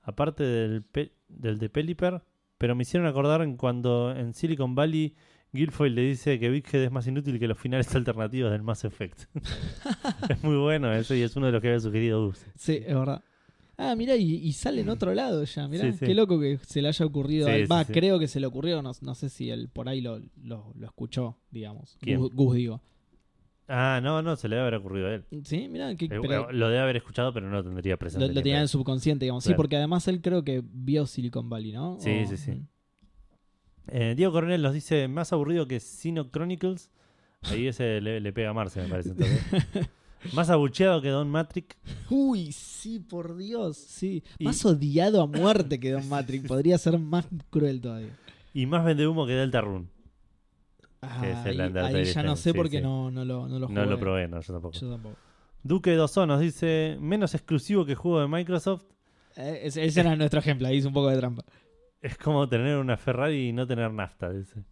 [SPEAKER 1] aparte del, pe- del de Pelipper, pero me hicieron acordar en cuando en Silicon Valley Guilfoyle le dice que Big Head es más inútil que los finales alternativos del Mass Effect. es muy bueno eso y es uno de los que había sugerido Gus.
[SPEAKER 2] Sí, es verdad. Ah, mirá, y, y sale en otro lado ya, mirá.
[SPEAKER 1] Sí, sí.
[SPEAKER 2] Qué loco que se le haya ocurrido.
[SPEAKER 1] Sí,
[SPEAKER 2] a él.
[SPEAKER 1] sí,
[SPEAKER 2] Va,
[SPEAKER 1] sí.
[SPEAKER 2] creo que se le ocurrió, no, no sé si él por ahí lo, lo- lo escuchó, digamos.
[SPEAKER 1] ¿Quién?
[SPEAKER 2] Gus, Gus, digo.
[SPEAKER 1] Ah, no, no, se le debe haber ocurrido a él.
[SPEAKER 2] Sí, mirá, que,
[SPEAKER 1] Eh,
[SPEAKER 2] pero
[SPEAKER 1] lo debe haber escuchado, pero no lo tendría
[SPEAKER 2] lo,
[SPEAKER 1] presente.
[SPEAKER 2] lo
[SPEAKER 1] ni
[SPEAKER 2] tenía en
[SPEAKER 1] en
[SPEAKER 2] el subconsciente, digamos. Sí,
[SPEAKER 1] Claro.
[SPEAKER 2] porque además él creo que vio Silicon Valley, ¿no?
[SPEAKER 1] Sí,
[SPEAKER 2] O-
[SPEAKER 1] sí, sí. Eh, Diego Coronel nos dice, más aburrido que Sino Chronicles. Ahí ese le, le pega a Marce, me parece. entonces. más abucheado que Don Matrix.
[SPEAKER 2] Uy, sí, por Dios, sí.
[SPEAKER 1] Y-
[SPEAKER 2] Más odiado a muerte que Don Matrix. Podría ser más cruel todavía.
[SPEAKER 1] Y más vende humo que Delta Rune.
[SPEAKER 2] Ah,
[SPEAKER 1] es el
[SPEAKER 2] ahí-
[SPEAKER 1] Undertale
[SPEAKER 2] ahí, ya no
[SPEAKER 1] este,
[SPEAKER 2] sé
[SPEAKER 1] sí,
[SPEAKER 2] porque
[SPEAKER 1] sí.
[SPEAKER 2] No, no lo, no lo
[SPEAKER 1] No
[SPEAKER 2] jugué.
[SPEAKER 1] lo probé, no, yo tampoco.
[SPEAKER 2] Yo tampoco.
[SPEAKER 1] Duque Dozón nos dice, menos exclusivo que juego de Microsoft.
[SPEAKER 2] Eh, Ese, ese era nuestro ejemplo, ahí hice un poco de trampa.
[SPEAKER 1] Es como tener una Ferrari y no tener nafta, dice.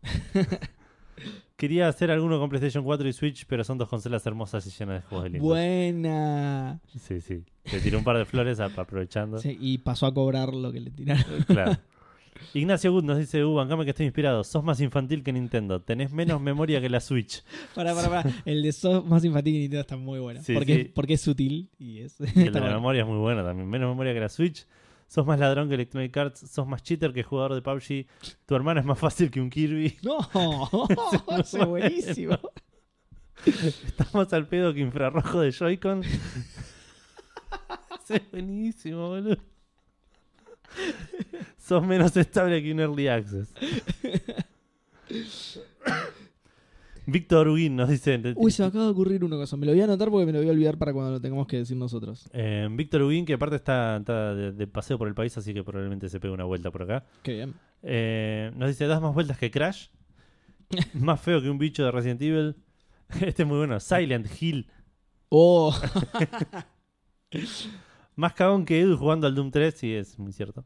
[SPEAKER 1] Quería hacer alguno con PlayStation 4 y Switch, pero son dos consolas hermosas y llenas de juegos lindos.
[SPEAKER 2] Buena.
[SPEAKER 1] Sí, sí. Le tiré un par de flores a- aprovechando.
[SPEAKER 2] Sí, y pasó a cobrar lo que le tiraron.
[SPEAKER 1] Claro. Ignacio Good nos dice, uh, bancame que estoy inspirado. Sos más infantil que Nintendo. Tenés menos memoria que la Switch.
[SPEAKER 2] Pará, pará, pará. El de sos más infantil que Nintendo está muy bueno.
[SPEAKER 1] Sí,
[SPEAKER 2] porque,
[SPEAKER 1] sí.
[SPEAKER 2] porque es sutil y es.
[SPEAKER 1] Y el de la
[SPEAKER 2] está bueno.
[SPEAKER 1] memoria es muy bueno también. Menos memoria que la Switch. Sos más ladrón que Electronic Arts. Sos más cheater que jugador de PUBG. Tu hermana es más fácil que un Kirby.
[SPEAKER 2] No, eso es buenísimo.
[SPEAKER 1] Estás más al pedo que infrarrojo de Joy-Con. Ese es buenísimo, boludo. Sos menos estable que un Early Access. Víctor Huguín nos dice...
[SPEAKER 2] Uy, se me acaba de ocurrir una cosa. Me lo voy a anotar porque me lo voy a olvidar para cuando lo tengamos que decir nosotros.
[SPEAKER 1] Eh, Víctor Huguín, que aparte está, está de, de paseo por el país, así que probablemente se pegue una vuelta por acá.
[SPEAKER 2] Qué bien.
[SPEAKER 1] Eh, nos dice, das más vueltas que Crash. Más feo que un bicho de Resident Evil. Este es muy bueno. Silent Hill.
[SPEAKER 2] Oh,
[SPEAKER 1] Más cagón que Edu jugando al Doom 3, sí, es muy cierto.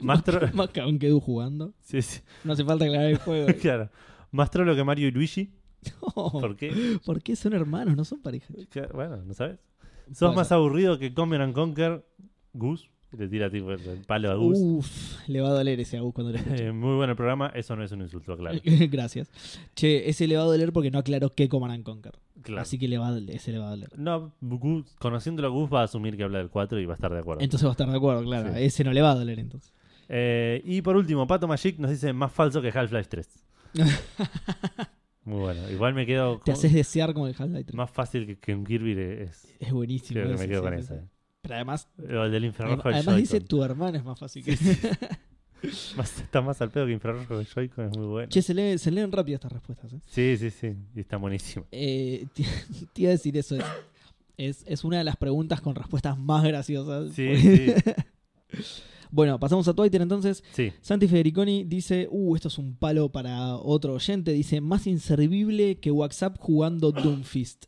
[SPEAKER 1] Más, tro-
[SPEAKER 2] más cagón que Edu jugando.
[SPEAKER 1] sí, sí,
[SPEAKER 2] No hace falta aclarar el juego.
[SPEAKER 1] claro. Más trolo que Mario y Luigi.
[SPEAKER 2] No,
[SPEAKER 1] ¿Por qué?
[SPEAKER 2] ¿Por qué son hermanos? No son pareja.
[SPEAKER 1] Claro, Bueno, ¿no sabes?
[SPEAKER 2] Puede
[SPEAKER 1] Sos más
[SPEAKER 2] ser.
[SPEAKER 1] aburrido que Common and Conquer. Goose. Le tira tipo el palo a Goose.
[SPEAKER 2] Uh. Uf, le va a doler ese a Gus cuando lo escuche.
[SPEAKER 1] Eh, muy bueno el programa. Eso no es un insulto, claro.
[SPEAKER 2] Gracias. Che, ese le va a doler porque no aclaró qué Command and Conquer.
[SPEAKER 1] claro.
[SPEAKER 2] Así que le va a doler, ese le va a doler.
[SPEAKER 1] No, Gus- conociéndolo a Gus va a asumir que habla del 4 y va a estar de acuerdo.
[SPEAKER 2] Entonces va a estar de acuerdo, claro.
[SPEAKER 1] Sí.
[SPEAKER 2] Ese no le va a doler entonces.
[SPEAKER 1] Eh, y por último, Pato Magic nos dice más falso que Half-Life 3. Muy bueno. Igual me quedo
[SPEAKER 2] Te
[SPEAKER 1] con-
[SPEAKER 2] haces desear con el Half-Life 3.
[SPEAKER 1] más fácil que, que un Kirby le- es.
[SPEAKER 2] Es buenísimo.
[SPEAKER 1] Creo que
[SPEAKER 2] ese,
[SPEAKER 1] me quedo
[SPEAKER 2] sí,
[SPEAKER 1] con
[SPEAKER 2] sí,
[SPEAKER 1] esa.
[SPEAKER 2] sí. Pero además,
[SPEAKER 1] O el del infrarrojo del
[SPEAKER 2] además dice
[SPEAKER 1] Joy-Con.
[SPEAKER 2] tu hermano es más fácil que.
[SPEAKER 1] Más- está más al pedo que infrarrojo del Joy-Con, es muy bueno.
[SPEAKER 2] Che, se, lee- se leen rápido estas respuestas. ¿eh?
[SPEAKER 1] Sí, sí, sí. Y está buenísimo.
[SPEAKER 2] Eh, te, te iba a decir eso. Es, es, es una de las preguntas con respuestas más graciosas.
[SPEAKER 1] Sí, sí.
[SPEAKER 2] Bueno, pasamos a Twitter entonces.
[SPEAKER 1] sí.
[SPEAKER 2] Santi Federiconi dice, uh, esto es un palo para otro oyente, dice, más inservible que WhatsApp jugando Doomfist.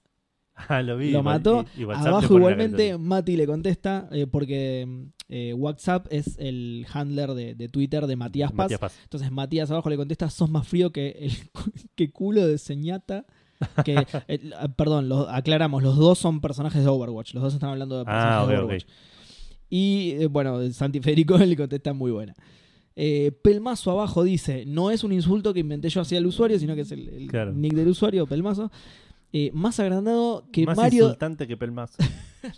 [SPEAKER 1] Ah, lo vi.
[SPEAKER 2] Lo
[SPEAKER 1] Igual-
[SPEAKER 2] mató.
[SPEAKER 1] y- y WhatsApp le
[SPEAKER 2] Abajo
[SPEAKER 1] pone una
[SPEAKER 2] igualmente
[SPEAKER 1] canción.
[SPEAKER 2] Mati le contesta, eh, porque mm, eh, WhatsApp es el handler de, de Twitter de Matías Paz.
[SPEAKER 1] Matías Paz.
[SPEAKER 2] Entonces Matías abajo le contesta, sos más frío que el cu- que culo de señata. Que, eh, l- ah, perdón, lo- aclaramos, los dos son personajes de Overwatch, los dos están hablando de personajes
[SPEAKER 1] Ah,
[SPEAKER 2] de
[SPEAKER 1] ok, ok.
[SPEAKER 2] Overwatch. Y eh, bueno, Santi Federico le contesta muy buena. Eh, Pelmazo abajo dice, no es un insulto que inventé yo hacia el usuario, sino que es el, el
[SPEAKER 1] Claro.
[SPEAKER 2] nick del usuario, Pelmazo. Eh, más agrandado que
[SPEAKER 1] Más
[SPEAKER 2] Mario...
[SPEAKER 1] insultante que Pelmazo.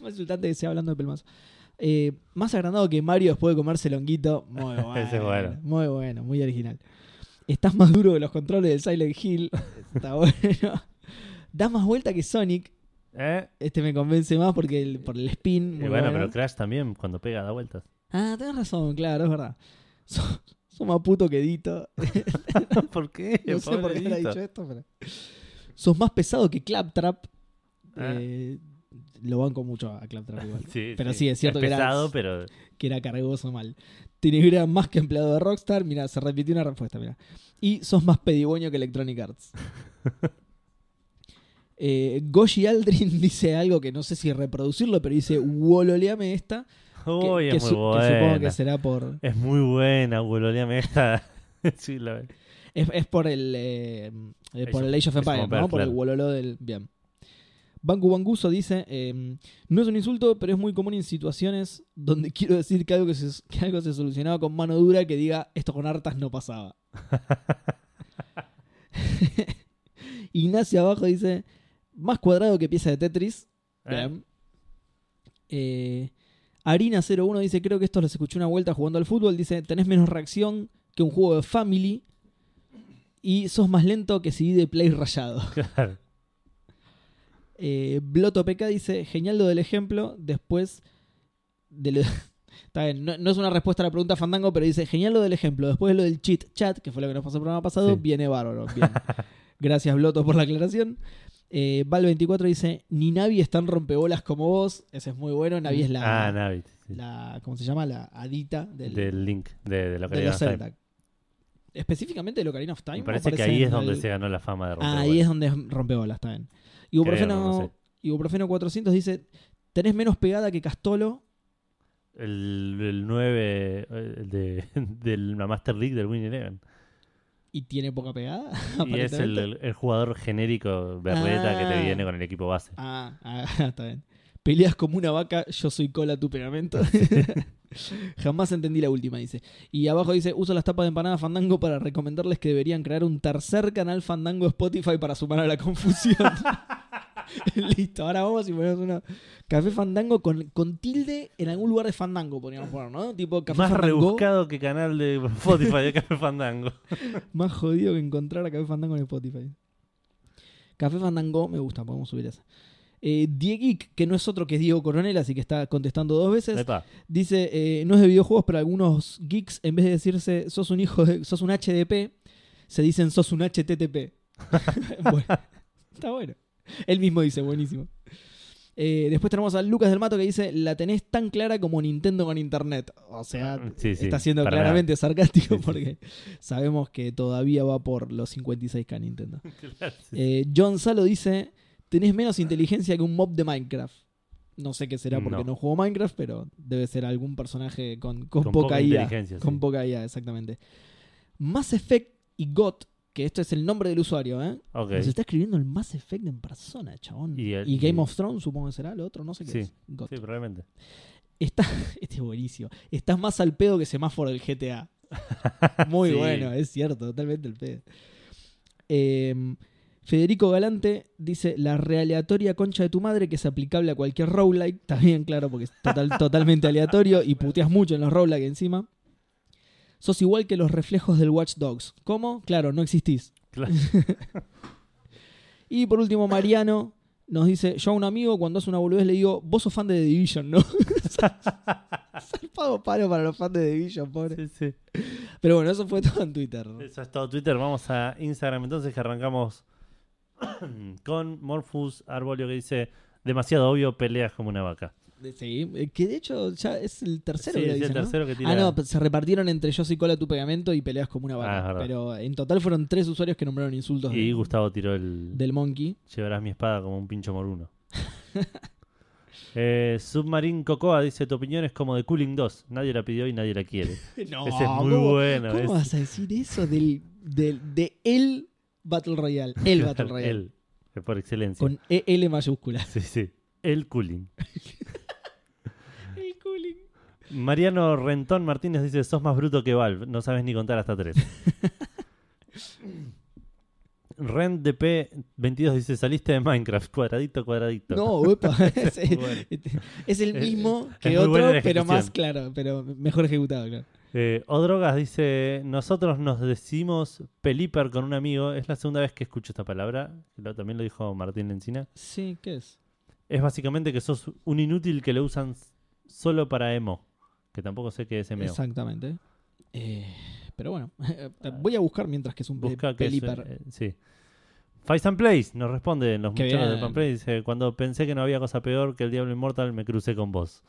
[SPEAKER 2] más insultante Pues que sea hablando de Pelmazo. Eh, más agrandado que Mario después de comerse el honguito. Muy bueno.
[SPEAKER 1] Ese es bueno.
[SPEAKER 2] Muy bueno, muy original. Estás más duro que los controles del Silent Hill. Está bueno. Das más vuelta que Sonic.
[SPEAKER 1] ¿Eh?
[SPEAKER 2] Este me convence más porque el- por el spin.
[SPEAKER 1] Y
[SPEAKER 2] muy
[SPEAKER 1] bueno,
[SPEAKER 2] bueno.
[SPEAKER 1] pero Crash también, cuando pega, da vueltas.
[SPEAKER 2] Ah, tenés razón, claro, es verdad. Sos, sos más puto que Dito.
[SPEAKER 1] ¿Por qué?
[SPEAKER 2] No sé por qué le ha
[SPEAKER 1] Pobrecito.
[SPEAKER 2] dicho esto, pero. Sos más pesado que Claptrap.
[SPEAKER 1] Ah.
[SPEAKER 2] Eh, lo banco mucho a Claptrap igual.
[SPEAKER 1] Sí,
[SPEAKER 2] Pero sí, es cierto que era-
[SPEAKER 1] pesado, pero
[SPEAKER 2] que era cargoso mal. Tenebra más que empleado de Rockstar, mira, se repitió una respuesta, mira. Y sos más pedigüeño que Electronic Arts. Eh, Goshi Aldrin dice algo que no sé si reproducirlo, pero dice, wololeame esta. Que,
[SPEAKER 1] Uy,
[SPEAKER 2] que
[SPEAKER 1] es muy
[SPEAKER 2] su- que supongo
[SPEAKER 1] buena.
[SPEAKER 2] que será por...
[SPEAKER 1] Es muy buena, bololeame esta. sí, la
[SPEAKER 2] Es, es por el... eh, eh, por
[SPEAKER 1] Age
[SPEAKER 2] el
[SPEAKER 1] Age
[SPEAKER 2] Age of
[SPEAKER 1] of
[SPEAKER 2] Empires,
[SPEAKER 1] Empires,
[SPEAKER 2] ¿no? Por el
[SPEAKER 1] claro.
[SPEAKER 2] wololo del... Bien. Bangu Banguso dice, eh, no es un insulto, pero es muy común en situaciones donde quiero decir que algo, que, se- que algo se solucionaba con mano dura que diga, esto con hartas no pasaba. Ignacio abajo dice: Más cuadrado que pieza de Tetris.
[SPEAKER 1] Eh,
[SPEAKER 2] Bien. Eh, Harina01 dice: Creo que estos los escuché una vuelta jugando al fútbol. Dice: Tenés menos reacción que un juego de Family. Y sos más lento que si de play rayado.
[SPEAKER 1] claro.
[SPEAKER 2] Eh, Bloto PK dice: Genial lo del ejemplo. Después de lo- Está bien, no, no es una respuesta a la pregunta Fandango, pero dice: Genial lo del ejemplo. Después de lo del cheat chat, que fue lo que nos pasó el programa pasado,
[SPEAKER 1] Sí.
[SPEAKER 2] viene bárbaro. Bien. Gracias, Bloto, por la aclaración. Eh, Val24 dice: Ni Navi es tan rompebolas como vos. Ese es muy bueno. Navi es la.
[SPEAKER 1] Ah, Navi. sí,
[SPEAKER 2] la ¿Cómo se llama? La adita del,
[SPEAKER 1] Del, link de, de lo que
[SPEAKER 2] de
[SPEAKER 1] le
[SPEAKER 2] los
[SPEAKER 1] llaman Time.
[SPEAKER 2] Zelda. Específicamente de Ocarina of Time.
[SPEAKER 1] Me
[SPEAKER 2] ¿o
[SPEAKER 1] parece que
[SPEAKER 2] aparece
[SPEAKER 1] ahí es
[SPEAKER 2] en
[SPEAKER 1] donde
[SPEAKER 2] el-
[SPEAKER 1] se ganó la fama de romper.
[SPEAKER 2] Ahí es donde es rompebolas, está bien. Ibuprofeno,
[SPEAKER 1] Creo, no sé.
[SPEAKER 2] Ibuprofeno 400 dice: Tenés menos pegada que Castolo.
[SPEAKER 1] El, el 9 eh, de, de la Master League del Win Eleven.
[SPEAKER 2] Y tiene poca pegada.
[SPEAKER 1] Y es el,
[SPEAKER 2] aparentemente.
[SPEAKER 1] el- el jugador genérico berreta que
[SPEAKER 2] Ah.
[SPEAKER 1] te viene con el equipo base.
[SPEAKER 2] Ah, ah, está bien. Peleas como una vaca, yo soy cola, tu pegamento. Jamás entendí la última, dice. Y abajo dice, uso las tapas de empanada Fandango para recomendarles que deberían crear un tercer canal Fandango Spotify para sumar a la confusión. Listo, ahora vamos y ponemos una... Café Fandango con, con tilde en algún lugar de Fandango, podríamos poner, ¿no? Tipo Café
[SPEAKER 1] Más
[SPEAKER 2] Fandango.
[SPEAKER 1] rebuscado que canal de Spotify de Café Fandango.
[SPEAKER 2] Más jodido que encontrar a Café Fandango en Spotify. Café Fandango, me gusta, podemos subir esa. Eh, Diegeek, que no es otro que Diego Coronel, así que está contestando dos veces,
[SPEAKER 1] Epa,
[SPEAKER 2] dice, eh, no es de videojuegos, pero algunos geeks, en vez de decirse, sos un hijo de, sos un HDP, se dicen, sos un HTTP. bueno, está bueno. Él mismo dice, buenísimo. Eh, después tenemos a Lucas del Mato que dice, la tenés tan clara como Nintendo con Internet. O sea,
[SPEAKER 1] Sí, sí,
[SPEAKER 2] ah, está siendo
[SPEAKER 1] para nada.
[SPEAKER 2] claramente
[SPEAKER 1] Sí,
[SPEAKER 2] sarcástico
[SPEAKER 1] sí,
[SPEAKER 2] porque sabemos que todavía va por los 56k Nintendo.
[SPEAKER 1] claro, sí.
[SPEAKER 2] Eh, John Salo dice, tenés menos inteligencia que un mob de Minecraft. No sé qué será porque no,
[SPEAKER 1] No.
[SPEAKER 2] juego Minecraft, pero debe ser algún personaje con, con
[SPEAKER 1] Con
[SPEAKER 2] poca
[SPEAKER 1] poca
[SPEAKER 2] IA.
[SPEAKER 1] inteligencia,
[SPEAKER 2] Con
[SPEAKER 1] sí.
[SPEAKER 2] poca IA, exactamente. Mass Effect y GOT, que esto es el nombre del usuario, ¿eh?
[SPEAKER 1] Ok.
[SPEAKER 2] Nos está escribiendo el Mass Effect en persona, chabón. Y,
[SPEAKER 1] Y el- y-
[SPEAKER 2] Game of Thrones, supongo que será, lo otro, no sé qué
[SPEAKER 1] Sí,
[SPEAKER 2] es. GOT.
[SPEAKER 1] Sí, probablemente.
[SPEAKER 2] Está, este es buenísimo. Estás más al pedo que semáforo del GTA. Muy
[SPEAKER 1] Sí.
[SPEAKER 2] bueno, es cierto, totalmente el pedo. Eh, Federico Galante dice: La realeatoria concha de tu madre que es aplicable a cualquier roguelike. Está bien, claro, porque es total- totalmente aleatorio y puteas mucho en los roguelike encima. Sos igual que los reflejos del Watch Dogs. ¿Cómo? Claro, no existís.
[SPEAKER 1] Claro.
[SPEAKER 2] Y por último, Mariano nos dice: Yo a un amigo, cuando hace una boludez, le digo, Vos sos fan de The Division, ¿no? Salpado paro para los fans de The Division, pobre.
[SPEAKER 1] Sí, sí.
[SPEAKER 2] Pero bueno, eso fue todo en Twitter.
[SPEAKER 1] Eso es todo Twitter. Vamos a Instagram entonces que arrancamos con Morphus Arbolio que dice demasiado obvio, peleas como una vaca.
[SPEAKER 2] Sí, eh, que de hecho ya es el tercero
[SPEAKER 1] Sí,
[SPEAKER 2] que lo
[SPEAKER 1] es
[SPEAKER 2] dice,
[SPEAKER 1] el
[SPEAKER 2] ¿no?
[SPEAKER 1] tercero que tira.
[SPEAKER 2] Ah, no, pues se repartieron entre yo soy cola tu pegamento y peleas como una
[SPEAKER 1] Ah, es
[SPEAKER 2] vaca.
[SPEAKER 1] verdad.
[SPEAKER 2] pero en total fueron tres usuarios que nombraron insultos
[SPEAKER 1] y
[SPEAKER 2] de-
[SPEAKER 1] Gustavo tiró el
[SPEAKER 2] del monkey.
[SPEAKER 1] llevarás mi espada como un pincho moruno. eh, Submarine Cocoa dice tu opinión es como de Cooling 2. Nadie la pidió y nadie la quiere.
[SPEAKER 2] No,
[SPEAKER 1] Ese es muy
[SPEAKER 2] ¿cómo-
[SPEAKER 1] bueno.
[SPEAKER 2] ¿Cómo
[SPEAKER 1] es-
[SPEAKER 2] vas a decir eso del, del, de el Battle Royale? El Battle Royale.
[SPEAKER 1] Él, eh, por excelencia.
[SPEAKER 2] Con EL mayúscula.
[SPEAKER 1] Sí, sí. El Cooling.
[SPEAKER 2] El cooling.
[SPEAKER 1] Mariano Rentón Martínez dice, sos más bruto que Valve, no sabes ni contar hasta tres. RentDP22 dice, saliste de Minecraft, cuadradito, cuadradito.
[SPEAKER 2] No, epa, es, este,
[SPEAKER 1] Muy bueno.
[SPEAKER 2] es el
[SPEAKER 1] Es-
[SPEAKER 2] mismo
[SPEAKER 1] es
[SPEAKER 2] que
[SPEAKER 1] muy buena
[SPEAKER 2] otro,
[SPEAKER 1] la
[SPEAKER 2] pero
[SPEAKER 1] ejecución.
[SPEAKER 2] más claro, pero mejor ejecutado, claro.
[SPEAKER 1] Eh, Odrogas dice, nosotros nos decimos peliper con un amigo, es la segunda vez que escucho esta palabra, Lo- también lo dijo Martín Lencina.
[SPEAKER 2] Sí, ¿qué es?
[SPEAKER 1] Es básicamente que sos un inútil que lo usan s- solo para emo, que tampoco sé qué es emo.
[SPEAKER 2] Exactamente. Eh, pero bueno, eh, voy a buscar mientras que es un pe-
[SPEAKER 1] Busca que es,
[SPEAKER 2] pelíper.
[SPEAKER 1] eh, sí. Fights and Plays nos responde los
[SPEAKER 2] Qué
[SPEAKER 1] muchachos de
[SPEAKER 2] bien.
[SPEAKER 1] Pamplay. Dice: Cuando pensé que no había cosa peor que el Diablo Inmortal, me crucé con vos.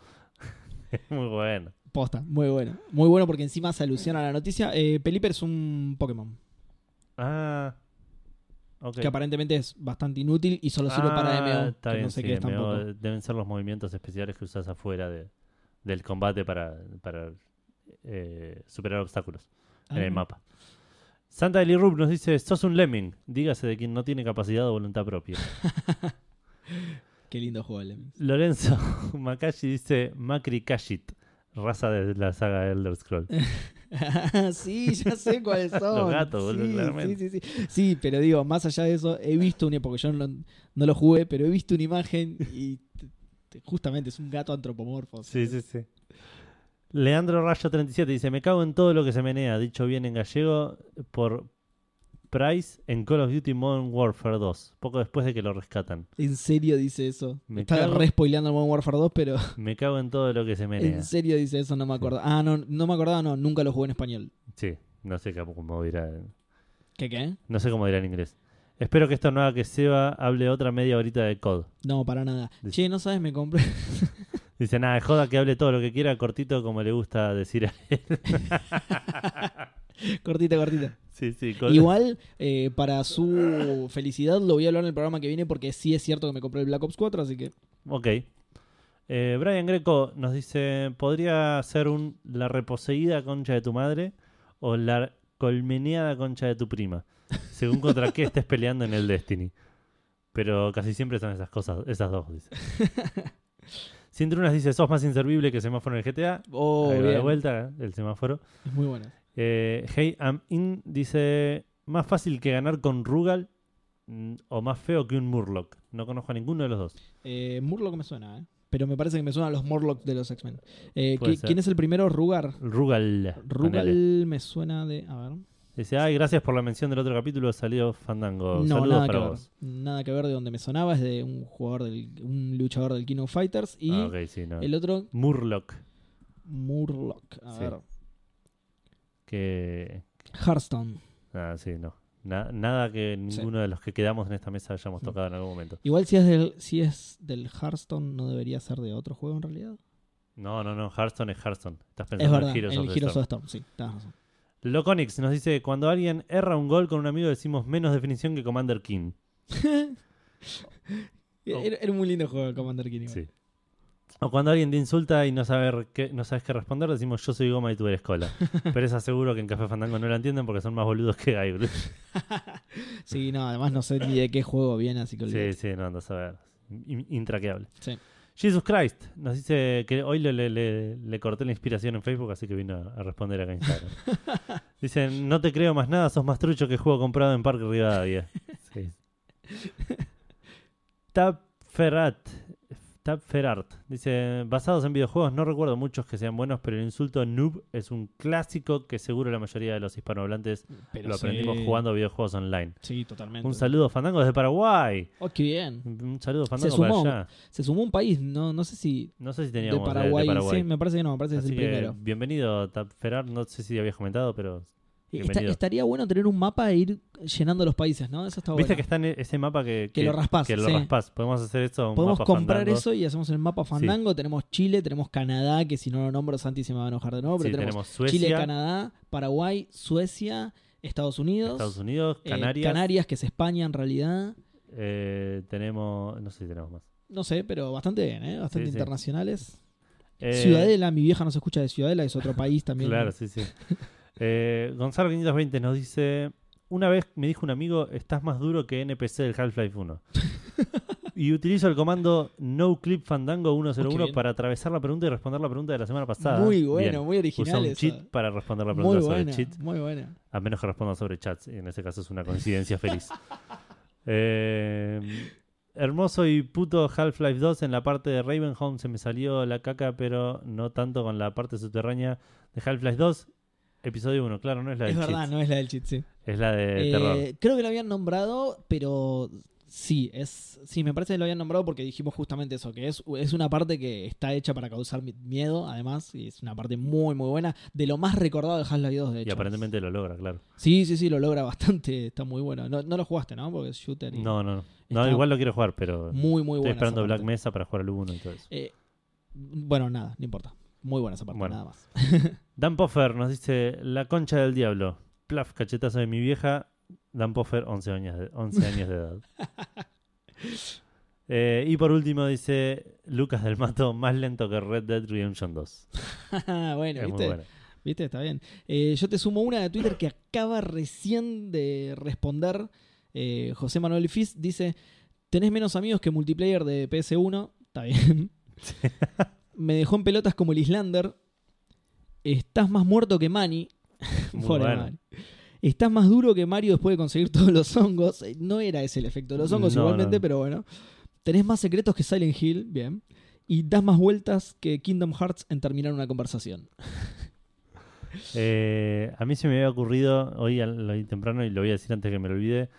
[SPEAKER 1] Muy bueno.
[SPEAKER 2] Posta, muy bueno. Muy bueno porque encima se alusiona a la noticia. Eh, Pelíper es un Pokémon
[SPEAKER 1] Ah, ok.
[SPEAKER 2] que aparentemente es bastante inútil y solo sirve para
[SPEAKER 1] Ah,
[SPEAKER 2] MO.
[SPEAKER 1] está
[SPEAKER 2] que
[SPEAKER 1] bien,
[SPEAKER 2] no sé
[SPEAKER 1] sí,
[SPEAKER 2] qué es
[SPEAKER 1] MO
[SPEAKER 2] tampoco.
[SPEAKER 1] Deben ser los movimientos especiales que usas afuera de- del combate para, para eh, superar obstáculos en
[SPEAKER 2] Ah,
[SPEAKER 1] el mapa. Santa Eli Rub nos dice: Sos un lemming. Dígase de quien no tiene capacidad o voluntad propia.
[SPEAKER 2] Qué lindo juego el Lemmings.
[SPEAKER 1] Lorenzo Makashi dice Macri Kashit, raza de la saga Elder Scroll.
[SPEAKER 2] Ah, sí, ya sé cuáles son.
[SPEAKER 1] Los gatos, boludo,
[SPEAKER 2] sí,
[SPEAKER 1] claramente.
[SPEAKER 2] Sí, sí, sí. Sí, pero digo, más allá de eso, he visto una. Porque yo no, no lo jugué, pero he visto una imagen y t- t- justamente es un gato antropomorfo. o sea,
[SPEAKER 1] Sí, sí, sí. Leandro Rayo 37 dice: Me cago en todo lo que se menea, dicho bien en gallego, por Price en Call of Duty Modern Warfare 2, poco después de que lo rescatan.
[SPEAKER 2] En serio dice eso.
[SPEAKER 1] Me
[SPEAKER 2] Está
[SPEAKER 1] cago.
[SPEAKER 2] re spoileando el Modern Warfare 2, pero
[SPEAKER 1] Me cago en todo lo que se menea.
[SPEAKER 2] en serio dice eso, no me acuerdo. Ah, no, no me acordaba, no, nunca lo jugué en español.
[SPEAKER 1] Sí, no sé cómo dirá,
[SPEAKER 2] ¿Qué qué?
[SPEAKER 1] no sé cómo dirá en inglés. Espero que esto no haga que Seba hable otra media horita de COD.
[SPEAKER 2] No, para nada.
[SPEAKER 1] Dice-
[SPEAKER 2] Che, no sabes, me compré.
[SPEAKER 1] Dice, nada, joda que hable todo lo que quiera, cortito como le gusta decir a él.
[SPEAKER 2] cortita, cortita.
[SPEAKER 1] Sí, sí, con-
[SPEAKER 2] Igual, eh, para su felicidad, lo voy a hablar en el programa que viene porque sí es cierto que me compré el Black Ops 4, así que.
[SPEAKER 1] Ok. Eh, Brian Greco nos dice: ¿Podría ser un la reposeída concha de tu madre o la colmeneada concha de tu prima? Según contra qué estés peleando en el Destiny. Pero casi siempre son esas cosas, esas dos, dice. Sindrunas dice: Sos más inservible que semáforo en el GTA.
[SPEAKER 2] Oh,
[SPEAKER 1] Ahí va de
[SPEAKER 2] bien.
[SPEAKER 1] vuelta eh, el semáforo.
[SPEAKER 2] Es muy buena.
[SPEAKER 1] Eh, hey, I'm in dice: Más fácil que ganar con Rugal mm, o más feo que un Murloc. No conozco a ninguno de los dos.
[SPEAKER 2] Eh, Murloc me suena, ¿eh? Pero me parece que me suena a los Morlocks de los X-Men. Eh,
[SPEAKER 1] Puede
[SPEAKER 2] ¿qui-
[SPEAKER 1] ser.
[SPEAKER 2] ¿Quién es el primero? Rugar.
[SPEAKER 1] Rugal.
[SPEAKER 2] Rugal
[SPEAKER 1] ponele.
[SPEAKER 2] me suena de. A ver.
[SPEAKER 1] Dice, ay, gracias por la mención del otro capítulo, salió Fandango.
[SPEAKER 2] No,
[SPEAKER 1] Oh, Saludos
[SPEAKER 2] nada que
[SPEAKER 1] para
[SPEAKER 2] ver.
[SPEAKER 1] vos.
[SPEAKER 2] Nada que ver de donde me sonaba. Es de un jugador del. un luchador del King of Fighters. Y
[SPEAKER 1] Ah, ok, sí, no.
[SPEAKER 2] el otro,
[SPEAKER 1] Murloc,
[SPEAKER 2] Murloc. A
[SPEAKER 1] Sí.
[SPEAKER 2] ver.
[SPEAKER 1] que...
[SPEAKER 2] Hearthstone.
[SPEAKER 1] Ah, sí, no. Na- nada que ninguno de los que quedamos en esta mesa hayamos tocado en algún momento.
[SPEAKER 2] Igual si es del, si es del Hearthstone, no debería ser de otro juego en realidad.
[SPEAKER 1] No, no, no, Hearthstone es Hearthstone. Estás
[SPEAKER 2] es
[SPEAKER 1] pensando
[SPEAKER 2] verdad,
[SPEAKER 1] en Heroes
[SPEAKER 2] el
[SPEAKER 1] of the
[SPEAKER 2] Heroes
[SPEAKER 1] Storm.
[SPEAKER 2] of Storm, sí, tenés razón.
[SPEAKER 1] Loconix nos dice, cuando alguien erra un gol con un amigo decimos menos definición que Commander King. Oh.
[SPEAKER 2] Era, era un muy lindo juego el Commander King. igual.
[SPEAKER 1] Sí. O cuando alguien te insulta y no, saber qué, no sabes qué responder, decimos yo soy goma y tú eres cola. Pero es aseguro que en Café Fandango no lo entienden porque son más boludos que Guybrush.
[SPEAKER 2] Sí, no, además no sé ni de qué juego viene, así que
[SPEAKER 1] Sí,
[SPEAKER 2] olvidate.
[SPEAKER 1] sí, no andas a ver. In- Intraqueable.
[SPEAKER 2] Sí.
[SPEAKER 1] Jesus Christ nos dice que hoy le, le- le- le corté la inspiración en Facebook, así que vino a responder acá en Instagram. Dice, no te creo más nada, sos más trucho que juego comprado en Parque Rivadavia. Sí. Tab Ferrat. Tab Ferrat. Dice, basados en videojuegos, no recuerdo muchos que sean buenos, pero el insulto noob es un clásico que seguro la mayoría de los hispanohablantes
[SPEAKER 2] Pero
[SPEAKER 1] lo
[SPEAKER 2] sí.
[SPEAKER 1] aprendimos jugando videojuegos online.
[SPEAKER 2] Sí, totalmente.
[SPEAKER 1] Un saludo, Fandango, desde Paraguay.
[SPEAKER 2] Oh, qué bien.
[SPEAKER 1] Un saludo fandango
[SPEAKER 2] Se sumó.
[SPEAKER 1] para allá.
[SPEAKER 2] Se sumó un país, no, no sé si
[SPEAKER 1] No sé si
[SPEAKER 2] de
[SPEAKER 1] teníamos eh, de- de
[SPEAKER 2] Paraguay.
[SPEAKER 1] Paraguay.
[SPEAKER 2] Sí, me parece que no, me parece que es
[SPEAKER 1] Así
[SPEAKER 2] el
[SPEAKER 1] que,
[SPEAKER 2] primero.
[SPEAKER 1] bienvenido, Tap Ferrar. No sé si habías comentado, pero.
[SPEAKER 2] Está-
[SPEAKER 1] bienvenido.
[SPEAKER 2] estaría bueno tener un mapa e ir llenando los países, ¿no? Eso está Ah, bueno.
[SPEAKER 1] Viste que está en e- ese mapa que.
[SPEAKER 2] Que lo raspás,
[SPEAKER 1] Que lo
[SPEAKER 2] sí.
[SPEAKER 1] raspás. Podemos hacer eso. Un
[SPEAKER 2] Podemos
[SPEAKER 1] mapa
[SPEAKER 2] comprar
[SPEAKER 1] fandango.
[SPEAKER 2] eso y hacemos el mapa Fandango. Tenemos Chile, tenemos Canadá, que si no lo nombro Santi se me va a enojar de nuevo, pero
[SPEAKER 1] Sí,
[SPEAKER 2] tenemos,
[SPEAKER 1] tenemos Suecia,
[SPEAKER 2] Chile, Canadá, Paraguay, Suecia, Estados Unidos,
[SPEAKER 1] Estados Unidos,
[SPEAKER 2] eh,
[SPEAKER 1] Canarias.
[SPEAKER 2] que es España en realidad.
[SPEAKER 1] eh, tenemos. No sé si tenemos más.
[SPEAKER 2] No sé, pero bastante bien, ¿eh? Bastante
[SPEAKER 1] Sí, sí.
[SPEAKER 2] internacionales.
[SPEAKER 1] Eh,
[SPEAKER 2] Ciudadela, mi vieja no se escucha de Ciudadela, es otro país también.
[SPEAKER 1] Claro, sí, sí. Eh, Gonzalo 520 nos dice: Una vez me dijo un amigo, estás más duro que NPC del Half-Life 1. y utilizo el comando NoClip Fandango
[SPEAKER 2] Oh, qué
[SPEAKER 1] 101
[SPEAKER 2] bien.
[SPEAKER 1] para atravesar la pregunta y responder la pregunta de la semana pasada.
[SPEAKER 2] Muy bueno, muy
[SPEAKER 1] Usa
[SPEAKER 2] original
[SPEAKER 1] un
[SPEAKER 2] eso.
[SPEAKER 1] cheat para responder la
[SPEAKER 2] Muy
[SPEAKER 1] pregunta sobre
[SPEAKER 2] buena,
[SPEAKER 1] cheat,
[SPEAKER 2] muy buena.
[SPEAKER 1] a menos que responda sobre chats. y En ese caso es una coincidencia feliz. Eh, hermoso y puto Half-Life 2 en la parte de Ravenholm se me salió la caca, pero no tanto con la parte subterránea de Half-Life 2. Episodio 1, claro, no es la de
[SPEAKER 2] Es verdad, no es la del cheat, sí.
[SPEAKER 1] es la de
[SPEAKER 2] Eh,
[SPEAKER 1] terror.
[SPEAKER 2] creo que lo habían nombrado, pero sí, es sí, me parece que lo habían nombrado porque dijimos justamente eso, que es, es una parte que está hecha para causar mi- miedo, además, y es una parte muy, muy buena, de lo más recordado de Half-Life 2, de
[SPEAKER 1] Y
[SPEAKER 2] hecho.
[SPEAKER 1] aparentemente lo logra, claro.
[SPEAKER 2] Sí, sí, sí, lo logra bastante, está muy bueno. No, no lo jugaste, ¿no? Porque es shooter y
[SPEAKER 1] No, no, no. No,
[SPEAKER 2] Está
[SPEAKER 1] igual lo quiero jugar, pero
[SPEAKER 2] muy, muy
[SPEAKER 1] estoy
[SPEAKER 2] bueno.
[SPEAKER 1] esperando Black Mesa para jugar al 1 y todo eso.
[SPEAKER 2] Eh, bueno, nada, no importa. Muy buena esa parte,
[SPEAKER 1] Bueno.
[SPEAKER 2] nada más.
[SPEAKER 1] Dan Poffer nos dice La concha del diablo. Plaf, cachetazo de mi vieja. Dan Poffer, 11 años de, 11 años de edad. Eh, y por último dice Lucas del Mato, más lento que Red Dead Redemption 2. es
[SPEAKER 2] bueno,
[SPEAKER 1] muy
[SPEAKER 2] ¿viste?
[SPEAKER 1] bueno.
[SPEAKER 2] ¿Viste? Está bien. Eh, yo te sumo una de Twitter que acaba recién de responder. Eh, José Manuel Fiz dice: Tenés menos amigos que multiplayer de PS1. Está bien. Me dejó en pelotas como el Islander. Estás más muerto que Manny.
[SPEAKER 1] Muy
[SPEAKER 2] Pobre
[SPEAKER 1] bueno.
[SPEAKER 2] Mario. Estás más duro que Mario después de conseguir todos los hongos. Eh, No era ese el efecto de los hongos
[SPEAKER 1] No,
[SPEAKER 2] igualmente,
[SPEAKER 1] no.
[SPEAKER 2] pero bueno. Tenés más secretos que Silent Hill, bien. Y das más vueltas que Kingdom Hearts en terminar una conversación.
[SPEAKER 1] Eh, a mí se me había ocurrido hoy, al- hoy temprano y lo voy a decir antes que me lo olvide,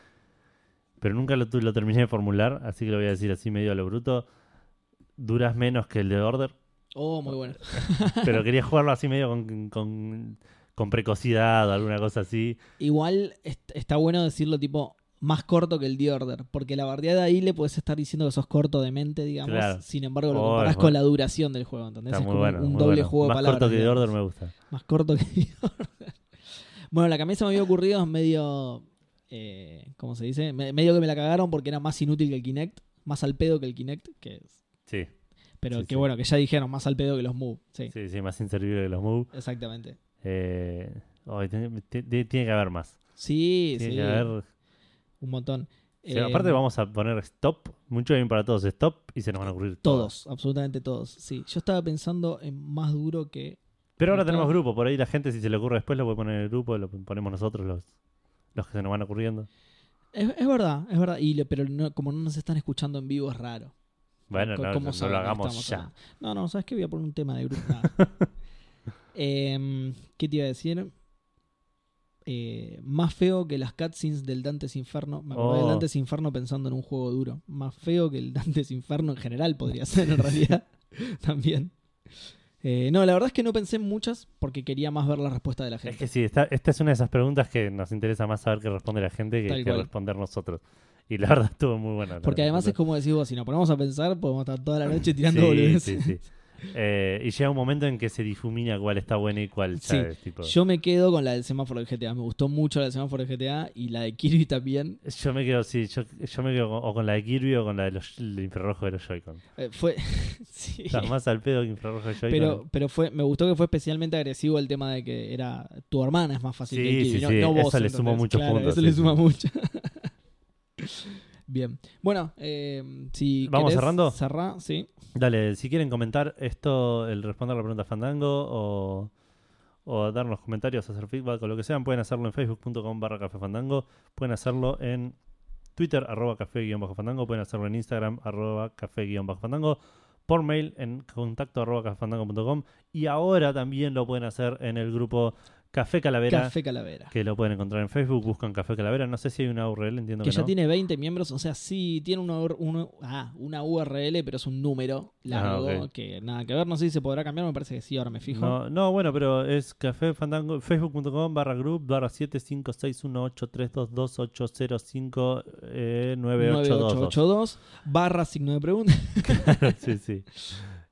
[SPEAKER 1] pero nunca lo, tu- lo terminé de formular, así que lo voy a decir así medio a lo bruto. Duras menos que el de Order,
[SPEAKER 2] Oh, muy bueno.
[SPEAKER 1] pero quería jugarlo así medio con, con, con precocidad o alguna cosa así.
[SPEAKER 2] Igual est- está bueno decirlo tipo más corto que el The Order, porque la bardeada ahí le puedes estar diciendo que sos corto de mente, digamos.
[SPEAKER 1] Claro.
[SPEAKER 2] Sin embargo, lo
[SPEAKER 1] Oh,
[SPEAKER 2] comparás
[SPEAKER 1] es
[SPEAKER 2] con la duración del juego, ¿entendés?
[SPEAKER 1] Está
[SPEAKER 2] es
[SPEAKER 1] muy
[SPEAKER 2] como
[SPEAKER 1] bueno.
[SPEAKER 2] un
[SPEAKER 1] muy
[SPEAKER 2] doble
[SPEAKER 1] bueno.
[SPEAKER 2] juego de
[SPEAKER 1] Más
[SPEAKER 2] palabras.
[SPEAKER 1] corto que de
[SPEAKER 2] digamos.
[SPEAKER 1] Order me gusta.
[SPEAKER 2] Más corto que The Order. Bueno, la camisa me había ocurrido es medio. eh, ¿Cómo se dice? Me- medio que me la cagaron porque era más inútil que el Kinect, más al pedo que el Kinect, que es-
[SPEAKER 1] Sí,
[SPEAKER 2] pero
[SPEAKER 1] Sí,
[SPEAKER 2] que
[SPEAKER 1] sí.
[SPEAKER 2] bueno, que ya dijeron más al pedo que los Move. Sí,
[SPEAKER 1] sí, sí, más inservible que los Move.
[SPEAKER 2] exactamente.
[SPEAKER 1] Eh, ay, tiene, tiene- tiene que haber más.
[SPEAKER 2] Sí,
[SPEAKER 1] Tiene
[SPEAKER 2] sí,
[SPEAKER 1] que haber.
[SPEAKER 2] un montón.
[SPEAKER 1] o sea,
[SPEAKER 2] Eh,
[SPEAKER 1] aparte, vamos a poner stop. Mucho bien para todos. Stop y se nos van a ocurrir todas.
[SPEAKER 2] Todos, absolutamente todos. Sí, yo estaba pensando en más duro que.
[SPEAKER 1] Pero ahora
[SPEAKER 2] Está-
[SPEAKER 1] tenemos grupo, por ahí la gente si se le ocurre después lo puede poner en el grupo, lo ponemos nosotros los, los que se nos van ocurriendo.
[SPEAKER 2] Es, es verdad, es verdad. Y lo- pero no- como no nos están escuchando en vivo, es raro.
[SPEAKER 1] Bueno,
[SPEAKER 2] Co-
[SPEAKER 1] no,
[SPEAKER 2] ¿cómo
[SPEAKER 1] no
[SPEAKER 2] saben
[SPEAKER 1] lo
[SPEAKER 2] que
[SPEAKER 1] hagamos
[SPEAKER 2] estamos
[SPEAKER 1] ya.
[SPEAKER 2] acá? No, no, ¿sabes qué? Voy a poner un tema de grupo. Nada. Em, ¿Qué te iba a decir? Eh, más feo que las cutscenes del Dantes Inferno. Me acordé del
[SPEAKER 1] Oh.
[SPEAKER 2] Dantes Inferno pensando en un juego duro. Más feo que el Dantes Inferno en general podría ser, en realidad. También. Eh, no, la verdad es que no pensé en muchas porque quería más ver la respuesta de la gente.
[SPEAKER 1] Es que sí, esta, esta es una de esas preguntas que nos interesa más saber qué responde la gente
[SPEAKER 2] Tal
[SPEAKER 1] que, que
[SPEAKER 2] cual.
[SPEAKER 1] responder nosotros. Y la verdad estuvo muy buena. la-
[SPEAKER 2] Porque además
[SPEAKER 1] la-
[SPEAKER 2] es como decís vos, si nos ponemos a pensar, podemos estar toda la noche tirando
[SPEAKER 1] Sí,
[SPEAKER 2] boludeces.
[SPEAKER 1] sí, sí. Eh, y llega un momento en que se difumina cuál está buena y cuál ya
[SPEAKER 2] Sí,
[SPEAKER 1] es, tipo- yo,
[SPEAKER 2] Yo me quedo con la del semáforo de GTA. Me gustó mucho la del semáforo de GTA y la de Kirby también.
[SPEAKER 1] me quedo, sí, yo, yo me quedo con, o con la de Kirby o con la del infrarrojo de los Joy-Con.
[SPEAKER 2] Eh, fue. sí.
[SPEAKER 1] O sea, más al pedo que infrarrojo de Joy-Con.
[SPEAKER 2] Pero, pero fue, me gustó que fue especialmente agresivo el tema de que era tu hermana es más fácil
[SPEAKER 1] Sí,
[SPEAKER 2] que Kirby,
[SPEAKER 1] sí,
[SPEAKER 2] no,
[SPEAKER 1] sí.
[SPEAKER 2] no vos.
[SPEAKER 1] Eso le
[SPEAKER 2] ¿entendés?
[SPEAKER 1] suma muchos
[SPEAKER 2] Claro,
[SPEAKER 1] puntos,
[SPEAKER 2] Eso
[SPEAKER 1] sí,
[SPEAKER 2] le
[SPEAKER 1] sí.
[SPEAKER 2] suma mucho. Bien. Bueno, eh, si
[SPEAKER 1] ¿Vamos
[SPEAKER 2] querés,
[SPEAKER 1] cerrando?
[SPEAKER 2] cerrá, sí.
[SPEAKER 1] Dale, si quieren comentar esto, el responder la pregunta Fandango o, o darnos comentarios, hacer feedback o lo que sean, pueden hacerlo en facebook.com barra café fandango, pueden hacerlo en Twitter arroba café guión bajo fandango, pueden hacerlo en Instagram arroba café guión bajo fandango, por mail en contacto arroba cafefandango.com y ahora también lo pueden hacer en el grupo Café Calavera,
[SPEAKER 2] Café Calavera.
[SPEAKER 1] que lo pueden encontrar en Facebook, buscan Café Calavera, no sé si hay una URL, entiendo que,
[SPEAKER 2] Que ya
[SPEAKER 1] no.
[SPEAKER 2] tiene 20 miembros, o sea, sí, tiene una, ur- una- ah, una URL, pero es un número largo
[SPEAKER 1] Ah, ok.
[SPEAKER 2] que nada que ver, no sé si se podrá cambiar, me parece que sí, ahora me fijo.
[SPEAKER 1] No, no, bueno, pero es café fandango, facebook.com barra group barra 75618322805982. Eh, 9822.
[SPEAKER 2] 9882 barra signo de pregunta.
[SPEAKER 1] sí, sí.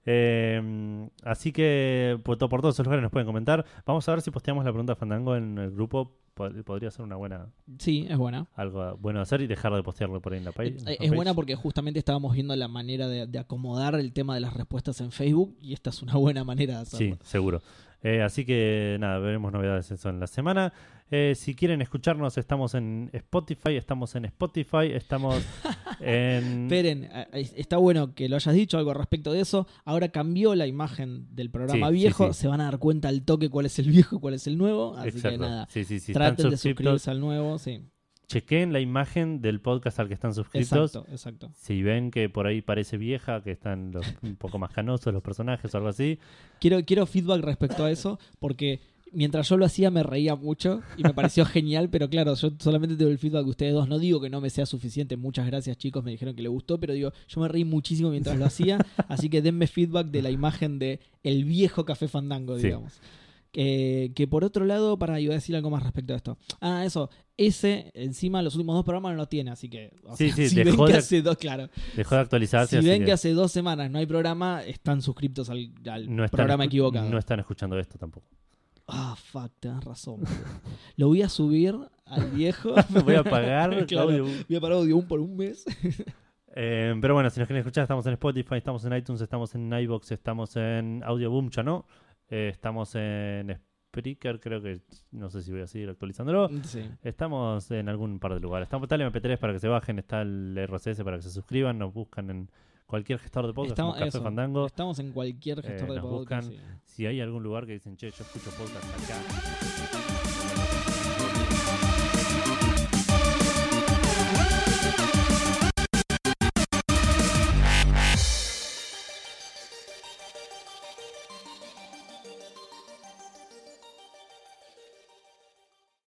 [SPEAKER 1] Eh, así que por, to- por todos esos lugares nos pueden comentar. Vamos a ver si posteamos la pregunta fandango en el grupo. Pod- Podría ser una buena
[SPEAKER 2] Sí, es buena.
[SPEAKER 1] algo bueno de hacer y dejar de postearlo por ahí en la
[SPEAKER 2] Eh,
[SPEAKER 1] page. en la
[SPEAKER 2] Es,
[SPEAKER 1] fanpage.
[SPEAKER 2] buena porque justamente estábamos viendo la manera de, de acomodar el tema de las respuestas en Facebook y esta es una buena manera de
[SPEAKER 1] Sí,
[SPEAKER 2] hacerlo.
[SPEAKER 1] seguro. Eh, así que nada, veremos novedades eso en la semana. Eh, si quieren escucharnos, estamos en Spotify, estamos en Spotify, estamos en...
[SPEAKER 2] Esperen, eh, eh, está bueno que lo hayas dicho algo respecto de eso. Ahora cambió la imagen del programa
[SPEAKER 1] Sí, sí,
[SPEAKER 2] viejo,
[SPEAKER 1] sí.
[SPEAKER 2] se van a dar cuenta al toque cuál es el viejo y cuál es el nuevo, así
[SPEAKER 1] Exacto.
[SPEAKER 2] que nada.
[SPEAKER 1] Sí, sí, sí. Están
[SPEAKER 2] Traten de
[SPEAKER 1] suscriptos.
[SPEAKER 2] suscribirse al nuevo, sí.
[SPEAKER 1] Chequen la imagen del podcast al que están suscritos.
[SPEAKER 2] Exacto, exacto.
[SPEAKER 1] Si ven que por ahí parece vieja, que están los- un poco más canosos los personajes o algo así.
[SPEAKER 2] Quiero, quiero feedback respecto a eso, porque mientras yo lo hacía me reía mucho y me pareció genial, pero claro, yo solamente tengo el feedback de ustedes dos. No digo que no me sea suficiente, muchas gracias chicos, me dijeron que les gustó, pero digo, yo me reí muchísimo mientras lo hacía, así que denme feedback de la imagen de el viejo Café Fandango,
[SPEAKER 1] Sí.
[SPEAKER 2] digamos. Que- que por otro lado, para yo voy a decir algo más respecto a esto. Ah, eso, ese encima los últimos dos programas no lo tiene, así que o
[SPEAKER 1] Sí,
[SPEAKER 2] sea,
[SPEAKER 1] sí,
[SPEAKER 2] si
[SPEAKER 1] dejó
[SPEAKER 2] ven que
[SPEAKER 1] de-
[SPEAKER 2] hace dos, claro.
[SPEAKER 1] Dejó de actualizarse.
[SPEAKER 2] Si
[SPEAKER 1] así
[SPEAKER 2] ven que...
[SPEAKER 1] que
[SPEAKER 2] hace dos semanas no hay programa, están suscriptos al, al
[SPEAKER 1] no están
[SPEAKER 2] programa
[SPEAKER 1] escu-
[SPEAKER 2] equivocado.
[SPEAKER 1] No están escuchando esto tampoco.
[SPEAKER 2] Ah, fuck, tenés razón. boludo. Lo voy a subir al viejo.
[SPEAKER 1] Voy a pagar,
[SPEAKER 2] Claro.
[SPEAKER 1] Claudio.
[SPEAKER 2] Voy a parar audio un por un mes.
[SPEAKER 1] Eh, pero bueno, si nos quieren escuchar, estamos en Spotify, estamos en iTunes, estamos en iBox, estamos en Audio Boom, ya no. Eh, estamos en Spreaker, creo que no sé si voy a seguir actualizándolo.
[SPEAKER 2] Sí.
[SPEAKER 1] Estamos en algún par de lugares. Estamos, está el MP3 para que se bajen, está el RSS para que se suscriban, nos buscan en cualquier gestor de podcast,
[SPEAKER 2] Estamos-
[SPEAKER 1] como Café
[SPEAKER 2] eso.
[SPEAKER 1] Fandango.
[SPEAKER 2] Estamos en cualquier gestor
[SPEAKER 1] Eh,
[SPEAKER 2] de
[SPEAKER 1] nos
[SPEAKER 2] podcast.
[SPEAKER 1] buscan. Si hay algún lugar que dicen, che, yo escucho podcast acá.